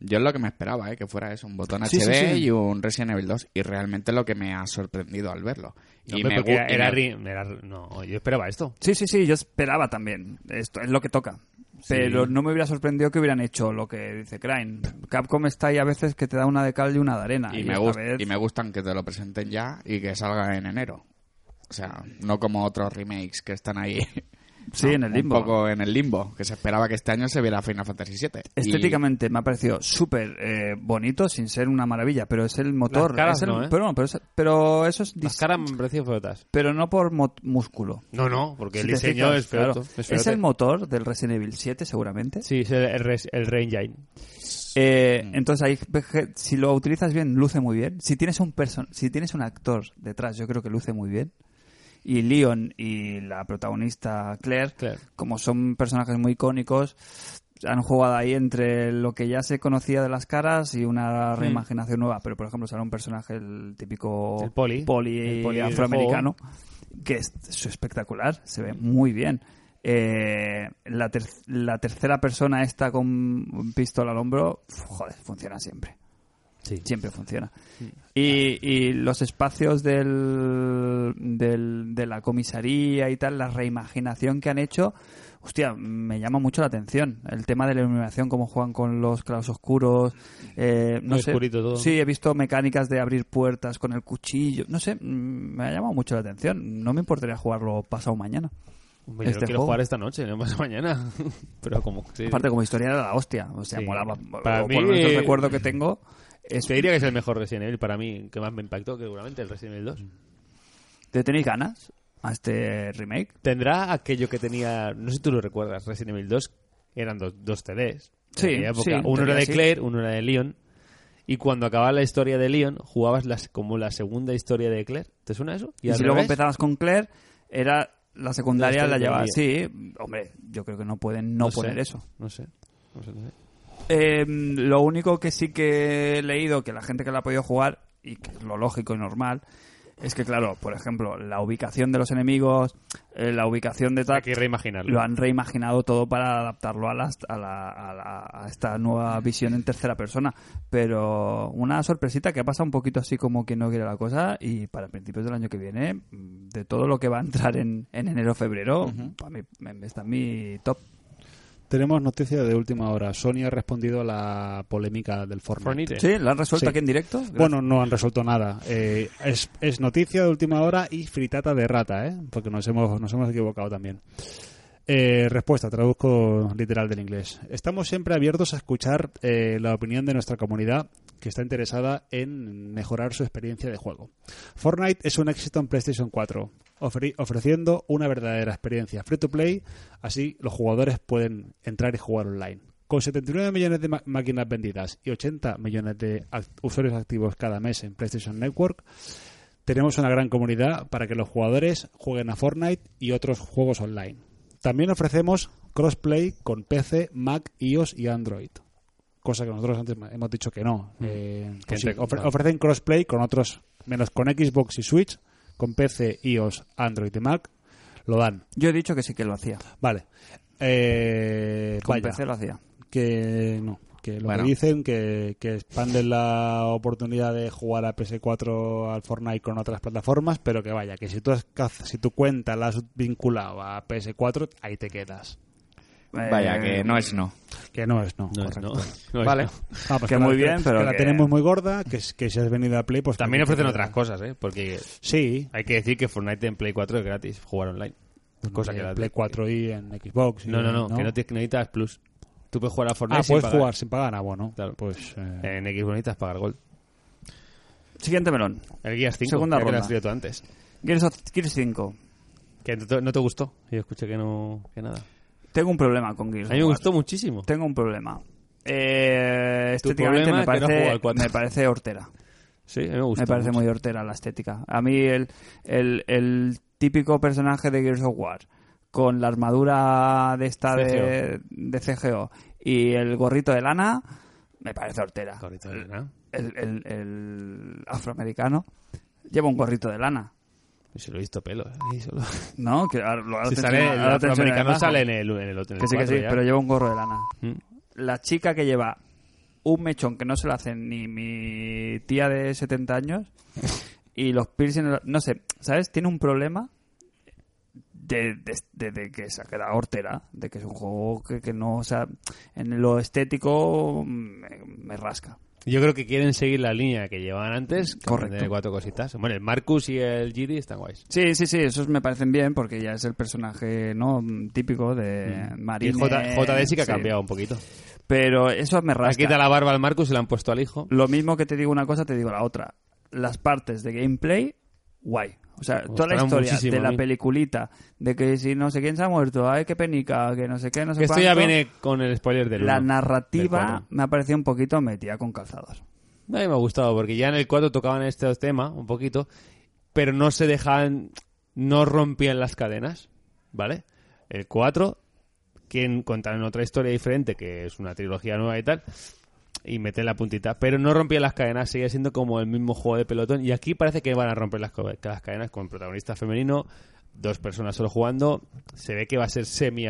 [SPEAKER 5] Yo es lo que me esperaba, ¿eh? que fuera eso, un botón
[SPEAKER 2] Sí, sí,
[SPEAKER 5] HD
[SPEAKER 2] sí.
[SPEAKER 5] y un Resident Evil 2. Y realmente lo que me ha sorprendido al verlo.
[SPEAKER 3] No,
[SPEAKER 5] y
[SPEAKER 3] hombre,
[SPEAKER 5] me
[SPEAKER 3] porque
[SPEAKER 5] gu-
[SPEAKER 3] era,
[SPEAKER 5] y
[SPEAKER 3] era
[SPEAKER 5] me-
[SPEAKER 3] ri- era ri- no, yo esperaba esto.
[SPEAKER 2] Sí, sí, sí, yo esperaba también. Esto es lo que toca. Pero no me hubiera sorprendido que hubieran hecho lo que dice Crane. Capcom está ahí a veces que te da una de cal Ah, y una de arena.
[SPEAKER 5] y, me
[SPEAKER 2] esta
[SPEAKER 5] gust-
[SPEAKER 2] vez-
[SPEAKER 5] y me gustan que te lo presenten ya y que salga en enero. O sea, no como otros remakes que están ahí.
[SPEAKER 2] Sí, en el limbo.
[SPEAKER 5] Un poco en el limbo, que se esperaba que este año se viera Final Fantasy VII. Y-
[SPEAKER 2] Estéticamente me ha parecido súper eh, bonito, sin ser una maravilla, pero es el motor.
[SPEAKER 3] Las caras
[SPEAKER 2] es el-
[SPEAKER 3] no, ¿eh?
[SPEAKER 2] pero, no, pero, es- pero eso es.
[SPEAKER 3] Las
[SPEAKER 2] dis-
[SPEAKER 3] caras me parecían feotas.
[SPEAKER 2] Pero no por mo- músculo.
[SPEAKER 3] No, no, porque
[SPEAKER 2] Si
[SPEAKER 3] el
[SPEAKER 2] te
[SPEAKER 3] diseño
[SPEAKER 2] fijas,
[SPEAKER 3] es feo.
[SPEAKER 2] claro. Es el motor del Resident Evil 7, seguramente.
[SPEAKER 3] Sí, Mm. es el, el, res- el Re-Engine.
[SPEAKER 2] Eh, entonces ahí, veje- si lo utilizas bien, luce muy bien. Si tienes un person si tienes un actor detrás, yo creo que luce muy bien. Y Leon y la protagonista Claire,
[SPEAKER 3] Claire.
[SPEAKER 2] como son personajes muy icónicos, han jugado ahí entre lo que ya se conocía de las caras y
[SPEAKER 3] Mm.
[SPEAKER 2] una reimaginación nueva. Pero por ejemplo, será un personaje el típico
[SPEAKER 3] El poli. El poli del
[SPEAKER 2] afroamericano que es, es espectacular, se ve muy bien. Eh, la, ter- la tercera persona esta con pistola al hombro, f- joder, funciona siempre. Siempre funciona. Y, y los espacios del, del- de la comisaría y tal, la reimaginación que han hecho, hostia, me llama mucho la atención. El tema de la iluminación, cómo juegan con los claros oscuros, eh, no
[SPEAKER 3] Muy
[SPEAKER 2] sé.
[SPEAKER 3] oscurito todo.
[SPEAKER 2] Sí, he visto mecánicas de abrir puertas con el cuchillo, no sé, mm, me ha llamado mucho la atención. No me importaría jugarlo pasado mañana.
[SPEAKER 3] Hombre, yo
[SPEAKER 2] Este
[SPEAKER 3] no quiero
[SPEAKER 2] juego.
[SPEAKER 3] jugar esta noche, no pasa mañana. Pero como... sí.
[SPEAKER 2] Aparte, como historia era la hostia, o sea,
[SPEAKER 3] Sí.
[SPEAKER 2] molaba.
[SPEAKER 3] Para
[SPEAKER 2] o
[SPEAKER 3] mí-
[SPEAKER 2] por lo menos el recuerdo que tengo, es,
[SPEAKER 3] Te diría que es el mejor Resident Evil para mí, que más me impactó, que seguramente el Resident Evil 2.
[SPEAKER 2] ¿te tenéis ganas a este remake?
[SPEAKER 3] Tendrá aquello que tenía, no sé si tú lo recuerdas, Resident Evil 2, eran dos, dos CDs. en
[SPEAKER 2] Sí,
[SPEAKER 3] aquella época.
[SPEAKER 2] sí,
[SPEAKER 3] Uno era
[SPEAKER 2] tenía
[SPEAKER 3] de
[SPEAKER 2] así.
[SPEAKER 3] Claire, uno era de Leon. Y cuando acababa la historia de Leon, jugabas las, como la segunda historia de Claire. ¿Te suena eso?
[SPEAKER 2] Y,
[SPEAKER 3] al
[SPEAKER 2] si luego
[SPEAKER 3] revés.
[SPEAKER 2] empezabas con Claire, era la secundaria la
[SPEAKER 3] Entonces,
[SPEAKER 2] llevaba. Sí, hombre, yo creo que no pueden no,
[SPEAKER 3] No sé,
[SPEAKER 2] poner eso.
[SPEAKER 3] No sé. No sé, no sé.
[SPEAKER 2] Eh, lo único que sí que he leído, que la gente que la ha podido jugar, y que es lo lógico y normal, es que, claro, por ejemplo, la ubicación de los enemigos, eh, la ubicación de
[SPEAKER 3] Hay
[SPEAKER 2] tal,
[SPEAKER 3] que reimaginarlo.
[SPEAKER 2] lo han reimaginado todo para adaptarlo a, las- a, la- a la- a esta nueva visión en tercera persona. Pero una sorpresita que ha pasado un poquito así como que no quiere la cosa y para principios del año que viene, mm, de todo lo que va a entrar en, en enero-febrero, para mí me- está en mi top.
[SPEAKER 4] Tenemos noticia de última hora. Sony ha respondido a la polémica del Fortnite.
[SPEAKER 3] Fornite.
[SPEAKER 2] Sí, lo han resuelto
[SPEAKER 4] Sí.
[SPEAKER 2] aquí en directo. Gracias.
[SPEAKER 4] Bueno, no han resuelto nada. Eh, es, es noticia de última hora y fritata de rata, ¿eh? Porque nos hemos, nos hemos equivocado también. Eh, respuesta, traduzco literal del inglés. Estamos siempre abiertos a escuchar eh, la opinión de nuestra comunidad que está interesada en mejorar su experiencia de juego. Fortnite es un éxito en PlayStation 4, ofre- ofreciendo una verdadera experiencia free to play, así los jugadores pueden entrar y jugar online. Con 79 millones de ma- máquinas vendidas y 80 millones de act- usuarios activos cada mes en PlayStation Network, tenemos una gran comunidad para que los jugadores jueguen a Fortnite y otros juegos online. También ofrecemos crossplay con PC, Mac, iOS y Android. cosa que nosotros antes hemos dicho que no. Eh, pues sí,
[SPEAKER 3] entre-
[SPEAKER 4] ofre-
[SPEAKER 3] vale.
[SPEAKER 4] ofrecen crossplay con otros, menos con Xbox y Switch, con PC, iOS, Android y Mac, lo dan.
[SPEAKER 2] Yo he dicho que sí que lo hacía.
[SPEAKER 4] Vale. Eh,
[SPEAKER 2] Con
[SPEAKER 4] vaya,
[SPEAKER 2] PC lo hacía.
[SPEAKER 4] que no. Que lo
[SPEAKER 5] Bueno.
[SPEAKER 4] que dicen, que, que expanden la oportunidad de jugar a PS4 al Fortnite con otras plataformas, pero que vaya, que si tú has caz- si tu cuenta la has vinculado a PS4, ahí te quedas.
[SPEAKER 5] Vaya,
[SPEAKER 2] Eh,
[SPEAKER 5] que no es no.
[SPEAKER 4] Que no es, no.
[SPEAKER 3] No es, no. No es,
[SPEAKER 5] Vale.
[SPEAKER 3] no.
[SPEAKER 4] Vamos,
[SPEAKER 2] Que
[SPEAKER 4] la-
[SPEAKER 2] muy bien, pero
[SPEAKER 4] que la
[SPEAKER 2] que-
[SPEAKER 4] tenemos muy gorda, que, es- que si has venido a Play, pues...
[SPEAKER 3] También ofrecen
[SPEAKER 4] otra
[SPEAKER 3] otras cosas, ¿eh? Porque
[SPEAKER 4] Sí,
[SPEAKER 3] hay que decir que Fortnite en Play 4 es gratis jugar online. Cosa
[SPEAKER 2] Pues
[SPEAKER 4] Pues en
[SPEAKER 3] que la-
[SPEAKER 4] Play 4 y en Xbox. y-
[SPEAKER 3] No, no, no, que no, te, que necesitas Plus. Tú puedes jugar a Fortnite
[SPEAKER 4] Ah,
[SPEAKER 3] sin
[SPEAKER 4] puedes
[SPEAKER 3] pagar.
[SPEAKER 4] jugar sin pagar, ah, bueno.
[SPEAKER 3] Claro.
[SPEAKER 4] Pues... eh,
[SPEAKER 3] En Xbox necesitas pagar Gold.
[SPEAKER 2] Siguiente melón.
[SPEAKER 3] El Gears 5,
[SPEAKER 2] Segunda
[SPEAKER 3] ya que lo
[SPEAKER 2] ronda.
[SPEAKER 3] has escrito antes.
[SPEAKER 2] Gears of- Gears 5.
[SPEAKER 3] Que no te, no te gustó. Yo escuché que no... que nada.
[SPEAKER 2] Tengo un problema con Gears.
[SPEAKER 3] A mí me
[SPEAKER 2] of War.
[SPEAKER 3] gustó muchísimo.
[SPEAKER 2] Tengo un problema. Eh,
[SPEAKER 3] Tu
[SPEAKER 2] estéticamente
[SPEAKER 3] problema
[SPEAKER 2] me
[SPEAKER 3] es que no has jugado al
[SPEAKER 2] parece,
[SPEAKER 3] cuatro.
[SPEAKER 2] me parece hortera.
[SPEAKER 3] Sí, a mí me gustó.
[SPEAKER 2] me parece
[SPEAKER 3] mucho.
[SPEAKER 2] muy hortera la estética. A mí el, el, el típico personaje de Gears of War con la armadura de esta de, de CGO y el gorrito de lana me parece hortera.
[SPEAKER 3] Correcto, ¿verdad?
[SPEAKER 2] El, el- el afroamericano lleva un gorrito de lana.
[SPEAKER 3] Y se lo he visto pelo. ¿eh? Ahí solo.
[SPEAKER 2] No, que ahora, lo- ahora
[SPEAKER 3] Si
[SPEAKER 2] te
[SPEAKER 3] sale
[SPEAKER 2] enseño-
[SPEAKER 3] el
[SPEAKER 2] ahora te enseño la
[SPEAKER 3] afroamericano,
[SPEAKER 2] imagen.
[SPEAKER 3] sale en el, en el otro. en el
[SPEAKER 2] Que sí, que
[SPEAKER 3] cuatro
[SPEAKER 2] sí,
[SPEAKER 3] ya.
[SPEAKER 2] pero lleva un gorro de lana.
[SPEAKER 3] ¿Mm?
[SPEAKER 2] la chica que lleva un mechón que no se lo hace ni mi tía de 70 años y los piercings, no sé, ¿sabes? Tiene un problema de, de, de- de que se ha quedado hortera, de que es un juego que, que no, o sea, en lo estético me, me rasca.
[SPEAKER 3] Yo creo que quieren seguir la línea que llevaban antes. que
[SPEAKER 2] Correcto.
[SPEAKER 3] tiene cuatro cositas. Bueno, el Marcus y el Giri están guays.
[SPEAKER 2] Sí, sí, sí, esos me parecen bien porque ya es el personaje no Mm, típico de
[SPEAKER 3] Mm. Y
[SPEAKER 2] Marine.
[SPEAKER 3] J, JD sí que ha
[SPEAKER 2] sí.
[SPEAKER 3] cambiado un poquito.
[SPEAKER 2] Pero eso me
[SPEAKER 3] Le
[SPEAKER 2] rasca.
[SPEAKER 3] quita la barba al Marcus y la han puesto al hijo.
[SPEAKER 2] Lo mismo que te digo una cosa, te digo la otra. Las partes de gameplay, guay. O sea,
[SPEAKER 3] Pues
[SPEAKER 2] toda la
[SPEAKER 3] estará
[SPEAKER 2] historia
[SPEAKER 3] muchísimo
[SPEAKER 2] de
[SPEAKER 3] a
[SPEAKER 2] la
[SPEAKER 3] mí.
[SPEAKER 2] peliculita, de que si no sé quién se ha muerto, ay, qué penica, que no sé qué, no sé
[SPEAKER 3] Que esto ya
[SPEAKER 2] cuánto,
[SPEAKER 3] viene con el spoiler del
[SPEAKER 2] La
[SPEAKER 3] uno, del
[SPEAKER 2] narrativa
[SPEAKER 3] cuatro.
[SPEAKER 2] me ha parecido un poquito metida con calzados.
[SPEAKER 3] A mí me ha gustado, porque ya en el 4 tocaban este tema un poquito, pero no se dejaban, no rompían las cadenas, ¿vale? El 4, quien contaban otra historia diferente, que es una trilogía nueva y tal, y meten la puntita, pero no rompían las cadenas, seguía siendo como el mismo juego de pelotón, y aquí parece que van a romper las, co- las cadenas con protagonista femenino, dos personas solo jugando, se ve que va a ser semi,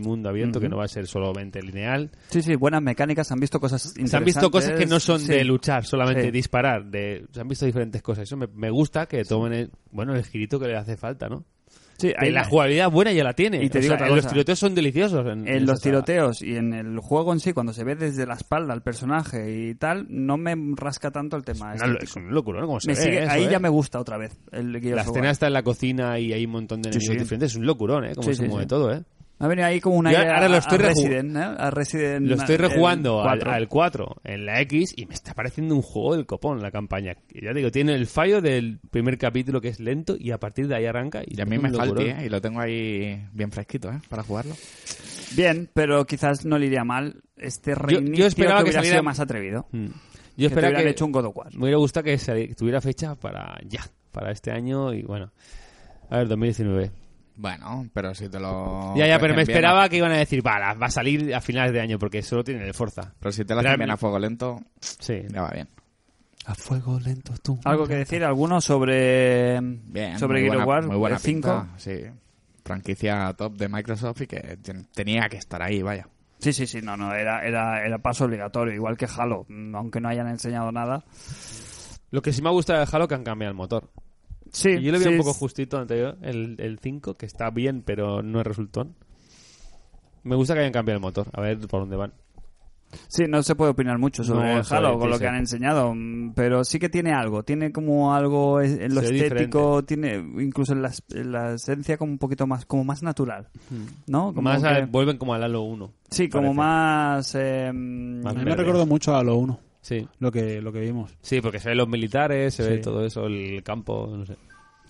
[SPEAKER 3] mundo abierto, que no va a ser solamente lineal,
[SPEAKER 2] Sí, sí, buenas mecánicas, se han visto cosas interesantes.
[SPEAKER 3] se han visto cosas que no son
[SPEAKER 2] sí.
[SPEAKER 3] de luchar, solamente
[SPEAKER 2] Sí.
[SPEAKER 3] disparar. De, se han visto diferentes cosas. Eso me, me gusta que tomen el, bueno, el girito que le hace falta, ¿no?
[SPEAKER 2] Sí,
[SPEAKER 3] Que
[SPEAKER 2] ahí
[SPEAKER 3] la
[SPEAKER 2] me-
[SPEAKER 3] jugabilidad buena ya la tiene.
[SPEAKER 2] Y te
[SPEAKER 3] O
[SPEAKER 2] digo
[SPEAKER 3] sea,
[SPEAKER 2] otra
[SPEAKER 3] los
[SPEAKER 2] cosa.
[SPEAKER 3] tiroteos son deliciosos. En, en
[SPEAKER 2] en los
[SPEAKER 3] esa saga.
[SPEAKER 2] tiroteos y en el juego en sí, cuando se ve desde la espalda el personaje y tal, no me rasca tanto el tema.
[SPEAKER 3] Una-
[SPEAKER 2] estético.
[SPEAKER 3] es un locuro, Ah, ¿no? Como se
[SPEAKER 2] Me
[SPEAKER 3] ve
[SPEAKER 2] sigue-
[SPEAKER 3] eso,
[SPEAKER 2] ahí
[SPEAKER 3] ¿eh?
[SPEAKER 2] ya me gusta otra vez el Gears
[SPEAKER 3] La
[SPEAKER 2] of War.
[SPEAKER 3] escena está en la cocina y hay un montón de
[SPEAKER 2] Sí,
[SPEAKER 3] enemigos
[SPEAKER 2] sí.
[SPEAKER 3] diferentes. Es un locurón, ¿eh? Como
[SPEAKER 2] Sí,
[SPEAKER 3] se
[SPEAKER 2] sí,
[SPEAKER 3] mueve
[SPEAKER 2] sí.
[SPEAKER 3] todo, ¿eh?
[SPEAKER 2] Ha venido ahí como una
[SPEAKER 3] Yo
[SPEAKER 2] idea
[SPEAKER 3] ahora lo estoy
[SPEAKER 2] a
[SPEAKER 3] reju-
[SPEAKER 2] Resident, ¿eh? A Resident
[SPEAKER 3] Lo estoy
[SPEAKER 2] el
[SPEAKER 3] rejugando al,
[SPEAKER 2] 4.
[SPEAKER 3] al 4 en la X y me está pareciendo un juego del copón la campaña. Y ya digo, tiene el fallo del primer capítulo que es lento y a partir de ahí arranca. Y,
[SPEAKER 5] Y a mí me
[SPEAKER 3] un locurón.
[SPEAKER 5] falta, ¿eh? Y lo tengo ahí bien fresquito, ¿eh? Para jugarlo.
[SPEAKER 2] Bien, pero quizás no le iría mal este reinicio
[SPEAKER 3] yo esperaba
[SPEAKER 2] que
[SPEAKER 3] que
[SPEAKER 2] hubiera
[SPEAKER 3] saliera-
[SPEAKER 2] sido más atrevido.
[SPEAKER 3] Mm.
[SPEAKER 2] que
[SPEAKER 3] Yo
[SPEAKER 2] te
[SPEAKER 3] esperaba
[SPEAKER 2] hubieran
[SPEAKER 3] que
[SPEAKER 2] hecho un God of War.
[SPEAKER 3] me hubiera gustado que sali- tuviera fecha para ya, para este año y bueno. A ver, 2019.
[SPEAKER 5] Bueno, pero si te lo.
[SPEAKER 3] ya, ya, pero me
[SPEAKER 5] ofrecen bien a-
[SPEAKER 3] esperaba que iban a decir, va, la- va a salir a finales de año porque solo tienen el Forza.
[SPEAKER 5] Pero si te lo hacen
[SPEAKER 3] Realmente-
[SPEAKER 5] bien a fuego lento,
[SPEAKER 3] Sí.
[SPEAKER 5] ya va bien.
[SPEAKER 4] A fuego lento tú.
[SPEAKER 2] ¿Algo que decir? ¿Alguno sobre,
[SPEAKER 5] Bien.
[SPEAKER 2] sobre
[SPEAKER 5] muy
[SPEAKER 2] Gears of
[SPEAKER 5] buena-
[SPEAKER 2] War
[SPEAKER 5] Muy buena
[SPEAKER 2] eh, 5?
[SPEAKER 5] pinta, sí. Franquicia top de Microsoft y que ten- tenía que estar ahí, vaya.
[SPEAKER 2] Sí, sí, sí, no, no, era, era, era paso obligatorio, igual que Halo, mm, aunque no hayan enseñado nada.
[SPEAKER 3] Lo que sí me ha gustado de Halo que han cambiado el motor.
[SPEAKER 2] Sí,
[SPEAKER 3] Y yo lo vi
[SPEAKER 2] sí,
[SPEAKER 3] un poco justito anterior, el, el 5, que está bien, pero no es resultón. Me gusta que hayan cambiado el motor, a ver por dónde van.
[SPEAKER 2] Sí, no se puede opinar mucho sobre
[SPEAKER 3] No,
[SPEAKER 2] Halo
[SPEAKER 3] sobre el
[SPEAKER 2] con lo que
[SPEAKER 3] teaser.
[SPEAKER 2] han enseñado, mm, pero sí que tiene algo, tiene como algo es- en lo
[SPEAKER 3] Se ve
[SPEAKER 2] estético, tiene incluso en la, es- en la esencia como un poquito más, como más natural, ¿no? Como
[SPEAKER 3] Más a-
[SPEAKER 2] que-
[SPEAKER 3] vuelven como al Halo 1.
[SPEAKER 2] sí, como
[SPEAKER 3] parece.
[SPEAKER 2] más, eh, mm,
[SPEAKER 3] Más
[SPEAKER 4] A mí me
[SPEAKER 3] verde.
[SPEAKER 4] recuerdo mucho a lo 1,
[SPEAKER 3] Sí.
[SPEAKER 4] lo que, lo que vimos.
[SPEAKER 3] Sí, porque se ven los militares, se ve
[SPEAKER 4] Sí.
[SPEAKER 3] todo eso, el campo, no sé.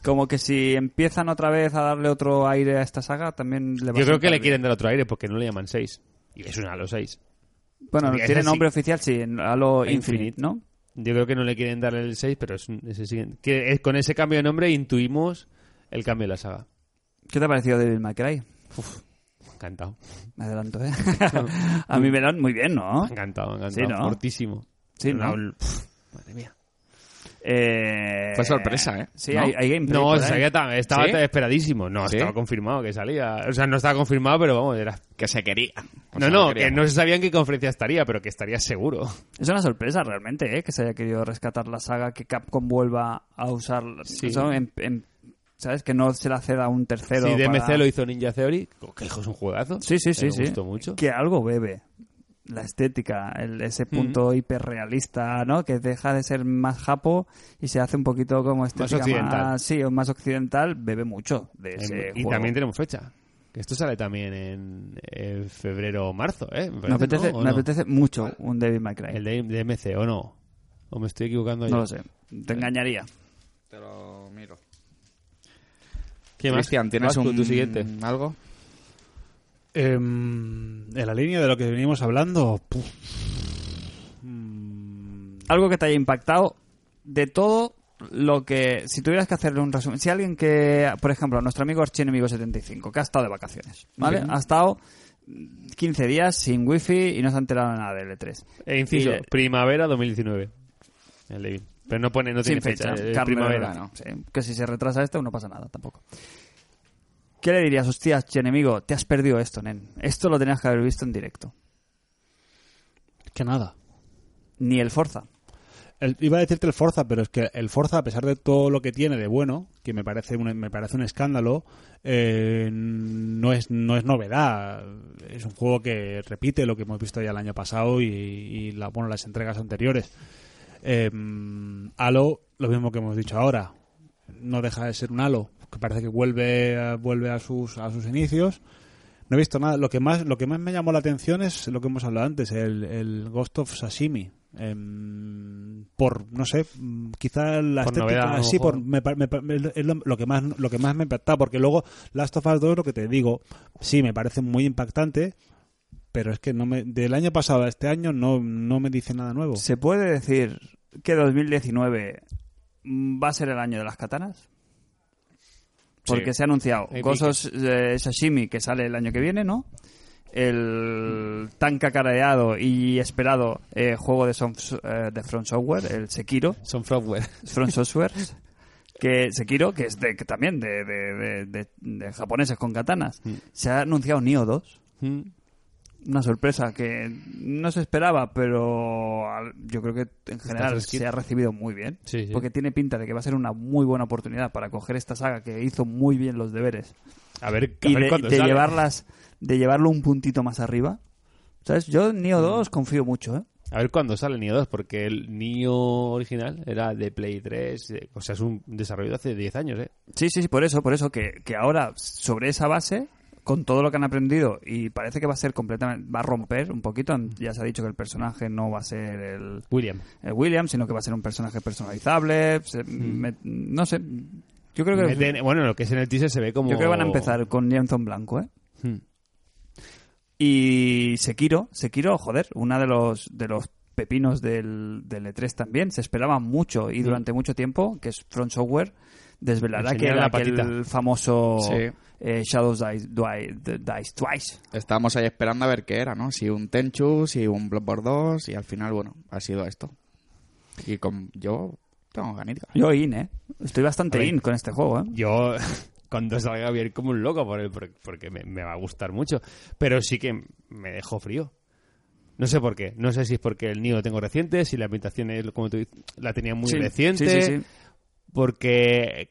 [SPEAKER 2] como que si empiezan otra vez a darle otro aire a esta saga, también le va
[SPEAKER 3] Yo creo que
[SPEAKER 2] a sentar
[SPEAKER 3] le
[SPEAKER 2] bien.
[SPEAKER 3] quieren dar otro aire porque no le llaman 6. Y es un Halo 6.
[SPEAKER 2] Bueno,
[SPEAKER 3] Porque
[SPEAKER 2] tiene
[SPEAKER 3] ese sí.
[SPEAKER 2] nombre oficial, sí, en Halo
[SPEAKER 3] Infinite.
[SPEAKER 2] Infinite, ¿no?
[SPEAKER 3] Yo creo que no le quieren dar el 6, pero es, un- es el siguiente. Que, eh, con ese cambio de nombre intuimos el cambio de la saga.
[SPEAKER 2] ¿Qué te ha parecido David May Cry?
[SPEAKER 3] encantado.
[SPEAKER 2] Me adelanto, ¿eh? a mí me dan muy bien, ¿no?
[SPEAKER 3] Me ha encantado, me ha
[SPEAKER 2] ¿Ah? Sí,
[SPEAKER 3] encantado.
[SPEAKER 2] ¿no?
[SPEAKER 3] Fortísimo.
[SPEAKER 2] Sí, ¿no?
[SPEAKER 3] Una- pf, madre mía.
[SPEAKER 2] Eh,
[SPEAKER 5] Fue sorpresa, ¿eh?
[SPEAKER 2] Sí,
[SPEAKER 5] ¿No?
[SPEAKER 2] hay, hay gameplay.
[SPEAKER 3] No,
[SPEAKER 2] por
[SPEAKER 3] se
[SPEAKER 2] ahí.
[SPEAKER 3] sabía tam- estaba
[SPEAKER 5] ¿Sí?
[SPEAKER 3] esperadísimo. No,
[SPEAKER 5] ¿Sí?
[SPEAKER 3] estaba confirmado que salía. O sea, no estaba confirmado, pero vamos, era.
[SPEAKER 5] Que se quería. O
[SPEAKER 3] no,
[SPEAKER 5] sea,
[SPEAKER 3] no, que
[SPEAKER 5] queríamos.
[SPEAKER 3] no se sabía en qué conferencia estaría, pero que estaría seguro.
[SPEAKER 2] Es una sorpresa realmente, ¿eh? Que se haya querido rescatar la saga, que Capcom vuelva a usar...
[SPEAKER 3] Sí.
[SPEAKER 2] eso en- en- ¿Sabes? Que no se la ceda a un tercero.
[SPEAKER 3] si DMC
[SPEAKER 2] para-
[SPEAKER 3] lo hizo Ninja Theory, que hijo es un juegazo.
[SPEAKER 2] Sí, sí, sí,
[SPEAKER 3] Me
[SPEAKER 2] sí.
[SPEAKER 3] gustó mucho.
[SPEAKER 2] Que algo bebe. La estética, el- ese punto hiperrealista, ¿no? Que deja de ser más japo y se hace un poquito como estética
[SPEAKER 3] occidental. Em,
[SPEAKER 2] más- sí, o más occidental, bebe mucho de ese
[SPEAKER 3] y
[SPEAKER 2] juego.
[SPEAKER 3] también tenemos fecha. Que esto sale también en, eh, febrero o marzo, ¿eh? Me,
[SPEAKER 2] me
[SPEAKER 3] parece,
[SPEAKER 2] apetece,
[SPEAKER 3] ¿no? ¿O
[SPEAKER 2] me
[SPEAKER 3] no? Ah,
[SPEAKER 2] apetece mucho un David McRae.
[SPEAKER 3] El de, de MC, ¿o no? ¿O me estoy equivocando yo?
[SPEAKER 2] No lo sé. Te engañaría.
[SPEAKER 5] Te lo miro.
[SPEAKER 3] ¿Qué más?
[SPEAKER 5] Cristian, ¿tienes
[SPEAKER 3] Vas con
[SPEAKER 5] un
[SPEAKER 3] tu siguiente?
[SPEAKER 5] algo?
[SPEAKER 4] Em, en la línea de lo que venimos hablando, puf. Mm,
[SPEAKER 2] Algo que te haya impactado de todo lo que... Si tuvieras que hacerle un resumen... Si alguien que... Por ejemplo, nuestro amigo Archienemigo75, que ha estado de vacaciones, ¿vale? Ha estado 15 días sin wifi y no se ha enterado nada del E E3.
[SPEAKER 3] Eh, inciso,
[SPEAKER 2] Y-
[SPEAKER 3] primavera 2019. El David. Pero no pone, no tiene
[SPEAKER 2] Sin fecha,
[SPEAKER 3] fecha. es
[SPEAKER 2] carne de
[SPEAKER 3] primavera.
[SPEAKER 2] verano. Sí, que si se retrasa esto no pasa nada tampoco. ¿Qué le dirías, hostias, che, enemigo? Te has perdido esto, nen. Esto lo tenías que haber visto en directo.
[SPEAKER 4] que nada.
[SPEAKER 2] Ni el Forza.
[SPEAKER 4] El- iba a decirte el Forza, pero es que el Forza, a pesar de todo lo que tiene de bueno, que me parece un, me parece un escándalo, eh, no, es, no es novedad. Es un juego que repite lo que hemos visto ya el año pasado y, y la, bueno, las entregas anteriores. Eh, Halo, lo mismo que hemos dicho ahora, no deja de ser un Halo, que parece que vuelve, a- vuelve a, sus, a sus inicios. No he visto nada. Lo que más, lo que más me llamó la atención es lo que hemos hablado antes, el, el Ghost of Sashimi. Em, por no sé mm, quizá la
[SPEAKER 3] Por
[SPEAKER 4] estética
[SPEAKER 3] novedad, a lo
[SPEAKER 4] sí por,
[SPEAKER 3] mejor.
[SPEAKER 4] me pa- me pa- me- es lo, lo que más lo que más me impacta porque luego Last of Us 2 lo que te digo sí me parece muy impactante pero es que no me del año pasado a este año no, no me dice nada nuevo
[SPEAKER 2] ¿Se puede decir que 2019 va a ser el año de las katanas? Porque
[SPEAKER 5] Sí.
[SPEAKER 2] se ha anunciado
[SPEAKER 3] Epic.
[SPEAKER 2] Gozos eh, Sashimi que sale el año que viene, ¿no? El tan cacareado y esperado eh, juego de, Sof- eh, de Front Software, el Sekiro.
[SPEAKER 3] Son software.
[SPEAKER 2] From Software, que Sekiro, que es de, que también de, de- de- de- de japoneses con katanas, se ha anunciado Nioh 2.
[SPEAKER 3] Mm,
[SPEAKER 2] Una sorpresa que no se esperaba, pero al- yo creo que en general
[SPEAKER 3] fresquito.
[SPEAKER 2] se ha recibido muy bien.
[SPEAKER 3] Sí, sí.
[SPEAKER 2] Porque tiene pinta de que va a ser una muy buena oportunidad para coger esta saga que hizo muy bien los deberes
[SPEAKER 3] A ver, a
[SPEAKER 2] y
[SPEAKER 3] ver
[SPEAKER 2] de,
[SPEAKER 3] cuándo
[SPEAKER 2] de
[SPEAKER 3] sale.
[SPEAKER 2] llevarlas, de llevarlo un puntito más arriba. ¿Sabes? Yo en Nioh 2 confío mucho, ¿eh?
[SPEAKER 3] A ver cuándo sale Nioh 2, porque el Nioh original era de Play 3, eh, o sea, es un desarrollo de hace 10 años, ¿eh?
[SPEAKER 2] Sí, sí, sí, por eso, por eso que, que ahora sobre esa base, con todo lo que han aprendido y parece que va a ser completamente, va a romper un poquito. Ya se ha dicho que el personaje no va a ser el,
[SPEAKER 3] William.
[SPEAKER 2] el William, eh, sino que va a ser un personaje personalizable. se-
[SPEAKER 3] Hmm.
[SPEAKER 2] me- no sé, yo creo que
[SPEAKER 3] Meten- bueno, lo que es en el teaser se ve como...
[SPEAKER 2] yo creo que van a empezar con lienzo en blanco, ¿eh?
[SPEAKER 3] Hmm.
[SPEAKER 2] Y Sekiro, Sekiro, joder, una de los de los pepinos del, del E3 también. Se esperaba mucho
[SPEAKER 3] Hmm.
[SPEAKER 2] y durante mucho tiempo que es Front Software desvelará que
[SPEAKER 3] Enseñar
[SPEAKER 2] era
[SPEAKER 3] la
[SPEAKER 2] aquel
[SPEAKER 3] patita.
[SPEAKER 2] famoso
[SPEAKER 5] Sí.
[SPEAKER 2] eh, Shadows Dice, Dwi- D- Dice Twice.
[SPEAKER 5] Estábamos ahí esperando a ver qué era, ¿no? Si un Tenchu, si un Bloodborne 2, y al final, bueno, ha sido esto. Y con yo tengo ganitas.
[SPEAKER 2] Yo in, ¿eh? Estoy
[SPEAKER 3] A
[SPEAKER 2] bastante
[SPEAKER 3] ver.
[SPEAKER 2] in con este juego, ¿eh?
[SPEAKER 3] Yo, cuando salga bien como un loco por él, por- porque me, me va a gustar mucho. Pero sí que me dejó frío. No sé por qué. No sé si es porque el Nioh lo tengo reciente, si la ambientación es, como tú dices, la tenía muy
[SPEAKER 2] Sí,
[SPEAKER 3] reciente.
[SPEAKER 2] sí, sí, sí.
[SPEAKER 3] porque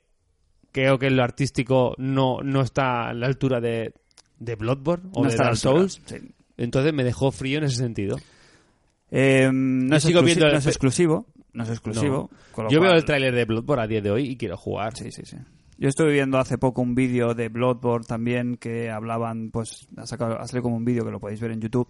[SPEAKER 3] creo que lo artístico no, no está a la altura de, de Bloodborne o
[SPEAKER 2] No
[SPEAKER 3] de
[SPEAKER 2] está a la
[SPEAKER 3] Dark
[SPEAKER 2] altura,
[SPEAKER 3] Souls.
[SPEAKER 2] sí.
[SPEAKER 3] Entonces me dejó frío en ese sentido.
[SPEAKER 2] Eh, no,
[SPEAKER 3] Yo
[SPEAKER 2] es
[SPEAKER 3] sigo
[SPEAKER 2] exclusi-
[SPEAKER 3] viendo el-
[SPEAKER 2] no es exclusivo. No es exclusivo. con lo
[SPEAKER 3] Yo veo
[SPEAKER 2] cual-
[SPEAKER 3] el tráiler de Bloodborne a día de hoy y quiero jugar.
[SPEAKER 2] Sí, sí, sí. Yo estuve viendo hace poco un vídeo de Bloodborne también que hablaban, pues, ha, sacado, ha salido como un vídeo que lo podéis ver en YouTube,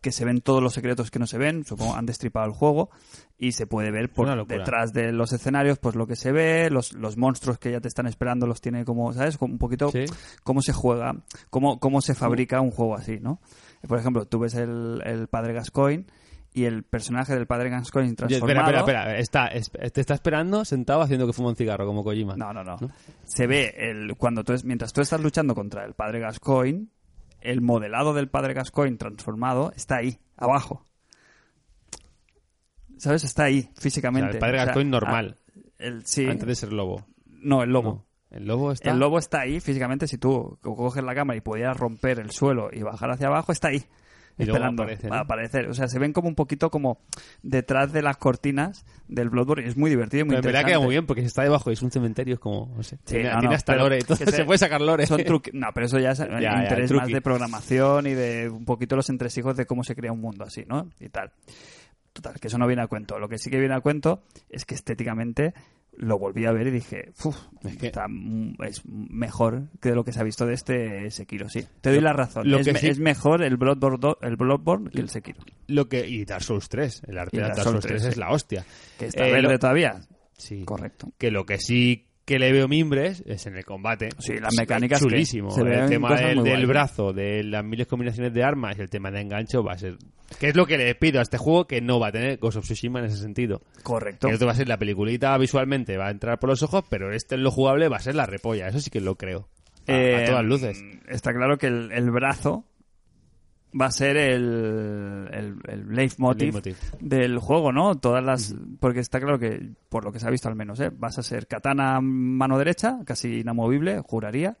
[SPEAKER 2] que se ven todos los secretos que no se ven, supongo han destripado el juego y se puede ver
[SPEAKER 3] Una
[SPEAKER 2] por
[SPEAKER 3] locura.
[SPEAKER 2] detrás de los escenarios, pues lo que se ve, los, los monstruos que ya te están esperando los tiene como, ¿sabes? Como un poquito
[SPEAKER 3] Sí.
[SPEAKER 2] cómo se juega, cómo, cómo se fabrica un juego así, ¿no? Por ejemplo, tú ves el, el padre Gascoigne y el personaje del padre Gascoigne
[SPEAKER 3] Yo-
[SPEAKER 2] transformado...
[SPEAKER 3] espera, espera, espera. Está, es- te está esperando sentado haciendo que fuma un cigarro como Kojima.
[SPEAKER 2] No, no, no. Se ve el, cuando tú es- mientras tú estás luchando contra el padre Gascoigne, el modelado del padre Gascoigne transformado está ahí, abajo. ¿Sabes? Está ahí,
[SPEAKER 3] O sea,
[SPEAKER 2] físicamente.
[SPEAKER 3] el padre
[SPEAKER 2] O sea,
[SPEAKER 3] Gascoigne normal,
[SPEAKER 2] ah, el, sí.
[SPEAKER 3] antes de ser lobo.
[SPEAKER 2] No, el lobo.
[SPEAKER 3] No, El lobo está...
[SPEAKER 2] El lobo está ahí físicamente. Si tú co- coges la cámara y pudieras romper el suelo y bajar hacia abajo, está ahí.
[SPEAKER 3] Y luego
[SPEAKER 2] esperando
[SPEAKER 3] aparece, ¿no?
[SPEAKER 2] para aparecer. O sea, se ven como un poquito como detrás de las cortinas del Bloodborne. Y es muy divertido y muy
[SPEAKER 3] Pero en verdad
[SPEAKER 2] interesante.
[SPEAKER 3] queda muy bien porque si está debajo y es un cementerio es como, no sé,
[SPEAKER 2] Sí,
[SPEAKER 3] tiene,
[SPEAKER 2] no,
[SPEAKER 3] tiene
[SPEAKER 2] no,
[SPEAKER 3] hasta
[SPEAKER 2] pero
[SPEAKER 3] lore,
[SPEAKER 2] que
[SPEAKER 3] entonces
[SPEAKER 2] se-
[SPEAKER 3] se puede sacar lore.
[SPEAKER 2] Son truqui- No, pero eso ya es
[SPEAKER 3] ya, el
[SPEAKER 2] interés más
[SPEAKER 3] truqui.
[SPEAKER 2] de programación y de un poquito los entresijos de cómo se crea un mundo así, ¿no? Y tal. Total, que eso no viene a cuento. Lo que sí que viene a cuento es que estéticamente lo volví a ver y dije, "Uf,
[SPEAKER 3] Es que-
[SPEAKER 2] está m- es mejor que de lo que se ha visto de este Sekiro, sí. Te doy
[SPEAKER 3] Lo-
[SPEAKER 2] la razón.
[SPEAKER 3] lo
[SPEAKER 2] es,
[SPEAKER 3] que
[SPEAKER 2] me-
[SPEAKER 3] sí-
[SPEAKER 2] es mejor el Bloodborne, do- el Bloodborne que el Sekiro.
[SPEAKER 3] Lo que, y Dark Souls 3, el arte
[SPEAKER 2] Y
[SPEAKER 3] de Dark Souls 3 es
[SPEAKER 2] sí.
[SPEAKER 3] la hostia.
[SPEAKER 2] Que está
[SPEAKER 3] Eh,
[SPEAKER 2] verde
[SPEAKER 3] lo-
[SPEAKER 2] todavía.
[SPEAKER 3] Sí.
[SPEAKER 2] Correcto.
[SPEAKER 3] Que lo que sí que le veo mimbres es en el combate.
[SPEAKER 2] Sí, las mecánicas que
[SPEAKER 3] Chulísimo.
[SPEAKER 2] se ven
[SPEAKER 3] el tema
[SPEAKER 2] cosas
[SPEAKER 3] del,
[SPEAKER 2] muy
[SPEAKER 3] del
[SPEAKER 2] guays.
[SPEAKER 3] brazo, de las miles combinaciones de armas y el tema de engancho va a ser... Que es lo que le pido a este juego que no va a tener Ghost of Tsushima en ese sentido.
[SPEAKER 2] Correcto.
[SPEAKER 3] Que esto va a ser la peliculita visualmente, va a entrar por los ojos, pero este en lo jugable va a ser la repolla. Eso sí que lo creo. A, a
[SPEAKER 2] Eh,
[SPEAKER 3] todas luces.
[SPEAKER 2] Está claro que el, el brazo va a ser el, el, el leitmotiv
[SPEAKER 3] Leitmotiv.
[SPEAKER 2] del juego, ¿no? Todas las. Porque está claro que, por lo que se ha visto al menos, ¿eh? vas a ser katana mano derecha, casi inamovible, juraría.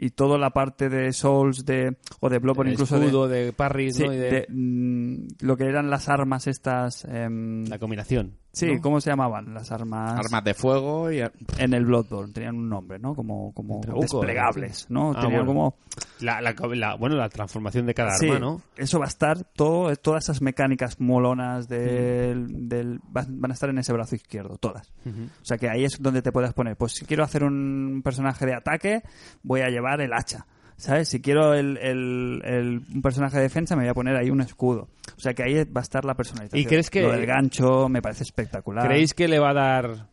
[SPEAKER 2] Y toda la parte de Souls de, o de Bloodborne,
[SPEAKER 3] El
[SPEAKER 2] incluso de,
[SPEAKER 3] escudo de, parries,
[SPEAKER 2] sí,
[SPEAKER 3] ¿no? Y de-
[SPEAKER 2] de, mm, lo que eran las armas estas. em,
[SPEAKER 3] La combinación.
[SPEAKER 2] sí,
[SPEAKER 3] ¿no?
[SPEAKER 2] ¿cómo se llamaban? Las armas.
[SPEAKER 5] Armas de fuego y...
[SPEAKER 2] En el Bloodborne, tenían un nombre, ¿no? Como, como
[SPEAKER 3] Trabuco,
[SPEAKER 2] desplegables, ¿no?
[SPEAKER 3] ¿eh? Ah, bueno.
[SPEAKER 2] Tenían como.
[SPEAKER 3] La, la co- la- bueno, la transformación de cada
[SPEAKER 2] Sí,
[SPEAKER 3] arma, ¿no?
[SPEAKER 2] Eso va a estar, todo, todas esas mecánicas molonas del, del- van van a estar en ese brazo izquierdo, todas. O sea que ahí es donde te puedes poner. Pues si quiero hacer un personaje de ataque, voy a llevar el hacha. ¿Sabes? Si quiero el, el- el- un personaje de defensa, me voy a poner ahí un escudo. O sea que ahí va a estar la personalización.
[SPEAKER 3] ¿Y crees que-
[SPEAKER 2] Lo del gancho me parece espectacular.
[SPEAKER 3] ¿Creéis que le va a dar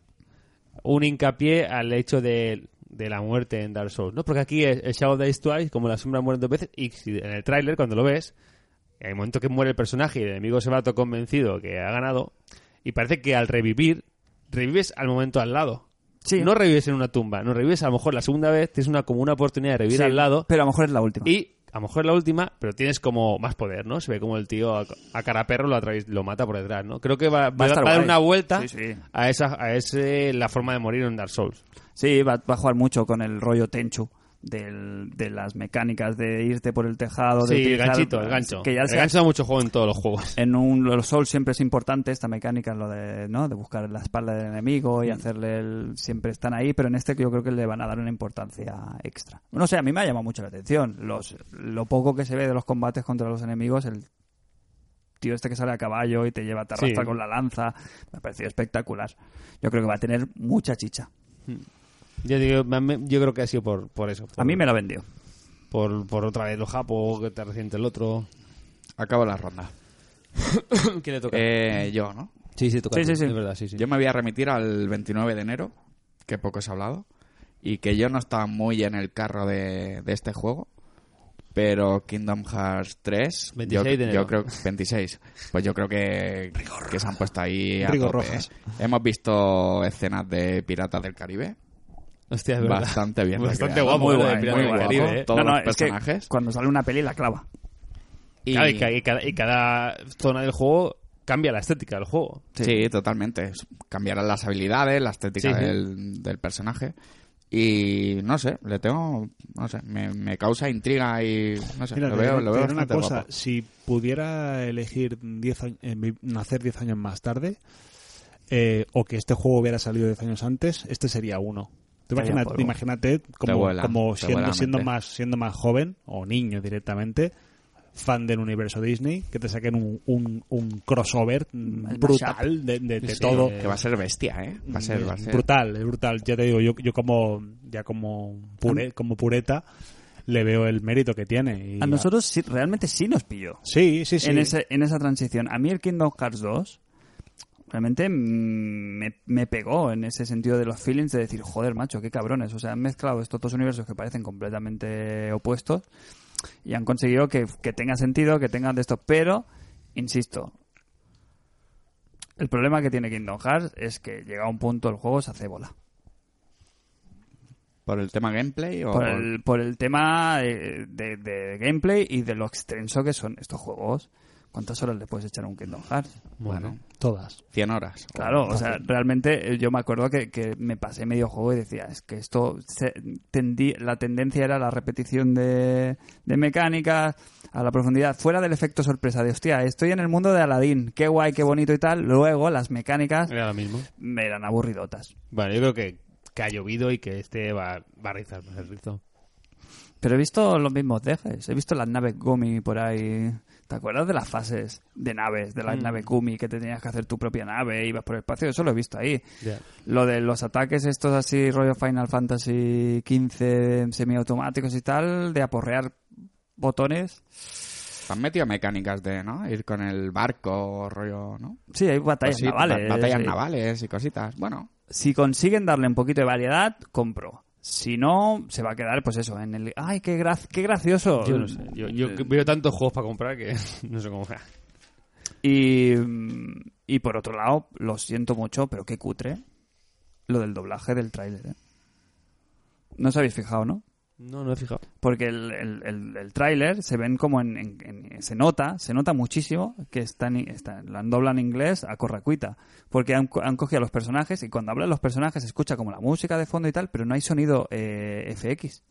[SPEAKER 3] un hincapié al hecho de, de la muerte en Dark Souls? ¿no? Porque aquí es el Shadow Dies Twice, como la sombra muere dos veces, y si- en el tráiler, cuando lo ves, en el momento que muere el personaje y el enemigo se va todo convencido que ha ganado, y parece que al revivir, revives al momento al lado.
[SPEAKER 2] Sí.
[SPEAKER 3] No revives en una tumba, no revives a lo mejor la segunda vez, tienes una, como una oportunidad de revivir
[SPEAKER 2] Sí,
[SPEAKER 3] al lado,
[SPEAKER 2] Pero a lo mejor es la última.
[SPEAKER 3] Y a lo mejor la última, pero tienes como más poder, ¿no? Se ve como el tío a, a cara a perro lo, atravies- lo mata por detrás, ¿no? Creo que va, va-
[SPEAKER 2] estar
[SPEAKER 3] va a dar
[SPEAKER 2] guay.
[SPEAKER 3] una vuelta
[SPEAKER 2] Sí, sí.
[SPEAKER 3] a esa a ese, la forma de morir en Dark Souls.
[SPEAKER 2] Sí, va, va a jugar mucho con el rollo Tenchu. Del, de las mecánicas de irte por el tejado de
[SPEAKER 3] Sí, el
[SPEAKER 2] utilizar-
[SPEAKER 3] ganchito, el gancho.
[SPEAKER 2] que ya
[SPEAKER 3] el
[SPEAKER 2] se-
[SPEAKER 3] gancho da mucho juego en todos los juegos.
[SPEAKER 2] en un los Souls siempre es importante esta mecánica lo de no de buscar la espalda del enemigo
[SPEAKER 3] Mm.
[SPEAKER 2] y hacerle el siempre están ahí pero en este yo creo que le van a dar una importancia extra no sé a mí me ha llamado mucho la atención los lo poco que se ve de los combates contra los enemigos el tío este que sale a caballo y te lleva te arrastra
[SPEAKER 3] Sí.
[SPEAKER 2] con la lanza me ha parecido espectacular yo creo que va a tener mucha chicha
[SPEAKER 3] Yo, digo, me- me- yo creo que ha sido por, por eso. Por,
[SPEAKER 2] a mí me la vendió
[SPEAKER 3] por, por otra vez los japos, que te resiente el otro.
[SPEAKER 5] Acabo la ronda.
[SPEAKER 3] ¿Quién le toca?
[SPEAKER 5] Eh, yo, ¿no?
[SPEAKER 3] sí, sí, toca.
[SPEAKER 2] sí,
[SPEAKER 3] a ti.
[SPEAKER 2] sí, sí.
[SPEAKER 3] Es verdad, sí, sí.
[SPEAKER 5] Yo me voy a remitir al 29 de enero, que poco se ha hablado, y que yo no estaba muy en el carro de, de este juego, pero Kingdom Hearts 3,
[SPEAKER 3] 26
[SPEAKER 5] yo,
[SPEAKER 3] de enero.
[SPEAKER 5] yo creo 26, pues yo creo que, que se han puesto ahí a
[SPEAKER 4] Rigor
[SPEAKER 5] tope,
[SPEAKER 4] rojas.
[SPEAKER 5] ¿eh? Hemos visto escenas de Piratas del Caribe,
[SPEAKER 3] Hostia, es verdad.
[SPEAKER 5] bastante bien.
[SPEAKER 3] Bastante
[SPEAKER 5] recreadas,
[SPEAKER 3] guapo,
[SPEAKER 2] Muy
[SPEAKER 3] lo de
[SPEAKER 2] guay,
[SPEAKER 3] Piratas
[SPEAKER 2] muy
[SPEAKER 3] del
[SPEAKER 2] guapo.
[SPEAKER 3] Caribe, ¿eh?
[SPEAKER 5] Todos
[SPEAKER 2] No, no,
[SPEAKER 5] los
[SPEAKER 2] es que
[SPEAKER 5] personajes.
[SPEAKER 2] cuando sale una peli la clava
[SPEAKER 5] Y-
[SPEAKER 3] Claro, y, ca- y cada, y cada zona del juego cambia la estética del juego.
[SPEAKER 5] Sí, totalmente. Cambiarán las habilidades, la estética
[SPEAKER 3] Sí, sí.
[SPEAKER 5] Del, del personaje. Y no sé, le tengo. No sé, me, me causa intriga y. No sé,
[SPEAKER 4] Mira,
[SPEAKER 5] lo
[SPEAKER 4] te
[SPEAKER 5] veo,
[SPEAKER 4] diré-
[SPEAKER 5] lo
[SPEAKER 4] te
[SPEAKER 5] veo
[SPEAKER 4] diré una
[SPEAKER 5] bastante
[SPEAKER 4] cosa,
[SPEAKER 5] guapo.
[SPEAKER 4] si pudiera elegir 10 años- eh, vi- nacer 10 años más tarde eh, o que este juego hubiera salido 10 años antes, este sería uno. Tú
[SPEAKER 2] Vaya
[SPEAKER 4] imagina-
[SPEAKER 2] polvo.
[SPEAKER 4] imagínate como,
[SPEAKER 5] vuela,
[SPEAKER 4] como
[SPEAKER 5] te vuela
[SPEAKER 4] siendo,
[SPEAKER 5] la
[SPEAKER 4] siendo,
[SPEAKER 5] mente.
[SPEAKER 4] más, siendo más joven o niño directamente, fan del universo Disney, que te saquen un, un- un crossover
[SPEAKER 2] mashup.
[SPEAKER 4] brutal de, de- de
[SPEAKER 3] Sí,
[SPEAKER 4] todo.
[SPEAKER 3] eh,
[SPEAKER 5] Que va a ser bestia, ¿eh? Va a ser, va a ser.
[SPEAKER 4] Brutal, es brutal. Ya te digo, yo, yo como ya como pure, como pureta le veo el mérito que tiene. y-
[SPEAKER 2] a nosotros sí, realmente sí nos pilló
[SPEAKER 4] Sí, sí, sí.
[SPEAKER 2] en, ese- en esa transición. A mí el Kingdom Hearts 2 realmente mm, me, me pegó en ese sentido de los feelings de decir, joder, macho, qué cabrones. O sea, han mezclado estos dos universos que parecen completamente opuestos y han conseguido que, que tenga sentido, que tengan de esto. Pero, insisto, el problema que tiene Kingdom Hearts es que llega a un punto el juego se hace bola.
[SPEAKER 5] ¿Por el tema gameplay o...?
[SPEAKER 2] por el, por el tema de, de- de gameplay y de lo extenso que son estos juegos. ¿Cuántas horas le puedes echar a un Kingdom Hearts?
[SPEAKER 3] Bueno.
[SPEAKER 4] Todas.
[SPEAKER 5] 100 horas.
[SPEAKER 2] Claro, o sea, realmente eh, yo me acuerdo que, que me pasé medio juego y decía, es que esto, se- tendí- la tendencia era la repetición de, de mecánicas a la profundidad, fuera del efecto sorpresa de, hostia, estoy en el mundo de Aladdin, qué guay, qué bonito y tal, luego las mecánicas
[SPEAKER 3] Era lo mismo.
[SPEAKER 2] me eran aburridotas.
[SPEAKER 3] Bueno, yo creo que, que ha llovido y que este va, va a rizar más el rizo.
[SPEAKER 2] Pero he visto los mismos dejes, he visto las naves Gumi por ahí. ¿Te acuerdas de las fases de naves, de las naves Gumi, que te tenías que hacer tu propia nave, ibas por el espacio? Eso lo he visto ahí.
[SPEAKER 3] Ya.
[SPEAKER 2] Lo de los ataques estos así, rollo Final Fantasy XV, semiautomáticos y tal, de aporrear botones.
[SPEAKER 5] Pues Han metido mecánicas de, ¿no? Ir con el barco, rollo, ¿no?
[SPEAKER 2] Sí, hay batallas
[SPEAKER 5] Cosi-
[SPEAKER 2] navales.
[SPEAKER 5] Pues ba- batallas
[SPEAKER 2] sí.
[SPEAKER 5] navales y cositas. Bueno,
[SPEAKER 2] Si consiguen darle un poquito de variedad, compro. Si no, se va a quedar, pues eso, en el... ¡Ay, qué, gra- qué gracioso!
[SPEAKER 3] Yo no sé. Eh, Yo, yo que veo tantos juegos para comprar que no sé cómo.
[SPEAKER 2] Y, mm, y por otro lado, lo siento mucho, pero qué cutre lo del doblaje del tráiler. ¿eh? No os habéis fijado, ¿no?
[SPEAKER 3] No, no he fijado.
[SPEAKER 2] Porque el, el, el- el tráiler se ven como en, en- en- Se nota, se nota muchísimo que están, están, la doblan en inglés a corracuita. Porque han, co- han cogido a los personajes y cuando hablan los personajes se escucha como la música de fondo y tal, pero no hay sonido eh, FX.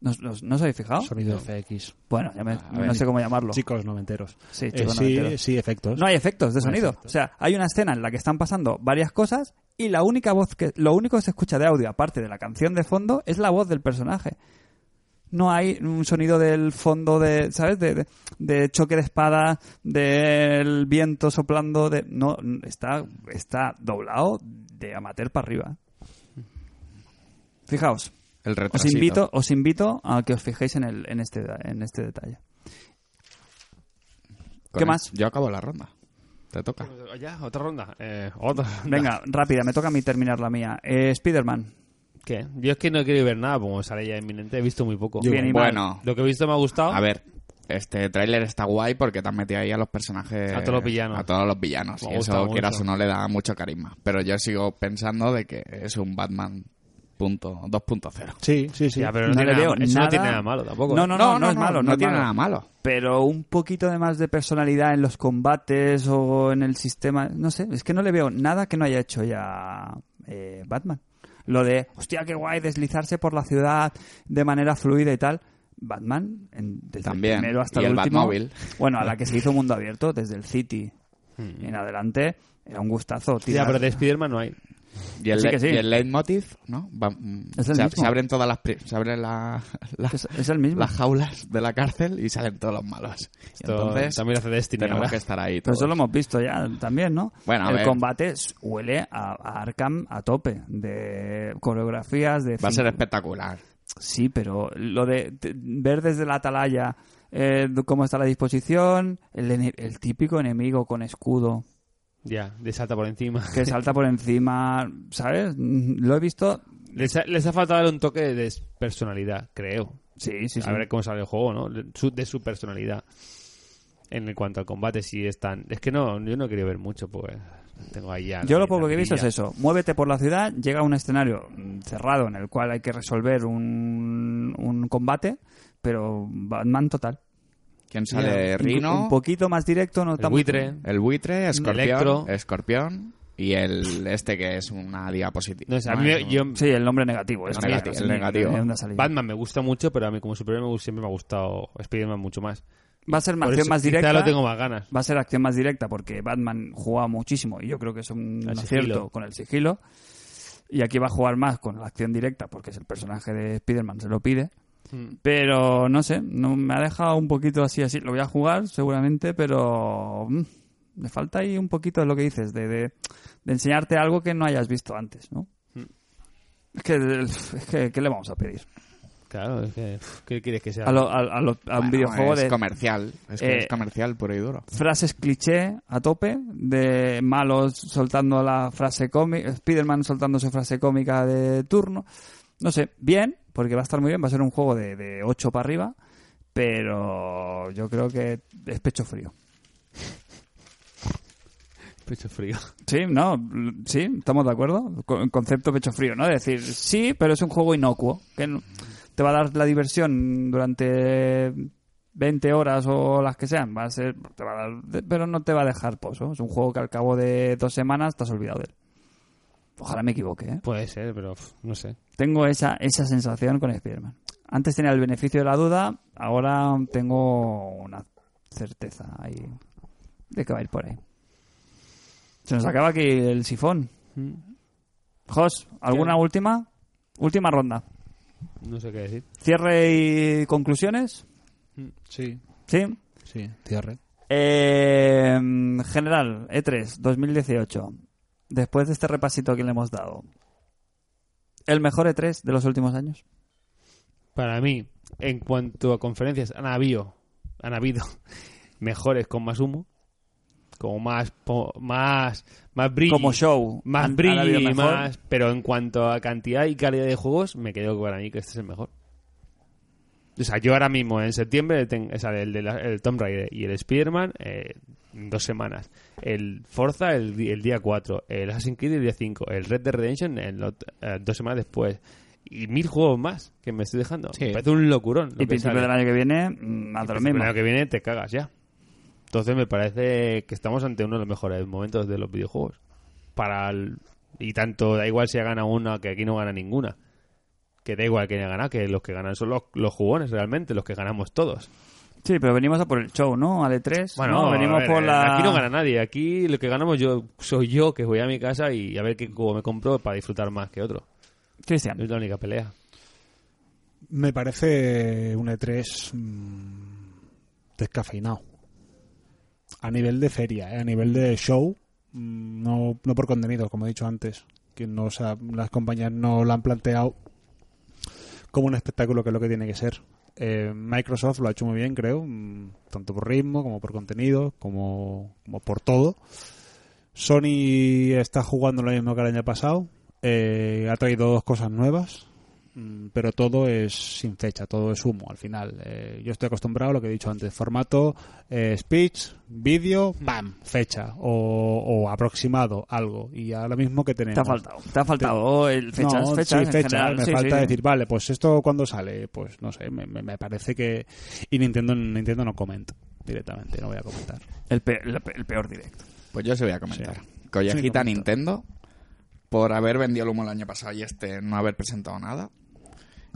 [SPEAKER 2] ¿No, os- no os- no os habéis fijado?
[SPEAKER 4] Sonido FX.
[SPEAKER 2] Bueno, ya me-
[SPEAKER 5] A
[SPEAKER 2] no
[SPEAKER 5] ver.
[SPEAKER 2] sé cómo llamarlo.
[SPEAKER 4] Chicos noventeros.
[SPEAKER 2] Sí,
[SPEAKER 4] Eh,
[SPEAKER 2] chicos
[SPEAKER 4] sí,
[SPEAKER 2] noventeros.
[SPEAKER 4] sí, efectos.
[SPEAKER 2] No hay efectos de
[SPEAKER 4] No hay
[SPEAKER 2] sonido.
[SPEAKER 4] efectos.
[SPEAKER 2] O sea, hay una escena en la que están pasando varias cosas y la única voz que, lo único que se escucha de audio, aparte de la canción de fondo, es la voz del personaje. No hay un sonido del fondo de, ¿sabes? De, de- de choque de espada, del viento soplando, de... No, está, está doblado de amateur para arriba. Fijaos,
[SPEAKER 5] el
[SPEAKER 2] os
[SPEAKER 5] retrasito.
[SPEAKER 2] invito, os invito a que os fijéis en, el, en, este, en este detalle.
[SPEAKER 5] Con
[SPEAKER 2] ¿Qué
[SPEAKER 5] el-
[SPEAKER 2] más?
[SPEAKER 5] Yo acabo la ronda. Te toca.
[SPEAKER 3] Pues, Ya, otra ronda. Eh, otra ronda.
[SPEAKER 2] Venga, rápida, me toca a mí terminar la mía. Eh, Spider-Man.
[SPEAKER 3] ¿Qué? Yo es que no quiero ver nada, como sale ya inminente. He visto muy poco.
[SPEAKER 2] Yo- Bien y mal.
[SPEAKER 5] bueno,
[SPEAKER 3] Lo que he visto me ha gustado.
[SPEAKER 5] a ver. Este tráiler está guay porque te han metido ahí a los personajes...
[SPEAKER 3] A todos los villanos.
[SPEAKER 5] A todos los villanos.
[SPEAKER 3] Me
[SPEAKER 5] y
[SPEAKER 3] gusta
[SPEAKER 5] eso,
[SPEAKER 3] mucho.
[SPEAKER 5] quieras o no, le da mucho carisma. Pero yo sigo pensando de que es un Batman punto 2.0.
[SPEAKER 4] Sí, sí, sí.
[SPEAKER 3] Ya, pero no,
[SPEAKER 2] No
[SPEAKER 3] tiene,
[SPEAKER 2] le veo
[SPEAKER 3] nada, eso no
[SPEAKER 2] nada.
[SPEAKER 3] tiene nada malo tampoco. ¿eh?
[SPEAKER 2] No, no, no, no, es malo, no, es
[SPEAKER 5] tiene
[SPEAKER 2] malo.
[SPEAKER 5] nada malo.
[SPEAKER 2] Pero un poquito de más de personalidad en los combates o en el sistema. No sé, es que no le veo nada que no haya hecho ya eh, Batman. Lo de, hostia, qué guay, deslizarse por la ciudad de manera fluida y tal. Batman, en- desde
[SPEAKER 5] También,
[SPEAKER 2] el primero hasta
[SPEAKER 5] y
[SPEAKER 2] el,
[SPEAKER 5] el
[SPEAKER 2] último.
[SPEAKER 5] Batmóvil.
[SPEAKER 2] Bueno, a la que se hizo mundo abierto, desde el City
[SPEAKER 5] Hmm.
[SPEAKER 2] en adelante, era un gustazo.
[SPEAKER 3] Ya,
[SPEAKER 2] tirar-
[SPEAKER 3] pero de Spider-Man no hay.
[SPEAKER 5] Y el,
[SPEAKER 2] Sí
[SPEAKER 5] le-
[SPEAKER 2] que sí.
[SPEAKER 5] y el leitmotiv, ¿no? Va- mm,
[SPEAKER 2] Es el
[SPEAKER 5] se,
[SPEAKER 2] mismo.
[SPEAKER 5] se abren todas las... pri- Se abren la- la-
[SPEAKER 2] es, es el mismo.
[SPEAKER 5] las jaulas de la cárcel y salen todos los malos. Y
[SPEAKER 3] Esto
[SPEAKER 5] entonces
[SPEAKER 3] también lo hace Destiny
[SPEAKER 5] tenemos
[SPEAKER 3] ahora.
[SPEAKER 5] que estar ahí
[SPEAKER 2] Pero
[SPEAKER 5] todos.
[SPEAKER 2] eso lo hemos visto ya también, ¿no?
[SPEAKER 5] Bueno, a
[SPEAKER 2] el
[SPEAKER 5] ver.
[SPEAKER 2] combate s- huele a, a Arkham a tope, de coreografías, de...
[SPEAKER 5] Va a ser
[SPEAKER 2] cinco-
[SPEAKER 5] espectacular.
[SPEAKER 2] Sí, pero lo de, de- ver desde la atalaya eh, cómo está la disposición, el, ene- el típico enemigo con escudo
[SPEAKER 3] Ya, le salta por encima.
[SPEAKER 2] que salta por encima, ¿sabes? Mm, Lo he visto...
[SPEAKER 3] Les ha, les ha faltado darle un toque de personalidad, creo.
[SPEAKER 2] Sí, sí, sí.
[SPEAKER 3] A ver cómo sale el juego, ¿no? De su, de su personalidad. En cuanto al combate, si es tan... Es que no, yo no quería ver mucho, pues... Tengo ahí ya...
[SPEAKER 2] Yo
[SPEAKER 3] la-
[SPEAKER 2] lo poco
[SPEAKER 3] la
[SPEAKER 2] que he visto es
[SPEAKER 3] pilla.
[SPEAKER 2] eso. Muévete por la ciudad, llega a un escenario mm, cerrado en el cual hay que resolver un, un combate, pero Batman total.
[SPEAKER 5] ¿Quién sale?
[SPEAKER 2] Incu-
[SPEAKER 5] Rino,
[SPEAKER 2] Un poquito más directo, no tan...
[SPEAKER 3] buitre.
[SPEAKER 5] el buitre,
[SPEAKER 3] Electro.
[SPEAKER 5] escorpión, escorpión y el este que es una diapositiva.
[SPEAKER 3] No sé, a mí me-
[SPEAKER 5] Es un-
[SPEAKER 3] yo...
[SPEAKER 2] Sí, el nombre negativo.
[SPEAKER 5] El
[SPEAKER 2] es que
[SPEAKER 5] negati-
[SPEAKER 2] es
[SPEAKER 5] el
[SPEAKER 2] mi-
[SPEAKER 5] negativo.
[SPEAKER 2] es una salida.
[SPEAKER 3] Batman me gusta mucho, pero a mí como superhéroe me- siempre me ha gustado Spider-Man mucho más.
[SPEAKER 2] Va a ser más,
[SPEAKER 3] Por
[SPEAKER 2] acción
[SPEAKER 3] eso
[SPEAKER 2] más
[SPEAKER 3] quizá
[SPEAKER 2] directa.
[SPEAKER 3] lo tengo más ganas.
[SPEAKER 2] Va a ser acción más directa porque Batman jugaba muchísimo y yo creo que es un
[SPEAKER 3] Al
[SPEAKER 2] acierto
[SPEAKER 3] sigilo.
[SPEAKER 2] con el sigilo. Y aquí va a jugar más con la acción directa porque es el personaje de Spider-Man, se lo pide.
[SPEAKER 3] Mm.
[SPEAKER 2] Pero no sé, no, me ha dejado un poquito así, así. Lo voy a jugar seguramente, pero mm, me falta ahí un poquito de lo que dices, de, de, de enseñarte algo que no hayas visto antes, ¿no?
[SPEAKER 3] Hmm.
[SPEAKER 2] Es que, es que, ¿qué le vamos a pedir?
[SPEAKER 3] Claro, es que... uf, ¿Qué quieres que sea?
[SPEAKER 2] a, lo- a- a lo- a un
[SPEAKER 5] bueno,
[SPEAKER 2] videojuego
[SPEAKER 5] es
[SPEAKER 2] de
[SPEAKER 5] comercial, es, que
[SPEAKER 2] Eh,
[SPEAKER 5] es comercial puro y duro.
[SPEAKER 2] frases cliché a tope, de malos soltando la frase cómica, Spider-Man soltando su frase cómica de turno. No sé, bien, porque va a estar muy bien, va a ser un juego de, de 8 para arriba, pero yo creo que es pecho frío.
[SPEAKER 3] Pecho frío.
[SPEAKER 2] Sí, no, l- sí, estamos de acuerdo. Con- Concepto pecho frío, ¿no? Es decir, sí, pero es un juego inocuo, que no- te va a dar la diversión durante 20 horas o las que sean, va a ser, te va a dar- de- pero no te va a dejar pozo. Es un juego que al cabo de dos semanas te has olvidado de él. Ojalá me equivoque, ¿eh?
[SPEAKER 3] Puede ser, pero pf, no sé.
[SPEAKER 2] Tengo esa, esa sensación con Spider-Man. Antes tenía el beneficio de la duda, ahora tengo una certeza ahí de que va a ir por ahí. Se nos acaba aquí el sifón. Jos, ¿alguna
[SPEAKER 3] ¿Qué?
[SPEAKER 2] última? Última ronda.
[SPEAKER 3] No sé qué decir.
[SPEAKER 2] Cierre y conclusiones.
[SPEAKER 4] Sí,
[SPEAKER 2] Sí.
[SPEAKER 4] sí, cierre.
[SPEAKER 2] Eh, general, E E3 2018. Después de este repasito que le hemos dado. ¿El mejor E3 de los últimos años?
[SPEAKER 3] Para mí, en cuanto a conferencias, han habido, han habido mejores con más humo, como más, po- más, más brillo.
[SPEAKER 2] Como show.
[SPEAKER 3] Más
[SPEAKER 2] han- han habido
[SPEAKER 3] brillo y
[SPEAKER 2] mejor.
[SPEAKER 3] más. Pero en cuanto a cantidad y calidad de juegos, me quedo para mí que este es el mejor. O sea, yo ahora mismo en septiembre, ten- o sea, el, de la- el Tomb Raider y el Spider-Man, eh, en dos semanas. El Forza el, di- el día 4, el Assassin's Creed el día 5, el Red Dead Redemption en lo- eh, dos semanas después. Y mil juegos más que me estoy dejando.
[SPEAKER 4] Sí.
[SPEAKER 3] Me parece un locurón. lo
[SPEAKER 2] Y
[SPEAKER 3] que sale.
[SPEAKER 2] principio del año que viene, mm, haz
[SPEAKER 3] Y
[SPEAKER 2] lo
[SPEAKER 3] principio
[SPEAKER 2] mismo.
[SPEAKER 3] del año que viene te cagas ya. Entonces me parece que estamos ante uno de los mejores momentos de los videojuegos. Para el- y tanto da igual si gana una que aquí no gana ninguna. Que da igual quién gana, que los que ganan son los, los jugones realmente, los que ganamos todos.
[SPEAKER 2] Sí, pero venimos a por el show, ¿no? Al E3.
[SPEAKER 3] Bueno,
[SPEAKER 2] ¿no?
[SPEAKER 3] a
[SPEAKER 2] venimos
[SPEAKER 3] ver,
[SPEAKER 2] por
[SPEAKER 3] eh,
[SPEAKER 2] la.
[SPEAKER 3] aquí no gana nadie. Aquí lo que ganamos yo soy yo que voy a mi casa y a ver qué cubo me compro para disfrutar más que otro.
[SPEAKER 2] Cristian.
[SPEAKER 3] Es la única pelea.
[SPEAKER 4] Me parece un E3 mm, descafeinado. A nivel de feria, ¿eh? a nivel de show, mm, no, no por contenido, como he dicho antes, que no, o sea, las compañías no lo han planteado como un espectáculo que es lo que tiene que ser. Eh, Microsoft lo ha hecho muy bien, creo, mm, tanto por ritmo como por contenido, como, como por todo. Sony está jugando lo mismo que el año pasado. eh, ha traído dos cosas nuevas, mm, pero todo es sin fecha, todo es humo al final. Eh, yo estoy acostumbrado a lo que he dicho antes: formato, eh, speech, vídeo,
[SPEAKER 2] Hmm.
[SPEAKER 4] ¡pam! fecha o, o aproximado, algo. Y ahora mismo que tenemos.
[SPEAKER 2] Te ha faltado. Te ha faltado el fechas,
[SPEAKER 4] No,
[SPEAKER 2] fechas.
[SPEAKER 4] sí,
[SPEAKER 2] en
[SPEAKER 4] fecha,
[SPEAKER 2] general.
[SPEAKER 4] me
[SPEAKER 2] Sí,
[SPEAKER 4] falta
[SPEAKER 2] sí.
[SPEAKER 4] decir, vale, pues esto cuando sale, pues no sé, me, me- me parece que... Y Nintendo, Nintendo no comenta directamente, no voy a comentar.
[SPEAKER 2] El pe- el pe- el peor directo.
[SPEAKER 5] Pues yo se voy a comentar.
[SPEAKER 4] Sí. Sí,
[SPEAKER 5] Collejita
[SPEAKER 4] comenta.
[SPEAKER 5] Nintendo por haber vendido el humo el año pasado y este no haber presentado nada.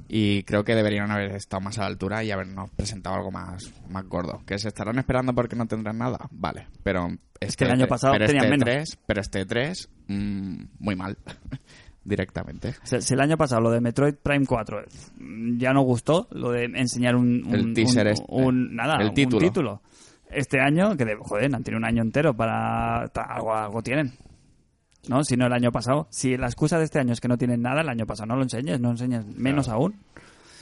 [SPEAKER 5] Y creo que deberían haber estado más a la altura y habernos presentado algo más, más gordo. ¿Que se estarán esperando porque no tendrán nada? Vale, pero... Es
[SPEAKER 2] que el año pasado tenían menos.
[SPEAKER 5] pero este 3, muy mal, directamente.
[SPEAKER 2] O sea, si el año pasado lo de Metroid Prime 4 mm, ya no gustó, lo de enseñar un, un-
[SPEAKER 5] El teaser
[SPEAKER 2] un-
[SPEAKER 5] este.
[SPEAKER 2] un- nada,
[SPEAKER 5] El
[SPEAKER 2] un
[SPEAKER 5] título.
[SPEAKER 2] título. Este año, que de, joder, han tenido un año entero para ta- algo, algo tienen. ¿No? Si no el año pasado. Si la excusa de este año es que no tienen nada, el año pasado no lo enseñes, no enseñes menos aún.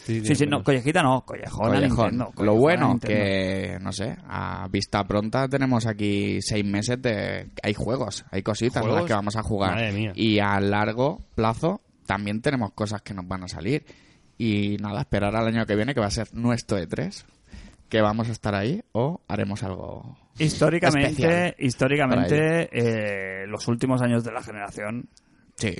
[SPEAKER 2] Sí, sí, no, collejita no, collejón, a
[SPEAKER 5] Collejón.
[SPEAKER 2] Nintendo,
[SPEAKER 5] Lo
[SPEAKER 2] collejón a
[SPEAKER 5] bueno
[SPEAKER 2] Nintendo.
[SPEAKER 5] que, no sé, a vista pronta tenemos aquí seis meses de... Hay juegos, hay cositas a las
[SPEAKER 3] ¿Juegos?
[SPEAKER 5] que vamos a jugar.
[SPEAKER 3] Madre mía.
[SPEAKER 5] Y a largo plazo también tenemos cosas que nos van a salir. Y nada, esperar al año que viene que va a ser nuestro E3, que vamos a estar ahí o haremos algo...
[SPEAKER 2] Históricamente,
[SPEAKER 5] especial
[SPEAKER 2] históricamente eh, los últimos años de la generación
[SPEAKER 5] Sí,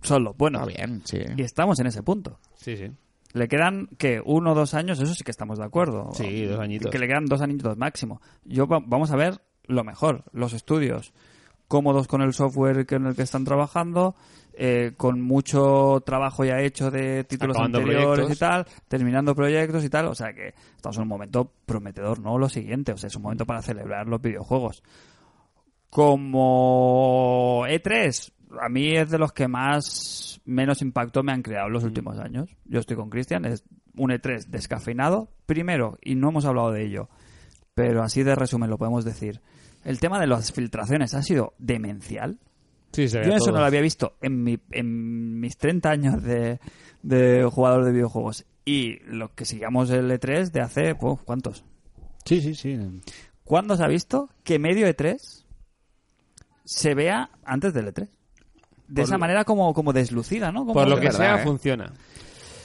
[SPEAKER 2] son los buenos.
[SPEAKER 5] está bien, sí.
[SPEAKER 2] Y estamos en ese punto.
[SPEAKER 3] Sí, sí.
[SPEAKER 2] Le quedan que uno o dos años, eso sí que estamos de acuerdo.
[SPEAKER 3] Sí, dos añitos.
[SPEAKER 2] Que le quedan dos añitos máximo. Yo va- vamos a ver lo mejor, los estudios cómodos con el software que- en el que están trabajando, eh, con mucho trabajo ya hecho de títulos
[SPEAKER 3] Acabando
[SPEAKER 2] anteriores
[SPEAKER 3] proyectos.
[SPEAKER 2] y tal, terminando proyectos y tal, o sea que estamos en un momento prometedor, ¿no? Lo siguiente, o sea, es un momento para celebrar los videojuegos. Como E3, a mí es de los que más menos impacto me han creado
[SPEAKER 3] Mm.
[SPEAKER 2] en los últimos años. Yo estoy con Cristian, es un E3 descafeinado. Primero, y no hemos hablado de ello, pero así de resumen lo podemos decir. El tema de las filtraciones ha sido demencial.
[SPEAKER 3] Sí, se ve
[SPEAKER 2] Yo eso
[SPEAKER 3] todo.
[SPEAKER 2] no lo había visto en, mi- en mis 30 años de, de jugador de videojuegos. Y los que sigamos el E3 de hace, pues, ¿cuántos?
[SPEAKER 4] Sí, sí, sí.
[SPEAKER 2] ¿Cuándo se ha visto que medio E3 se vea E antes del E3? De esa manera como, como deslucida, ¿no? Como
[SPEAKER 3] Por lo
[SPEAKER 5] Es
[SPEAKER 3] que
[SPEAKER 5] verdad,
[SPEAKER 3] sea,
[SPEAKER 5] ¿eh?
[SPEAKER 3] funciona.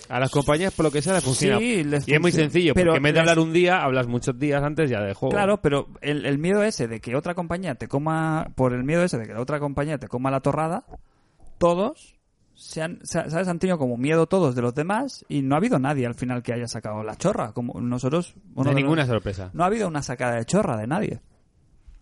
[SPEAKER 3] A las compañías, por lo que sea, les funciona.
[SPEAKER 2] Sí, les
[SPEAKER 3] y es muy
[SPEAKER 2] funciona.
[SPEAKER 3] sencillo,
[SPEAKER 2] Pero
[SPEAKER 3] porque en vez de
[SPEAKER 2] las-
[SPEAKER 3] hablar un día, hablas muchos días antes ya de juego.
[SPEAKER 2] Claro, pero el, el miedo ese de que otra compañía te coma, por el miedo ese de que la otra compañía te coma la torrada, todos, se han, sa- ¿sabes? Han tenido como miedo todos de los demás y no ha habido nadie al final que haya sacado la chorra. Como nosotros.
[SPEAKER 3] No
[SPEAKER 2] uno
[SPEAKER 3] hay
[SPEAKER 2] de los-
[SPEAKER 3] ninguna sorpresa.
[SPEAKER 2] No ha habido una sacada de chorra de nadie.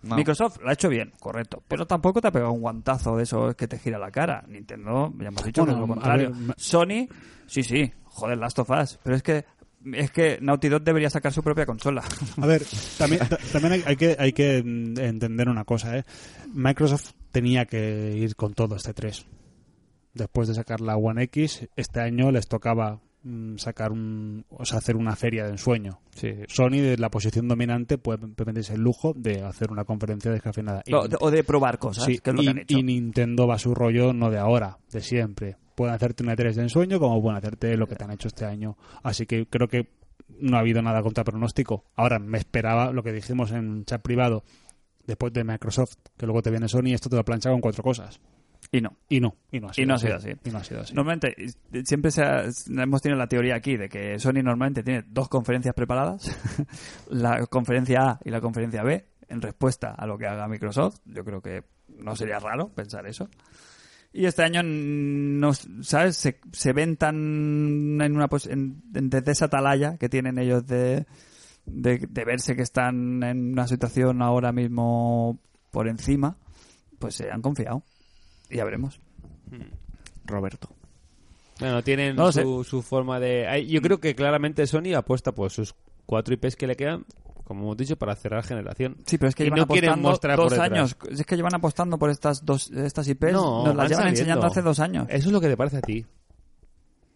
[SPEAKER 5] No.
[SPEAKER 2] Microsoft la ha hecho bien, correcto. Pero tampoco te ha pegado un guantazo de esos que te gira la cara. Nintendo, ya hemos dicho que
[SPEAKER 4] Bueno,
[SPEAKER 2] es lo
[SPEAKER 4] a
[SPEAKER 2] contrario.
[SPEAKER 4] ver, ma-
[SPEAKER 2] Sony, sí, sí, joder, Last of Us. Pero es que, es que Naughty Dog debería sacar su propia consola.
[SPEAKER 4] A ver, también, ta- también hay, hay que, hay que mm, entender una cosa, ¿eh? Microsoft tenía que ir con todo este 3. Después de sacar la One X, este año les tocaba mm, sacar un, o sea, hacer una feria de ensueño.
[SPEAKER 3] Sí.
[SPEAKER 4] Sony, de la posición dominante, puede permitirse el lujo de hacer una conferencia descafeinada. Y-
[SPEAKER 2] O de, o de probar cosas,
[SPEAKER 4] Sí,
[SPEAKER 2] que es lo que
[SPEAKER 4] y-
[SPEAKER 2] han hecho.
[SPEAKER 4] y Nintendo va a su rollo no de ahora, de siempre. Pueden hacerte una 3 de ensueño como pueden hacerte lo que te han hecho este año. Así que creo que no ha habido nada contra pronóstico. Ahora me esperaba lo que dijimos en chat privado después de Microsoft, que luego te viene Sony y esto te lo plancha con cuatro cosas.
[SPEAKER 2] Y no.
[SPEAKER 4] Y no, y no ha sido,
[SPEAKER 2] no ha sido así.
[SPEAKER 4] Y no ha sido así.
[SPEAKER 2] Normalmente, eh, siempre se ha- hemos tenido la teoría aquí de que Sony normalmente tiene dos conferencias preparadas, la conferencia A y la conferencia B, en respuesta a lo que haga Microsoft. Yo creo que no sería raro pensar eso. Y este año, mm, no, ¿sabes? Se, se ven tan en una, pos- en- en- desde esa atalaya que tienen ellos de, de, de verse que están en una situación ahora mismo por encima, pues se han confiado. Y ya veremos.
[SPEAKER 5] Roberto.
[SPEAKER 3] Bueno, tienen
[SPEAKER 2] No lo
[SPEAKER 3] su, su forma de... ay, Yo creo que claramente Sony apuesta por sus cuatro IPs que le quedan, como hemos dicho, para cerrar generación.
[SPEAKER 2] Sí, pero es que
[SPEAKER 3] Y
[SPEAKER 2] llevan
[SPEAKER 3] no quieren
[SPEAKER 2] apostando
[SPEAKER 3] mostrar por
[SPEAKER 2] dos
[SPEAKER 3] detrás.
[SPEAKER 2] años. Es que llevan apostando por estas dos estas IPs.
[SPEAKER 3] No,
[SPEAKER 2] nos
[SPEAKER 3] van
[SPEAKER 2] las llevan
[SPEAKER 3] saliendo. Eh,
[SPEAKER 2] enseñando hace dos años.
[SPEAKER 3] Eso es lo que te parece a ti.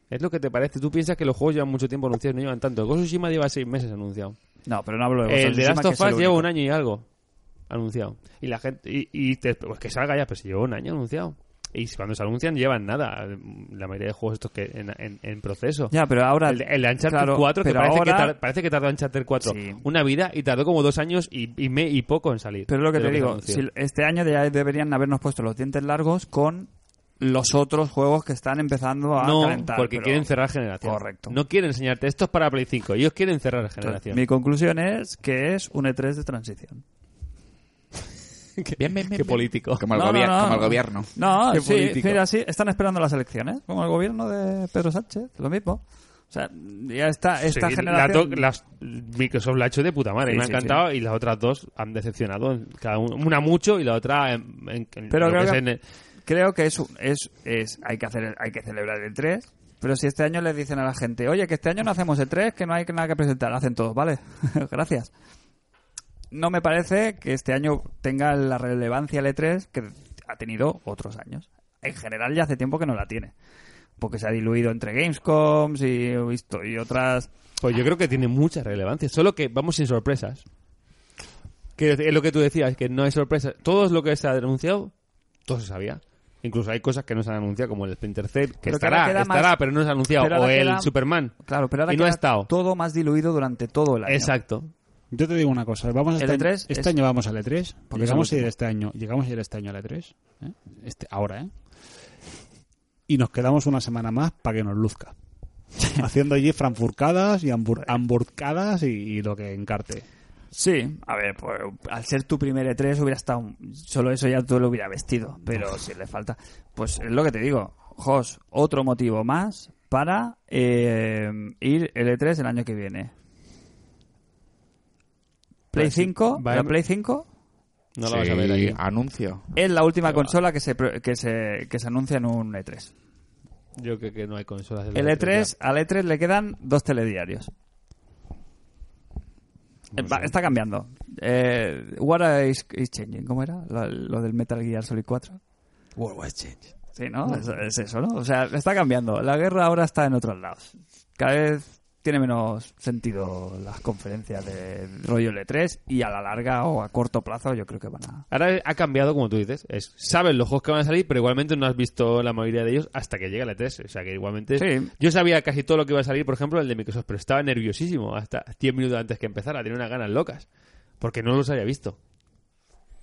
[SPEAKER 3] Es lo que te parece. Tú piensas que los juegos llevan mucho tiempo anunciados, no llevan tanto. Ghost of Tsushima lleva seis meses anunciado.
[SPEAKER 2] No, pero no hablo de
[SPEAKER 3] El
[SPEAKER 2] vosotros.
[SPEAKER 3] de
[SPEAKER 2] encima
[SPEAKER 3] Last
[SPEAKER 2] que
[SPEAKER 3] of
[SPEAKER 2] es el
[SPEAKER 3] Us lleva
[SPEAKER 2] único.
[SPEAKER 3] un año y algo anunciado. Y la gente. Y, y te- pues que salga ya, pues lleva un año anunciado. Y cuando se anuncian, llevan nada. La mayoría de juegos estos que en, en- en proceso.
[SPEAKER 2] Ya, pero ahora...
[SPEAKER 3] El, el de Uncharted
[SPEAKER 2] claro,
[SPEAKER 3] 4, que
[SPEAKER 2] pero
[SPEAKER 3] parece, que
[SPEAKER 2] ahora-
[SPEAKER 3] tar- parece que tardó Uncharted 4
[SPEAKER 2] Sí.
[SPEAKER 3] una vida y tardó como dos años y, y me, y poco en salir.
[SPEAKER 2] Pero es lo que
[SPEAKER 3] de
[SPEAKER 2] te
[SPEAKER 3] se
[SPEAKER 2] digo,
[SPEAKER 3] anunció.
[SPEAKER 2] si este año ya deberían habernos puesto los dientes largos con los otros juegos que están empezando a
[SPEAKER 3] no,
[SPEAKER 2] calentar.
[SPEAKER 3] porque
[SPEAKER 2] pero-
[SPEAKER 3] quieren cerrar generación.
[SPEAKER 2] Correcto.
[SPEAKER 3] No quieren enseñarte. Esto es para Play 5. Ellos quieren cerrar
[SPEAKER 2] Entonces,
[SPEAKER 3] generación.
[SPEAKER 2] mi conclusión es que es un E3 de transición.
[SPEAKER 3] Bien, bien, Qué político.
[SPEAKER 5] Como el,
[SPEAKER 2] No, no,
[SPEAKER 5] gobier-
[SPEAKER 2] no.
[SPEAKER 5] como el gobierno.
[SPEAKER 2] No,
[SPEAKER 3] Qué
[SPEAKER 2] sí,
[SPEAKER 3] político.
[SPEAKER 2] mira, sí, están esperando las elecciones, como el gobierno de Pedro Sánchez, lo mismo. O sea, ya está esta
[SPEAKER 3] Sí,
[SPEAKER 2] generación...
[SPEAKER 3] la to- las- Microsoft la ha hecho de puta madre.
[SPEAKER 2] Sí,
[SPEAKER 3] me ha
[SPEAKER 2] sí,
[SPEAKER 3] encantado y las otras dos han decepcionado. en Cada un- una mucho y la otra en, en- en lo
[SPEAKER 2] Pero
[SPEAKER 3] que
[SPEAKER 2] creo
[SPEAKER 3] es
[SPEAKER 2] que-
[SPEAKER 3] en el-
[SPEAKER 2] creo que es, un- es, es hay que hacer el- hay que celebrar el 3 pero si este año les dicen a la gente oye que este año no hacemos el 3 que no hay nada que presentar hacen todos vale gracias no me parece que este año tenga la relevancia el E3 que ha tenido otros años en general ya hace tiempo que no la tiene porque se ha diluido entre Gamescoms y, esto- y otras
[SPEAKER 3] Pues yo creo que tiene mucha relevancia. Solo que vamos sin sorpresas. Que es lo que tú decías, que no hay sorpresas. Todo lo que se ha anunciado, todo se sabía. Incluso hay cosas que no se han anunciado, como el Splinter Cell, que
[SPEAKER 2] Pero que
[SPEAKER 3] estará,
[SPEAKER 2] ahora queda más-
[SPEAKER 3] estará, pero no se ha anunciado.
[SPEAKER 2] pero
[SPEAKER 3] o
[SPEAKER 2] ahora
[SPEAKER 3] el
[SPEAKER 2] queda-
[SPEAKER 3] Superman.
[SPEAKER 2] claro pero ahora
[SPEAKER 3] Y no ha
[SPEAKER 2] queda
[SPEAKER 3] estado.
[SPEAKER 2] todo más diluido durante todo el año
[SPEAKER 3] Exacto.
[SPEAKER 4] Yo te digo una cosa, vamos a
[SPEAKER 2] El
[SPEAKER 4] este,
[SPEAKER 2] E3
[SPEAKER 4] este
[SPEAKER 2] es-
[SPEAKER 4] año vamos al E3,
[SPEAKER 2] Porque
[SPEAKER 4] llegamos
[SPEAKER 2] es
[SPEAKER 4] a
[SPEAKER 2] el
[SPEAKER 4] ir
[SPEAKER 2] último.
[SPEAKER 4] este año, llegamos a ir este año al E3, ¿eh? este, ahora, ¿eh? Y nos quedamos una semana más para que nos luzca. Haciendo allí franfurcadas y hambur- hamburcadas y, y lo que encarte.
[SPEAKER 2] Sí, a ver, pues, al ser tu primer E3 hubiera estado... un- Solo eso ya tú lo hubiera vestido, pero si le falta... Pues es lo que te digo, Jos, otro motivo más para eh, ir el E3 el año que viene. Play
[SPEAKER 3] Pues sí,
[SPEAKER 2] 5,
[SPEAKER 3] va
[SPEAKER 2] la
[SPEAKER 3] a-
[SPEAKER 2] Play 5
[SPEAKER 3] No lo
[SPEAKER 5] Sí,
[SPEAKER 3] vas a ver aquí.
[SPEAKER 5] Anuncio.
[SPEAKER 2] es la última consola que se, pro- que, se, que se anuncia en un E E3.
[SPEAKER 3] Yo creo que no hay consolas. en la
[SPEAKER 2] El E
[SPEAKER 3] E3
[SPEAKER 2] E3, al E3 le quedan dos telediarios. Eh, va, está cambiando. Eh, what is, is changing? ¿Cómo era? Lo, lo del Metal Gear Solid 4. What was changing? Sí, ¿no? Es, es eso, ¿no? O sea, está cambiando. La guerra ahora está en otros lados. Cada vez tiene menos sentido las conferencias de rollo L3 y a la larga o a corto plazo yo creo que van a...
[SPEAKER 3] Ahora ha cambiado, como tú dices. Es, sabes los juegos que van a salir, pero igualmente no has visto la mayoría de ellos hasta que llega la E3. O sea que igualmente.
[SPEAKER 2] Sí.
[SPEAKER 3] Yo sabía casi todo lo que iba a salir, por ejemplo, el de Microsoft, pero estaba nerviosísimo hasta 10 minutos antes que empezara. Tenía unas ganas locas. Porque no los había visto.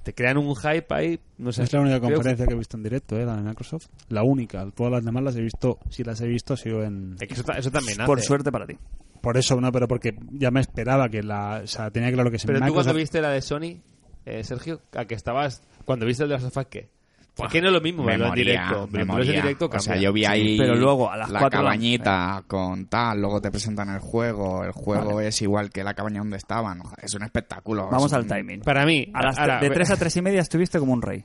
[SPEAKER 3] Te crean un hype ahí, no sé.
[SPEAKER 4] es la única
[SPEAKER 3] creo que-
[SPEAKER 4] conferencia que he visto en directo, ¿eh? La de Microsoft. La única. Todas las demás las he visto, si las he visto, ha sido en...
[SPEAKER 3] Es que eso, ta- eso también hace.
[SPEAKER 2] Por suerte para ti.
[SPEAKER 4] Por eso, no, pero porque ya me esperaba que la... O sea, tenía claro que si
[SPEAKER 3] Pero tú
[SPEAKER 4] Microsoft-
[SPEAKER 3] cuando viste la de Sony, eh, Sergio, a que estabas... Cuando viste el de las sofás, ¿qué? ¿Por qué no es lo mismo verlo en directo?
[SPEAKER 5] me
[SPEAKER 3] Pero verlo en
[SPEAKER 5] moría.
[SPEAKER 3] directo
[SPEAKER 5] o sea,
[SPEAKER 3] cambia.
[SPEAKER 5] yo vi ahí
[SPEAKER 2] pero luego a las
[SPEAKER 5] la
[SPEAKER 2] cuatro de la-
[SPEAKER 5] cabañita con tal, luego te presentan el juego, el juego es igual que la cabaña donde estaban, o sea, es un espectáculo.
[SPEAKER 2] Vamos
[SPEAKER 5] es
[SPEAKER 2] al
[SPEAKER 5] un-
[SPEAKER 2] timing.
[SPEAKER 3] Para mí...
[SPEAKER 2] A las
[SPEAKER 3] ahora-
[SPEAKER 2] tre- de 3 a 3 y media estuviste como un rey.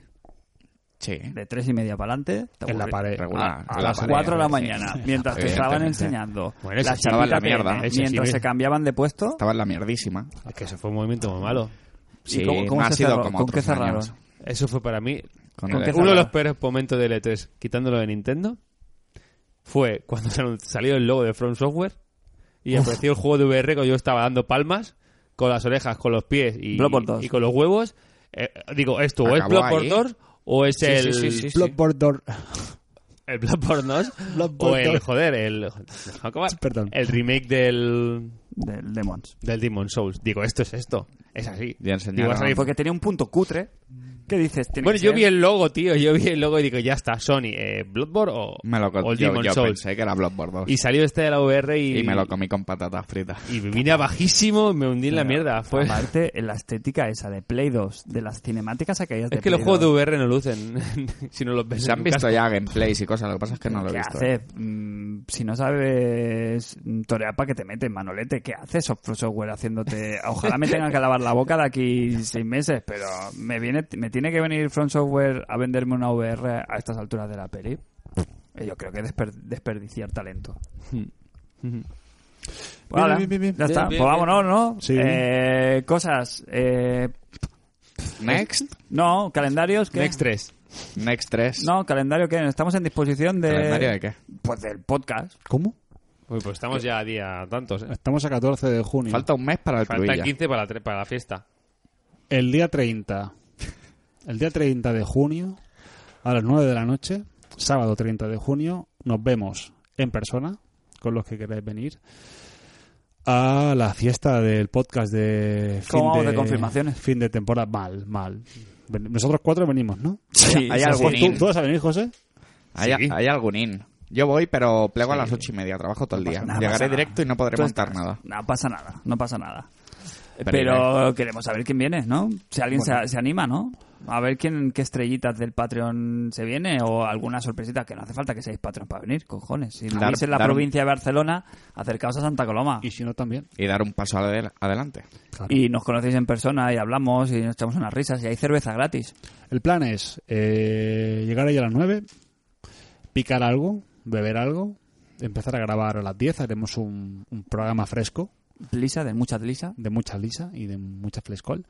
[SPEAKER 5] Sí,
[SPEAKER 2] De 3 y media para adelante. te
[SPEAKER 4] En la
[SPEAKER 2] aburrí-
[SPEAKER 4] pared.
[SPEAKER 5] regular.
[SPEAKER 2] A
[SPEAKER 5] la
[SPEAKER 2] las
[SPEAKER 5] pared,
[SPEAKER 2] 4 de la
[SPEAKER 5] sí.
[SPEAKER 2] mañana, mientras te estaban
[SPEAKER 5] Evidentemente.
[SPEAKER 2] enseñando
[SPEAKER 3] Bueno, se
[SPEAKER 2] las
[SPEAKER 5] echaban la
[SPEAKER 2] chapitas de
[SPEAKER 5] mierda.
[SPEAKER 2] M,
[SPEAKER 3] Ese sí, ¿eh?
[SPEAKER 2] mientras
[SPEAKER 3] ve.
[SPEAKER 2] se cambiaban de puesto.
[SPEAKER 5] Estaba en la mierdísima.
[SPEAKER 3] Es que eso fue un movimiento muy malo.
[SPEAKER 5] Sí,
[SPEAKER 2] ¿Y cómo, cómo
[SPEAKER 5] no
[SPEAKER 2] se
[SPEAKER 5] ha sido
[SPEAKER 2] cerró?
[SPEAKER 5] como
[SPEAKER 2] ¿Con qué
[SPEAKER 5] otros
[SPEAKER 2] cerraron?
[SPEAKER 5] años.
[SPEAKER 3] Eso fue para mí
[SPEAKER 5] Con
[SPEAKER 2] ¿Con
[SPEAKER 5] el
[SPEAKER 2] qué
[SPEAKER 5] E3.
[SPEAKER 3] uno de los
[SPEAKER 2] cerrado.
[SPEAKER 3] peores momentos del E3, quitándolo de Nintendo, fue cuando se anun- salió el logo de From Software y apareció el juego de VR que yo estaba dando palmas con las orejas, con los pies y,
[SPEAKER 2] Bloodborne 2.
[SPEAKER 3] y con los huevos. Eh, digo, esto o es
[SPEAKER 5] Acabó
[SPEAKER 3] Bloodborne
[SPEAKER 5] ahí.
[SPEAKER 3] 2 o es el,
[SPEAKER 4] Bloodborne Door-
[SPEAKER 3] el Bloodborne 2 o
[SPEAKER 4] Bloodborne
[SPEAKER 3] el,
[SPEAKER 4] 2.
[SPEAKER 3] joder, el, acabar,
[SPEAKER 4] Perdón.
[SPEAKER 3] el remake del,
[SPEAKER 2] Del Demons.
[SPEAKER 3] del Demon Souls. Digo, esto es esto. Es así.
[SPEAKER 5] Ya enseñaron.
[SPEAKER 3] Digo, va a salir
[SPEAKER 2] Porque tenía un punto cutre. ¿Qué dices? Tiene
[SPEAKER 3] Bueno,
[SPEAKER 2] que
[SPEAKER 3] yo
[SPEAKER 2] ser-
[SPEAKER 3] vi el logo, tío. Yo vi el logo y digo, ya está, Sony, eh, Bloodborne o,
[SPEAKER 5] Me lo co-
[SPEAKER 3] o el
[SPEAKER 5] yo,
[SPEAKER 3] Demon
[SPEAKER 5] yo
[SPEAKER 3] Souls.
[SPEAKER 5] pensé que era Bloodborne 2.
[SPEAKER 3] Y salió este de la VR y,
[SPEAKER 5] Y me lo comí con patatas fritas.
[SPEAKER 3] y vine a bajísimo y me hundí en la mierda. Fue...
[SPEAKER 2] Aparte, en la estética esa de Play 2, de las cinemáticas aquellas de
[SPEAKER 3] Es que los
[SPEAKER 2] Play
[SPEAKER 3] juegos de
[SPEAKER 2] 2,
[SPEAKER 3] VR no lucen si no los ves.
[SPEAKER 5] Se
[SPEAKER 3] en
[SPEAKER 5] han
[SPEAKER 3] tu
[SPEAKER 5] visto
[SPEAKER 3] casa.
[SPEAKER 5] ya gameplays y cosas, lo que pasa es que no lo he
[SPEAKER 2] ¿Qué
[SPEAKER 5] visto.
[SPEAKER 2] haces? Mm, si no sabes mm, torear para que te metes, Manolete, ¿qué haces? Soft- Software haciéndote... Ojalá me tengan que lavar la boca de aquí seis meses, pero me viene, me tiene que venir Front Software a venderme una VR a estas alturas de la peli. Eh, Yo creo que desper- desperdiciar talento. Hmm. Pues
[SPEAKER 4] Bien,
[SPEAKER 2] ala,
[SPEAKER 4] bien, bien, bien.
[SPEAKER 2] ya está,
[SPEAKER 3] bien,
[SPEAKER 2] pues
[SPEAKER 3] bien.
[SPEAKER 2] vámonos, ¿no?
[SPEAKER 4] Sí.
[SPEAKER 2] Eh, cosas, eh,
[SPEAKER 5] Next,
[SPEAKER 2] no, calendarios, ¿qué?
[SPEAKER 3] Next 3.
[SPEAKER 5] Next 3.
[SPEAKER 2] No, calendario que estamos en disposición de.
[SPEAKER 5] ¿Calendario de qué?
[SPEAKER 2] Pues del podcast.
[SPEAKER 4] ¿Cómo?
[SPEAKER 3] Uy, pues estamos ya a día tantos. ¿eh?
[SPEAKER 4] Estamos a 14 de junio.
[SPEAKER 5] Falta un mes para el
[SPEAKER 3] Faltan
[SPEAKER 5] Cruilla.
[SPEAKER 3] 15 para la, tre- para la fiesta.
[SPEAKER 4] El día 30. El día 30 de junio, a las 9 de la noche, sábado 30 de junio, nos vemos en persona, con los que queráis venir, a la fiesta del podcast de fin
[SPEAKER 2] ¿Cómo vamos
[SPEAKER 4] de,
[SPEAKER 2] de confirmaciones?
[SPEAKER 4] Fin de temporada. Mal, mal. Ven- Nosotros cuatro venimos, ¿no?
[SPEAKER 2] Sí,
[SPEAKER 5] hay
[SPEAKER 2] sí,
[SPEAKER 5] algo
[SPEAKER 2] sí.
[SPEAKER 5] en-
[SPEAKER 4] ¿Tú, tú vas a venir, José?
[SPEAKER 5] Hay,
[SPEAKER 3] Sí.
[SPEAKER 5] hay algún in. Yo voy, pero plego a las ocho y media. Trabajo todo el día.
[SPEAKER 2] nada, pasa
[SPEAKER 5] Llegaré
[SPEAKER 2] nada.
[SPEAKER 5] directo y no podré
[SPEAKER 2] Tú
[SPEAKER 5] montar
[SPEAKER 2] estás.
[SPEAKER 5] nada.
[SPEAKER 2] No pasa nada, no pasa nada. Pero,
[SPEAKER 5] Pero
[SPEAKER 2] queremos saber quién viene, ¿no? Si alguien se, se anima, ¿no? A ver quién, qué estrellitas del Patreon se viene o alguna sorpresita que no hace falta que seáis Patreon para venir, cojones. Si
[SPEAKER 5] Dar-
[SPEAKER 2] vivís en la
[SPEAKER 5] dar-
[SPEAKER 2] provincia de Barcelona, acercaos a Santa Coloma.
[SPEAKER 4] Y si no, también.
[SPEAKER 5] Y dar un paso adel- adelante.
[SPEAKER 4] Claro.
[SPEAKER 2] Ah. Y nos conocéis en persona y hablamos y nos echamos unas risas y hay cerveza gratis.
[SPEAKER 4] El plan es eh, llegar ahí a las 9, picar algo, beber algo, empezar a grabar a las 10, haremos un, un programa fresco
[SPEAKER 2] Lisa, de mucha lisa.
[SPEAKER 4] de mucha lisa y de mucha frescol.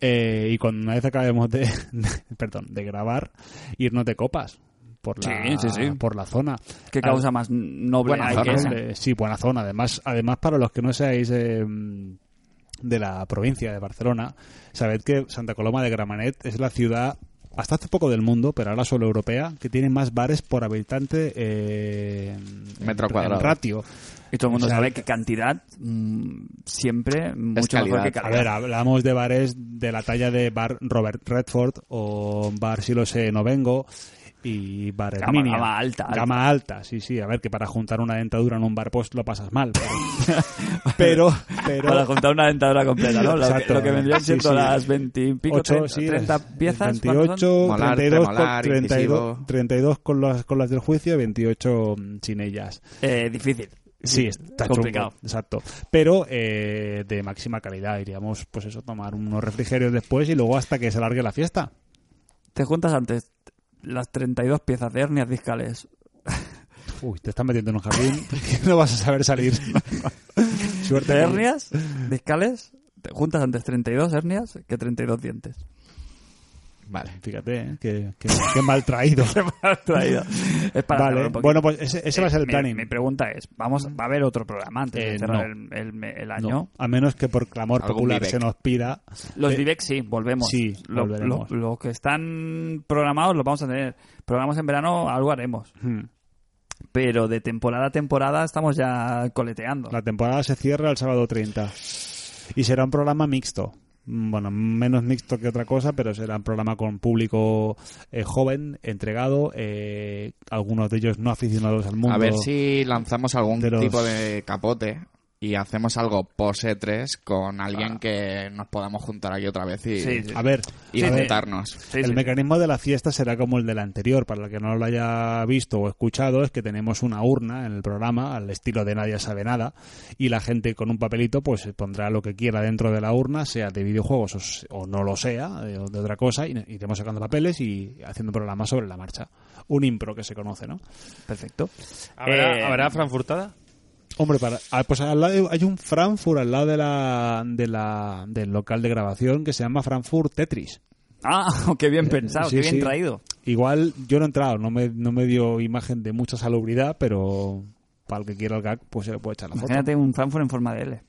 [SPEAKER 4] Eh, y cuando una vez acabemos de, de- perdón, de grabar, irnos de copas por la,
[SPEAKER 2] Sí, sí, sí.
[SPEAKER 4] Por la zona.
[SPEAKER 2] ¿Qué
[SPEAKER 4] Ah,
[SPEAKER 2] causa más noble
[SPEAKER 5] Buena
[SPEAKER 2] hay
[SPEAKER 5] zona,
[SPEAKER 2] que esa?
[SPEAKER 4] Eh, sí, buena zona. Además, además para los que no seáis eh, de la provincia de Barcelona, sabed que Santa Coloma de Gramanet es la ciudad hasta hace poco del mundo, pero ahora solo europea, que tiene más bares por habitante eh, en-
[SPEAKER 5] Metro
[SPEAKER 4] en
[SPEAKER 5] cuadrado.
[SPEAKER 4] ratio.
[SPEAKER 2] Y todo el mundo
[SPEAKER 4] O sea,
[SPEAKER 2] sabe que cantidad mm, siempre mucho mejor
[SPEAKER 5] calidad.
[SPEAKER 2] que
[SPEAKER 5] A
[SPEAKER 4] A
[SPEAKER 2] calidad.
[SPEAKER 4] ver, hablamos de bares de la talla de bar Robert Redford o bar Si lo sé no vengo y bar
[SPEAKER 2] Gama-
[SPEAKER 4] Herminia.
[SPEAKER 2] gama alta, alta.
[SPEAKER 4] Gama alta, sí, sí. A ver, que para juntar una dentadura en un bar post lo pasas mal. Pero, pero, pero-
[SPEAKER 2] Para juntar una dentadura completa, ¿no? Lo, que-
[SPEAKER 4] Exacto.
[SPEAKER 2] lo que vendrían
[SPEAKER 4] Sí,
[SPEAKER 2] siendo
[SPEAKER 4] sí.
[SPEAKER 2] las 20 y pico,
[SPEAKER 4] Ocho,
[SPEAKER 2] 30,
[SPEAKER 4] sí,
[SPEAKER 2] 30
[SPEAKER 4] las-
[SPEAKER 2] piezas. ¿cuántos son?
[SPEAKER 4] 28,
[SPEAKER 5] Molar,
[SPEAKER 4] 32, con-
[SPEAKER 5] premolar,
[SPEAKER 4] 32,
[SPEAKER 5] incisivo.
[SPEAKER 4] 32 con las con las del juicio y 28 sin ellas.
[SPEAKER 2] Eh, difícil.
[SPEAKER 4] Sí, está chungo,
[SPEAKER 2] complicado.
[SPEAKER 4] exacto. Pero eh, de máxima calidad iríamos, pues eso, tomar unos refrigerios después y luego hasta que se alargue la fiesta.
[SPEAKER 2] Te juntas antes las 32 piezas de hernias discales.
[SPEAKER 4] Uy, te estás metiendo en un jardín que no vas a saber salir. Suerte. ¿eh?
[SPEAKER 2] ¿De hernias discales? Te juntas antes 32 hernias que 32 dientes.
[SPEAKER 5] Vale.
[SPEAKER 4] Fíjate, ¿eh? qué, qué- qué mal traído.
[SPEAKER 2] Traído. Es para cerrar
[SPEAKER 4] vale,
[SPEAKER 2] un poquito. Eh,
[SPEAKER 4] bueno, pues ese, ese va a ser el
[SPEAKER 2] Mi-
[SPEAKER 4] planning.
[SPEAKER 2] Mi, pregunta es, ¿vamos, ¿va a haber otro programa antes de
[SPEAKER 4] Eh,
[SPEAKER 2] cerrar
[SPEAKER 4] no.
[SPEAKER 2] el, el- el
[SPEAKER 4] No,
[SPEAKER 2] año?
[SPEAKER 4] a menos que por clamor
[SPEAKER 5] Algún
[SPEAKER 4] popular
[SPEAKER 5] Vivek.
[SPEAKER 4] se nos pida.
[SPEAKER 2] Los
[SPEAKER 4] Eh,
[SPEAKER 2] Vivex sí, volvemos.
[SPEAKER 4] sí,
[SPEAKER 2] Lo- lo-
[SPEAKER 4] volveremos.
[SPEAKER 2] Los que están programados los vamos a tener. Programas en verano, algo haremos.
[SPEAKER 4] Hmm.
[SPEAKER 2] Pero de temporada a temporada estamos ya coleteando.
[SPEAKER 4] La temporada se cierra el sábado 30. Y será un programa mixto. mm, bueno, menos mixto que otra cosa, pero será un programa con público eh, joven, entregado, eh, algunos de ellos no aficionados al mundo.
[SPEAKER 5] A ver si lanzamos algún
[SPEAKER 4] de los-
[SPEAKER 5] tipo de capote y hacemos algo pose 3 con alguien que nos podamos juntar aquí otra vez y,
[SPEAKER 2] Ah. Sí, sí.
[SPEAKER 4] A ver,
[SPEAKER 5] y
[SPEAKER 2] Sí, sí.
[SPEAKER 5] juntarnos.
[SPEAKER 2] Sí,
[SPEAKER 4] el
[SPEAKER 2] sí.
[SPEAKER 4] mecanismo de la fiesta será como el del anterior. Para el que no lo haya visto o escuchado, es que tenemos una urna en el programa, al estilo de Nadie sabe nada, y la gente con un papelito pues pondrá lo que quiera dentro de la urna, sea de videojuegos o, s- o no lo sea, de, de otra cosa, y iremos sacando papeles y haciendo programas sobre la marcha. Un impro que se conoce, ¿no?
[SPEAKER 2] Perfecto.
[SPEAKER 3] ¿Habrá,
[SPEAKER 2] Eh,
[SPEAKER 3] ¿habrá Franfurtada?
[SPEAKER 4] Hombre, para, ah, pues al lado, hay un Frankfurt al lado de la, de la, del local de grabación que se llama Frankfurt Tetris.
[SPEAKER 2] Ah, qué bien pensado,
[SPEAKER 4] Sí,
[SPEAKER 2] qué bien
[SPEAKER 4] sí.
[SPEAKER 2] traído.
[SPEAKER 4] Igual yo no he entrado, no me, no me dio imagen de mucha salubridad, pero para el que quiera el gag, pues se le puede echar la foto.
[SPEAKER 2] Imagínate un Frankfurt en forma de L.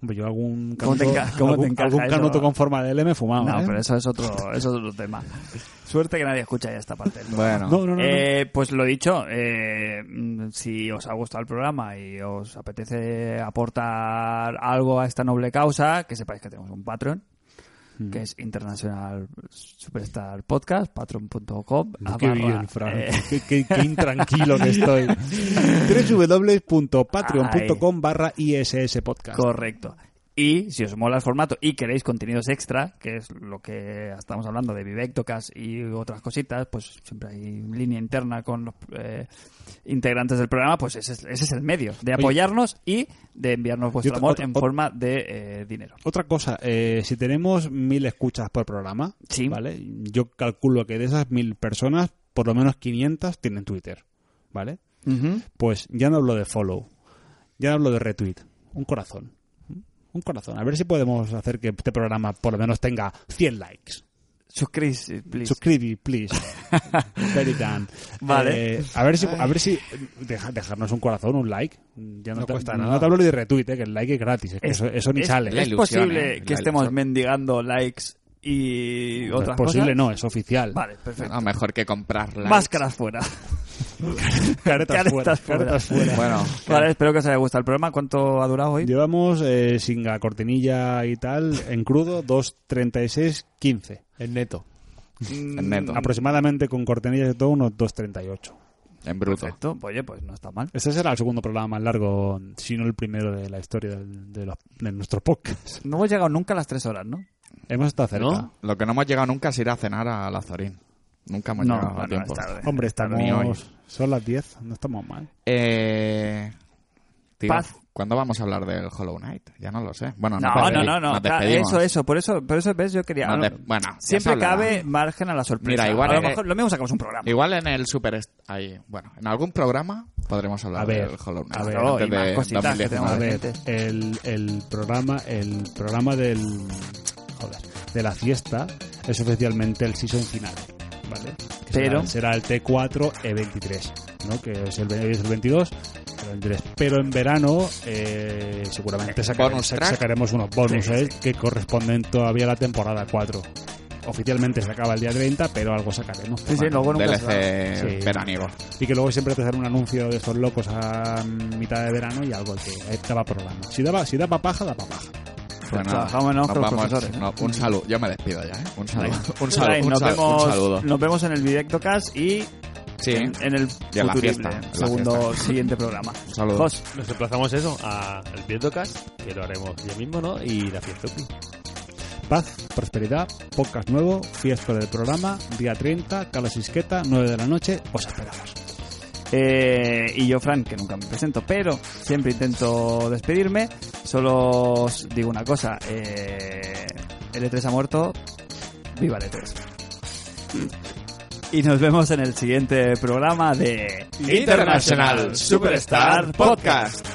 [SPEAKER 4] Hombre, Yo algún
[SPEAKER 2] ¿Cómo te
[SPEAKER 4] canuto-
[SPEAKER 2] enca- cómo te
[SPEAKER 4] algún-
[SPEAKER 2] encaja
[SPEAKER 4] algún
[SPEAKER 2] eso?
[SPEAKER 4] canuto con forma de L me he fumado.
[SPEAKER 2] No,
[SPEAKER 4] ¿eh?
[SPEAKER 2] pero eso es otro, eso es otro tema. Suerte que nadie escucha ya esta parte. del programa.
[SPEAKER 5] Bueno,
[SPEAKER 4] No, no, no, no.
[SPEAKER 2] Eh, pues lo dicho, eh, mm, si os ha gustado el programa y os apetece aportar algo a esta noble causa, que sepáis que tenemos un Patreon,
[SPEAKER 4] Mm.
[SPEAKER 2] que es International Superstar Podcast, patreon.com.
[SPEAKER 4] Qué
[SPEAKER 2] barra,
[SPEAKER 4] bien, Fran.
[SPEAKER 2] eh,
[SPEAKER 4] Qué, qué- qué intranquilo que estoy. www.patreon.com barra ISS podcast.
[SPEAKER 2] Correcto. Y si os mola el formato y queréis contenidos extra, que es lo que estamos hablando de Vivectocas y otras cositas, pues siempre hay línea interna con los eh, integrantes del programa, pues ese es, ese es el medio de apoyarnos y de enviarnos vuestro
[SPEAKER 4] Y otra-
[SPEAKER 2] amor
[SPEAKER 4] otra-
[SPEAKER 2] en
[SPEAKER 4] ot-
[SPEAKER 2] forma de eh, dinero.
[SPEAKER 4] Otra cosa, eh, si tenemos mil escuchas por programa,
[SPEAKER 2] Sí.
[SPEAKER 4] ¿vale? Yo calculo que de esas mil personas, por lo menos 500 tienen Twitter, ¿vale? Pues ya no hablo de follow, ya no hablo de retweet, un corazón. Un corazón. A ver si podemos hacer que este programa por lo menos tenga 100 likes.
[SPEAKER 2] Suscribís, eh, please.
[SPEAKER 4] Suscribí, please. Very done.
[SPEAKER 2] Vale.
[SPEAKER 4] Eh, a ver si, a ver si deja- dejarnos un corazón, un like. Ya no,
[SPEAKER 3] No
[SPEAKER 4] te,
[SPEAKER 3] cuesta
[SPEAKER 4] no
[SPEAKER 3] nada.
[SPEAKER 4] te hablo ni de retweet, eh, que el like es gratis. es que eso, eso ni
[SPEAKER 2] es-
[SPEAKER 4] sale.
[SPEAKER 5] La
[SPEAKER 2] Es
[SPEAKER 5] ilusión,
[SPEAKER 2] posible
[SPEAKER 5] eh,
[SPEAKER 2] que
[SPEAKER 5] la
[SPEAKER 2] estemos
[SPEAKER 5] ilusión.
[SPEAKER 2] mendigando likes y
[SPEAKER 4] Pues
[SPEAKER 2] otras
[SPEAKER 4] posible
[SPEAKER 2] cosas.
[SPEAKER 4] no, es oficial.
[SPEAKER 2] Vale, perfecto.
[SPEAKER 5] bueno, mejor que comprar likes.
[SPEAKER 2] Máscaras fuera.
[SPEAKER 4] Caretas,
[SPEAKER 2] Caretas
[SPEAKER 4] fuera,
[SPEAKER 2] fuera.
[SPEAKER 4] caretas fuera.
[SPEAKER 5] Bueno,
[SPEAKER 2] Vale, espero que os haya gustado el programa. ¿Cuánto ha durado hoy?
[SPEAKER 4] Llevamos eh, sin la cortinilla y tal, en crudo, 2.36.15.
[SPEAKER 3] En neto.
[SPEAKER 2] Mm,
[SPEAKER 5] en neto,
[SPEAKER 4] Aproximadamente con cortinillas y todo, unos 2.38.
[SPEAKER 5] en bruto.
[SPEAKER 2] Perfecto. Oye, pues no está mal.
[SPEAKER 4] Ese será el segundo programa más largo, si no el primero de la historia del- de, los- de nuestro podcast.
[SPEAKER 2] No hemos llegado nunca a las tres horas, ¿no?
[SPEAKER 4] Hemos estado cerca.
[SPEAKER 3] ¿No?
[SPEAKER 5] Lo que no hemos llegado nunca es ir a cenar a Lazarín. Nunca hemos llegado a tiempo.
[SPEAKER 2] es tarde.
[SPEAKER 4] Hombre,
[SPEAKER 5] Ni hoy.
[SPEAKER 4] estamos. Son las 10, no estamos mal.
[SPEAKER 5] Eh, tío,
[SPEAKER 2] Paz.
[SPEAKER 5] ¿Cuándo vamos a hablar del Hollow Knight? Ya no lo sé. Bueno, no,
[SPEAKER 2] No,
[SPEAKER 5] pues,
[SPEAKER 2] no,
[SPEAKER 5] sí,
[SPEAKER 2] no, no.
[SPEAKER 5] nos
[SPEAKER 2] Claro,
[SPEAKER 5] despedimos.
[SPEAKER 2] Eso, eso. Por eso, por eso ves, yo quería.
[SPEAKER 5] Nos
[SPEAKER 2] a lo-
[SPEAKER 5] de- bueno, ya se
[SPEAKER 2] siempre
[SPEAKER 5] hablará.
[SPEAKER 2] cabe margen a la sorpresa.
[SPEAKER 5] Mira, igual,
[SPEAKER 2] a lo,
[SPEAKER 5] eh,
[SPEAKER 2] mejor, lo mismo sacamos un programa.
[SPEAKER 5] Igual en el Super... est- Ahí, bueno, en algún programa podremos hablar
[SPEAKER 4] A ver,
[SPEAKER 5] del Hollow Knight.
[SPEAKER 4] a ver,
[SPEAKER 5] antes
[SPEAKER 2] y más
[SPEAKER 5] de
[SPEAKER 2] cositas que tenemos.
[SPEAKER 4] A
[SPEAKER 5] 2019.
[SPEAKER 4] ver,
[SPEAKER 2] Vete.
[SPEAKER 4] el, el programa, el programa del. Joder, de la fiesta es oficialmente el season final. ¿Vale? Que será-
[SPEAKER 2] Pero-
[SPEAKER 4] Será, el T4E23, ¿no? Que es el, ve- es el 22. el 23. Pero en verano, eh, seguramente sacaremos,
[SPEAKER 5] bonus track.
[SPEAKER 4] sacaremos unos bonus
[SPEAKER 2] Sí,
[SPEAKER 4] ¿eh? que corresponden todavía a la temporada 4. Oficialmente se acaba el día 30, pero algo sacaremos.
[SPEAKER 2] Sí, sí, luego nunca se sabe.
[SPEAKER 5] DLC
[SPEAKER 4] Sí.
[SPEAKER 5] veraniego.
[SPEAKER 4] Y que luego siempre te hacen un anuncio de estos locos a mitad de verano y algo que eh, daba programa. Si daba, si daba paja, daba paja.
[SPEAKER 5] Pues nada,
[SPEAKER 2] trabajamos en
[SPEAKER 5] nos
[SPEAKER 2] otros
[SPEAKER 5] vamos,
[SPEAKER 2] profesores, ¿eh?
[SPEAKER 5] no, un saludo. Yo me despido ya, ¿eh? Un saludo. Un
[SPEAKER 2] Ay,
[SPEAKER 5] saludo. Un
[SPEAKER 2] nos,
[SPEAKER 5] saludo.
[SPEAKER 2] vemos,
[SPEAKER 5] un saludo.
[SPEAKER 2] nos vemos en el Directocast y
[SPEAKER 5] Sí.
[SPEAKER 2] en, en el
[SPEAKER 5] Y en la
[SPEAKER 2] futurible,
[SPEAKER 5] fiesta, en la
[SPEAKER 2] segundo siguiente programa.
[SPEAKER 5] Un saludo.
[SPEAKER 2] Jos,
[SPEAKER 3] Nos desplazamos eso al Vietocast, que lo haremos ya mismo, ¿no? Y la fiesta.
[SPEAKER 4] Paz, prosperidad, podcast nuevo, fiesta del programa, día 30, Carlos Isqueta, 9 de la noche, pues os esperamos.
[SPEAKER 2] Eh, y yo, Fran, que nunca me presento, pero siempre intento despedirme. Solo os digo una cosa: eh, L3 ha muerto, viva L3. Y nos vemos en el siguiente programa de
[SPEAKER 5] International Superstar Podcast.